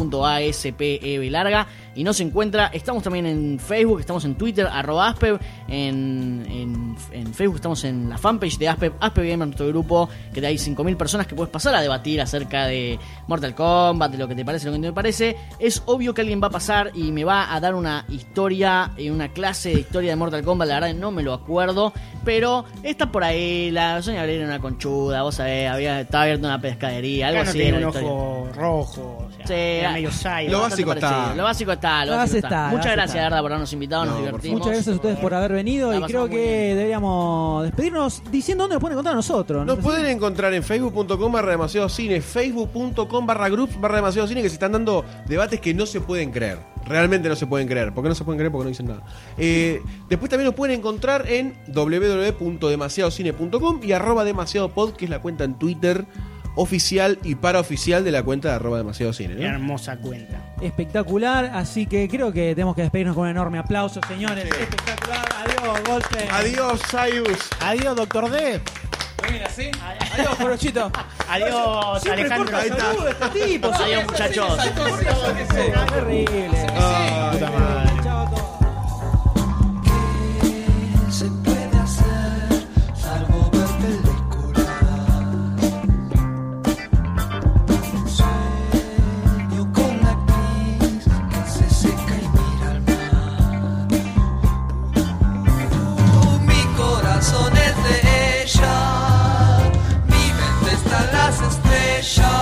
S7: www.aspeb E larga y nos encuentra. Estamos también en Facebook, estamos en Twitter, arroba ASPEB. En, en- en Facebook estamos en la fanpage de ASPEB, ASPEB Gamer, nuestro grupo, que te hay 5.000 personas que puedes pasar a debatir acerca de Mortal Kombat, de lo que te parece, lo que no te parece. Es obvio que alguien va a pasar y me va a dar una historia, eh, una clase de historia de Mortal Kombat. La verdad no me lo acuerdo, pero está por ahí. La Sonia Abril era una conchuda, vos sabés, había, estaba abierta una pescadería, algo
S8: Acá no
S7: así.
S8: tenía
S7: era
S8: un
S7: la historia.
S8: ojo rojo. O sea,
S7: Sí,
S8: era
S7: ah,
S8: medio side.
S4: Lo
S7: Bastante
S4: básico está.
S7: parecido. Lo básico está. Lo
S3: Lo
S7: básico
S3: básico
S7: está.
S3: está, lo
S7: Muchas
S3: básico
S7: gracias,
S3: está.
S7: Verdad, por habernos
S4: No,
S7: invitado. nos
S4: por favor.
S7: divertimos.
S3: Muchas gracias a ustedes por haber venido y
S7: La
S3: creo
S7: pasamos muy
S3: que
S7: bien.
S3: deberíamos despedirnos diciendo dónde nos pueden encontrar a nosotros.
S4: Nos
S3: ¿no?
S4: pueden encontrar en facebook.com barra demasiado cine, facebook.com barra groups barra demasiado cine, que se están dando debates que no se pueden creer. Realmente no se pueden creer. ¿Por qué no se pueden creer? Porque no dicen nada. Eh, después también nos pueden encontrar en www.demasiadocine.com y arroba demasiado pod, que es la cuenta en Twitter oficial y paraoficial de la cuenta de arroba demasiado cine.
S8: Era
S4: ¿no?
S8: hermosa cuenta.
S3: Espectacular, así que creo que tenemos que despedirnos con un enorme aplauso, señores. Espectacular, adiós, golpe.
S4: Adiós, Sayus.
S6: Adiós, Doctor D.
S5: Mira, ¿sí? Adiós, Porochito.
S8: Adiós, Alejandro.
S4: corta
S8: Ahí
S3: Saludos, este tipo,
S7: Adiós, muchachos.
S5: Adiós.
S3: terrible.
S4: Ah,
S6: Puta madre.
S3: Chao a todos.
S12: se puede hacer salvo ver películas. Sueño con la actriz que se seca y mira al mar. Uh, Mi corazón es de ella, mi mente está en las estrellas.